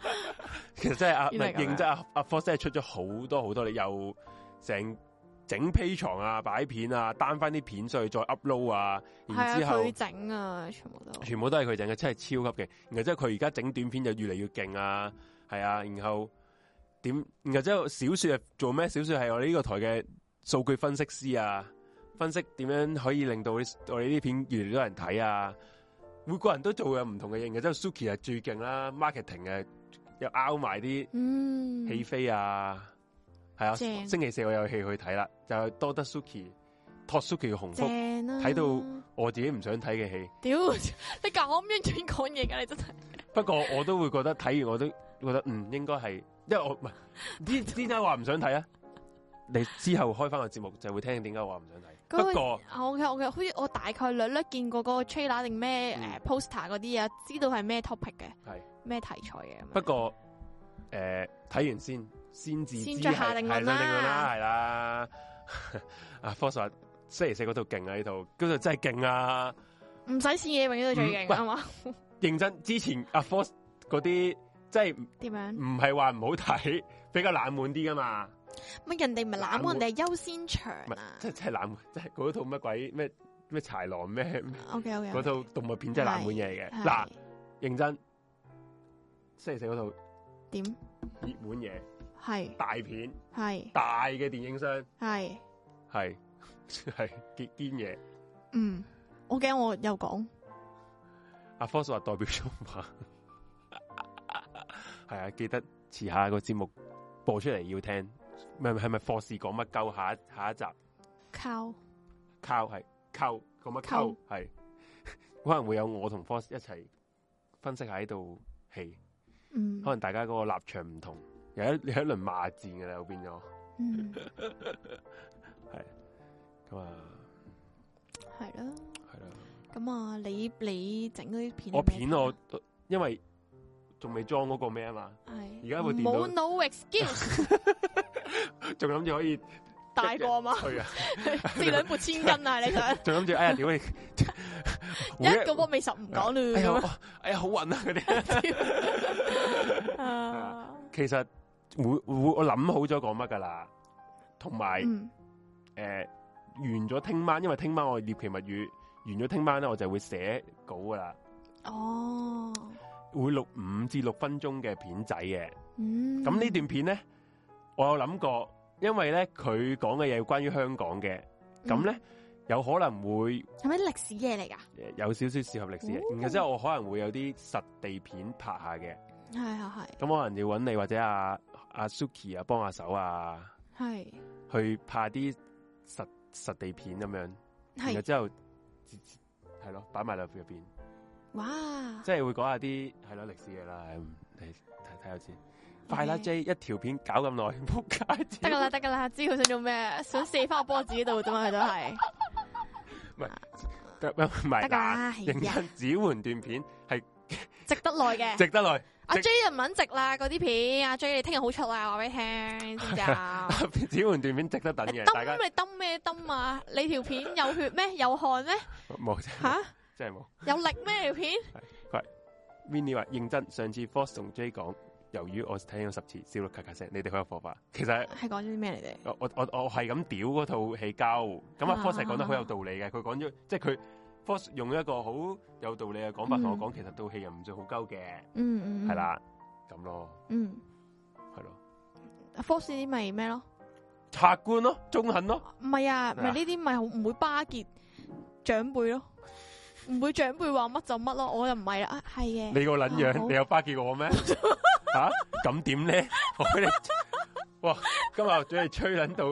其實真係阿唔
原來
係
咁樣
認真阿阿 Force 真係出咗好多好多，你又成整 P 床啊、擺片啊、單翻啲片上去再 upload 啊，
係啊
然，之後
佢整啊，全部都
全部都係佢整嘅，真係超級勁。然後之後佢而家整短片就越嚟越勁啊，係啊。然後點？然後之後小說係做咩？小說係我哋呢個台嘅數據分析師啊，分析點樣可以令到啲我哋呢啲片越嚟越多人睇啊。每個人都做有唔同嘅嘢，然後之後 Suki 係最勁啦，marketing 啊，又 out 埋啲
嗯，
戲飛啊，係啊。
正
星期四我有戲去睇啦，就係多得 Suki 托 Suki 嘅紅福，
正啦，
睇到我自己唔想睇嘅戲。
屌， 你教我咁樣轉講嘢㗎，你真係
不過我都會覺得睇完我都 覺得嗯應該係，因為我唔係 點點解話唔想睇啊？你之後開翻個節目就會聽點解話唔想睇。
嗰個
不過
我嘅我嘅，好似我大概略略見過嗰個 trailer 定咩
嗯
誒 poster 嗰啲啊，知道係咩 topic 嘅，
係
咩題材嘅咁樣。
不過誒睇完先先至
先
知
再
係
下定論
係
啦
啦，係啦。 阿 Force 話星期四嗰度勁啊，呢度嗰度真係勁啊！
唔使試嘢，永遠都最
嗯
勁
喂
係嘛？
認真之前阿 Force 嗰啲即係唔
點樣？
唔係話唔好睇， 比較冷門啲噶嘛。
乜人哋唔係
冷門
攬，人哋係優先場
唔係
啊。
即係即係冷門，即係嗰套乜鬼咩咩豺狼咩
O K O K，
嗰套動物啊片真係冷門嘢嚟嘅。嗱
嗱，
認真，星期四嗰套
點
熱門嘢，
係
大片，
係
大嘅電影商，
係
係 係堅堅嘢。
嗯，我驚我又講
阿 Force 話代表中華， 係啊，記得遲下個節目播出嚟要聽，咪係咪 Force 講乜鳩？下一下一集
靠
靠係靠講乜
溝
溝係， 可能會有我同 Force 一齊分析下呢套戲。
嗯
可能大家嗰個立場唔同，有一 有一輪罵戰嘅啦，又變咗
嗯
咁啊，啊
係啦。
係啦，
咁咁啊，你你整嗰啲片係咩啊，
我片我因為仲未裝嗰個咩啊嘛，
係
而家部電
冇
腦
no excuse，
仲諗住可以
大個 嘛，
去啊，
四兩撥千斤啊！你想
仲諗住哎呀屌你，
一個波美十唔講
哎呀
啦
我哎呀好暈啊嗰啲。
咁啊，
其實會會我諗好咗講乜噶啦，同埋
嗯
诶呃完咗聽晚，因為聽晚我獵奇物語完咗聽晚咧，我就會寫稿噶啦，
哦，
會錄五至六分鐘嘅片仔嘅。
嗯，
咁呢段片咧，我有諗過，因為咧佢講嘅嘢關於香港嘅，
嗯
嗯
咁咧有可能會
係咪歷史嘢嚟㗎？
呃有少少涉及歷史嘅，
哦
然後之後我可能會有啲實地片拍下嘅，
係係
咁
係
可能要揾你或者阿阿 Suki 啊幫下手啊。
係
去拍啲實實地片咁樣，然後
係，
之後係咯，擺埋落入邊，
哇！
即係會講下啲係咯歷史嘢啦。嗯你睇睇下先，快啦 J 一條片搞咁耐， 仆街
得
知！
噶啦得噶啦，知佢想做咩，想射翻個波自己度啫嘛，佢都係
得唔係
得㗎啦
嗱
係
認
呀
真指換段片係
值得耐嘅。
值得耐，
阿
直
J 就唔肯值啦，嗰啲片，阿 J 你聽日好出啊，話俾你聽，知唔知 啊？
指換段片值得等
你
嘅，大家
抌你抌咩抌啊？你條片有血咩？有汗咩？
冇真係
吓
冇，真係
有
冇。
力咩條片？
Vinny 話認真，上次 Fox 同 J 講，由於我睇咗十次，笑到咔咔聲，你哋好有火花。其實
係講咗啲咩嚟哋？
我我我我係咁屌嗰套戲交，咁啊
啊
Force 係講得好有道理嘅，佢講咗即係佢 Force 用一個好有道理嘅講法同我講，其實套戲又唔算好鳩嘅，
嗯嗯，
係，啦，咁咯，
嗯
係咯，
，force 呢啲咪咩咯？
客觀咯，中肯咯，
唔係啊，
咩
咪
啊
呢啲咪好唔會巴結長輩咯，
唔會長輩話乜就乜咯，我又唔係啦。
啊係嘅，
你個撚
啊好
樣，你有巴結我咩？吓咁點咧？ 我俾你哇，今日準備吹撚到，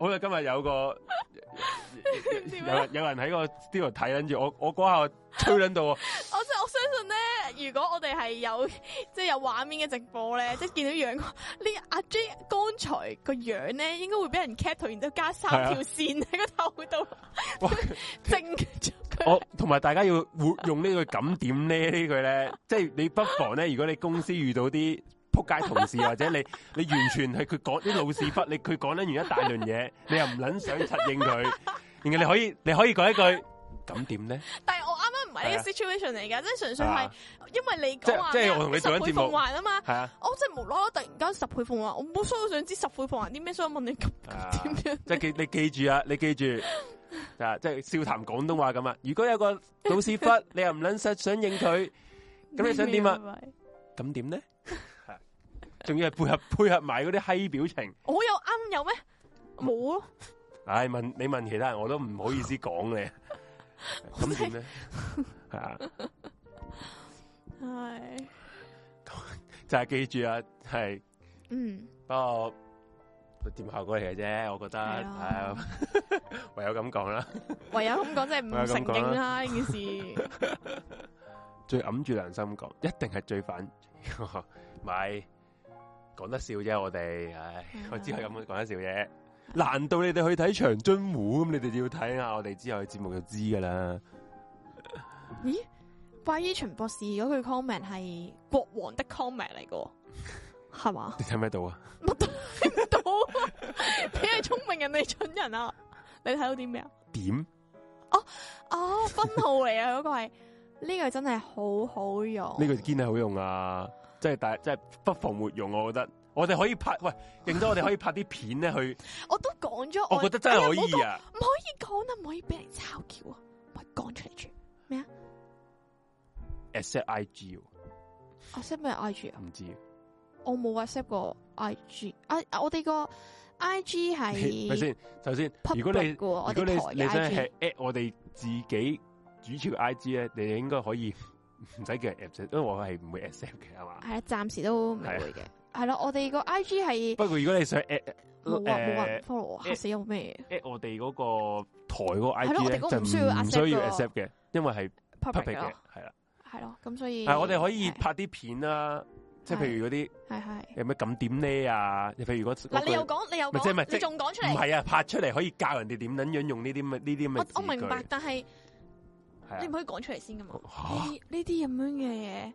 好啦，今日有個有
點啊
人有人喺個 studio 睇撚住我，我嗰下我吹撚到我，
我真係我相信咧，如果我哋係有 即係有畫面嘅直播 咧，即係見到樣呢阿 J 剛才個樣咧，應該會俾人 cap 圖，然之後加三
係啊
條線喺個頭度
哇！
正咗 佢。
我哦同埋大家要活用呢句咁點咧呢句咧，即係你不妨咧，如果你公司遇到啲撲街同事，或者你 你完全係佢講啲老屎忽，你佢講得完一大輪嘢，你又唔撚想柒應佢，然後你可以你可以講一句咁點咧？
但係我啱啱唔係呢個 situation 嚟㗎，即係純粹係因為你
即
講話
啊即係
咩
我同你做緊
十倍
節目
奉還啊嘛。
係啊，
我真係無啦啦突然間十倍奉還，我冇所有想知十倍奉還啲咩，所以我問你咁
係啊
點樣？
即係記你記住啊，你記住啊，即係笑談廣東話咁啊。如果有個老屎忽，你又唔撚想想應佢，咁你想點 啊？
啊？
咁點咧？係啊仲要係配合配合埋嗰啲閪表情。
我有啱有咩？冇咯。
唉，問你問其他人，我都唔好意思講 你。咁點咧？係啊，
唉，
就係記住啊，係
嗯，
不過點效果嚟嘅啫，我覺得
係啊
係啊， 唯有咁講啦。
唯有咁講，真係
唯有
唔
咁
承
講啦
認啦呢件事。
最揞住良心講，一定係最反， 咪講得笑啫，我哋唉
係啊，
我知係咁樣講得笑啫。難道你哋去睇長津湖咁？你哋要睇下我哋之後嘅節目就知噶啦。
關於秦博
博
士
士嗰句 comment 係國王的 comment 嚟嘅，係嘛？
你睇唔睇到啊？
到啊你係聰明人，你蠢人啊！你睇到啲咩啊？
點？
哦，分號嚟啊！嗰個係呢個真係好好用。
呢個堅係好用啊！即係大，即係不妨活用，我覺得。我哋可以拍，喂，認真，我哋可以拍啲片咧去。
我都講咗，
我覺得真係可
哎呀唔好
以啊！
講啦，唔可以俾人抄橋啊！唔可以講出嚟住。
，except IG 喎
我 set 咩 I G 啊？
唔知
啊
我冇 WhatsApp 過 I G，啊啊我哋個 I G
你
係
咪先？首先，如果你
嘅喎，我
如果你
哋台
你
嘅
真
I
係
G，
at 我哋自己主持嘅 IG 咧，你哋應該可以 唔使叫人 accept，因為我係唔會 accept 嘅，係嘛？
係啊，暫時都未會嘅。
啊
係啦，我哋個 I G 係
不過如果你想 at
冇啊，冇
誒
人 follow 我，嚇死我咩
at 我哋嗰個台嗰個
係咯
IG
我哋
咧，
嗰個
就
唔需要
唔
accept
需要
㗎
accept 嘅，因為係
public 哦
public
咯
嘅，，係啦。
係咯，咁所以
係啊我哋可以
係
拍啲片啦，即係譬如嗰啲。
係係
有咩咁點呢啊？你譬如嗰
嗱，你
嗰句
又講，你又
咪即係咪
講，
即係
你仲講出
唔
嚟。
係啊，拍出嚟可以教人哋點撚樣用呢啲咁嘅呢啲咁嘅
我我
字句
明白，但係
係啊哦
你唔可以講出嚟先噶嘛？
吓
呢啲呢啲咁樣嘅嘢，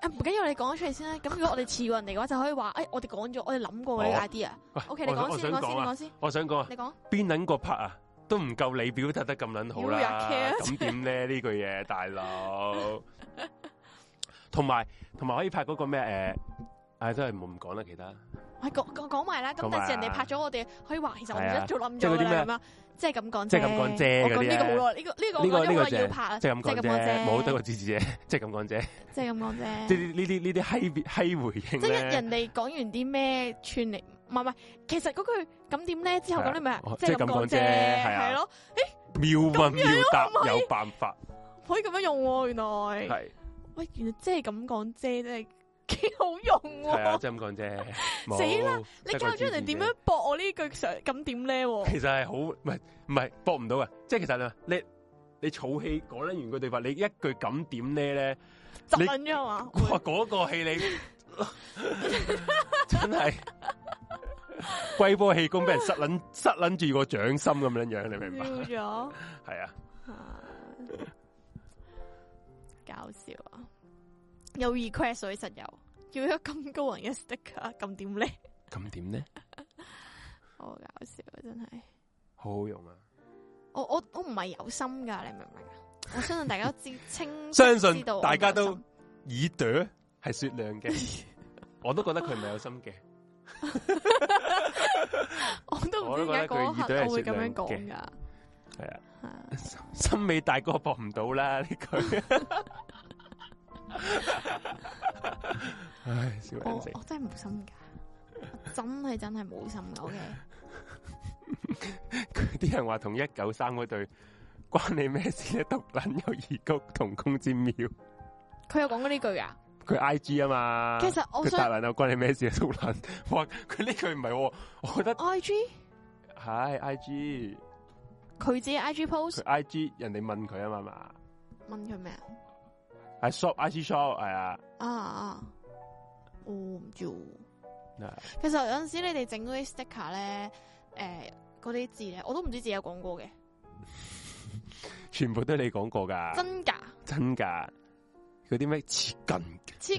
啊唔緊要，你講咗出嚟先啦。咁如果我哋似過人哋嘅話，就可以話，诶，我哋講咗，我哋諗過呢
哦
個 idea。
喂
O K，你
我想
講先，你
我想
講
講
先，你
啊
講先，
我想講啊，
你講。
邊撚個拍啊，都唔夠你表達得咁撚好啦
妖日，劇
咁點咧呢句嘢，大佬？同埋同埋可以拍嗰個咩诶？唉，都係唔好唔講啦，其他
系講講講埋啦，咁
講埋
第
啊
時人哋拍咗我哋，可以話其實我
係啊
哋一早諗
即係
咗
嗰啲
㗎
咩
啦咁樣，即係咁講啫，
即係咁講啫
我
嗰啲
講呢
咧
個好耐，呢個呢
呢
個
個
我講咗好
呢個
耐
就
要
係
拍啊，
即係咁講啫，冇得個字字啫，即係咁講啫。
即係咁講
即
啫。
係呢啲呢啲閪閪回應
即係
咧，
人哋講完啲咩串嚟，唔係唔係，其實嗰句咁點咧之後
係啊
咁你咪
哦
即係
即係咁
咁
講
講
啫
啫，
係啊
係咯，
妙問妙答
咁樣都唔可以
有辦法，
可以咁樣用喎，原來，
係
喂，原來即係咁講啫，真係幾好用
係啊，
喎。
即係咁講啫。
死
啦！
你教咗人哋點
即係個字字啫
樣駁我呢句想咁點咧喎？
其實係好唔係唔係搏唔到嘅，即係其實啊，你你儲氣講得完個對白，你一句咁點呢咧，
窒
你
撚咗係啊嘛？會
哇嗰、個氣你 真係龜波氣功俾人塞撚塞撚住個掌心咁樣樣， 你明白？
撩咗。
係啊，
啊搞笑啊！有 request 所以實有，要咗咁高人嘅 sticker，咁點咧？
咁點咧？
好搞笑啊！真係，
好好用啊！
我我我唔係有心噶，你明唔明啊？我相信大家都 知清，
相信
嗯知道我
大家
唔係有
都
心
耳朵係雪亮 嘅，我都覺得佢唔係有心嘅。
我都唔
我
知
都
點解
覺得佢
嗰一
耳朵係
刻我會
雪
咁
亮
樣講
嘅
噶。
係啊
啊，
森美大哥搏唔到啦呢 句。唉，笑
我
人死！
我真係冇心噶，我真係真係冇心㗎 OK，
佢啲人話同一九三嗰對關你咩事咧？獨撚有異曲同工之妙。
佢有講過呢句噶。
佢 I G 啊嘛，
其實我
佢大
想
撚又關你咩事啊？獨撚， 哇！佢呢句唔係喎，我覺得
I G
係 I G，
佢自己 I G
佢
post
I G 人哋問佢啊嘛嘛，
問佢咩啊？
係 shop I G shop 係啊。
啊啊，我唔知喎。
係
其實有阵时你哋整嗰啲 sticker 咧，诶、嗰啲字咧，我都唔知自己有講過嘅，
全部都係你講過噶，
真㗎。
真噶。嗰啲咩切近，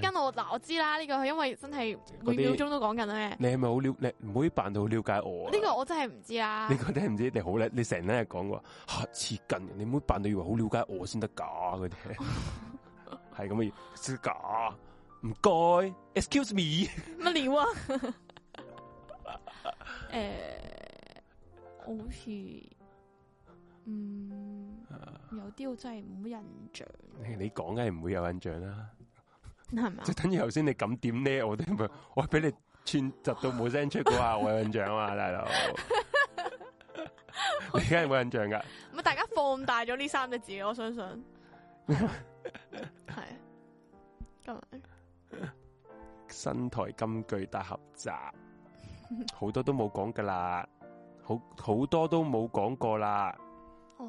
黐筋我嗱，我知啦，呢、個係因為真係每秒鐘都講緊咧。呢
你係咪好了？你唔可以扮到好了解我啊！
個我真啊係唔知啦
你。覺得唔知你好叻，你成日咧講過吓切近，你唔好扮到以為好了解我先得㗎 嗰啲，係咁嘅嘢先得㗎。唔該，excuse me，
乜料啊？诶、我好似嗯有啲我真係冇印象，
你講梗係唔會有印象啦。
係咪啊
即？係等於頭先你咁點呢？我都 咪我俾你串窒到冇聲出嗰下，我有印象啊嘛，大 佬。你梗係冇印象㗎。
咁大家放大咗呢三隻字，我相信 係咁
新台金句大合集，好多都冇講噶啦，好好多都冇講過啦。
哦，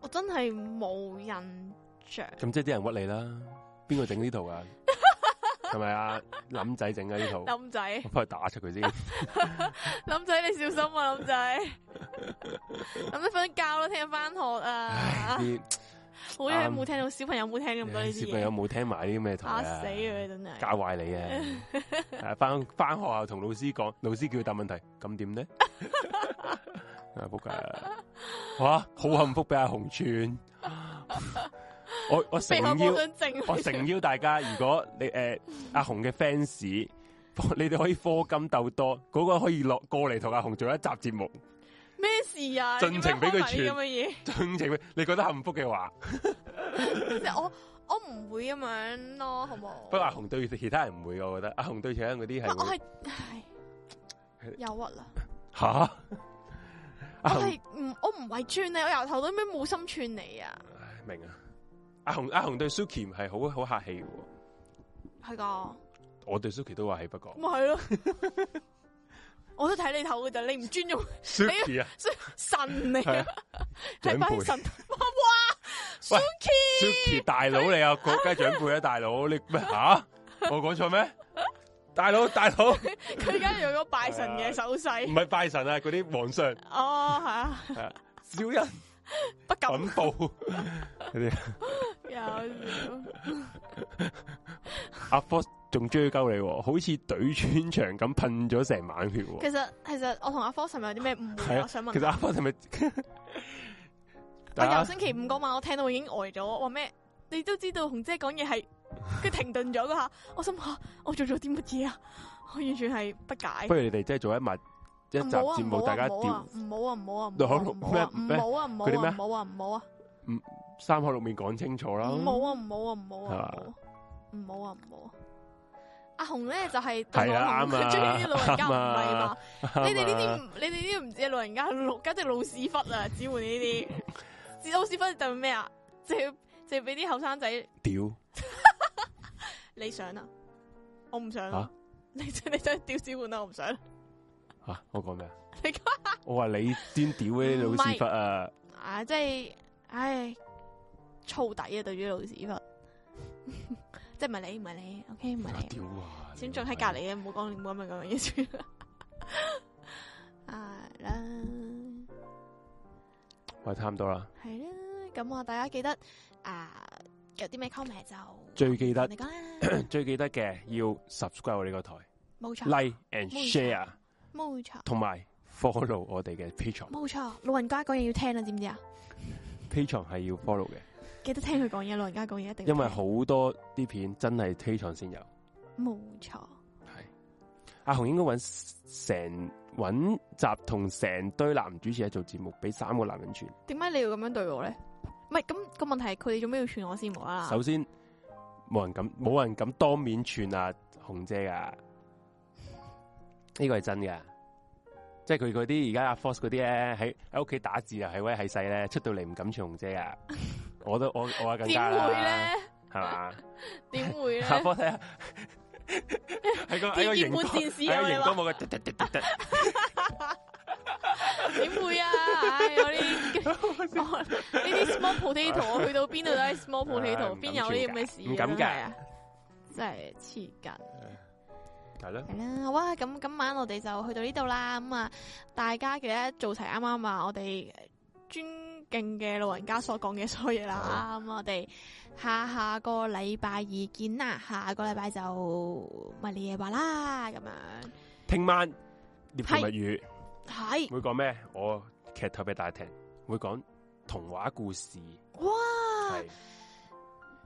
我真係冇印象，
咁即係啲人屈你啦，邊個整呢套 啊？係咪啊？林仔啊整嘅呢套，
林仔
我，幫佢打出 佢先。
林仔你小心 啊，林仔，林仔瞓覺啦，聽日翻學
唉，
啊，
啲
好彩冇聽到小朋友冇聽咁多呢
唉
啲
小朋友
嘢，
冇聽埋呢啲咩台
嚇
啊
死！佢真係，
教壞你啊！ 係翻翻學校同老師講，老師叫佢答問題，咁點呢？ 啊仆街 啊！哇，好幸福俾阿紅串， 我我
鼻
成
口
腰
冇。想整，
我诚邀大家，如果你诶、阿紅嘅 fans，你哋可以科金鬥多，嗰、個可以落過嚟同阿紅做一集節目，
咩事啊？
盡情俾佢
你點樣開 埋呢
盡情你覺得幸福嘅話，
啲咁嘅嘢，即係我我唔會咁樣咯，好冇？
不過阿紅對其他人唔會嘅，我覺得阿紅對其他人嗰啲
我
係會
係唉憂鬱啦。
吓，
我
阿紅
係唔我唔係串你，我由頭到尾冇心串你啊，
唉明啊，阿紅阿紅對 Suki 係好好客氣嘅喎，
係噶，
我對 Suki 都話氣不過
咁咪係咯。 我都睇你頭嘅咋，你唔尊 重
Suki 啊，
神
係
嚟嘅
啊，
睇
長
翻
輩
神哇
喂
，Suki
Suki 大佬你啊，國家長輩啊，大佬你咩吓？我講錯咩？大佬大佬，唔
佢而家有個拜神嘅手勢，
係拜神啊，嗰啲皇上。
哦係啊，
小人
不敢
品報
有少
阿 Fox 仲追鳩你喎，好似懟穿牆咁噴咗成晚血喎。
其實其實我同阿 Fox 係咪有啲咩誤
係
會？
啊
我想
其實啊
問，
阿 Fox 係 咪？
我
大
由
家
星期五嗰晚我聽到我已經呆咗，話咩？你都知道紅姐講 嘢係佢停頓咗嗰下，我心下我做咗啲乜嘢啊？我完全係不解
不。如你哋真係做一埋一集
唔好啊
節目，大家
唔好
調
啊唔好啊唔 好啊唔
你
好
可能
啊唔好啊
咩咩
唔好啊唔好
佢哋咩
啊唔好啊唔好啊
三口六面講清楚啦。
唔好啊唔好啊唔好
係嘛
啊唔好啊唔好啊！阿紅咧就係
係啊啱啊
中意啲老人家唔係
啱
嘛
啊？
你哋呢啲唔，你哋呢啲唔知係老人家，老簡直老屎忽啊！只換呢啲，只老屎忽就咩啊？就要就要俾啲後生仔
屌，
你想啊，我唔想啊
啊。
你真你真係屌只換啊！我唔想。
吓我講咩啊？
你講
我話你端屌嗰啲老屎忽啊！
啊，即係唉，燥底啊！對住啲老屎忽， 即係唔係你唔係你，OK 唔係你。
屌啊！
先仲喺隔離嘅，唔好講唔好咁樣講嘢先啦。啊啦，
喂，差唔多啦。
係啦，咁啊，大家記得啊，有啲咩 comment 就
最記得
同你講 啦，
最記得嘅要 subscribe 我呢個台
冇錯，
，like and
啊冇錯啊
share，
冇錯，
同埋 follow 我哋嘅 patron。
冇錯，老人家講嘢要聽啊，知唔知啊？
patron 係要 follow 嘅，
記得聽佢講嘢，老人家講嘢一定要
因為
聽
好多啲片真係 patron 先有。
冇錯，
係阿紅應該揾成揾集同成堆男主持喺做節目，俾三個男人串。
點解你要咁樣對我咧？唔係咁個問題係佢哋做咩要串我先啊無啦啦？
首先冇人敢冇人敢當面串啊紅姐 噶，呢個係真噶。即係佢嗰啲而家阿 Force 嗰啲咧，喺喺屋企打字啊，係威係勢咧，出到嚟唔敢串紅姐啊！我都我我啊更
點
加
會
啦，
咧？
係嘛？
點會咧？
阿 Force 睇下啊喺個喺個
鐵血
熒
末
光
戰士
喺
啊！
個
你
熒
話
光幕嘅滴滴滴滴滴
點會啊？唉，我呢啲 我呢啲 small potato，我去到邊度都係 small
唉
potato，
啊唔敢
邊有呢啲咁嘅事啊？
唔敢㗎
真係啊，真係黐筋。
係咯，
係啦，好啊，咁今晚我哋就去到呢度啦。咁啊，大家記得做齊啱啱啊，我哋尊敬嘅老人家所講嘅所有嘢啦。啊咁我哋下下個禮拜二見啦，下個禮拜就咪你嘢話啦，咁樣
聽晚獵奇物語。
係。
會講咩？我劇透俾大家聽，會講童話故事，
哇！
係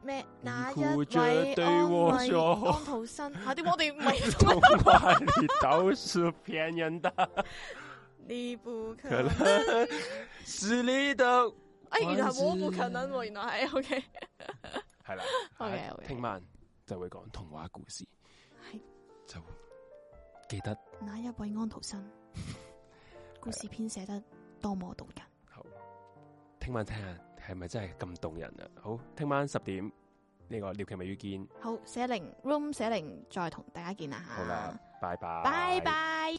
咩？
唔
那一
顧著
位
對
安
我
慰
說
安徒生吓，啲我哋唔係
童話裏都是騙人的，
你不可
可
能，
能是你的，
哎，原來係我不可能喎，原來係 OK，
係啦。
OK，OK
聽晚就會講童話故事，
係
就記得
那一位安徒生， 故事編寫得多麼動人。
好。聽晚聽下係咪真係咁動人啊？好，聽晚十點呢個獵奇物語見，
好，寫零 room 寫零，再同大家見啦吓。
好
啊
啦，拜拜，
拜拜。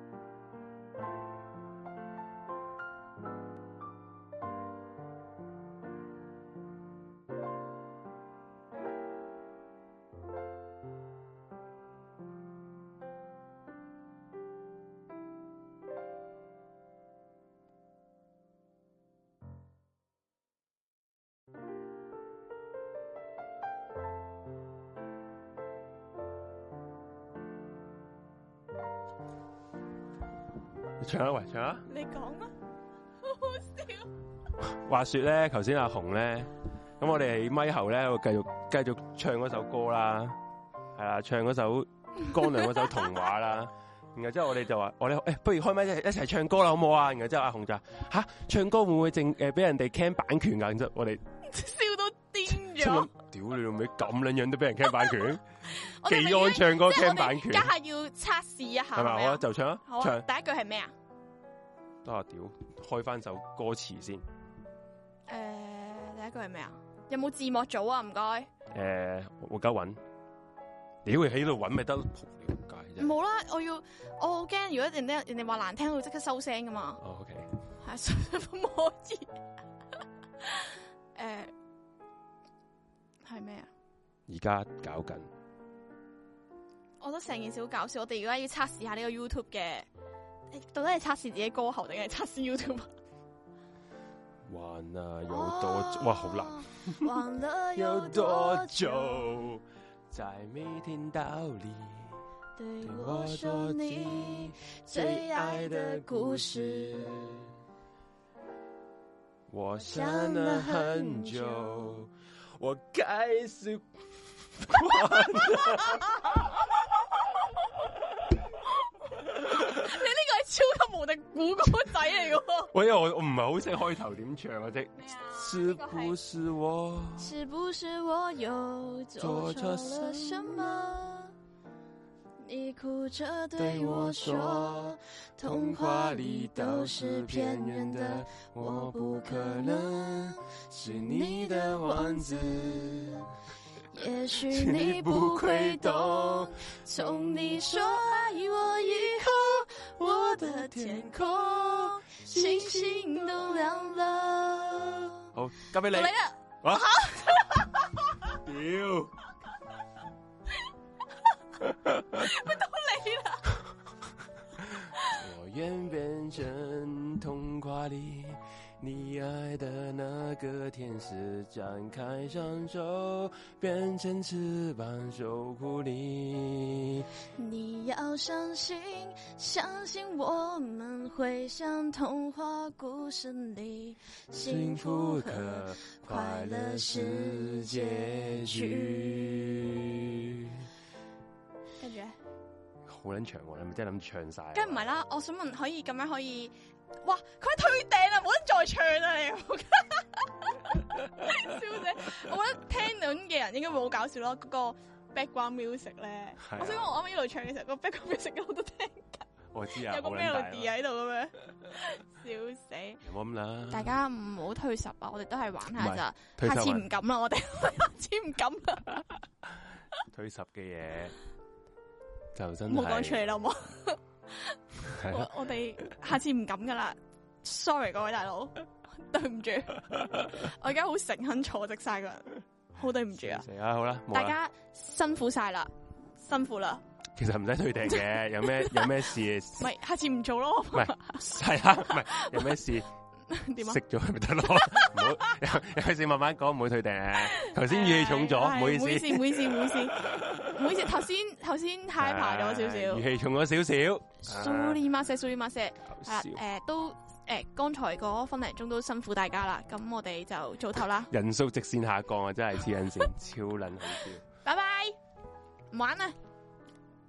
你唱啊，喂，唱啊！
你講啊。
话说咧，头先阿紅咧，咁我哋喺咪後咧，會繼續繼續唱嗰首歌啦，係啦，唱嗰首光良嗰首童話啦。然後之後我哋就話，我哋诶，不如開咪一齊一齊唱歌啦，好唔好啊？然後之後阿紅就話吓唱歌會唔會正诶俾人哋 can 版權噶？然之後我哋
笑到癲
心諗
咗。
屌你老味咁撚樣都俾人 can 版權，
我哋咪
技
要
安唱歌
即係
can
我
版
哋
權
家下要測試一下，
係
係咪
咪？我
啊？
就唱啊
好，啊，
唱
第一句係咩啊？
都話屌，開翻首歌詞先。
诶，第一句係咩啊？有冇字幕組啊？唔該。
诶、呃我我而家揾，屌佢喺度揾咪得，仆你個街啫。
冇啦，我要我好驚，如果人哋人哋話難聽，我會即刻收聲噶嘛。
哦，OK。
係，所以唔可以。诶，係咩啊？
而家搞緊，
我覺得成件事好搞笑。我哋而家要測試下呢個 YouTube 嘅，到底係測試自己歌喉定係測試 YouTube？啊
還啊有多哇好難，
難。忘了哦有
有
多
多
久？
久？在每天道理
對
對
我
我
說
說
你
你
最
最
愛
愛
的
的
故
故
事
事。我想了很久，我開始
你呢個係超級無敵古歌仔嚟嘅喎。
喂，我我唔係好識開頭點唱啊，即
咩啊
是
呢個
不
係
是我？
是不是我又做错了什么？你哭着对我说，童话里都是骗人的，
我不可能是你的王子，
也 许你不会懂。从你说爱我以后，我的天空星星都亮了。
好，交俾你
到你。啦！
啊！ 屌！
你啦！
我愿变成童话里你爱的那个天使，展开双手，变成翅膀守护你。
你要相信，相信我们会像童话故事里
幸
幸
福
福
可
和
快乐是结局。
跟住咧，
好撚長喎，你咪真係諗住唱晒啊？
梗唔係啦！我想問，可以咁樣可以？哇！佢喺退訂啦，冇得再唱啦！你好 笑死！我覺得聽緊嘅人應該會好搞笑咯。嗰、個 background music 咧，
係啊
我想講我啱啱一路唱嘅時候，個 background music 我都聽，
我知啊，
有個
好撚大
melody
啊，
喺度咁樣，笑死！
有冇咁啦？
大家唔好退十啊！我哋都係玩下咋。
退
下
十
次
啊
唔敢啦，我哋 下次唔敢啦，
退十嘅嘢，就真
唔好講出嚟
係
啦，好冇？
係啊咯
我我哋下次唔敢噶啦，sorry 各位大佬，對唔住，我而家好誠懇坐直晒個人，好對唔住啊！
死啦，好啦，冇啦
大家辛苦晒啦，辛苦啦，
其實唔使退訂 嘅，有咩有咩事，
咪下次唔做咯，
唔係係啦，唔係有咩事
點啊
食？咗佢咪得咯，唔好有有咩事慢慢講，唔好退訂。啊 頭先語氣重咗，
係
唔好意
唔好意
思
思，，唔好意思，唔好意思，唔好意思，頭先頭先 high 爬咗少
係語
少
氣重咗少少。
，sorry 嘛謝，sorry 嘛謝。
啊搞
係啦
笑，
诶、都诶，刚、才嗰分零鐘都辛苦大家啦，咁我哋就早唞啦，
人數直線下降啊，真係黐撚線，超撚好笑，
啊拜拜，唔玩啦，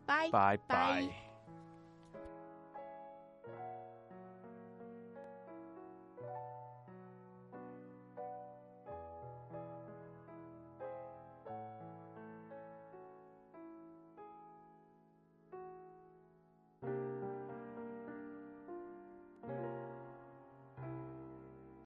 拜。
拜
拜
拜。